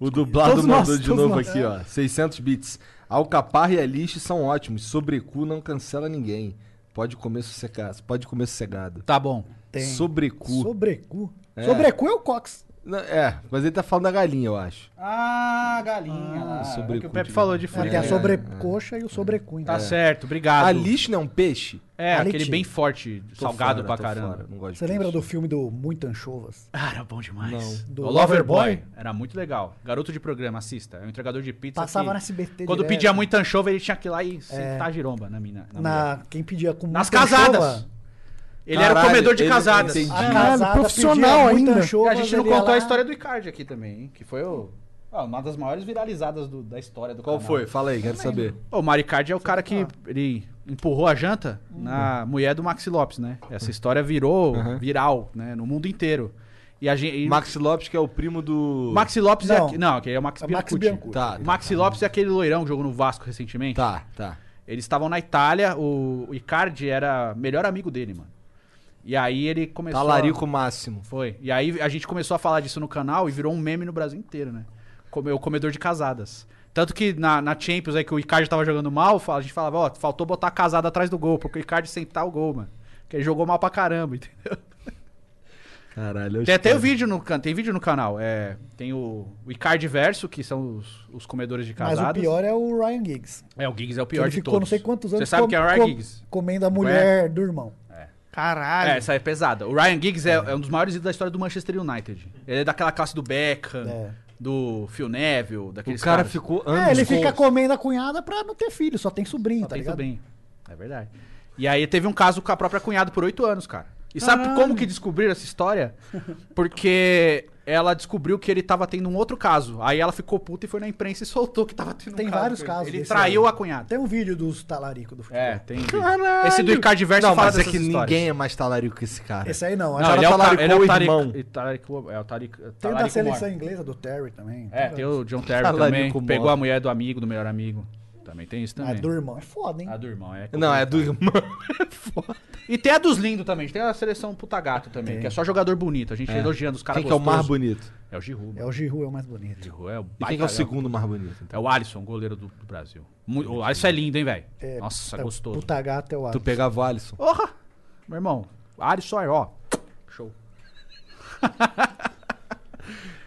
[SPEAKER 1] O dublado
[SPEAKER 2] Todos nós,
[SPEAKER 1] mandou de
[SPEAKER 2] todos
[SPEAKER 1] novo
[SPEAKER 2] nós.
[SPEAKER 1] aqui, ó. 600 bits. Alcaparra e Alice são ótimos. Sobrecu não cancela ninguém. Pode comer sossegado. Pode comer sossegado.
[SPEAKER 4] Tá bom.
[SPEAKER 3] Tem.
[SPEAKER 1] Sobrecu.
[SPEAKER 3] Sobrecu.
[SPEAKER 1] É.
[SPEAKER 3] Sobrecu é o Cox.
[SPEAKER 1] Não, É, mas ele tá falando da galinha, eu acho.
[SPEAKER 4] Ah, galinha. lá.
[SPEAKER 1] sobrecu
[SPEAKER 4] É o que o Pepe
[SPEAKER 1] de
[SPEAKER 4] falou de
[SPEAKER 3] É,
[SPEAKER 4] folha.
[SPEAKER 3] tem a sobrecoxa e o sobrecu.
[SPEAKER 4] Tá
[SPEAKER 3] então.
[SPEAKER 4] certo, obrigado.
[SPEAKER 1] Alice não é um peixe?
[SPEAKER 4] É,
[SPEAKER 3] Ali
[SPEAKER 4] aquele
[SPEAKER 3] tinha.
[SPEAKER 4] bem forte,
[SPEAKER 1] Tô
[SPEAKER 4] salgado
[SPEAKER 1] fora,
[SPEAKER 4] pra
[SPEAKER 1] tô
[SPEAKER 4] caramba.
[SPEAKER 1] fora, Não gosto de
[SPEAKER 3] Você
[SPEAKER 1] peixe.
[SPEAKER 3] lembra do filme do Muito Anchovas?
[SPEAKER 4] Ah, era bom demais.
[SPEAKER 1] Não.
[SPEAKER 3] Do
[SPEAKER 4] o Loverboy.
[SPEAKER 3] Loverboy?
[SPEAKER 4] Era muito legal. Garoto de programa, assista. É um entregador de pizza.
[SPEAKER 3] Passava
[SPEAKER 4] que
[SPEAKER 3] na SBT
[SPEAKER 4] Quando
[SPEAKER 3] direto.
[SPEAKER 4] pedia muito anchova, ele tinha que ir lá e sentar a giromba na mina. na mulher.
[SPEAKER 3] Na, quem pedia com muita
[SPEAKER 4] Nas casadas.
[SPEAKER 3] anchova,
[SPEAKER 4] Ele era o
[SPEAKER 1] Caralho,
[SPEAKER 4] comedor de
[SPEAKER 1] ele-
[SPEAKER 4] casadas.
[SPEAKER 1] entendi.
[SPEAKER 3] A
[SPEAKER 1] Hum.
[SPEAKER 3] casada
[SPEAKER 2] profissional
[SPEAKER 3] pedia muita
[SPEAKER 2] ainda.
[SPEAKER 4] E
[SPEAKER 3] anchovas,
[SPEAKER 4] a gente não
[SPEAKER 3] ele ia
[SPEAKER 4] contou
[SPEAKER 3] lá-
[SPEAKER 4] a história do Icardi aqui também, hein? Que foi o- ah, uma das maiores viralizadas do- da história do
[SPEAKER 1] Qual
[SPEAKER 4] canal.
[SPEAKER 1] foi? Fala aí, quero saber.
[SPEAKER 4] O Mario Cardi é o cara que ele empurrou a janta na mulher do Maxi Lopes, né? Essa história virou
[SPEAKER 1] Uhum.
[SPEAKER 4] viral, né? No mundo inteiro. E a gente. e
[SPEAKER 1] Max Lopes, que é o primo do.
[SPEAKER 4] Maxi Lopes é.
[SPEAKER 3] Não.
[SPEAKER 4] aque- Não, aquele é o Max
[SPEAKER 3] É o Max
[SPEAKER 4] Biancucci.
[SPEAKER 3] Biancucci.
[SPEAKER 1] Tá, tá,
[SPEAKER 4] O Maxi Lopes é aquele loirão que jogou no Vasco recentemente.
[SPEAKER 1] Tá, tá.
[SPEAKER 4] Eles estavam na Itália, o o Icardi era melhor amigo dele, mano. E aí ele começou. a-
[SPEAKER 1] Talarico máximo.
[SPEAKER 4] Foi. E aí a gente começou a falar disso no canal e virou um meme no Brasil inteiro, né? Come- O comedor de casadas. Tanto que na, na Champions aí que o Icardi tava jogando mal, a gente falava, ó, faltou botar a casada atrás do gol, porque o Icardi sentar o gol, mano. Porque ele jogou mal pra caramba, entendeu?
[SPEAKER 1] Caralho, eu
[SPEAKER 4] Tem até
[SPEAKER 1] espero.
[SPEAKER 4] o vídeo no, can- tem vídeo no canal. É, tem o, o Icardi Verso, que são os, os comedores de
[SPEAKER 3] Mas
[SPEAKER 4] casadas.
[SPEAKER 3] o pior é o Ryan Giggs.
[SPEAKER 4] É, o Giggs é o
[SPEAKER 3] Que
[SPEAKER 4] pior
[SPEAKER 3] ele
[SPEAKER 4] de
[SPEAKER 3] ficou não
[SPEAKER 4] todos.
[SPEAKER 3] sei quantos anos
[SPEAKER 4] Você sabe
[SPEAKER 3] com-
[SPEAKER 4] que é o Ryan
[SPEAKER 3] com-
[SPEAKER 4] Giggs.
[SPEAKER 3] comendo a mulher do irmão.
[SPEAKER 4] Caralho. essa é pesada. O Ryan Giggs é, é um dos maiores ídolos da história do Manchester United. Ele é daquela classe do Beckham, do Phil Neville, daqueles
[SPEAKER 1] O cara
[SPEAKER 4] caras.
[SPEAKER 1] ficou
[SPEAKER 3] É, ele fica comendo a cunhada pra não ter filho, só tem sobrinho, tá
[SPEAKER 4] Tem
[SPEAKER 3] ligado?
[SPEAKER 4] também. É verdade. E aí teve um caso com a própria cunhada por oito anos, cara. E sabe
[SPEAKER 3] Caralho.
[SPEAKER 4] como que descobriram essa história? Porque ela descobriu que ele tava tendo um outro caso. Aí ela ficou puta e foi na imprensa e soltou que tava tendo
[SPEAKER 3] Tem
[SPEAKER 4] um caso.
[SPEAKER 3] vários
[SPEAKER 4] com ele.
[SPEAKER 3] casos.
[SPEAKER 4] Ele
[SPEAKER 3] desse
[SPEAKER 4] traiu
[SPEAKER 3] aí.
[SPEAKER 4] a cunhada.
[SPEAKER 3] Tem um vídeo dos talarico do futebol.
[SPEAKER 4] É, tem.
[SPEAKER 3] Caralho!
[SPEAKER 4] Esse do Icardi Verso
[SPEAKER 1] Não,
[SPEAKER 4] fala
[SPEAKER 1] mas é
[SPEAKER 4] dessas
[SPEAKER 1] que
[SPEAKER 4] histórias.
[SPEAKER 1] ninguém é mais talarico que esse cara. tá
[SPEAKER 3] Esse aí não,
[SPEAKER 4] Não, ele é o,
[SPEAKER 1] talaricou
[SPEAKER 4] ta- ele é o taric-
[SPEAKER 1] irmão.
[SPEAKER 4] e tarico- é o taric-
[SPEAKER 3] Tem o da
[SPEAKER 4] talarico
[SPEAKER 3] seleção
[SPEAKER 4] mor.
[SPEAKER 3] inglesa, do Terry também. Então,
[SPEAKER 1] Tá
[SPEAKER 4] É, tem o John Terry
[SPEAKER 1] Talarico
[SPEAKER 4] também. que
[SPEAKER 1] mor.
[SPEAKER 4] Pegou a mulher do amigo, do melhor amigo. Também tem isso também.
[SPEAKER 3] A do irmão é foda, hein?
[SPEAKER 4] A do irmão é.
[SPEAKER 1] Não, é do irmão.
[SPEAKER 4] E tem a dos lindos também. Tem a seleção puta gato também,
[SPEAKER 3] Tem.
[SPEAKER 4] que é só jogador bonito. A gente
[SPEAKER 1] É.
[SPEAKER 4] elogiando os caras
[SPEAKER 1] Quem que é o mais
[SPEAKER 4] gostosos.
[SPEAKER 1] bonito?
[SPEAKER 4] É o Giroud.
[SPEAKER 3] É o Giroud, é o mais bonito.
[SPEAKER 4] Giroud é o
[SPEAKER 1] E quem que é o segundo mais bonito?
[SPEAKER 4] É o Alisson, goleiro do, do Brasil. Mu- O Alisson é lindo, hein, velho?
[SPEAKER 3] É,
[SPEAKER 4] Nossa,
[SPEAKER 1] tá
[SPEAKER 3] é,
[SPEAKER 4] gostoso.
[SPEAKER 3] Puta gata é o
[SPEAKER 1] Tu
[SPEAKER 3] Alisson.
[SPEAKER 1] pegava o Alisson.
[SPEAKER 4] Porra! Meu irmão, Alisson é, ó. Show.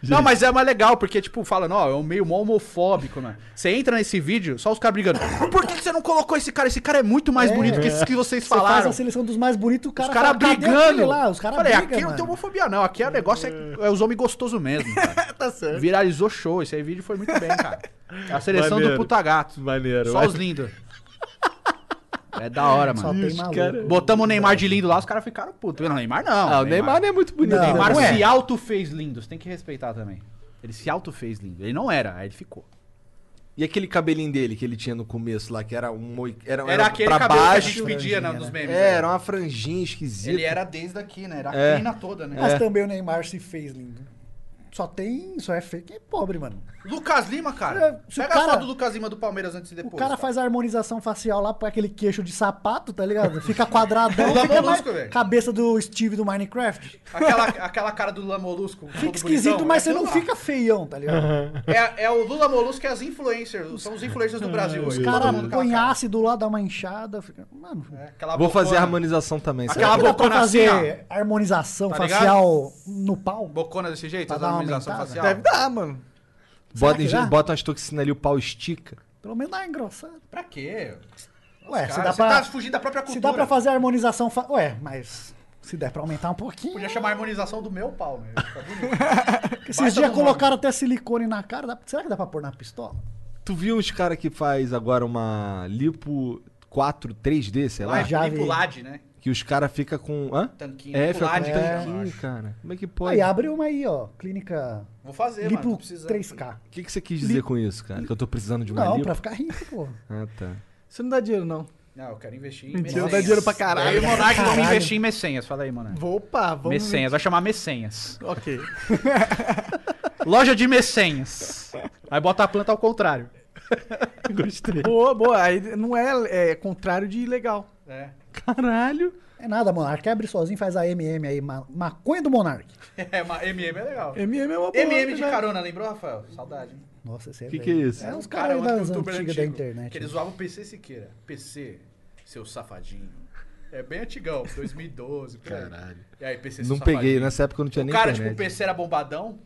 [SPEAKER 4] Não, mas é mais legal, porque, tipo, falando, ó, é um meio mó homofóbico, né? Você entra nesse vídeo, só os caras brigando. Por que que você não colocou esse cara? Esse cara é assim, muito mais
[SPEAKER 3] É.
[SPEAKER 4] bonito que esses que vocês
[SPEAKER 3] Você faz
[SPEAKER 4] falaram.
[SPEAKER 3] a seleção dos mais bonitos, o cara
[SPEAKER 4] os caras
[SPEAKER 3] fala, "Cadê
[SPEAKER 4] brigando.
[SPEAKER 3] aquele lá? Os caras
[SPEAKER 4] Falei,
[SPEAKER 3] brigam,
[SPEAKER 4] aqui não
[SPEAKER 3] mano.
[SPEAKER 4] tem homofobia, não. Aqui é o negócio, é, é os homens gostosos mesmo. cara.
[SPEAKER 1] Tá certo.
[SPEAKER 4] Viralizou show. Esse aí vídeo foi muito bem, cara. É a seleção do puta gato.
[SPEAKER 1] Maneiro.
[SPEAKER 4] Só os
[SPEAKER 1] lindos.
[SPEAKER 4] lindos. É da hora, mano.
[SPEAKER 3] Só tem maluco.
[SPEAKER 4] Botamos o Neymar de lindo lá, os caras ficaram putos. Não, Neymar não.
[SPEAKER 1] Ah, o Neymar não é muito bonito.
[SPEAKER 4] O Neymar
[SPEAKER 1] não é.
[SPEAKER 4] se auto-fez lindo. Você tem que respeitar também. Ele se auto-fez lindo. Ele não era, aí ele ficou.
[SPEAKER 1] E aquele cabelinho dele que ele tinha no começo lá, que era um moi... era,
[SPEAKER 4] Era aquele
[SPEAKER 1] pra
[SPEAKER 4] cabelo que a
[SPEAKER 1] baixo.
[SPEAKER 4] gente pedia na- nos memes,
[SPEAKER 1] É,
[SPEAKER 4] né?
[SPEAKER 3] um
[SPEAKER 1] era uma franjinha esquisita.
[SPEAKER 4] Ele era desde aqui, né? Era a
[SPEAKER 1] É.
[SPEAKER 4] crina toda, né?
[SPEAKER 3] Mas também o Neymar se fez lindo. Só tem. Só é feio quem é pobre, mano.
[SPEAKER 4] Lucas Lima, cara.
[SPEAKER 3] É, Se o
[SPEAKER 4] Pega a
[SPEAKER 3] cara-
[SPEAKER 4] foto do Lucas Lima do Palmeiras antes e
[SPEAKER 3] O
[SPEAKER 4] depois.
[SPEAKER 3] cara faz a harmonização facial lá pra aquele queixo de sapato, tá ligado? Fica quadradão.
[SPEAKER 4] Da
[SPEAKER 3] fica
[SPEAKER 4] é Molusco,
[SPEAKER 3] mais-
[SPEAKER 4] velho.
[SPEAKER 3] Cabeça do Steve do Minecraft.
[SPEAKER 4] Aquela, aquela cara do Lula Molusco. todo
[SPEAKER 3] Fica esquisito,
[SPEAKER 4] bonitão,
[SPEAKER 3] mas
[SPEAKER 4] é
[SPEAKER 3] você não
[SPEAKER 4] aquilo lá.
[SPEAKER 3] fica feião, tá ligado?
[SPEAKER 4] É, é o Lula Molusco e as influencers. São os influencers do Brasil
[SPEAKER 3] Os
[SPEAKER 4] hoje. Todo mundo
[SPEAKER 3] caras
[SPEAKER 4] com aquela
[SPEAKER 3] põem
[SPEAKER 4] cara.
[SPEAKER 3] ácido lá, dá uma inchada. Fica... Mano,
[SPEAKER 4] Aquela
[SPEAKER 1] Vou fazer a
[SPEAKER 4] bocona.
[SPEAKER 1] harmonização também. sabe?
[SPEAKER 4] Aquela
[SPEAKER 3] Será que dá pra
[SPEAKER 4] bocona assim,
[SPEAKER 3] fazer
[SPEAKER 4] ó.
[SPEAKER 3] harmonização
[SPEAKER 4] Tá ligado?
[SPEAKER 3] facial no pau?
[SPEAKER 4] Bocona desse jeito?
[SPEAKER 3] Pra
[SPEAKER 4] Essa
[SPEAKER 3] dar uma
[SPEAKER 4] harmonização
[SPEAKER 3] aumentada?
[SPEAKER 4] facial?
[SPEAKER 3] Deve
[SPEAKER 4] dar, mano.
[SPEAKER 1] Bota,
[SPEAKER 3] que dá?
[SPEAKER 1] bota umas toxinas ali, o pau estica.
[SPEAKER 3] Pelo menos dá uma engrossada.
[SPEAKER 4] Pra quê?
[SPEAKER 3] Ué,
[SPEAKER 4] Cara,
[SPEAKER 3] É, se dá
[SPEAKER 4] você
[SPEAKER 3] pra.
[SPEAKER 4] tá fugindo da própria
[SPEAKER 3] Se
[SPEAKER 4] cultura.
[SPEAKER 3] dá pra fazer a harmonização. Fa... Ué, mas. Se der pra aumentar um pouquinho.
[SPEAKER 4] Podia chamar a harmonização do meu pau, né? Fica bonito.
[SPEAKER 3] Esses
[SPEAKER 4] Baita
[SPEAKER 3] dias
[SPEAKER 4] do
[SPEAKER 3] colocaram até silicone na cara. dá- Será que dá pra pôr na pistola?
[SPEAKER 1] Tu viu uns caras que faz agora uma lipo 4, 3D, sei lá?
[SPEAKER 4] nome.
[SPEAKER 3] já vi.
[SPEAKER 4] Ah, Lipulade, né?
[SPEAKER 1] Que os caras ficam com. Hã?
[SPEAKER 4] Tanquinho.
[SPEAKER 1] É, fica com
[SPEAKER 4] Lipulade, eu
[SPEAKER 1] tanquinho,
[SPEAKER 4] acho.
[SPEAKER 1] cara. Como é que pode?
[SPEAKER 3] Aí abre uma aí, ó. Clínica.
[SPEAKER 4] Vou fazer, mano.
[SPEAKER 3] Lipo
[SPEAKER 4] Tô precisando.
[SPEAKER 3] 3K.
[SPEAKER 1] O que, que você quis dizer com isso, cara? Que eu tô precisando de uma
[SPEAKER 3] Não,
[SPEAKER 1] lipo?
[SPEAKER 3] pra ficar rico, pô.
[SPEAKER 1] Ah, tá.
[SPEAKER 2] Você não dá dinheiro, não.
[SPEAKER 4] Não, eu quero investir em
[SPEAKER 2] Mentira, dá dinheiro pra caralho.
[SPEAKER 4] Eu e o Monark vamos
[SPEAKER 2] Caralho.
[SPEAKER 4] investir em Messenhas. Fala aí, Monark.
[SPEAKER 2] Vou, opa, vamos.
[SPEAKER 4] Messenhas, vai chamar Messenhas.
[SPEAKER 2] Ok.
[SPEAKER 4] Loja de Messenhas. Aí bota a planta ao contrário.
[SPEAKER 1] Gostei.
[SPEAKER 2] Boa, boa. Aí não é, é contrário de legal.
[SPEAKER 4] É.
[SPEAKER 1] Caralho.
[SPEAKER 3] É nada, Monark. Abre sozinho, faz a MM aí. ma- Maconha do Monark.
[SPEAKER 4] É, uma MM é legal.
[SPEAKER 2] MM é uma boa.
[SPEAKER 4] MM de
[SPEAKER 2] né?
[SPEAKER 4] carona, lembrou, Rafael? Saudade. hein?
[SPEAKER 3] Nossa, esse é.
[SPEAKER 1] Que
[SPEAKER 3] velho.
[SPEAKER 1] que é isso?
[SPEAKER 3] É uns
[SPEAKER 4] Um
[SPEAKER 3] caras aí
[SPEAKER 4] um
[SPEAKER 3] das
[SPEAKER 4] youtuber
[SPEAKER 3] antigas da
[SPEAKER 4] antigo,
[SPEAKER 3] internet. né?
[SPEAKER 4] Que eles zoavam o PC Siqueira. PC, seu safadinho. É bem antigão, 2012. por aí.
[SPEAKER 1] Caralho.
[SPEAKER 4] E aí, PC, seu
[SPEAKER 1] Não peguei,
[SPEAKER 4] safadinho.
[SPEAKER 1] nessa época eu não tinha
[SPEAKER 4] O
[SPEAKER 1] nem
[SPEAKER 4] cara, tipo, o
[SPEAKER 1] internet.
[SPEAKER 4] PC era bombadão.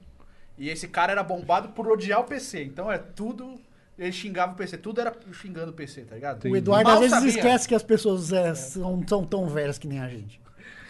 [SPEAKER 4] E esse cara era bombado por odiar o PC. Então é tudo. Ele xingava o PC. Tudo era xingando o PC, tá ligado?
[SPEAKER 3] O Eduardo às
[SPEAKER 4] Mal
[SPEAKER 3] vezes
[SPEAKER 4] sabia.
[SPEAKER 3] esquece que as pessoas é, são, são tão velhas que nem a gente.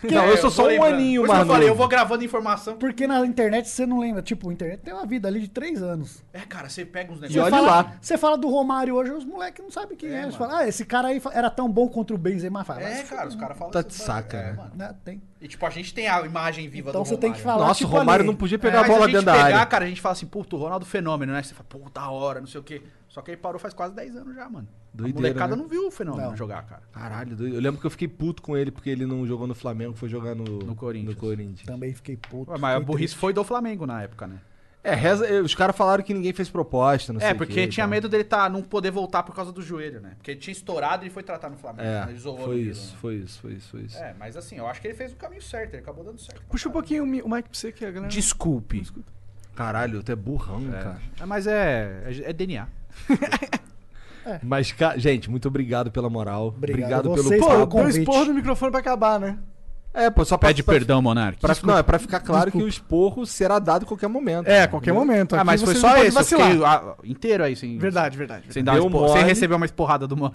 [SPEAKER 1] Não, eu sou
[SPEAKER 4] vou
[SPEAKER 1] só um
[SPEAKER 4] É, lembrando.
[SPEAKER 1] aninho,
[SPEAKER 4] Por isso que
[SPEAKER 1] mano.
[SPEAKER 4] Eu falei, eu vou gravando informação.
[SPEAKER 3] Porque na internet você não lembra. Tipo, a internet tem uma vida ali de três anos.
[SPEAKER 4] É, cara, você pega uns
[SPEAKER 1] E
[SPEAKER 4] negócios.
[SPEAKER 1] olha
[SPEAKER 3] Você fala-
[SPEAKER 1] lá.
[SPEAKER 3] Você fala do Romário hoje, os moleques não sabem quem é. Eles falam, ah, esse cara aí fa- era tão bom contra o Benzema. Fala, "Ah,
[SPEAKER 4] É,
[SPEAKER 3] isso
[SPEAKER 4] cara, os caras falam
[SPEAKER 1] Tá
[SPEAKER 4] isso,
[SPEAKER 1] de
[SPEAKER 4] mano.
[SPEAKER 1] saca,
[SPEAKER 4] É,
[SPEAKER 1] né?
[SPEAKER 4] mano.
[SPEAKER 3] não é- tem."
[SPEAKER 4] E tipo, a gente tem a imagem viva
[SPEAKER 3] Então
[SPEAKER 4] do
[SPEAKER 3] você tem que
[SPEAKER 4] Romário.
[SPEAKER 3] falar.
[SPEAKER 1] Nossa, o
[SPEAKER 3] tipo,
[SPEAKER 1] Romário
[SPEAKER 3] ali,
[SPEAKER 1] não podia
[SPEAKER 4] É,
[SPEAKER 1] pegar a
[SPEAKER 4] mas
[SPEAKER 1] bola
[SPEAKER 4] gente
[SPEAKER 1] dentro da
[SPEAKER 4] pegar,
[SPEAKER 1] área.
[SPEAKER 4] cara, a gente fala assim, puta, o Ronaldo Fenômeno, né? Você fala, pô, da hora, não sei o quê. Só que ele parou faz quase 10 anos já, mano.
[SPEAKER 1] Doideira,
[SPEAKER 4] a molecada
[SPEAKER 1] né?
[SPEAKER 4] não viu o Fenômeno
[SPEAKER 3] Não.
[SPEAKER 4] jogar, cara.
[SPEAKER 1] Caralho, doido. eu lembro que eu fiquei puto com ele porque ele não jogou no Flamengo, foi jogar no,
[SPEAKER 4] No Corinthians. Então-
[SPEAKER 1] no Corinthians.
[SPEAKER 3] Também fiquei puto.
[SPEAKER 4] Ué, mas a
[SPEAKER 3] fiquei
[SPEAKER 4] burrice
[SPEAKER 3] triste.
[SPEAKER 4] foi do Flamengo na época, né?
[SPEAKER 1] É, reza- eh, os caras falaram que ninguém fez proposta, não sei
[SPEAKER 4] é,
[SPEAKER 1] o
[SPEAKER 4] porque
[SPEAKER 1] quê,
[SPEAKER 4] tinha
[SPEAKER 1] tá.
[SPEAKER 4] medo dele tá, não poder voltar por causa do joelho, né? Porque ele tinha estourado e ele foi tratar no Flamengo. né?
[SPEAKER 1] É,
[SPEAKER 4] Ele zoou
[SPEAKER 1] foi
[SPEAKER 4] aquilo,
[SPEAKER 1] isso,
[SPEAKER 4] né?
[SPEAKER 1] foi isso, foi isso, foi isso.
[SPEAKER 4] É, mas assim, eu acho que ele fez o caminho certo, ele acabou dando certo. pra
[SPEAKER 2] Puxa um
[SPEAKER 4] caralho.
[SPEAKER 2] pouquinho o mi- o mic pra você que a galera.
[SPEAKER 1] Desculpe. Caralho, tu é burrão, cara.
[SPEAKER 4] É, Mas é, é, é DNA.
[SPEAKER 1] Mas, ca- gente, muito obrigado pela moral. Obrigado,
[SPEAKER 2] Obrigado a
[SPEAKER 1] pelo
[SPEAKER 2] vocês pelo
[SPEAKER 1] papo.
[SPEAKER 2] Pô, deu esporro do microfone pra acabar, né?
[SPEAKER 1] É, pô, só pra-
[SPEAKER 4] Pede
[SPEAKER 1] pra-
[SPEAKER 4] perdão, Monark. Ah,
[SPEAKER 1] pra-
[SPEAKER 4] Desculpa.
[SPEAKER 1] não, é pra ficar claro que o esporro será dado a qualquer momento.
[SPEAKER 2] É, a qualquer
[SPEAKER 1] Entendeu?
[SPEAKER 2] momento.
[SPEAKER 4] Ah, mas
[SPEAKER 2] Aqui
[SPEAKER 4] foi
[SPEAKER 2] você
[SPEAKER 4] só
[SPEAKER 2] não pode
[SPEAKER 4] esse. Eu
[SPEAKER 2] vacilar.
[SPEAKER 4] fiquei ah, inteiro aí, sem.
[SPEAKER 2] Verdade, verdade.
[SPEAKER 4] Sem, dar uma
[SPEAKER 2] Deu
[SPEAKER 4] esporra- sem
[SPEAKER 2] mole.
[SPEAKER 4] receber uma esporrada do mano.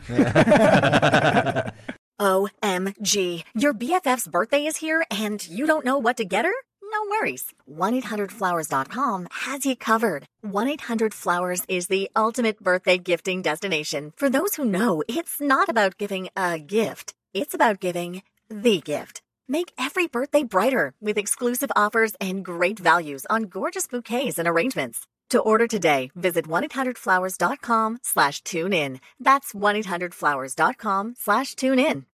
[SPEAKER 7] OMG. Your BFF's birthday is here and you don't know what to get her? No worries. 1-800-Flowers.com has you covered. 1-800-Flowers is the ultimate birthday gifting destination. For those who know, it's not about giving a gift. It's about giving the gift. Make every birthday brighter with exclusive offers and great values on gorgeous bouquets and arrangements. To order today, visit 1-800-Flowers.com slash tune in. That's 1-800-Flowers.com slash tune in.